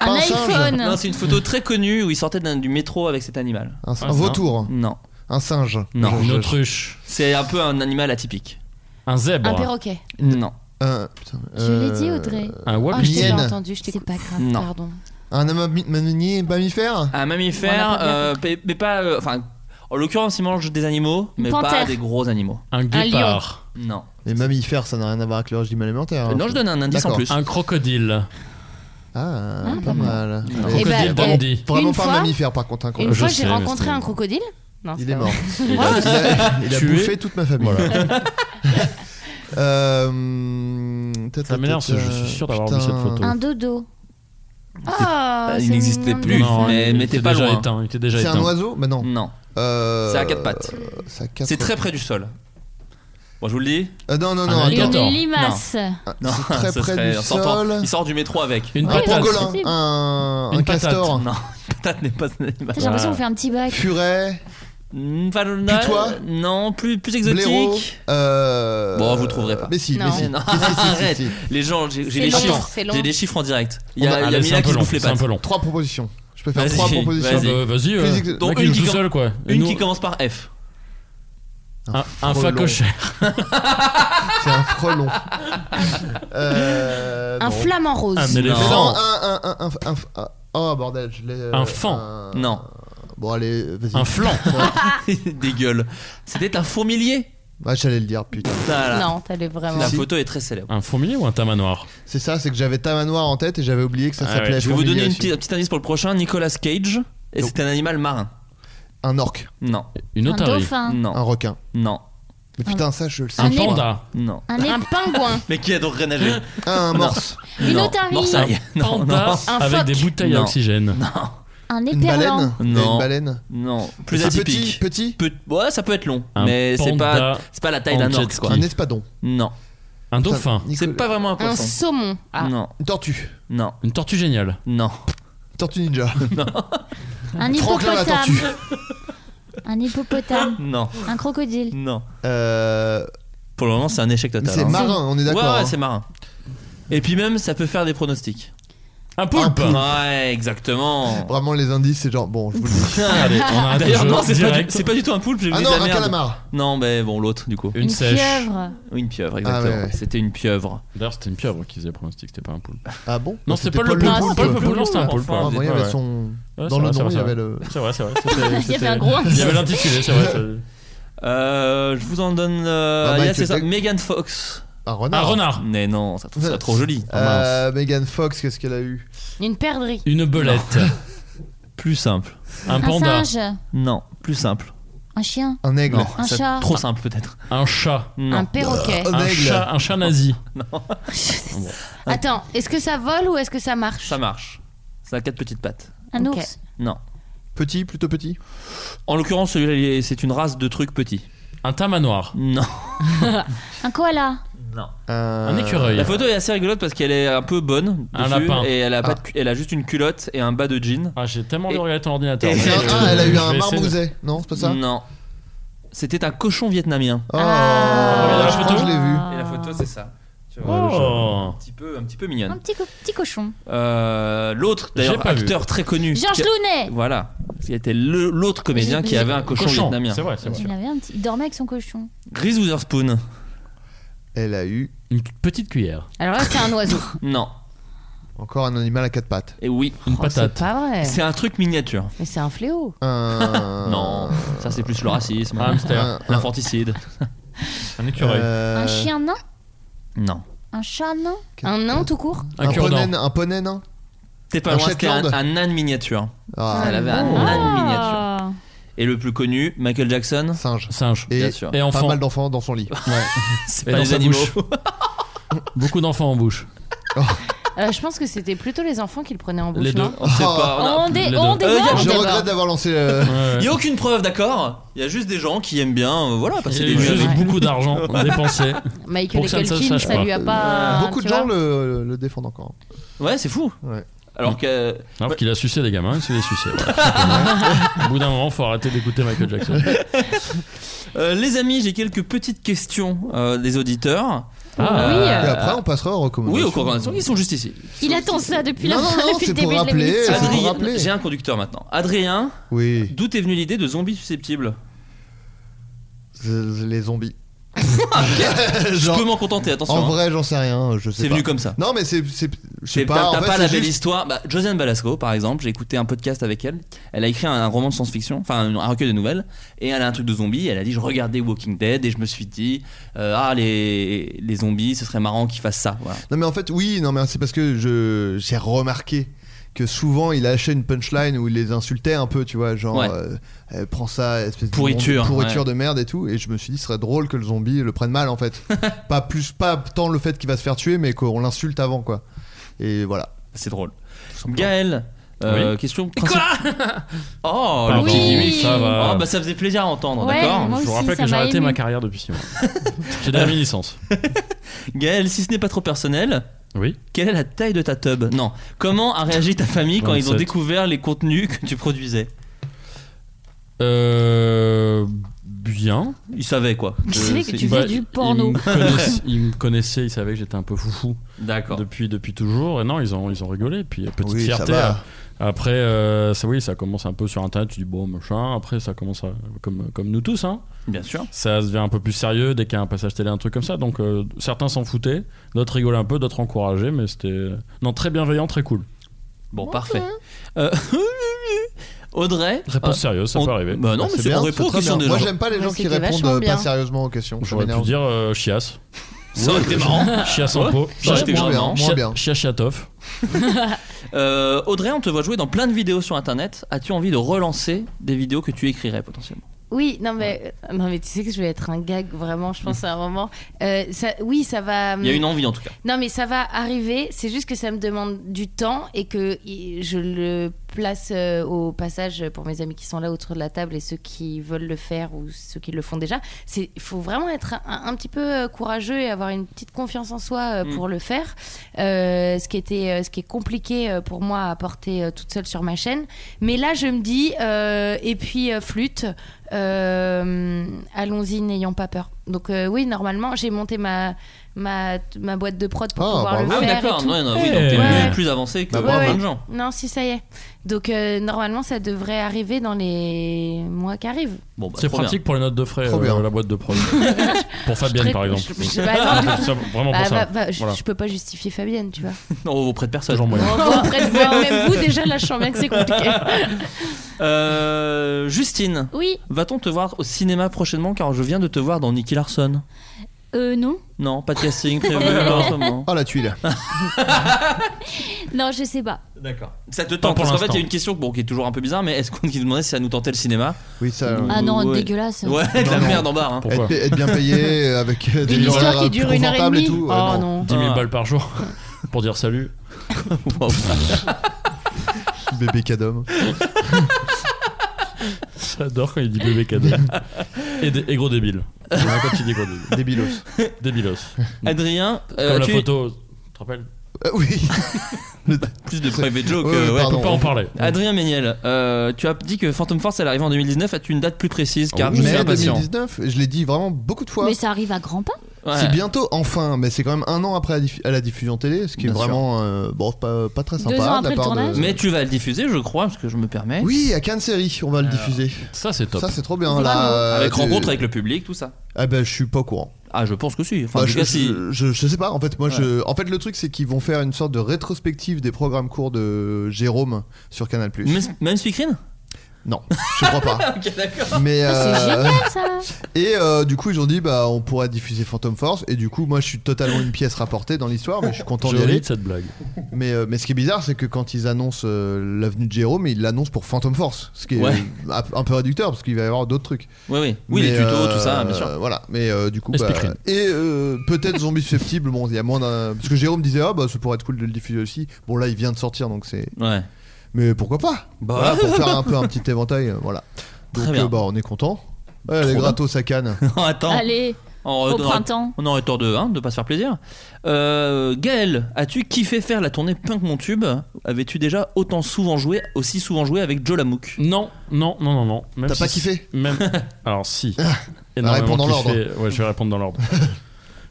J: Un,
I: un singe.
J: iPhone
D: Ah.
C: non, c'est une photo très connue où il sortait d'un- du métro avec cet animal.
I: Un, un
E: Ah,
I: vautour.
C: Non,
I: Un singe.
C: Non.
I: Je-
E: Une
I: je-
E: autruche.
C: c'est un peu un animal atypique.
E: Un
D: Un
E: zèbre.
D: perroquet.
C: Non,
I: Euh, putain,
J: Je l'ai
I: euh,
J: dit, Audrey.
D: Ah,
E: Un
D: je
E: wallaby.
D: t'ai pas
I: Hyène.
D: entendu, je t'écoute.
J: C'est pas grave.
C: non.
D: Pardon.
I: Un amami- mammier- mammifère
C: Un
J: On
C: mammifère,
J: l'a pas bien
C: euh, mais, mais pas. euh, Enfin, en l'occurrence, il mange des animaux,
J: Une
C: mais pas
J: panthère.
C: des gros animaux.
E: Un guépard.
C: Non.
I: Les mammifères, ça n'a rien à voir avec le régime alimentaire.
C: Euh,
I: hein.
C: non, je donne un indice en
I: D'accord.
C: plus.
E: Un crocodile.
I: Ah,
J: bah,
I: pas mal.
C: Non.
I: Mais-
D: Eh ben,
E: Crocodile
D: euh,
E: dandy.
I: Vraiment
D: une
I: pas un
D: fois-
I: mammifère, par contre. un
D: Une
I: crocodile.
D: fois,
E: je
D: j'ai
E: sais, mais
D: rencontré
E: c'est-
D: un crocodile. Non, c'est
I: Il est
D: pas
I: mort.
D: vrai.
I: Il a, il a
E: Tué.
I: bouffé toute ma famille.
E: Voilà.
I: Euh, tata,
E: Ça m'énerve,
I: tata,
E: je suis sûr d'avoir vu
I: putain.
E: cette photo.
J: Un dodo.
D: Ah,
C: il
D: c'est
C: n'existait
D: mignon.
C: plus.
E: Non,
C: mais-
E: il
C: mais
E: était
C: t'es pas
E: déjà
C: loin.
E: éteint, Il était déjà Mm.
I: C'est un
E: éteint.
I: oiseau Mais non.
C: Non,
I: Euh,
C: c'est à quatre pattes.
I: C'est à quatre
C: C'est très
I: pattes.
C: près du sol. Bon, je vous le dis.
I: Euh, non, non,
E: Un
I: non.
E: alligator.
I: attends.
J: Une limace.
C: Non,
I: C'est très
C: ce
I: près
C: serait-
I: du
C: en sortant-
I: sol.
C: Il sort du métro avec.
E: Une
I: Un
E: patate.
I: pangolin.
J: possible.
I: Un,
E: Une
I: un
E: patate.
I: castor.
C: Non, une patate n'est pas un animal.
J: J'ai l'impression qu'on fait un petit bac.
I: Furet.
C: Hmm, enfin, non,
I: Putois.
C: Non, plus, plus exotique.
I: Blaireau. euh,
C: Bon, vous trouverez pas.
I: Mais si,
D: Non.
I: mais si.
C: Non,
I: Si, si, si, si,
C: arrête.
I: si.
C: Les gens, j'ai j'ai
D: C'est
C: les
D: long,
C: chiffres.
D: c'est long.
C: J'ai les chiffres en direct. Il y
I: On
C: a,
I: a-
C: Ah, il y a
E: Allez, bah, ah c'est
C: Mila
E: un
C: qui
E: peu
C: se
E: long.
C: bouffe les
E: C'est un
C: pattes.
E: peu long.
I: Trois propositions. Je peux faire
C: Vas-y,
I: trois propositions.
C: vas-y.
E: Bah, Vas-y. euh,
I: Physique-
E: le
C: Donc, une
E: mec, il joue
C: qui-
E: tout seul quoi. Et
C: Une
E: nous,
C: qui Oh, commence par F.
E: Un, un
I: frelon.
E: facochère.
I: C'est un frelon. Euh,
D: Un
I: non.
D: flamant rose.
E: Un
I: Mais
E: éléphant.
I: non,
C: Non.
I: un, un, un, un, un- Oh bordel, je l'ai. euh,
E: Un fan.
I: un-
C: Non.
I: Bon, allez, vas-y.
E: Un flan.
C: Des gueules. C'était un fourmilier.
I: Ah, j'allais le dire, putain.
C: Voilà.
D: Non, t'allais vraiment.
C: La
I: Si.
C: photo est très célèbre.
E: Un fourmilier ou un tamanoir
I: C'est ça, c'est que j'avais Tamanoir en tête et j'avais oublié que ça
E: Ah
I: s'appelait.
E: ouais,
C: Je vais vous donner
I: Fourmilier
C: une
I: aussi.
C: petite- un petit indice pour le prochain. Nicolas Cage. Et
I: Non.
C: c'est un animal marin.
I: Un orque,
C: Non.
E: Une
J: Un
E: otarie.
J: dauphin.
I: un
C: Non.
I: requin.
C: Non.
I: Mais putain, ça, je le sais.
E: Un
J: Un aigle.
E: panda.
C: Non.
J: Un
D: Un
J: épi-
D: pingouin.
C: Mais qui adorerait nager
I: Ah, Un morse.
J: Une
C: Non.
J: otarie.
E: Oh,
C: Morsaille. Non,
E: Panda
C: non.
D: Un
E: avec
D: phoque.
E: des bouteilles à
C: Non.
E: oxygène.
C: Non.
J: un
I: Une
J: éperlan.
I: baleine. Il y a
C: Non.
I: Une baleine.
C: Non. Plus
I: C'est petit,
C: atypique.
I: petit.
C: Peut- ouais, ça peut être long.
E: Un
C: mais c'est pas,
E: panda
C: c'est pas la taille
E: en
C: d'un
E: jet
C: orque,
E: ski.
C: quoi.
I: Un espadon.
C: Non.
E: Un dauphin.
I: Nicolas-
C: C'est pas vraiment un
D: Un
C: poisson.
D: saumon. Ah.
C: Non.
I: Une tortue.
C: Non.
E: Une tortue géniale.
C: Non.
I: Une Tortue ninja.
J: Un
I: Franklin la
J: hippopotame.
I: tortue.
J: Un hippopotame.
C: Non.
J: Un crocodile.
C: Non.
I: Euh,
C: Pour le moment, c'est un échec
I: mais
C: total.
I: c'est
C: hein.
I: marin, on est
C: Ouais,
I: d'accord.
C: ouais,
I: hein.
C: c'est marin. Et puis même, ça peut faire des pronostics.
E: Un poulpe.
C: Ouais, exactement.
I: Vraiment, les indices, c'est genre, bon, je vous le dis.
C: Allez, on arrête D'ailleurs, le jeu non, c'est pas du- direct. c'est pas du tout un poulpe, j'ai
I: Ah
C: mis
I: non,
C: de la
I: un
C: merde.
I: calamar.
C: Non, mais bon, l'autre du coup.
E: Une Une sèche.
J: pieuvre.
C: Une pieuvre,
E: Ah,
C: exactement.
E: ouais, ouais.
C: C'était une pieuvre.
E: D'ailleurs, c'était une pieuvre qui faisait le pronostic, c'était pas un poulpe.
I: Ah bon
E: Non, c'était pas le poulpe. Pas le poulpe, non, c'était un poulpe.
I: Ah,
E: ouais.
I: bon, il y avait
E: Ouais.
I: son-
E: Ouais, c'est
I: Dans le
E: vrai,
I: nom,
E: c'est
I: il y
E: vrai,
I: avait
E: c'est
I: le.
E: vrai. C'est vrai, c'est vrai.
J: Il y avait un gros
E: Il y avait l'intitulé, c'est vrai. c'est-
C: Euh, je vous en donne. Euh,
I: Ah, bah,
C: Aya,
I: il
C: c'est ça.
I: s'était-
C: Megan Fox.
I: Un renard.
C: Un renard. Mais non, ça trouve ça trop joli. Oh, mince.
I: Euh, Megan Fox, qu'est-ce qu'elle a eu
D: Une perdrix.
E: Une belette.
C: Plus simple.
J: Un panda. singe.
C: Non, plus simple.
J: Un chien.
I: Un aigle.
C: Non,
J: Un
C: ça-
J: chat.
I: Ah.
C: Trop simple peut-être.
E: Un chat.
C: Non.
D: Un perroquet.
E: Un chat, un chat nazi.
D: Attends, est-ce que ça vole ou est-ce que ça marche
C: Ça marche. Ça a quatre petites pattes.
D: Un
J: ours.
C: Non.
I: Petit, plutôt petit
C: En l'occurrence, celui-là, il est- c'est une race de trucs petits.
E: Un tamanoir.
C: Non.
J: Un koala.
I: Euh,
E: Un
I: Ah,
E: écureuil.
C: La photo est assez rigolote parce qu'elle est un peu bonne.
E: Un
C: dessus,
E: lapin.
C: Et elle a,
I: Ah.
C: pas de cu- elle a juste une culotte et un bas de jean.
E: Ah, j'ai tellement de regarder ton ordinateur.
C: Et-
E: mais-
C: C'est un-
I: Ah, elle a eu
E: Je
I: un
E: vais essayer de-
I: marmoset, non, c'est pas ça
C: Non. C'était un cochon vietnamien.
I: Oh,
J: Ah.
E: Regarde la
I: je crois
E: photo.
I: que je l'ai vu.
D: Ah.
C: Et la photo, c'est ça. Tu vois, le chat.
E: Oh.
C: un, petit peu, un petit peu
J: Un
C: mignonne.
J: petit, co- petit cochon.
I: Ah.
C: Euh, L'autre,
E: J'ai
C: d'ailleurs,
E: pas vu.
C: acteur très connu.
J: Georges
C: Qui-
J: Lounet.
C: Voilà. C'était le- l'autre comédien
J: J'ai-
C: qui avait un cochon,
E: Cochon,
C: vietnamien.
E: C'est vrai, c'est vrai.
J: Il, avait un petit... il dormait avec son cochon.
C: Reese Witherspoon.
I: Elle a eu
E: Une petite cuillère.
D: Alors là, c'est un oiseau.
C: Non.
I: encore un animal à quatre pattes.
C: Et oui.
E: Une
D: Oh, c'est
E: patate.
D: pas vrai.
C: C'est un truc miniature.
D: Mais c'est un fléau.
I: Un. Euh,
C: Non, ça c'est plus le racisme,
E: Un Ah, hamster.
I: Un-
C: l'infanticide.
E: Un écureuil.
I: euh,
J: Un chien nain
C: Non.
J: Un chat nain
D: Un nain tout court
E: Un
I: Un poney,
E: cure-dent.
I: un poney, non
C: T'es pas
I: Un
C: loin, c'était un,
I: Shetland.
C: un âne miniature.
I: Ah,
C: Elle avait un âne miniature.
D: Ah.
C: Et le plus connu, Michael Jackson.
I: Singe.
E: Singe.
I: Et
C: Bien sûr.
E: Et
I: pas
E: enfant.
I: mal d'enfants dans son lit.
C: C'est
E: Et
C: pas
E: dans
C: les
E: sa
C: animaux.
E: bouche. Beaucoup d'enfants en bouche.
D: Euh, je pense que c'était plutôt les enfants qui le prenaient en bouche.
E: Les deux.
D: non
C: On sait
I: Oh.
C: pas. on a-
J: On, dé-
E: les deux.
J: on
C: Euh, y a-
J: déborde
I: Je
C: Débat.
I: regrette d'avoir lancé. euh,
E: Oh.
C: Il y a aucune preuve, d'accord Il y a juste des gens qui aiment bien, euh, voilà,
E: Il
C: passer
E: y a
C: des
E: eu
C: nuits
E: juste
C: avec.
E: beaucoup d'argent dépensé.
D: Michael
E: Pour que ça ne se
D: Ekelkin, ça,
E: sache pas.
D: lui a pas.
I: Beaucoup
D: Ah, tu
I: de gens
D: vois
I: le, le défendent encore.
C: Ouais, c'est fou.
I: Ouais.
C: Alors que. euh,
E: Alors qu'il a sucé des gamins, il se les suçait. voilà. Au bout d'un moment, faut arrêter d'écouter Michael Jackson.
C: Euh, les amis, j'ai quelques petites questions euh, des auditeurs.
E: Ah,
J: Oui,
I: Et
J: euh,
I: après, on passera aux
C: Oui,
I: recommandations.
C: aux recommandations, ils sont juste ici.
J: Il attend ça depuis la
I: Non, non,
J: fin,
I: non,
J: depuis
I: c'est
J: le
I: pour
J: début de
I: rappeler,
J: l'émission.
I: c'est-
C: Adrien-
I: rappeler.
C: j'ai un conducteur maintenant. Adrien,
I: Oui,
C: d'où est venue l'idée de zombies susceptibles
I: z- z- les zombies.
C: Je
I: Genre,
C: peux m'en contenter, attention.
I: en
C: hein.
I: vrai, j'en sais rien. Je sais
C: C'est
I: pas.
C: venu comme ça.
I: Non, mais c'est. c'est- Je sais
C: T'as
I: pas. en
C: t'as
I: fait,
C: pas
I: c'est
C: la belle
I: juste-
C: histoire. Bah, Josiane Balasco, par exemple, j'ai écouté un podcast avec elle. Elle a écrit un, un roman de science-fiction, enfin un, un recueil de nouvelles, et elle a un truc de zombies. Elle a dit Je regardais Walking Dead et je me suis dit euh, Ah, les, les zombies, ce serait marrant qu'ils fassent ça. Voilà.
I: Non mais en fait oui, non mais c'est parce que je j'ai remarqué que souvent il lâchait une punchline où il les insultait un peu, tu vois, genre
C: Ouais.
I: euh, euh, prends ça espèce de
C: Pourriture,
I: monde- pourriture
C: ouais.
I: de merde et tout et je me suis dit ce serait drôle que le zombie le prenne mal en fait. pas plus pas tant le fait qu'il va se faire tuer mais qu'on l'insulte avant quoi. Et voilà.
C: C'est drôle. Gaël, euh, question. principale. oh, le
E: Pardon,
C: petit
J: Oui.
C: gimmick.
E: ça va.
C: Oh, bah, ça faisait plaisir à entendre,
J: Ouais.
C: d'accord
J: Moi
E: je vous
J: aussi,
E: rappelle
J: ça
E: que j'ai
J: m'a
E: arrêté
J: ému.
E: ma carrière depuis 6 mois. J'ai de la licence.
C: Gaël, si ce n'est pas trop personnel.
E: Oui.
C: Quelle est la taille de ta tub Non. Comment a réagi ta famille quand ils ont
E: 27.
C: découvert les contenus que tu produisais
E: Euh. Bien.
C: Ils savaient quoi
J: Ils savaient que
C: c'est-
J: tu faisais du porno.
E: Ils me connaissaient, ils, me connaissaient, ils savaient que j'étais un peu foufou
C: D'accord.
E: depuis, depuis toujours. Et non, ils ont, ils ont rigolé. Puis, euh, petite
I: oui,
E: fierté.
I: ça
E: euh,
I: va.
E: Après, euh, ça, oui, ça commence un peu sur internet. Tu dis bon, machin. Après, ça commence à- comme, comme nous tous. Hein.
C: Bien sûr.
E: Ça devient un peu plus sérieux dès qu'il y a un passage télé, un truc comme ça. Donc, euh, certains s'en foutaient, d'autres rigolaient un peu, d'autres encourageaient. Mais c'était. Non, très bienveillant, très cool.
C: Bon, parfait. Euh, Audrey.
E: Réponse
C: euh,
E: sérieuse, ça
C: on-
E: peut arriver.
C: Bah non,
I: Bah,
C: mais
I: c'est
C: c'est on
I: bien,
C: répond
I: c'est
C: aux
I: très
C: questions
I: bien.
C: des gens.
I: Moi j'aime pas les
D: Mais
I: gens qui
D: c'était
I: répondent
D: vachement
I: euh,
D: bien.
I: pas sérieusement aux questions. Ça
E: J'aurais pu
I: m'énerve.
E: dire euh, chiasse.
C: Ça aurait été marrant.
E: Chiasse en
C: Ouais.
E: pot.
C: Ça aurait été
I: Moins bien,
C: marrant. Bah,
I: moins bien.
E: Chia Chiatov.
C: Euh, Audrey, on te voit jouer dans plein de vidéos sur internet. As-tu envie de relancer des vidéos que tu écrirais potentiellement
D: Oui, non mais, euh, non, mais tu sais que je vais être un gag, vraiment, je pense à un moment. Euh, ça, oui, ça va.
C: Mm.
D: mm,
C: Il y a une envie en tout cas.
D: Non, mais ça va arriver. C'est juste que ça me demande du temps et que i- je le place euh, au passage pour mes amis qui sont là autour de la table et ceux qui veulent le faire ou ceux qui le font déjà. C'est- Il faut vraiment être un, un petit peu euh, courageux et avoir une petite confiance en soi euh,
C: Mm.
D: pour le faire. Euh, ce, qui était, euh, ce qui est compliqué euh, pour moi à porter euh, toute seule sur ma chaîne. Mais là, je me dis, euh, et puis euh, flûte, euh, allons-y, n'ayons pas peur. Donc euh, oui, normalement, j'ai monté ma, ma, ma boîte de prod pour pouvoir le
C: Ah oui,
D: faire.
C: d'accord,
D: et tout.
C: ouais, non, oui, donc t'es
D: Ouais.
C: plus avancé que
E: Bah,
D: Ouais,
C: plein
D: ouais.
C: de gens.
D: Non, si ça y est. Donc euh, normalement, ça devrait arriver dans les mois qui arrivent.
C: Bon, bah,
E: c'est
C: trop
E: pratique
C: bien.
E: pour les notes de frais,
C: Trop
E: euh,
C: bien.
E: la boîte de prod.
D: Je
E: pour Fabienne, par
D: te-
E: exemple.
D: je- je- bah, non, du
E: Ça,
D: coup-
E: vraiment
D: bah,
E: pour ça.
D: bah, bah, je-
E: Voilà.
D: Je peux pas justifier Fabienne, tu vois.
C: Non, auprès de personne.
D: Bon, après, de voir même vous, déjà, là, je sens bien que c'est compliqué.
C: Euh, Justine.
J: Oui.
C: Va-t-on te voir au cinéma prochainement car je viens de te voir dans Nicky Larson.
J: Euh, non.
C: Non, pas de casting prévu pas en ce moment.
I: Ah la tuile.
J: Non, je sais pas.
C: D'accord. Ça te
E: Pas
C: tente
E: pour
C: parce qu'en fait il y
E: l'instant.
C: a une question bon, qui est toujours un peu bizarre mais est-ce qu'on qui demandait si ça nous tentait le cinéma
I: Oui ça.
J: Ah non, dégueulasse.
C: Ouais, de la
I: Non, non.
C: merde en barre. hein.
I: Être, être bien payé euh, avec euh, des
J: histoire
I: horaires
J: qui dure une heure et
I: confortables
J: demie.
I: tout. ouais,
J: Oh, non.
E: 10 000
C: Ah.
E: balles par jour pour dire salut.
I: Bébé cadom.
E: J'adore quand il dit bébé cadeau. et, des- et gros débile. J'aime bien Quand il dit gros débile.
I: Débilos.
E: Débilos.
C: Adrien, euh,
E: Comme la
C: tu-
E: photo, tu te rappelles
I: Euh, oui.
J: Ah,
C: Plus de private joke.
E: Ouais,
C: euh, ouais.
E: pardon. On peut pas en parler.
C: Adrien Méniel, euh, tu as dit que Phantom Force elle arrivait en 2019. As-tu une date plus précise car je suis
I: Mai
C: impatient.
I: 2019, je l'ai dit vraiment beaucoup de fois.
J: Mais ça arrive à grands pas.
C: Ouais.
I: C'est bientôt, enfin, mais c'est quand même un an après la diff- à la diffusion télé, ce qui est
C: Bien sûr.
I: vraiment euh, bon, pas, pas très sympa.
J: Deux ans
I: de
J: après
I: la
J: le
I: part de-
J: tournage.
C: Mais tu vas le diffuser, je crois, parce que je me permets.
I: Oui, à Cannes Série, on va le
C: Alors,
I: diffuser.
E: Ça, c'est top.
I: Ça, c'est trop bien.
J: Vraiment.
I: Là, euh,
C: Avec
I: tu-
C: rencontre avec le public, tout ça.
I: Ah ben, je suis pas au courant.
C: Ah, je pense que si. Enfin,
I: Bah,
C: en tout
I: je,
C: cas, si.
I: je, je- je sais pas. En fait, moi,
C: Ouais.
I: je. En fait, le truc, c'est qu'ils vont faire une sorte de rétrospective des programmes courts de Jérôme sur Canal+.
C: Même- Même Speakerine
I: Non, je crois pas.
C: Ok, d'accord.
I: Mais
J: Ah, C'est
I: euh,
J: génial ça.
I: et euh, du coup, ils ont dit bah on pourrait diffuser Phantom Force. Et du coup, moi, je suis totalement une pièce rapportée dans l'histoire, mais je suis content
E: J'ai
I: d'y
E: ri
I: aller.
E: de cette blague.
I: Mais, euh, mais ce qui est bizarre, c'est que quand ils annoncent euh, l'avenue de Jérôme, ils l'annoncent pour Phantom Force, ce qui est
C: Ouais.
I: euh, un- un peu réducteur parce qu'il va y avoir d'autres trucs.
C: Oui, oui. Oui, les
I: Mais,
C: tutos,
I: euh,
C: tout ça, bien sûr.
I: Voilà, mais euh, du coup.
E: Et
I: bah,
E: Speakerine.
I: et euh, peut-être Zombie Susceptible, bon, il y a moins d'un. Parce que Jérôme disait, ah bah ça pourrait être cool de le diffuser aussi. Bon, là, il vient de sortir, donc c'est.
C: Ouais.
I: Mais pourquoi pas
C: Bah.
I: Voilà, Pour faire un peu un petit éventail, euh, voilà. Donc,
C: Très bien.
I: euh, bah, on est content. Ouais, les
C: bien.
I: gratos à Cannes.
C: Non, attends.
J: Allez,
C: On
I: Oh,
J: au
C: aurait-
J: printemps.
C: On aurait tort de, hein, de pas se faire plaisir. Euh, Gaël, as-tu kiffé faire la tournée Punk Mon Tube Avais-tu déjà autant souvent joué, aussi souvent joué avec Joe Lamouk
E: Non, non, non, non, non. Même
I: T'as
E: si
I: pas
E: c'est-
I: kiffé Ah,
E: Même. Alors si.
I: réponds dans
E: kiffé. Ouais, je vais répondre dans l'ordre.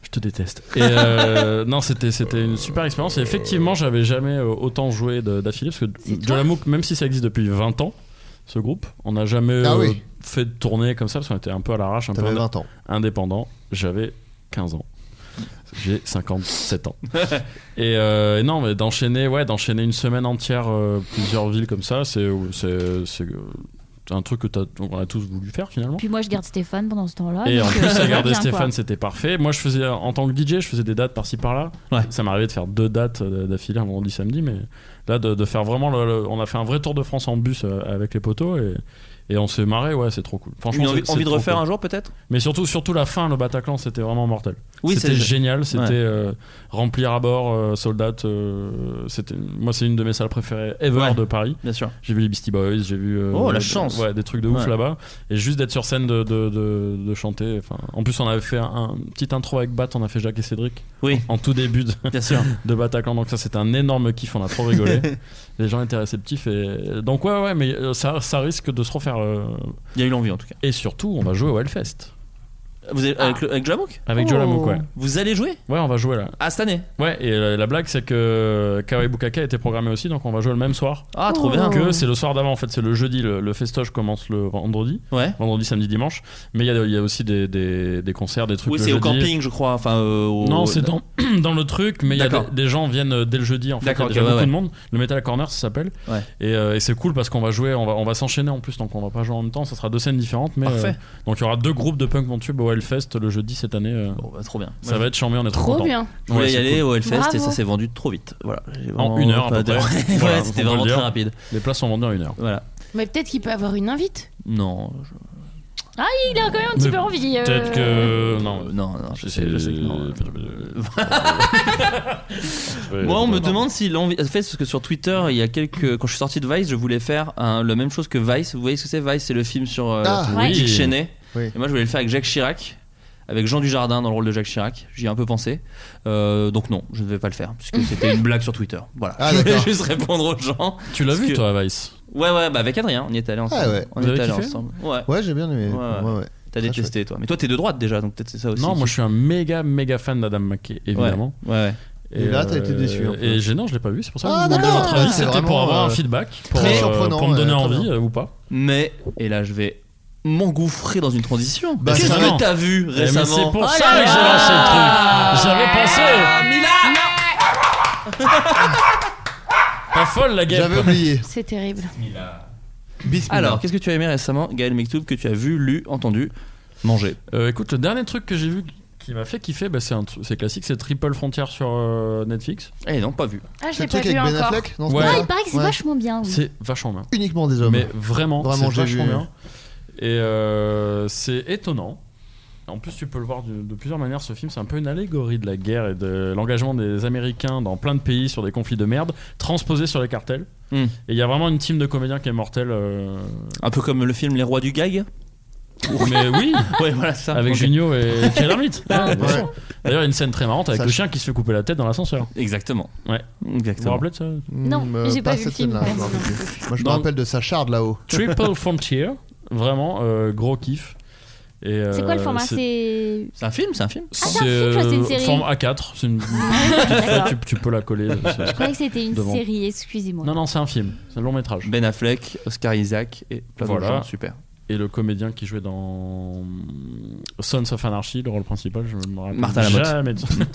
E: Je te déteste. Et euh, non, c'était c'était une super expérience. Et effectivement, j'avais jamais euh, autant joué de- d'affilée parce que
D: toi
E: Jolamouk, même si ça existe depuis 20 ans, ce groupe, on n'a jamais
I: Ah
E: euh,
I: oui.
E: fait de tournée comme ça parce qu'on était un peu à l'arrache, un peu
I: T'avais
E: indé-
I: 20 ans.
E: indépendant. J'avais 15 ans. J'ai 57 ans. Et euh, non, mais d'enchaîner, ouais, d'enchaîner une semaine entière, euh, plusieurs villes comme ça, c'est c'est- c'est, euh, un truc que t'as- on a tous voulu faire finalement.
J: Puis moi, je garde Stéphane pendant ce temps-là.
E: Et en
J: donc, euh,
E: plus,
J: ça va
E: regarder
J: bien, quoi.
E: Stéphane, c'était parfait. Moi, je faisais en tant que DJ, je faisais des dates par-ci par-là.
C: Ouais.
E: Ça m'arrivait de faire deux dates euh, d'affilée un vendredi samedi, mais là, de, de faire vraiment, le- le- on a fait un vrai tour de France en bus euh, avec les poteaux et, et on s'est marré. Ouais, c'est trop cool. Franchement,
C: Une envie,
E: c'est- c'est
C: envie de
E: trop
C: refaire
E: cool.
C: un jour peut-être
E: Mais surtout, surtout la fin, le Bataclan, c'était vraiment mortel.
C: Oui,
E: c'était
C: c'est-
E: génial. C'était
C: Ouais.
E: euh, remplir à bord, euh, soldats. euh, c'était, moi, c'est une de mes salles préférées ever
C: Ouais.
E: de Paris.
C: Bien sûr.
E: J'ai vu les Beastie Boys, j'ai vu. euh,
C: Oh, la
E: des-
C: chance.
E: ouais, des trucs de ouf
C: Ouais.
E: là-bas. Et juste d'être sur scène, de, de, de- de chanter. Enfin, en plus, on avait fait un, un petit intro avec Bat, on a fait Jacques et Cédric
C: Oui,
E: en tout début de,
C: bien sûr.
E: de Bataclan. Donc, ça, c'était un énorme kiff, on a trop rigolé. les gens étaient réceptifs. Et... Donc, ouais, ouais, mais euh, ça, ça risque de se refaire. euh,
C: Il y a eu l'envie en tout cas.
E: Et surtout, on va jouer au Hellfest
C: Vous avez-
E: Ah.
C: avec, le- avec Joe Lamouk
E: avec Joe Lamouk, ouais.
C: Vous allez jouer
E: Ouais, on va jouer là.
C: Ah, cette année
E: Ouais, et euh, la, la blague, c'est que Kawaii Bukaka était programmé aussi, donc on va jouer le même soir.
C: Ah, trop bien.
E: Oh. Que c'est le soir d'avant, en fait, c'est le jeudi, le, le festoche commence le vendredi.
C: Ouais.
E: vendredi, samedi, dimanche. Mais il y a, il y a aussi des, des- des concerts, des trucs.
C: Oui,
E: le
C: c'est au
E: jeudi.
C: camping, je crois. Enfin, euh, au-
E: Non, c'est dans, dans le truc, mais il y a des,
C: D'accord.
E: des gens viennent euh, dès le jeudi en fait. Il y a
C: D'accord,
E: déjà
C: ok, ouais,
E: beaucoup
C: ouais.
E: de monde. Le Metal Corner, ça s'appelle.
C: Ouais.
E: Et, euh, et c'est cool parce qu'on va jouer, on va, on va s'enchaîner en plus, donc on va pas jouer en même temps. Ça sera deux scènes différentes. Mais,
C: Parfait.
E: euh, donc il y aura deux groupes de punk mon tube au Hellfest le jeudi cette année. euh,
C: Bon, bah, trop bien.
E: Ça va être chambé, on est trop,
D: Trop
E: contents.
D: bien.
C: Je voulais
E: Ouais,
C: y
E: c'est
C: aller
E: cool.
C: au Hellfest et ça
D: Bravo.
C: s'est vendu trop vite. Voilà. J'ai
E: En
C: vraiment
E: une heure à
C: pas
E: peu
C: de-
E: près.
C: ouais,
E: Voilà, faut
C: c'était
E: pas le
C: vraiment très
E: dire.
C: rapide.
E: Les places sont vendues en une heure.
C: Voilà.
D: Mais peut-être qu'il peut avoir une invite.
C: Non.
J: Ah, il a quand même un petit
E: Mais
J: peu envie. euh.
E: Peut-être que.
C: je-
E: Non.
C: Non, non, je
E: C'est-
C: sais, je sais que non.
E: Ouais,
C: Moi, on me
E: non.
C: demande si l'envie. En fait, parce que sur Twitter, il y a quelques. Quand je suis sorti de Vice, je voulais faire un- la même chose que Vice. Vous voyez ce que c'est Vice, c'est le film sur euh,
I: Ah,
J: Ouais.
C: Dick
E: oui.
C: Cheney.
I: Oui.
C: Et moi, je voulais le faire avec Jacques Chirac, avec Jean Dujardin dans le rôle de Jacques Chirac. J'y ai un peu pensé. Euh, donc, non, je ne vais pas le faire, puisque c'était une blague sur Twitter. Voilà.
I: Ah,
C: je voulais
I: d'accord.
C: juste répondre aux gens.
E: Tu l'as
C: Parce
E: vu,
C: que-
E: toi, Vice
C: Ouais, ouais, bah avec Adrien, on y est allé ensemble.
I: Ah ouais.
C: On
E: Vous
C: y est
E: avez
C: allé
E: kiffé
C: ensemble. Ouais.
I: Ouais, j'ai bien aimé.
C: Ouais, ouais.
I: Ouais, ouais.
C: T'as détesté, toi. Mais toi, t'es de droite déjà, donc peut-être c'est
I: Bah,
C: ça aussi.
E: Non, moi
C: qui-
E: je suis un méga méga fan d'Adam McKay, évidemment. euh,
C: Ouais, ouais.
I: Et là, t'as été déçu, un peu.
E: Et j'ai- non, je l'ai pas vu, c'est pour ça que je
I: Ah,
E: vous demandais
I: d'accord.
E: votre avis.
I: C'est
E: C'était pour
I: vraiment,
E: avoir un
I: euh,
E: feedback, pour,
C: très
E: euh,
C: surprenant,
E: pour me donner
C: euh, très
E: envie
C: bien.
E: euh, ou pas.
C: Mais, et là, je vais m'engouffrer dans une transition.
E: Bah,
C: Qu'est-ce
E: c'est vrai.
C: que t'as vu
E: Eh, mais
C: récemment
E: c'est pour
C: Oh
E: ça
C: là
E: que j'ai
C: là
E: lancé le truc. J'avais pensé.
I: Ah,
E: Pas folle la gueule.
O: C'est terrible.
C: Alors, qu'est-ce que tu as aimé récemment, Gaël Mektoub, que tu as vu, lu, entendu, mangé
E: Euh, écoute, le dernier truc que j'ai vu qui m'a fait kiffer, bah, c'est un tru- c'est classique, c'est Triple Frontière sur euh, Netflix.
C: Eh non, pas vu.
O: Ah, je
I: C'est
O: l'ai
I: le
O: pas
I: truc
O: vu
I: avec Ben
O: encore.
I: Affleck Non,
E: Ouais.
D: Ah, il paraît que c'est
E: Ouais.
D: vachement bien. oui.
E: C'est vachement bien.
I: Uniquement des hommes.
E: Mais vraiment,
I: Vraiment,
E: c'est
I: j'ai
E: vachement
I: vu.
E: bien. Et euh, c'est étonnant. En plus, tu peux le voir de, de plusieurs manières. Ce film, c'est un peu une allégorie de la guerre et de l'engagement des Américains dans plein de pays sur des conflits de merde, transposés sur les cartels.
C: Hmm.
E: Et il y a vraiment une team de comédiens qui est mortelle. euh,
C: Un peu comme le film Les Rois du Gag
E: Mais oui,
C: Ouais, voilà ça.
E: avec
C: Ok. Ah,
E: Junio et Kyle Hermite. Ouais, bien
C: Ouais.
E: sûr. D'ailleurs, il y a une scène très marrante avec
C: Ça-
E: le chien qui se fait couper la tête dans l'ascenseur.
C: Exactement.
E: Ouais. Vous vous
C: Exactement.
E: rappelez de ça
D: Non,
I: Mm, euh,
D: j'ai pas vu le
I: cette
D: film.
I: scène-là,
D: ouais.
I: je me rappelle plus. Moi, je
E: Dans-
I: me rappelle de sa charde là-haut.
E: Triple Frontier, vraiment euh, gros kiff. Et, euh,
D: C'est quoi le format C'est.
C: C'est un film, c'est un film.
D: Ah, c'est un film, je crois que c'est une
E: euh,
D: série. Ah
E: forme A4, c'est une
D: D'accord.
E: tu, tu peux la coller. ça-
D: Je croyais que c'était une
E: devant.
D: série, excusez-moi.
E: Non non, c'est un film, c'est un long métrage.
C: Ben Affleck, Oscar Isaac et plein
E: Voilà.
C: de gens. Super.
E: Et le comédien qui jouait dans Sons of Anarchy, le rôle principal, je me rappelle
C: Martin Lamotte.
E: jamais. de son nom.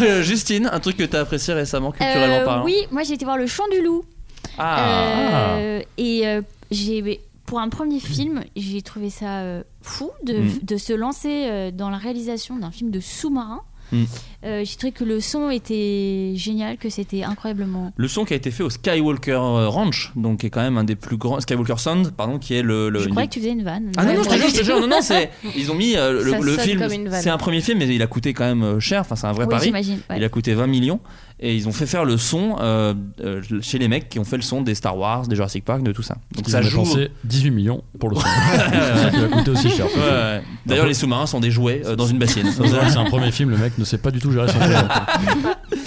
C: Euh, Justine, un truc que t'as apprécié récemment, culturellement
D: Euh,
C: parlant
D: Oui, moi j'ai été voir Le Chant du Loup.
C: Ah.
D: Euh, et euh, j'ai, pour un premier film, j'ai trouvé ça euh, fou de,
C: Mm.
D: de se lancer euh, dans la réalisation d'un film de sous-marin.
C: Mm.
D: Euh, j'ai trouvé que le son était génial, que c'était incroyablement.
C: Le son qui a été fait au Skywalker euh, Ranch, donc qui est quand même un des plus grands Skywalker Sound, pardon, qui est le. le
D: je
C: une
D: croyais
C: des-
D: que tu faisais une vanne.
C: Ah non, non, je te
D: Ouais.
C: jure, je te jure, non, non, c'est. Ils ont mis euh, le,
D: Ça
C: le
D: sonne
C: film.
D: comme une vanne.
C: C'est un premier film, mais il a coûté quand même euh, cher. Enfin, c'est un vrai
D: Oui,
C: pari.
D: j'imagine, ouais.
C: Il a coûté 20 millions. Et ils ont fait faire le son euh, euh, chez les mecs qui ont fait le son des Star Wars, des Jurassic Park, de tout ça. Donc
E: Ils
C: ça
E: ont
C: joue.
E: dépensé 18 millions pour le son. c'est ça qui va coûter aussi cher.
C: Ouais, ouais. D'ailleurs, les sous-marins sont des jouets euh, dans une bassine.
E: Ça se voit que C'est un premier film, le mec ne sait pas du tout gérer son projet.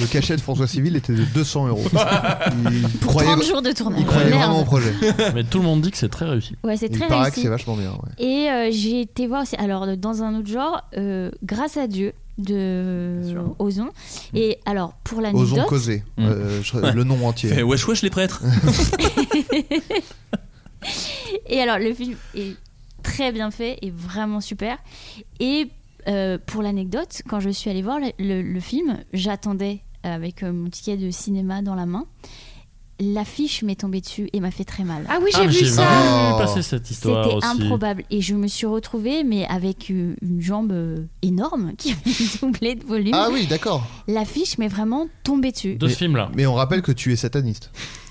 I: Le cachet de François Civil était de 200 euros. Il
D: Pour 30 jours de tournage.
I: Il croyait
D: Merde.
I: vraiment au projet.
E: Mais tout le monde dit que c'est très réussi.
D: Ouais, c'est
I: Il
D: très
I: paraît que
D: réussi.
I: c'est vachement bien. ouais.
D: Et euh, j'ai été voir aussi, alors euh, dans un autre genre, euh, Grâce à Dieu de Ozon.
O: Mm.
D: Et alors, pour
I: Osons
D: l'anecdote,
I: causer.
C: Mm.
I: Euh, je-
C: Ouais.
I: Le nom entier.
C: Fait, wesh wesh les prêtres.
D: et alors le film est très bien fait et vraiment super. Et euh, pour l'anecdote, quand je suis allée voir le, le- le film, j'attendais avec euh, mon ticket de cinéma dans la main. L'affiche m'est tombée dessus et m'a fait très mal.
O: Ah oui, j'ai
E: mais
O: vu ça.
E: vu passer cette histoire
D: C'était
E: aussi.
D: improbable et je me suis retrouvée mais avec euh, une jambe euh, énorme qui me doublait de volume.
I: Ah oui, d'accord.
D: L'affiche m'est vraiment tombée dessus.
E: De ce film-là.
I: Mais on rappelle que tu es sataniste.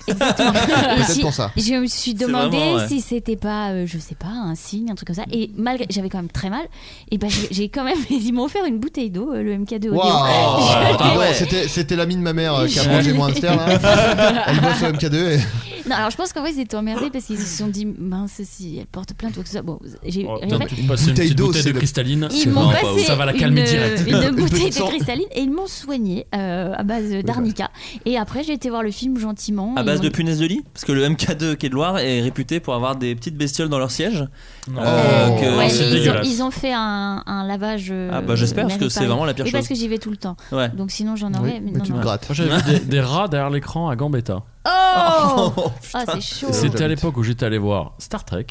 D: Et
I: Peut-être
D: si-
I: pour ça.
D: Je me suis
C: C'est
D: demandé
C: vraiment, ouais.
D: si c'était pas, euh, je sais pas, un signe, un truc comme ça. Et malgré, j'avais quand même très mal. Et ben j'ai- j'ai quand même, ils m'ont offert une bouteille d'eau, euh, le MK2 Odéon.
I: Waouh Attends,
C: Ah Oh, ouais.
I: C'était c'était l'ami de ma mère euh, qui a
D: Je-
I: mangé mon hamster là. Elle bosse au MK2 et
D: Non, alors je pense qu'en vrai ils étaient emmerdés parce qu'ils se sont dit mince si elle porte plainte ou tout ça. Bon, j'ai
E: Oh,
D: rien
E: donc
D: fait.
E: tu te passes une
I: Bouteille
E: petite
I: d'eau,
E: bouteille
I: c'est
E: de
I: le-
E: cristalline.
D: Ils
E: c'est
D: m'ont
E: vraiment pas
D: passé
E: ouf. Ça va la
D: une-
E: calmer direct.
D: une bouteille
I: petite
D: de
I: sang.
D: cristalline et ils m'ont soignée euh, à base d'arnica. Et après j'ai été voir le film gentiment.
C: À
D: Ils
C: base
D: m'ont
C: de
D: dit-
C: punaises de lit Parce que le MK2 Quai de Loire est réputé pour avoir des petites bestioles dans leur siège.
E: Non.
C: Euh,
D: Oh. Ouais,
C: que-
D: mais
E: c'est
D: ils, ont,
E: dégueulasse.
D: ils ont fait un, un lavage. euh,
C: Ah bah j'espère parce que
D: mérite
C: c'est
D: pas.
C: vraiment la pire
D: Oui, parce
C: chose.
D: que j'y vais tout le temps.
C: Ouais.
D: Donc sinon j'en
I: Oui,
D: aurais. mais
I: mais
D: non,
I: tu te
D: non.
I: grattes.
E: Moi, J'avais vu des, des rats derrière l'écran à Gambetta.
D: Oh, Ah, c'est chaud.
I: Euh,
E: Et C'était à
I: j'avoue.
E: l'époque où j'étais allé voir Star Trek.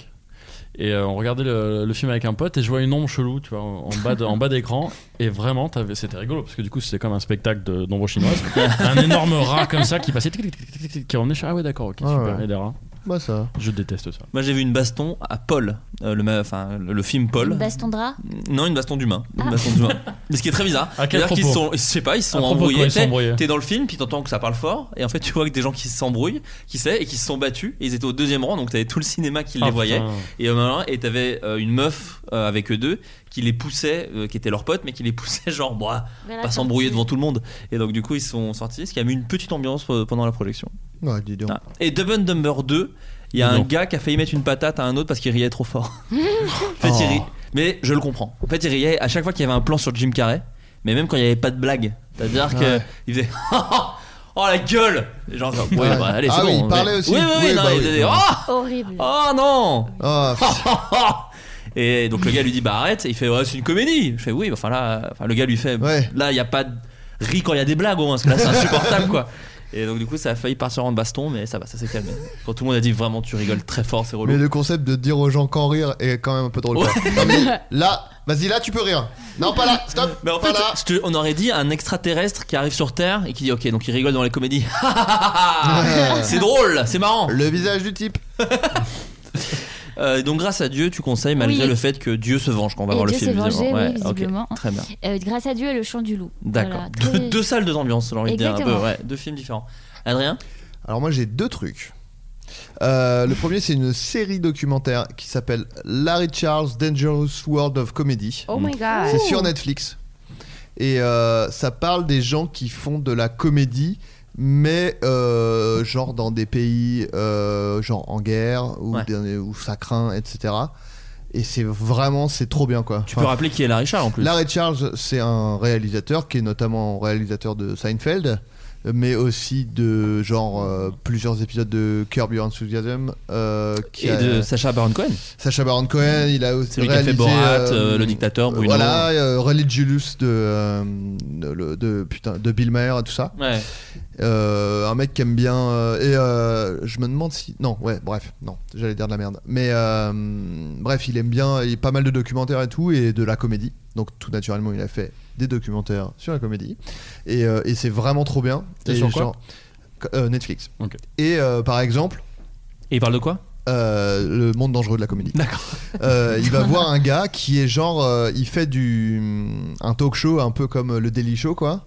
E: Et euh, on regardait le, le film avec un pote et je vois une ombre chelou, tu vois, en en bas de- en bas d'écran. Et vraiment, t'avais- c'était rigolo parce que du coup, c'était comme un spectacle de- d'ombre chinoise. un énorme rat comme ça qui passait, tic, tic, tic, tic, tic, tic, qui revenait. je fais, Ah ouais, d'accord, ok,
I: Ah
E: super.
I: ouais.
E: Et des rats,
I: Moi Bah, ça.
E: je déteste ça.
C: Moi j'ai vu une baston à Paul, euh, le, ma- enfin, le, le film Paul.
D: Une baston de rat
C: Non, une baston d'humain. Une
D: Ah.
C: baston d'humain. Mais ce qui est très bizarre.
E: À quel
C: c'est-à-dire qu'ils
E: propos
C: sont, je sais pas, ils se sont
E: À propos de quoi
C: embrouillés.
E: ils sont
C: T'es-
E: embrouillés
C: T'es dans le film, puis t'entends que ça parle fort, et en fait tu vois que des gens qui s'embrouillent, qui sait, et qui se sont battus, et ils étaient au deuxième rang, donc t'avais tout le cinéma qui les
E: Ah,
C: voyait.
E: putain.
C: Et euh, et t'avais euh, une meuf euh, avec eux deux qui les poussait, euh, qui était leur pote, mais qui les poussait genre, bah,
D: Vers la
C: pas s'embrouiller
D: sortie.
C: devant tout le monde. Et donc du coup ils sont sortis, ce qui a mis une petite ambiance euh, pendant la projection.
I: Ouais, dis donc.
C: Ah. Et Dumb and Dumber 2, il y a
E: Dis
C: un
E: donc.
C: gars qui a failli mettre une patate à un autre parce qu'il riait trop fort. en fait, il
I: Oh.
C: rit- Mais je le comprends. En fait, il riait à chaque fois qu'il y avait un plan sur Jim Carrey, mais même quand il n'y avait pas de blague. C'est-à-dire que
I: Ouais.
C: il faisait Oh la gueule Et Genre, ouais,
I: Ouais.
C: bah, allez, c'est
I: Ah
C: bon.
I: oui, il
C: mais-
I: parlait aussi. bah
C: Oui, oui, oui,
I: Oui,
C: non,
I: bah
C: il
I: oui.
C: faisait, Oh
D: Horrible.
C: Oh non
I: Ah, pff,
C: Oh, oh, oh. Et donc le gars lui dit bah arrête. Et il fait ouais, c'est une comédie. Je fais oui, mais enfin là, enfin, le gars lui fait là, il n'y a pas de ri quand il y a des blagues, gros, parce que là c'est insupportable quoi. Et donc du coup ça a failli partir en baston, mais ça va, ça s'est calmé. Quand tout le monde a dit vraiment tu rigoles très fort, c'est relou.
I: Mais le concept de dire aux gens qu'en rire est quand même un peu drôle. quoi. Non, mais là, vas-y, là tu peux rire. Non, pas là, stop.
C: Mais en fait, je te- on aurait dit un extraterrestre qui arrive sur Terre et qui dit ok, donc il rigole dans les comédies. Ah, c'est drôle, c'est marrant.
I: Le visage du type.
C: Euh, donc grâce à Dieu, tu conseilles malgré
J: Oui.
C: le fait que Dieu se venge quand on va
J: Et
C: voir
J: Dieu
C: le film.
J: s'est vengé,
C: évidemment.
J: oui,
C: Ouais, ok,
J: visiblement.
C: Très bien.
J: Euh, grâce à Dieu et le chant du loup.
C: D'accord.
J: Voilà,
C: Deux-
J: très-
C: deux salles de ambiance, j'ai envie de dire un peu.
J: Exactement.
C: Ouais, deux films différents. Adrien
I: Alors moi j'ai deux trucs. Euh, le premier c'est une série documentaire qui s'appelle Larry Charles Dangerous World of Comedy.
D: Oh my God.
I: C'est sur
D: Ouh.
I: Netflix et euh, ça parle des gens qui font de la comédie. Mais euh, genre dans des pays euh, genre en guerre ou des- où ça craint etc et c'est vraiment c'est trop bien quoi.
C: Tu peux rappeler qui est Larry Charles en plus.
I: Larry Charles, c'est un réalisateur qui est notamment réalisateur de Seinfeld, mais aussi de genre euh, plusieurs épisodes de Curb Your Enthusiasm. euh, qui
C: Et
I: a-
C: de Sacha Baron Cohen.
I: Sacha Baron Cohen, il a aussi
C: Celui qui a fait
I: réalisé
C: Borat, euh, Le Dictateur, Bruno.
I: Voilà, euh, Religious de, euh, de, le- de- putain, de Bill Maher et tout ça.
C: Ouais.
I: Euh, un mec qui aime bien. euh, et euh, je me demande si. Non, ouais, bref, non, j'allais dire de la merde. Mais euh, bref, il aime bien il y a pas mal de documentaires et tout, et de la comédie. Donc tout naturellement, il a fait des documentaires sur la comédie. Et, euh, et c'est vraiment trop bien.
C: C'est
I: Et
C: sur quoi
I: euh, Netflix. Et euh, par exemple. euh,
C: Et il parle de quoi
I: Le monde dangereux de la comédie. D'accord. Euh, il va voir un gars qui est genre. euh, il fait du. un talk show un peu comme le Daily Show, quoi.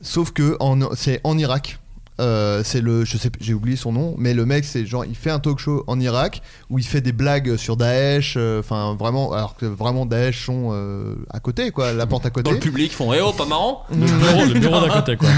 I: Sauf que en- c'est en Irak. Euh, c'est le je sais j'ai oublié son nom mais le mec c'est genre il fait un talk show en Irak où il fait des blagues sur Daesh euh, enfin vraiment alors que vraiment Daesh sont euh, à côté quoi la porte à côté
C: Dans le public, ils font Eh oh, pas marrant
I: Le bureau- le bureau d'à
C: côté, quoi.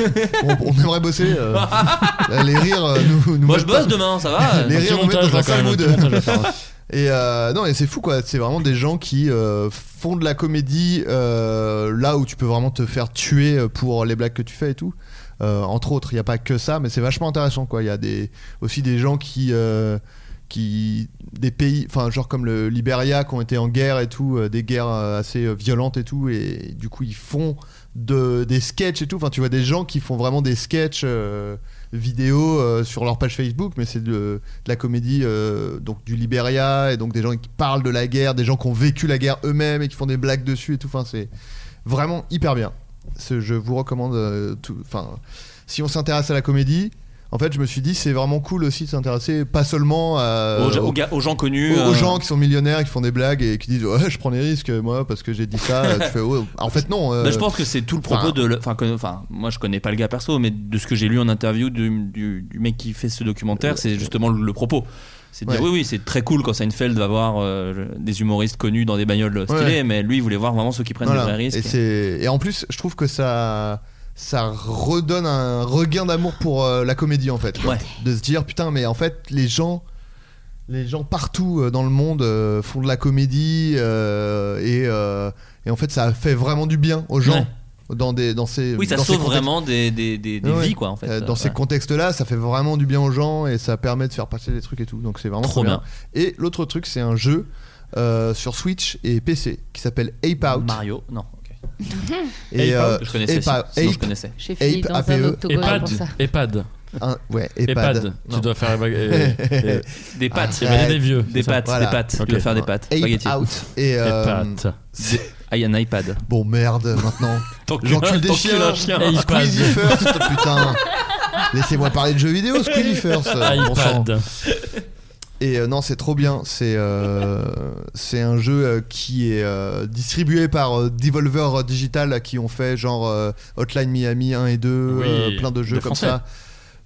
I: on, on aimerait bosser euh, les rires euh, nous, nous
C: Moi, je
I: mettent pas-
C: bosse demain, ça va
I: les
C: Un petit
I: rires nous mettent
C: montage,
I: dans
C: là,
I: un
C: quand même,
I: sale
C: un
I: mood
C: petit montage à faire, hein.
I: et euh, non et c'est fou quoi c'est vraiment des gens qui euh, font de la comédie euh, là où tu peux vraiment te faire tuer pour les blagues que tu fais et tout Euh, entre autres il n'y a pas que ça mais c'est vachement intéressant quoi il y a des aussi des gens qui euh, qui des pays enfin genre comme le Liberia qui ont été en guerre et tout euh, des guerres euh, assez euh, violentes et tout et du coup ils font de des sketchs et tout enfin tu vois des gens qui font vraiment des sketchs euh, vidéo euh, sur leur page Facebook mais c'est de, de la comédie euh, donc du Liberia et donc des gens qui parlent de la guerre des gens qui ont vécu la guerre eux-mêmes et qui font des blagues dessus et tout enfin c'est vraiment hyper bien Ce- je vous recommande euh, tout enfin si on s'intéresse à la comédie en fait, je me suis dit, c'est vraiment cool aussi de s'intéresser pas seulement à-
C: Aux, aux gars- aux gens connus.
I: aux, euh, aux
C: euh,
I: gens qui sont millionnaires, qui font des blagues et qui disent ouais, je prends des risques moi parce que j'ai dit ça. Euh, tu fais, ouais. En fait, non. euh,
C: Bah, je pense que c'est tout le propos
I: enfin,
C: de. le- Enfin, que- enfin, moi je connais pas le gars perso, mais de ce que j'ai lu en interview du, du- du mec qui fait ce documentaire, c'est justement le, le propos. C'est de dire
I: Ouais.
C: oui, oui, c'est très cool quand Seinfeld va voir euh, des humoristes connus dans des bagnoles stylées,
I: Ouais.
C: mais lui il voulait voir vraiment ceux qui prennent
I: voilà.
C: des vrais risques.
I: Et, c'est- et en plus, je trouve que ça. Ça redonne un regain d'amour pour euh, la comédie en fait. De se dire putain, mais en fait, les gens. Les gens partout euh, dans le monde euh, font de la comédie euh, et, euh, et en fait ça fait vraiment du bien aux gens dans des dans ces
C: oui, ça
I: euh, dans ces
C: sauve
I: contextes.
C: vraiment des, des- des- des
I: Ouais, ouais.
C: vies, quoi, en fait.
I: Euh, dans
C: Euh,
I: ces
C: ouais.
I: contextes-là, ça fait vraiment du bien aux gens et ça permet de faire passer des trucs et tout. Donc c'est vraiment
C: Trop
I: trop bien. Et l'autre truc, c'est un jeu euh, sur Switch et PC qui s'appelle Ape Out.
C: Mario, non. ok.
I: Et,
C: Ape
I: euh,
C: Out, je connaissais,
I: Ape Out-
C: sinon je
I: Ape-
C: connaissais.
D: J'ai fini
I: Ape
D: dans un
I: APE.
D: octogone Epad. pour ça.
E: EHPAD.
I: Un- ouais,
E: EHPAD.
I: EHPAD.
E: Tu
I: Non.
E: dois faire euh, les bag- et- et-
I: Ah,
C: Des pâtes,
E: il y avait des vieux.
C: Des
E: c'est ça
C: pâtes,
E: Voilà.
C: des pâtes.
E: Ok.
C: Tu dois faire des pâtes.
I: Ape
C: Spaghetti.
I: Out. Et, euh,
E: EHPAD.
C: Ah, il y a un iPad.
I: Bon merde maintenant.
C: Tant que-
I: J'encule des
C: tant qu'il y a
I: chiens.
C: un chien. Ape
I: Squeezie
C: Out.
I: first, putain. Laissez-moi parler de jeux vidéo, Squeezie first. bon sang.
E: iPad.
I: Et euh, non, c'est trop bien. C'est euh, c'est un jeu euh, qui est euh, distribué par euh, Devolver Digital qui ont fait genre euh, Hotline Miami 1 et 2,
E: Oui,
I: euh, plein de jeux
E: des
I: comme
E: Français.
I: ça.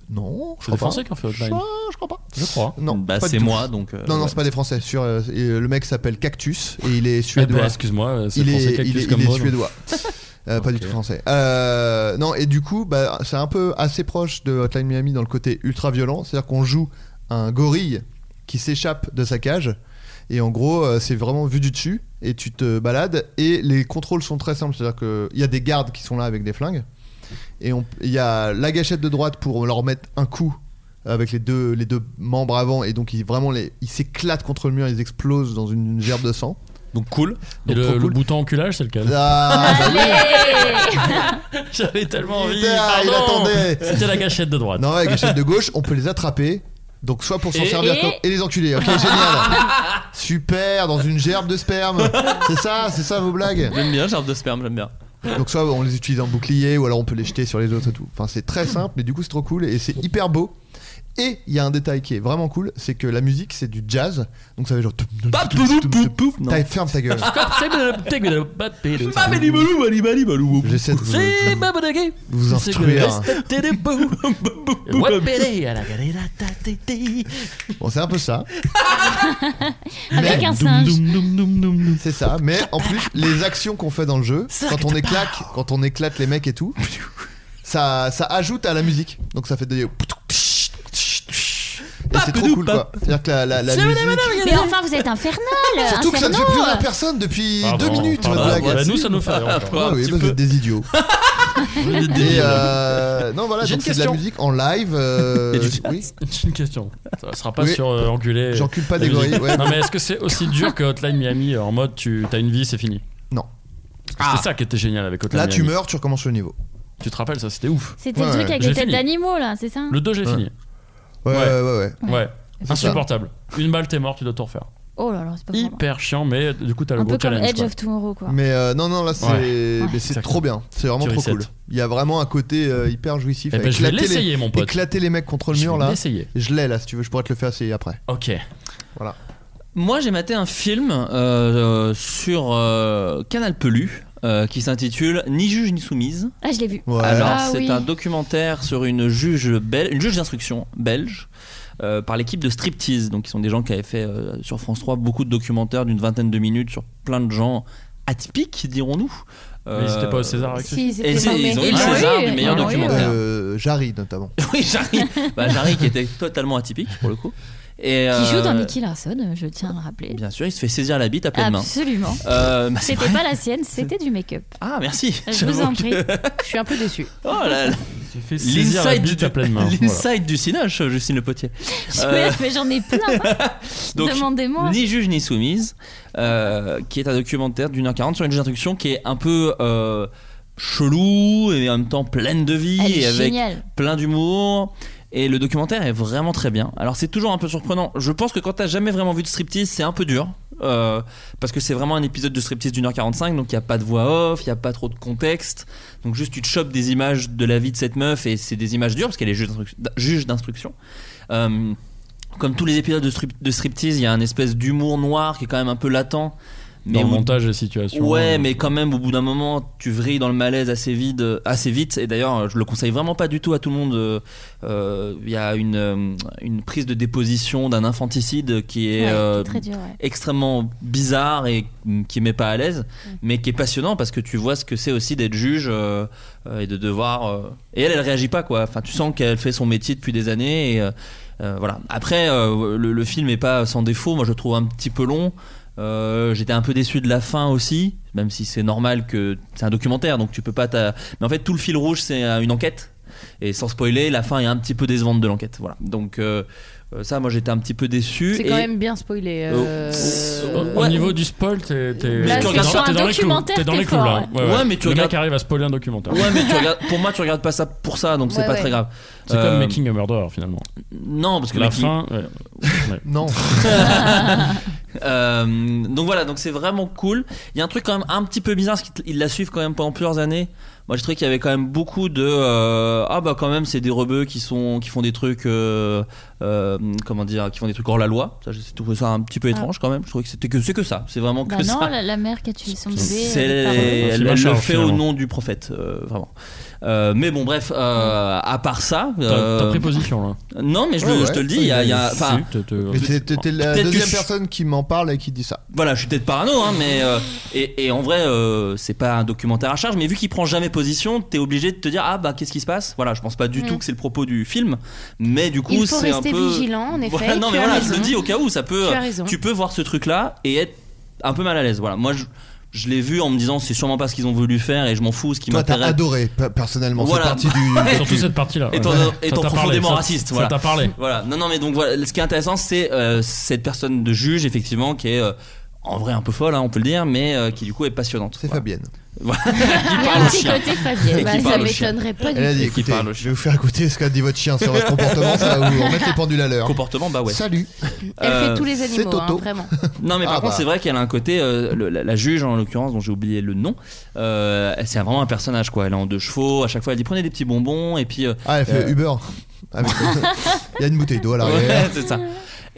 I: Non,
E: C'est
I: je crois
E: des
I: pas.
E: Français qui ont fait Hotline.
I: Je crois pas.
E: Je crois.
I: Non,
C: Bah,
I: pas du
C: c'est
I: tout.
C: moi, donc, euh,
I: non, non,
C: ouais.
I: c'est pas des Français. Sur, euh, et, euh, le mec s'appelle Cactus et il est
E: Eh
I: suédois.
E: ben, excuse-moi, c'est
I: il
E: français
I: est,
E: Cactus
I: il est,
E: comme
I: il est
E: moi, donc.
I: suédois. Euh, Pas du
E: Ok.
I: tout français. Euh, non, et du coup, bah, c'est un peu assez proche de Hotline Miami dans le côté ultra violent. C'est-à-dire qu'on joue un gorille qui s'échappe de sa cage. Et en gros, euh, c'est vraiment vu du dessus. Et tu te balades. Et les contrôles sont très simples. C'est-à-dire qu'il y a des gardes qui sont là avec des flingues. Et on- il y a la gâchette de droite pour leur mettre un coup avec les deux, les deux membres avant et donc ils vraiment les, ils s'éclatent contre le mur, ils explosent dans une, une gerbe de sang.
E: Donc cool. Et
I: Donc,
E: le,
I: trop
E: le
I: cool.
E: bouton enculage, c'est lequel
I: Ah, bah oui.
E: J'avais tellement envie.
I: Putain, il
E: pardon.
I: attendait.
E: C'était la gâchette de droite.
I: Non, avec la chaîne de gauche, on peut les attraper. Donc soit pour s'en
E: Et-
I: servir
E: et-
I: comme- et les enculer. Ok, génial. Super, dans une gerbe de sperme. C'est ça, c'est ça vos blagues.
C: J'aime bien, gerbe de sperme, j'aime bien.
I: Donc soit on les utilise en bouclier ou alors on peut les jeter sur les autres et tout. Enfin c'est très simple mais du coup c'est trop cool et c'est hyper beau. Et il y a un détail qui est vraiment cool, c'est que la musique c'est du jazz. Donc ça fait genre T'as- ferme ta gueule. J'essaie de vous, vous instruire. Bon c'est un peu ça.
J: Avec
I: Mais-
J: un singe.
I: C'est ça, mais en plus les actions qu'on fait dans le jeu, quand on éclate, quand on éclate les mecs et tout, ça, ça ajoute à la musique. Donc ça fait des et c'est trop cool quoi. C'est-à-dire que la, la- la musique-
J: Mais enfin, vous êtes infernal
I: Surtout que ça ne fait
J: infernal.
I: plusieurs personnes depuis
E: Pardon,
I: deux minutes
E: pardon.
I: votre blague.
E: Bah, nous, ça nous fait rien,
I: Ah
E: encore.
I: oui,
E: Un
I: bah, vous êtes des idiots.
E: êtes des
I: Et,
E: idiots.
I: euh, non voilà,
E: J'ai
I: donc
E: une
I: c'est de la
E: question.
I: musique en live. euh,
E: Il y a du
I: oui.
E: J'ai une question. Ça sera pas
I: Oui.
E: sur euh, enculé.
I: J'encule pas des
E: la musique.
I: gorilles, ouais.
E: Non mais est-ce que c'est aussi dur que Hotline Miami euh, en mode tu t'as une vie c'est fini
I: Non.
E: Parce que C'était ça qui était génial avec Hotline
I: Ah. Là
E: Miami.
I: tu meurs, tu recommences le niveau.
E: Tu te rappelles ça c'était ouf.
J: C'était le truc avec
E: J'ai
J: les têtes
E: fini.
J: d'animaux, là, c'est ça
E: Le 2 j'ai
I: Ouais.
E: fini.
I: Ouais ouais ouais. ouais.
E: Ouais.
I: C'est
E: Insupportable. Une balle t'es mort tu dois tout refaire.
J: Oh là là, c'est pas grave.
E: Hyper chiant mais euh, du coup t'as le
J: Un peu
E: gros
J: comme
E: challenge.
J: Edge
E: quoi.
J: of Tomorrow, quoi.
I: Mais euh, non, non, là c'est
E: Ouais.
I: mais c'est trop bien. C'est vraiment
E: Tu
I: trop
E: resets.
I: cool. Il y a vraiment un côté euh, hyper jouissif.
E: Eh ben, je vais
I: Éclater les-
E: l'essayer, mon pote.
I: Éclater les mecs contre le
E: Je
I: mur
E: vais
I: là.
E: l'essayer.
I: Je l'ai là si tu veux, je pourrais te le faire essayer après.
E: Ok.
I: Voilà.
C: Moi, j'ai maté un film euh, euh, sur euh, Canal Pelu euh, qui s'intitule Ni juge ni soumise.
J: Ah, je l'ai vu.
C: Alors,
J: Ah
C: c'est
J: oui.
C: un documentaire sur une juge bel- une juge d'instruction belge. euh, par l'équipe de Striptease, donc qui sont des gens qui avaient fait euh, sur France 3 beaucoup de documentaires d'une vingtaine de minutes sur plein de gens atypiques, dirons-nous.
E: Mais ils
C: Euh,
E: étaient pas au César avec
C: ça
E: Si,
J: ils étaient
C: ils,
J: nommés.
C: ont eu
J: Ils
C: le
J: l'ont
C: César
J: eu,
C: du meilleur
J: ils
D: Ah
J: l'ont eu.
C: documentaire.
I: Euh, Jarry notamment.
C: Oui, Jarry. Bah, Jarry qui était totalement atypique pour le coup. Et,
J: Qui joue
C: euh,
J: dans Nicky Larson, je tiens à le rappeler.
C: Bien sûr, il se fait saisir la bite à pleine main.
J: Absolument.
C: Euh, bah, c'est
J: C'était
C: vrai.
J: pas la sienne, c'était du make-up.
C: Ah, merci.
J: Je vous en
C: J'avoue
J: prie.
C: que-
D: Je suis un peu déçu.
C: Oh là là.
E: fait saisir la bite à pleine main,
C: l'inside
E: voilà.
C: du cinoche, Justine Le Potier. Euh,
J: Mais j'en ai plein.
C: donc,
J: Demandez-moi.
C: Ni juge ni soumise, euh, qui est un documentaire d'une heure quarante sur une juge d'instruction qui est un peu euh, chelou et en même temps pleine de vie
J: Elle est
C: et avec
J: géniale.
C: plein d'humour. Et le documentaire est vraiment très bien. Alors c'est toujours un peu surprenant. Je pense que quand t'as jamais vraiment vu de striptease, c'est un peu dur. euh, parce que c'est vraiment un épisode de striptease d'une heure 45, donc il n'y a pas de voix off, il n'y a pas trop de contexte. Donc juste tu te chopes des images de la vie de cette meuf et c'est des images dures parce qu'elle est juge d'instruc- juge d'instruction. Euh, comme tous les épisodes de, strip- de striptease, il y a un espèce d'humour noir qui est quand même un peu latent.
E: Dans le
C: où-
E: montage des situations.
C: Ouais, mais quand même, au bout d'un moment, tu vrilles dans le malaise assez, vide, euh, assez vite. Et d'ailleurs, euh, je le conseille vraiment pas du tout à tout le monde. Euh, euh, Il y a une, euh, une prise de déposition d'un infanticide qui est,
J: Ouais, qui est
C: euh,
J: très dur, ouais.
C: extrêmement bizarre et mm, qui met pas à l'aise,
D: Mm.
C: mais qui est passionnant parce que tu vois ce que c'est aussi d'être juge euh, euh, et de devoir. euh, Et elle, elle réagit pas quoi. Enfin, tu sens qu'elle fait son métier depuis des années. Et, euh, euh, voilà. Après, euh, le, le film est pas sans défaut. Moi, je le trouve un petit peu long. Euh, J'étais un peu déçu de la fin aussi, même si c'est normal que c'est un documentaire, donc tu peux pas. t'a- Mais en fait, tout le fil rouge, c'est euh, une enquête. Et sans spoiler, la fin est un petit peu décevante de l'enquête. Voilà. Donc euh, euh, ça, moi, j'étais un petit peu déçu.
D: C'est quand
C: Et- Oh,
D: même bien spoilé. euh,
E: Au au niveau du spoil, t'es t'es-
D: Là,
E: t'es
D: Bah, c'est sur
E: dans,
D: un
E: t'es dans les clous.
D: documentaire,
E: T'es dans
D: t'es
E: les clous
D: fort,
E: là.
D: ouais.
C: Ouais, mais tu
E: le
C: regardes-
E: mec arrive à spoiler un documentaire.
C: Ouais, mais tu regardes- pour moi, tu regardes pas ça pour ça, donc c'est
D: Ouais,
C: pas
D: ouais.
C: très grave.
E: C'est
C: Euh,
E: comme Making a Murderer finalement.
C: Non, parce que
E: la
C: Making-
E: fin. ouais. Ouais.
I: Non.
C: Euh, donc voilà, donc c'est vraiment cool. Il y a un truc quand même un petit peu bizarre, parce qu'ils la suivent quand même pendant plusieurs années. Moi, je trouvais qu'il y avait quand même beaucoup de euh, ah bah quand même c'est des rebeux qui sont qui font des trucs euh, euh, comment dire qui font des trucs hors la loi. Ça, j'ai trouvé ça un petit peu étrange quand même. Je trouvais que c'était que c'est que ça. C'est vraiment que
J: Bah
C: ça.
J: non, la, la mère qui a tué son bébé.
D: euh,
C: C'est-
J: elle est pas
C: elle,
J: revenue.
C: elle
E: ma
C: le
E: charge,
C: fait au
E: finalement.
C: nom du prophète, euh, vraiment. Euh, mais bon, bref, euh, à part ça.
E: T'as
C: euh,
E: t'as pris position là.
C: Non, mais je,
I: Ouais,
C: je te
I: ouais.
C: le dis, il y a. il y a-
E: Si,
C: enfin,
E: t'es- t'es-
I: Mais c'est- t'es t'es la
C: Peut-être que
I: deuxième
C: je-
I: personne qui m'en parle et qui dit ça.
C: voilà, je suis peut-être parano, hein, mais euh, et, et en vrai, euh, c'est pas un documentaire à charge, mais vu qu'il prend jamais position, t'es obligé de te dire ah bah qu'est-ce qui se passe Voilà, je pense pas du
D: Mm.
C: tout que c'est le propos du film, mais du coup
D: Il faut
C: c'est un
D: rester
C: peu.
D: vigilant, en effet.
C: Voilà, non
D: tu
C: mais
D: as
C: voilà, je
D: raison.
C: le dis au cas où ça peut.
D: Tu as raison.
C: peux voir ce truc là et être un peu mal à l'aise. Voilà, moi je. je l'ai vu en me disant c'est sûrement pas ce qu'ils ont voulu faire et je m'en fous ce qui
I: Toi, t'as
C: m'intéresse.
I: adoré pe- personnellement
C: Voilà.
I: cette partie du.
C: Surtout cette
E: partie-là.
C: Étant,
I: Ouais.
C: étant
E: Ça t'a
C: profondément
E: parlé, ça-
C: raciste.
E: ça
C: voilà.
E: t'a parlé.
C: Voilà. Non, non, mais donc voilà. Ce qui est intéressant, c'est euh, cette personne de juge, effectivement, qui est euh, en vrai un peu folle, hein, on peut le dire, mais euh, qui du coup est passionnante. C'est
I: Fabienne.
C: Voilà.
D: Il y
C: parle
D: a un
C: au
D: Ah, petit
C: chien.
D: côté Fabienne.
C: Et
D: Bah,
C: qui
D: ça
C: parle au chien.
D: m'étonnerait pas du
I: Elle a
D: tout.
I: dit
C: Et qui
I: écoutez,
C: parle au
I: je vais vous faire écouter ce qu'a dit votre chien sur votre comportement, ça va vous remettre les pendules à l'heure.
C: Comportement, bah ouais.
I: Salut.
D: Elle
C: Euh,
D: fait tous les
I: c'est
D: animaux, hein,
I: Toto.
D: vraiment.
C: Non, mais par
I: Ah,
C: contre,
I: bah.
C: c'est vrai qu'elle a un côté, euh, le- la, la juge en l'occurrence, dont j'ai oublié le nom, euh, c'est vraiment un personnage quoi. Elle est en deux chevaux, à chaque fois elle dit prenez des petits bonbons et puis. euh,
I: Ah, elle fait
C: euh,
I: Uber. Avec- Il y a une bouteille d'eau à
C: Ouais,
I: l'arrière.
C: c'est ça.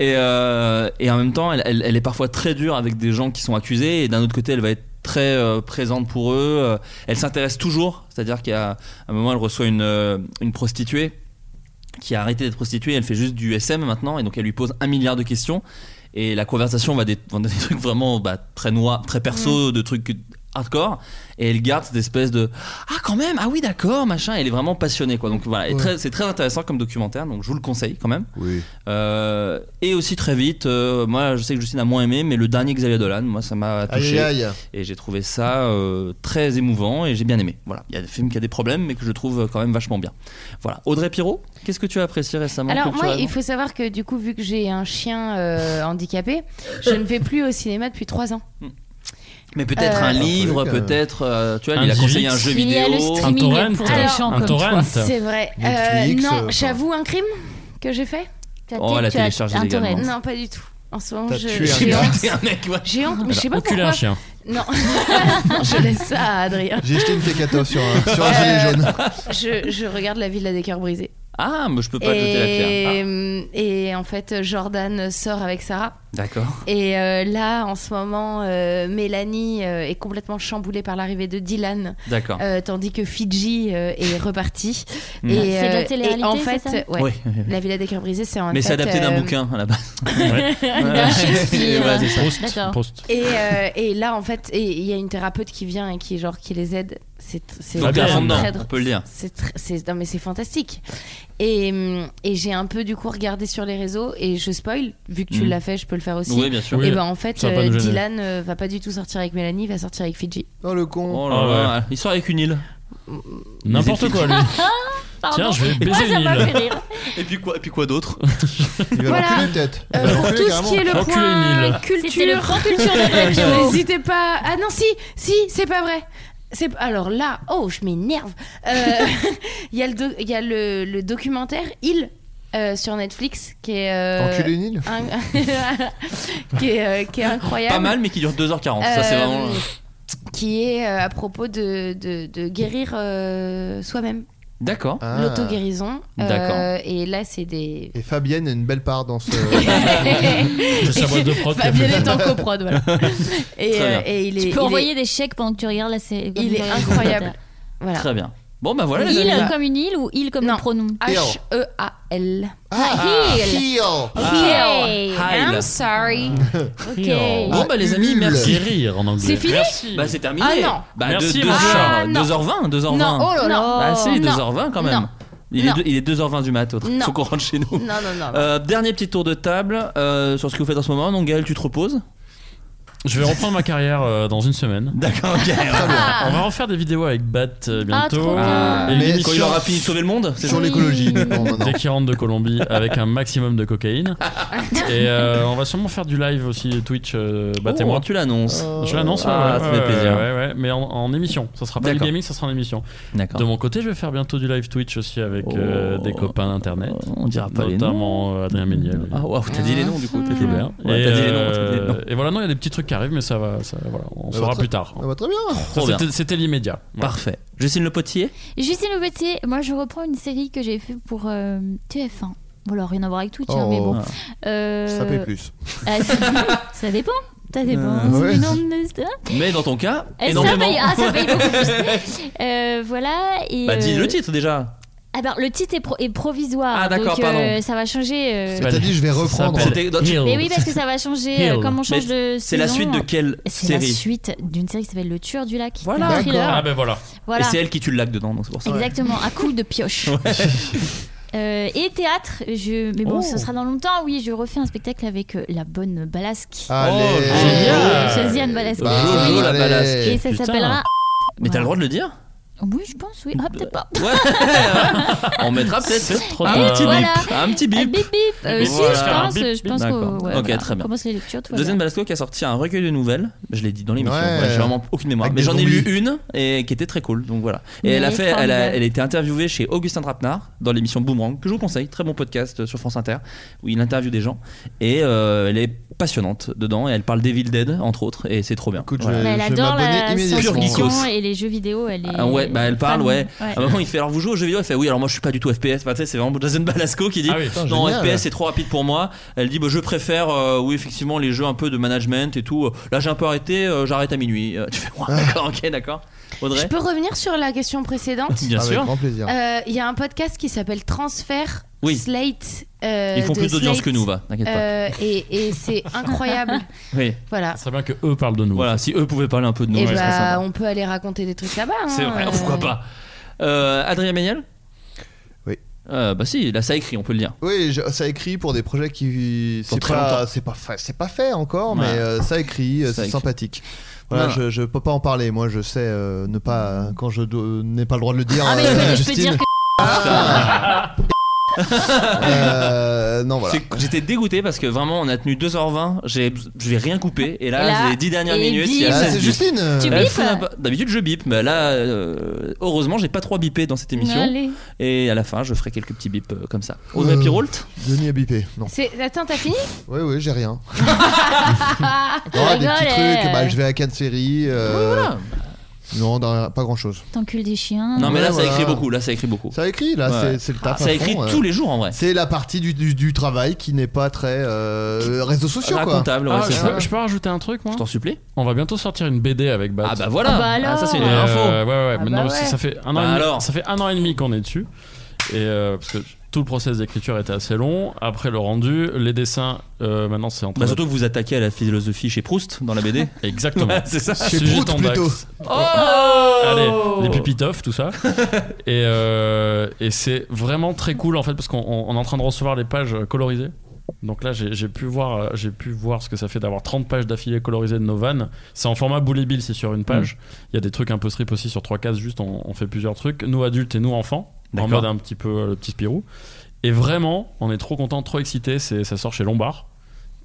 C: Et, euh, et en même temps, elle, elle- elle est parfois très dure avec des gens qui sont accusés, et d'un autre côté, elle va être très euh, présente pour eux. Euh, Elle s'intéresse toujours, c'est-à-dire qu'à un moment, elle reçoit une, euh, une prostituée qui a arrêté d'être prostituée, elle fait juste du SM maintenant, et donc elle lui pose un milliard de questions, et la conversation va des, va dans des trucs vraiment bah, très noirs, très perso, de trucs hardcore, et elle garde cette espèce de ah quand même, ah oui d'accord, machin, elle est vraiment passionnée quoi, donc voilà, et
I: Ouais.
C: très- c'est très intéressant comme documentaire, donc je vous le conseille quand même.
I: Oui.
C: Euh, et aussi très vite, euh, moi je sais que Justine a moins aimé, mais le dernier Xavier Dolan, moi ça m'a touché.
I: Aïe, aïe, aïe.
C: Et j'ai trouvé ça euh, très émouvant et j'ai bien aimé. Voilà, il y a des films qui a des problèmes, mais que je trouve euh, quand même vachement bien. Voilà, Audrey Pirot, qu'est-ce que tu as apprécié récemment
D: Alors moi,
C: culturellement
D: il faut savoir que du coup, vu que j'ai un chien euh, handicapé, je ne vais plus au cinéma depuis trois ans.
C: Mais peut-être
D: Euh,
C: un
D: Un
C: livre,
E: truc, euh,
C: peut-être, euh, tu vois,
E: un
C: il a
E: Divix.
C: conseillé un jeu
E: Il
C: vidéo,
E: y a le
C: un
E: streaming torrent, pour les gens un comme torrent. toi.
D: C'est vrai.
C: Netflix,
D: Euh,
C: euh,
D: non,
C: enfin.
D: j'avoue un crime que j'ai fait.
C: Oh, elle a tu as téléchargé un légalement. torrent.
D: Non, pas du tout. En ce moment,
C: T'as
D: je
C: tué un
D: j'ai
C: gars.
D: honte.
C: T'es un mec, ouais.
D: J'ai honte, mais
C: Elle
D: je sais
C: a
D: pas
C: enculé
D: pourquoi.
C: un chien.
D: Non, je laisse ça à Adrien.
I: J'ai jeté une fécatov sur un, sur un gilet
D: Euh,
I: jaune.
D: Je, je regarde la Villa des cœurs brisés.
C: Ah, mais je peux pas te jeter la pierre.
D: et en fait, Jordan sort avec Sarah.
C: Ah, D'accord.
D: Et euh, là, en ce moment, euh, Mélanie euh, est complètement chamboulée par l'arrivée de Dylan.
C: D'accord.
D: Euh, tandis que Fidji euh, est reparti.
C: Mm.
D: Et,
J: C'est de la
D: euh,
J: télé-réalité,
D: et en
J: c'est
D: fait,
J: ça
D: Euh, ouais,
C: Oui.
D: La Villa des cœurs brisés, c'est en
C: Mais c'est
D: fait,
C: adapté d'un
D: euh,
C: bouquin à la base.
D: D'un Shakespeare.
C: Ouais, c'est ça.
D: Proust, D'accord. Et, euh, et là, en fait, et il y a une thérapeute qui vient et qui genre qui les aide. C'est c'est
C: Donc, à fond dedans,
D: dr-
C: on peut le dire.
D: C'est tr- c'est- non mais c'est fantastique. Et, hum, et j'ai un peu du coup regardé sur les réseaux et je spoil vu que tu
C: Mm.
D: l'as fait, je peux le faire aussi.
C: Oui, bien sûr. Oui,
D: Et ben en fait,
C: ça va pas
D: euh,
C: nous gêner.
D: Dylan euh, va pas du tout sortir avec Mélanie, il va sortir avec Fidji.
I: Oh le con.
C: Oh là
E: Ah ouais.
C: là, il sort avec une île.
E: N'importe quoi, lui. Tiens, je vais
D: Ah,
E: baiser une île.
C: Et puis quoi, et puis quoi d'autre
I: Il va
D: Voilà.
I: l'enculer peut-être. Il va
D: Euh, pour
I: l'enculer,
D: tout
I: Bah, carrément.
D: ce qui est le point culture,
J: C'était le point culture d'Audrey Pirot.
D: N'hésitez pas. Ah non, si, si, c'est pas vrai. C'est alors là, oh, je m'énerve. Euh, Il y a le, do- il y a le, le documentaire Il. euh, sur Netflix qui est euh,
C: Enculé une île
D: un- qui, est, euh, qui est incroyable
C: Pas mal, mais qui dure 2h40. Ça, c'est
D: Euh,
C: vraiment.
D: qui est euh, à propos de, de, de guérir euh, soi-même
C: D'accord.
D: l'auto guérison
I: D'accord.
D: et là c'est des
I: Ah. Et Fabienne a une belle part dans ce.
D: Je
I: sa boîte de prod qui a
D: Fabienne
I: fait
D: est
I: ça.
D: en coprod voilà. et, euh,
C: Très bien.
D: et il est
J: tu
D: il
J: peux
D: est-
J: envoyer des chèques pendant que tu regardes la série.
D: il est incroyable voilà
C: Très bien. Bon, bah voilà, les
J: île
C: amis.
J: comme une île ou île comme un pronom
D: H E A L
J: Ah,
I: heel.
C: Ah. Heil.
D: Okay. I'm sorry
C: Bon,
D: ok
C: bah les amis, merci. rire en anglais.
D: C'est fini Merci.
C: Bah c'est terminé.
D: Ah, non.
C: Bah
D: Merci,
C: deux- deux
D: mon cher.
C: heures-
D: Ah, non.
C: 2h20, 2h20.
D: Non, oh là là.
C: Bah si,
D: Non.
C: 2h20 quand même.
D: Non.
C: Il est,
D: Non.
C: deux- il est 2h20 du mat, autre.
D: Non.
C: faut qu'on rentre chez nous.
D: non non non
C: Euh, dernier petit tour de table euh, sur ce que vous faites en ce moment. Donc Gaël, tu te reposes
E: Je vais reprendre ma carrière euh, dans une semaine.
C: D'accord, ok.
E: On va refaire des vidéos avec Bat euh,
C: Ah, trop
E: bientôt.
C: bien. Ah,
E: Et
C: mais
E: l'émission-
C: quand il aura fini de sauver le monde, c'est
I: Sur
C: ça
I: l'écologie. Bon, non, non.
E: Dès qu'il rentre de Colombie avec un maximum de cocaïne. Et euh, on va sûrement faire du live aussi Twitch, euh, Bat et
C: Oh,
E: moi.
C: tu l'annonces.
E: Je l'annonce, ouais,
C: Ah,
E: ouais,
C: ça fait
E: ouais,
C: plaisir.
E: ouais, ouais, mais en, en émission. Ça sera pas du
C: D'accord.
E: gaming, ça sera en émission.
C: D'accord.
E: De mon côté, je vais faire bientôt du live Twitch aussi avec euh, des copains d'internet.
C: Oh. On dira pas les noms.
E: Notamment euh, Adrien Méniel.
C: Ah waouh, t'as dit les noms du coup.
D: Ah.
C: t'as fait
E: Hubert.
C: Ouais,
E: et,
C: t'as dit les noms,
E: euh,
C: t'as dit les noms.
E: et voilà, non, il y a des petits trucs qui arrivent, mais ça va, ça, voilà, on
I: Ça va
E: saura
I: très-
E: plus tard.
I: Ça va bah, très bien.
C: Trop
E: Ça,
C: bien.
E: c'était- C'était l'immédiat. Voilà.
C: Parfait. Justine Le Potier
J: Justine Loubetier, moi je reprends une série que j'ai fait pour euh, TF1. Bon alors rien à voir avec Twitch, hein, mais bon.
C: Oh.
J: Euh,
I: Ça paye plus.
J: ah, ça dépend. Ça dépend.
I: ouais.
J: du nombre de-
C: Mais dans ton cas,
J: Et ça
C: Euh, énormément.
J: paye, ah, ça paye beaucoup plus. Euh, voilà. Et,
C: Bah dis
J: euh,
C: le titre déjà.
J: Ah ben, le titre est, pro- est provisoire.
C: Ah, d'accord,
J: donc, euh,
C: pardon.
J: ça va changer. euh,
I: Mais t'as dit je vais reprendre.
C: C'était- dans- tu-
J: Mais oui, parce que ça va changer. euh,
C: Hill.
J: comme on change
C: Mais
J: de
C: C'est la
J: saison.
C: suite de quelle
J: C'est la
C: série
J: suite d'une série qui s'appelle Le Tueur du Lac.
C: Voilà.
J: un thriller.
E: Ah ben voilà.
J: Voilà.
C: Et c'est elle qui tue le lac dedans, donc c'est pour ça.
J: Exactement, à coups de pioche.
C: Ouais.
J: Euh, et théâtre, je... mais bon,
I: Oh.
J: ce sera dans longtemps. Oui, je refais un spectacle avec euh, la bonne Balasque.
I: Allez. Oh,
C: génial.
J: Josiane Balasque.
C: Bah, Jojo la
J: Oui.
C: Balasque.
J: Et ça
C: Putain.
J: s'appellera.
C: Mais t'as le droit de le dire
J: Oui, je pense, oui. Ah, peut-être pas.
C: On mettra peut-être
J: Trop
C: un,
J: tard.
C: petit bip,
J: Voilà.
C: un petit bip.
J: Un bip, bip. Euh, si, je pense, je pense
C: D'accord.
J: qu'au- ouais,
C: Ok,
J: voilà,
C: très bien.
J: on commence les lectures, tout va
C: Josiane Balasco qui a sorti un recueil de nouvelles. Je l'ai dit dans l'émission.
I: Ouais.
C: Ouais, J'ai vraiment aucune mémoire.
I: Avec
C: mais
I: des
C: j'en ai lu
I: zombies.
C: une et qui était très cool. Donc voilà. Et
I: Mais
C: elle a
I: elle est
C: fait, elle a,
I: formidable.
C: elle a été interviewée chez Augustin Drapnard dans l'émission Boomerang que je vous conseille. Très bon podcast euh, sur France Inter où il interviewe des gens et euh, elle est passionnante dedans et elle parle d'Evil Dead entre autres et c'est trop bien.
I: je
C: Voilà.
J: Mais elle adore la
C: Pure geekos.
J: science-fiction et les jeux vidéo. Elle est
C: Ah ouais, bah elle parle,
J: fan.
C: ouais. À un moment, il fait alors vous jouez aux jeux vidéo, elle fait oui, alors moi je suis pas du tout FPS. Enfin, tu sais, c'est vraiment Jason Balasco qui dit
I: putain,
C: non,
I: génial.
C: FPS c'est trop rapide pour moi. Elle dit bah, je préfère, euh, oui, effectivement, les jeux un peu de management et tout. Là, j'ai un peu arrêté, euh, j'arrête à minuit. Euh, tu fais ouais, d'accord, ok, d'accord. Audrey
D: Je peux revenir sur la question précédente
C: Bien Avec sûr. grand
I: Ah, plaisir.
D: Euh, Il y a un podcast qui s'appelle Transfert
C: Oui.
D: Slate. euh,
C: Ils font
D: de
C: plus d'audience
D: Slate.
C: que nous, va, t'inquiète pas.
D: Euh, et et c'est incroyable.
C: Oui.
D: Voilà. Ça
C: serait bien que eux parlent de nous. Voilà, si eux pouvaient parler un peu de nous,
D: et
C: ce serait sympa.
D: bah, on peut aller raconter des trucs là-bas. hein.
C: C'est vrai,
D: Euh,
C: pourquoi pas. Euh, Adrien Méniel
I: Oui.
C: bah si, là ça écrit, on peut le dire.
I: Oui, je- ça écrit pour des projets qui
C: Pour
I: c'est
C: très
I: pas
C: longtemps.
I: c'est pas fa- c'est pas fait encore,
C: Ouais.
I: mais euh, ça écrit, euh,
C: Ça
I: c'est
C: écrit.
I: sympathique. Voilà,
C: Voilà.
I: Je, je peux pas en parler. Moi, je sais euh, ne pas quand je do- n'ai pas le droit de le dire.
J: Ah, mais je
I: euh,
J: peux- je peux
I: Justine.
J: dire que.
I: Ah, Euh, non voilà.
C: C'est- J'étais dégoûté parce que vraiment on a tenu 2h20, j'ai- je vais rien couper et là,
I: Et là,
C: les 10 dernières
I: et
C: minutes.
I: bim.
C: il y a-
I: Ah, c'est Justine. Tu
C: Elle
I: bipes
C: fout n'importe- Euh, D'habitude je bip, mais là euh, heureusement j'ai pas trop bipé dans cette émission.
D: Allez.
C: Et à la fin je ferai quelques petits bips euh, comme ça. Audrey
I: Euh,
C: Piroult
I: Denis a bipé. Non.
D: c'est- Attends, t'as fini
I: Oui oui, j'ai rien.
J: Tu
I: Non, des
J: rigoles,
I: petits
J: eh.
D: euh,
I: trucs. Bah, je vais à Cannes Série.
J: Ah,
I: euh, Non, non, pas grand chose.
J: T'encules des chiens.
C: Non mais là
I: Ouais,
C: ça écrit
I: voilà.
C: beaucoup, là ça écrit beaucoup.
I: Ça écrit là,
C: Ouais.
I: c'est- c'est le taf.
C: Ah, ça
I: à
C: écrit
I: fond,
C: tous
I: euh.
C: les jours en vrai.
I: C'est la partie du, du, du travail qui n'est pas très euh, réseaux sociaux quoi.
C: Racontable, ouais,
E: Ah,
C: c'est
E: je,
C: ça.
E: peux, je peux rajouter un truc, moi
C: Je t'en supplie.
E: On va bientôt sortir une BD avec Bat.
C: Ah bah voilà. Ah bah alors. Ah, ça, c'est une
E: Et,
C: info.
E: euh, ouais, ouais,
C: Ah
E: mais
C: bah
E: non,
C: ouais.
E: ça, ça fait un an
C: Bah
E: et demi-
C: alors.
E: ça fait un an et demi qu'on est dessus. Et euh, parce que tout le process d'écriture était assez long. Après le rendu, les dessins, euh, maintenant c'est en train.
C: Bah,
E: de-
C: surtout que vous attaquez à la philosophie chez Proust dans la BD.
E: Exactement.
C: Ouais, c'est Oh ça.
E: Chez Sujet Proust, Oh Tondax. plutôt. Allez,
C: Oh.
E: les pipitoffs, tout ça. et euh, et c'est vraiment très cool en fait parce qu'on on- on est en train de recevoir les pages colorisées. Donc là, j'ai j'ai pu voir, euh, j'ai pu voir ce que ça fait d'avoir 30 pages d'affilée colorisées de nos vannes. C'est en format bully bill, c'est sur une page. Il y a des trucs un peu strip aussi sur trois cases, juste on, on fait plusieurs trucs. Nous adultes et nous enfants, en
C: D'accord.
E: mode un petit peu euh, le petit Spirou. Et vraiment, on est trop content, trop excités. C'est- Ça sort chez Lombard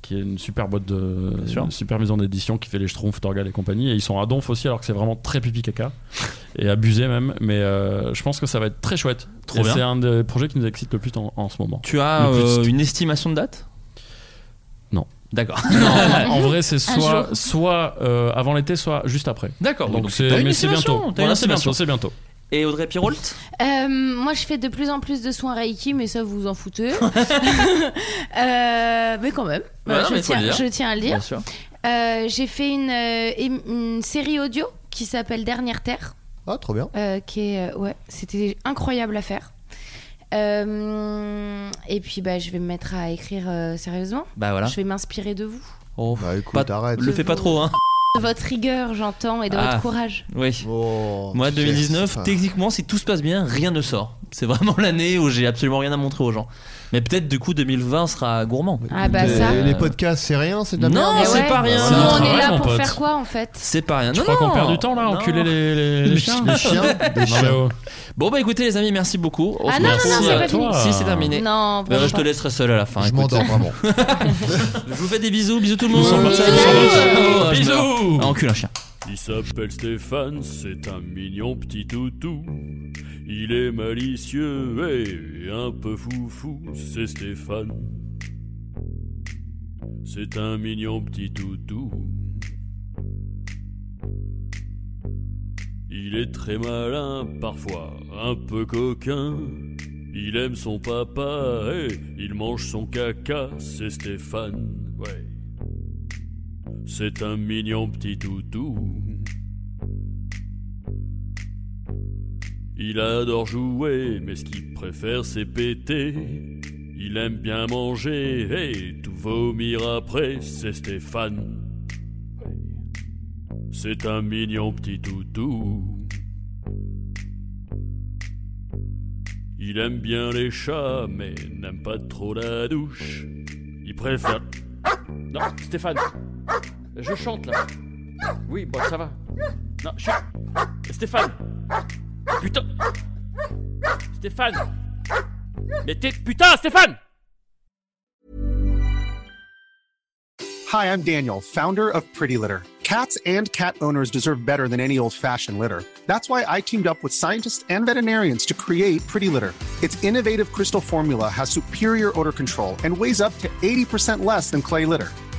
E: qui est une super boîte de
C: sûr.
E: une super maison d'édition qui fait les Schtroumpfs, Torgal et compagnie. Et ils sont à Donf aussi, alors que c'est vraiment très pipi caca et abusé même. Mais euh, je pense que ça va être très chouette.
C: Trop
E: Et
C: bien.
E: C'est un des projets qui nous excite le plus en, en ce moment.
C: Tu as
E: Le plus.
C: euh, une estimation de date
E: Non.
C: D'accord.
E: Non, en vrai, c'est
C: Un
E: soit,
C: jour.
E: soit euh, avant l'été, soit juste après.
C: D'accord, oui,
E: Donc
C: donc
E: c'est
C: t'as une
E: mais c'est
C: estimation,
E: bientôt.
C: t'as une
E: Voilà, c'est
C: estimation.
E: bientôt. C'est bientôt.
C: Et Audrey Pirolt
D: Euh, moi, je fais de plus en plus de soins Reiki, mais ça, vous vous en foutez. Euh, mais quand même,
C: Voilà,
D: je,
C: mais faut le
D: tiens,
C: dire.
D: je tiens à le dire.
C: Bien sûr.
D: Euh, J'ai fait une, euh, ém- une série audio qui s'appelle Dernière Terre,
I: Ah trop bien.
D: euh, qui est, euh, ouais, c'était incroyable à faire. Euh, et puis, bah, je vais me mettre à écrire euh, sérieusement.
C: Bah, voilà.
D: Je vais m'inspirer de vous,
C: Oh,
I: bah écoute,
C: pas-
I: arrête.
C: Le fais pas trop, hein.
D: de votre rigueur, j'entends, et de
C: Ah.
D: votre courage.
C: Oui.
I: Moi,
C: Moi,
I: Oh, tu
C: 2019,
I: sais, ça.
C: techniquement, si tout se passe bien, rien ne sort. C'est vraiment l'année où j'ai absolument rien à montrer aux gens. Mais peut-être, du coup, 2020 sera gourmand.
D: Ah, bah, ça.
I: Et les podcasts, c'est rien, c'est de la
C: Non,
I: merde.
C: Mais c'est ouais. pas rien.
D: Ah Nous,
C: C'est notre
D: on est
C: travail,
D: là
C: mon
D: pour
C: pote.
D: faire quoi en fait
C: C'est pas rien.
E: Tu
C: non,
E: crois qu'on
C: Ah non.
E: perd du temps là,
C: Non.
E: enculer les, les,
C: Les
E: chiens
C: chiens. Les
E: Non, mais oh.
C: Bon, bah écoutez, les amis, merci beaucoup. On
D: Ah
C: se
D: non, non, non,
C: retrouve,
D: c'est
C: euh,
D: pas fini.
C: Si,
E: Ah.
C: c'est terminé.
D: Non,
C: Bah,
D: vraiment
C: je te
D: pas.
C: laissera seul à la fin.
I: Je
C: écoute.
I: m'endors vraiment.
C: Je vous fais des bisous, bisous tout le monde.
L: Bisous.
C: Bisous.
L: Bisous.
C: Ah, Encule un chien.
L: Il s'appelle Stéphane, c'est un mignon petit toutou. Il est malicieux et un peu foufou, c'est Stéphane. C'est un mignon petit toutou. Il est très malin, parfois un peu coquin. Il aime son papa et il mange son caca, c'est Stéphane. Ouais. C'est un mignon petit toutou. Il adore jouer, mais ce qu'il préfère c'est péter. Il aime bien manger et tout vomir après, c'est Stéphane. C'est un mignon petit toutou.
E: Il aime bien les chats, mais n'aime pas trop la douche. Il préfère. Non,
L: Ah,
E: Stéphane Je chante là Oui, bon, ça va. Non, chut Stéphane Putain Stéphane Mais t'es. Putain, Stéphane
K: Hi, I'm Daniel, founder of Pretty Litter. Cats and cat owners deserve better than any old fashioned litter. That's why I teamed up with scientists and veterinarians to create Pretty Litter. Its innovative crystal formula has superior odor control and weighs up to 80% less than clay litter.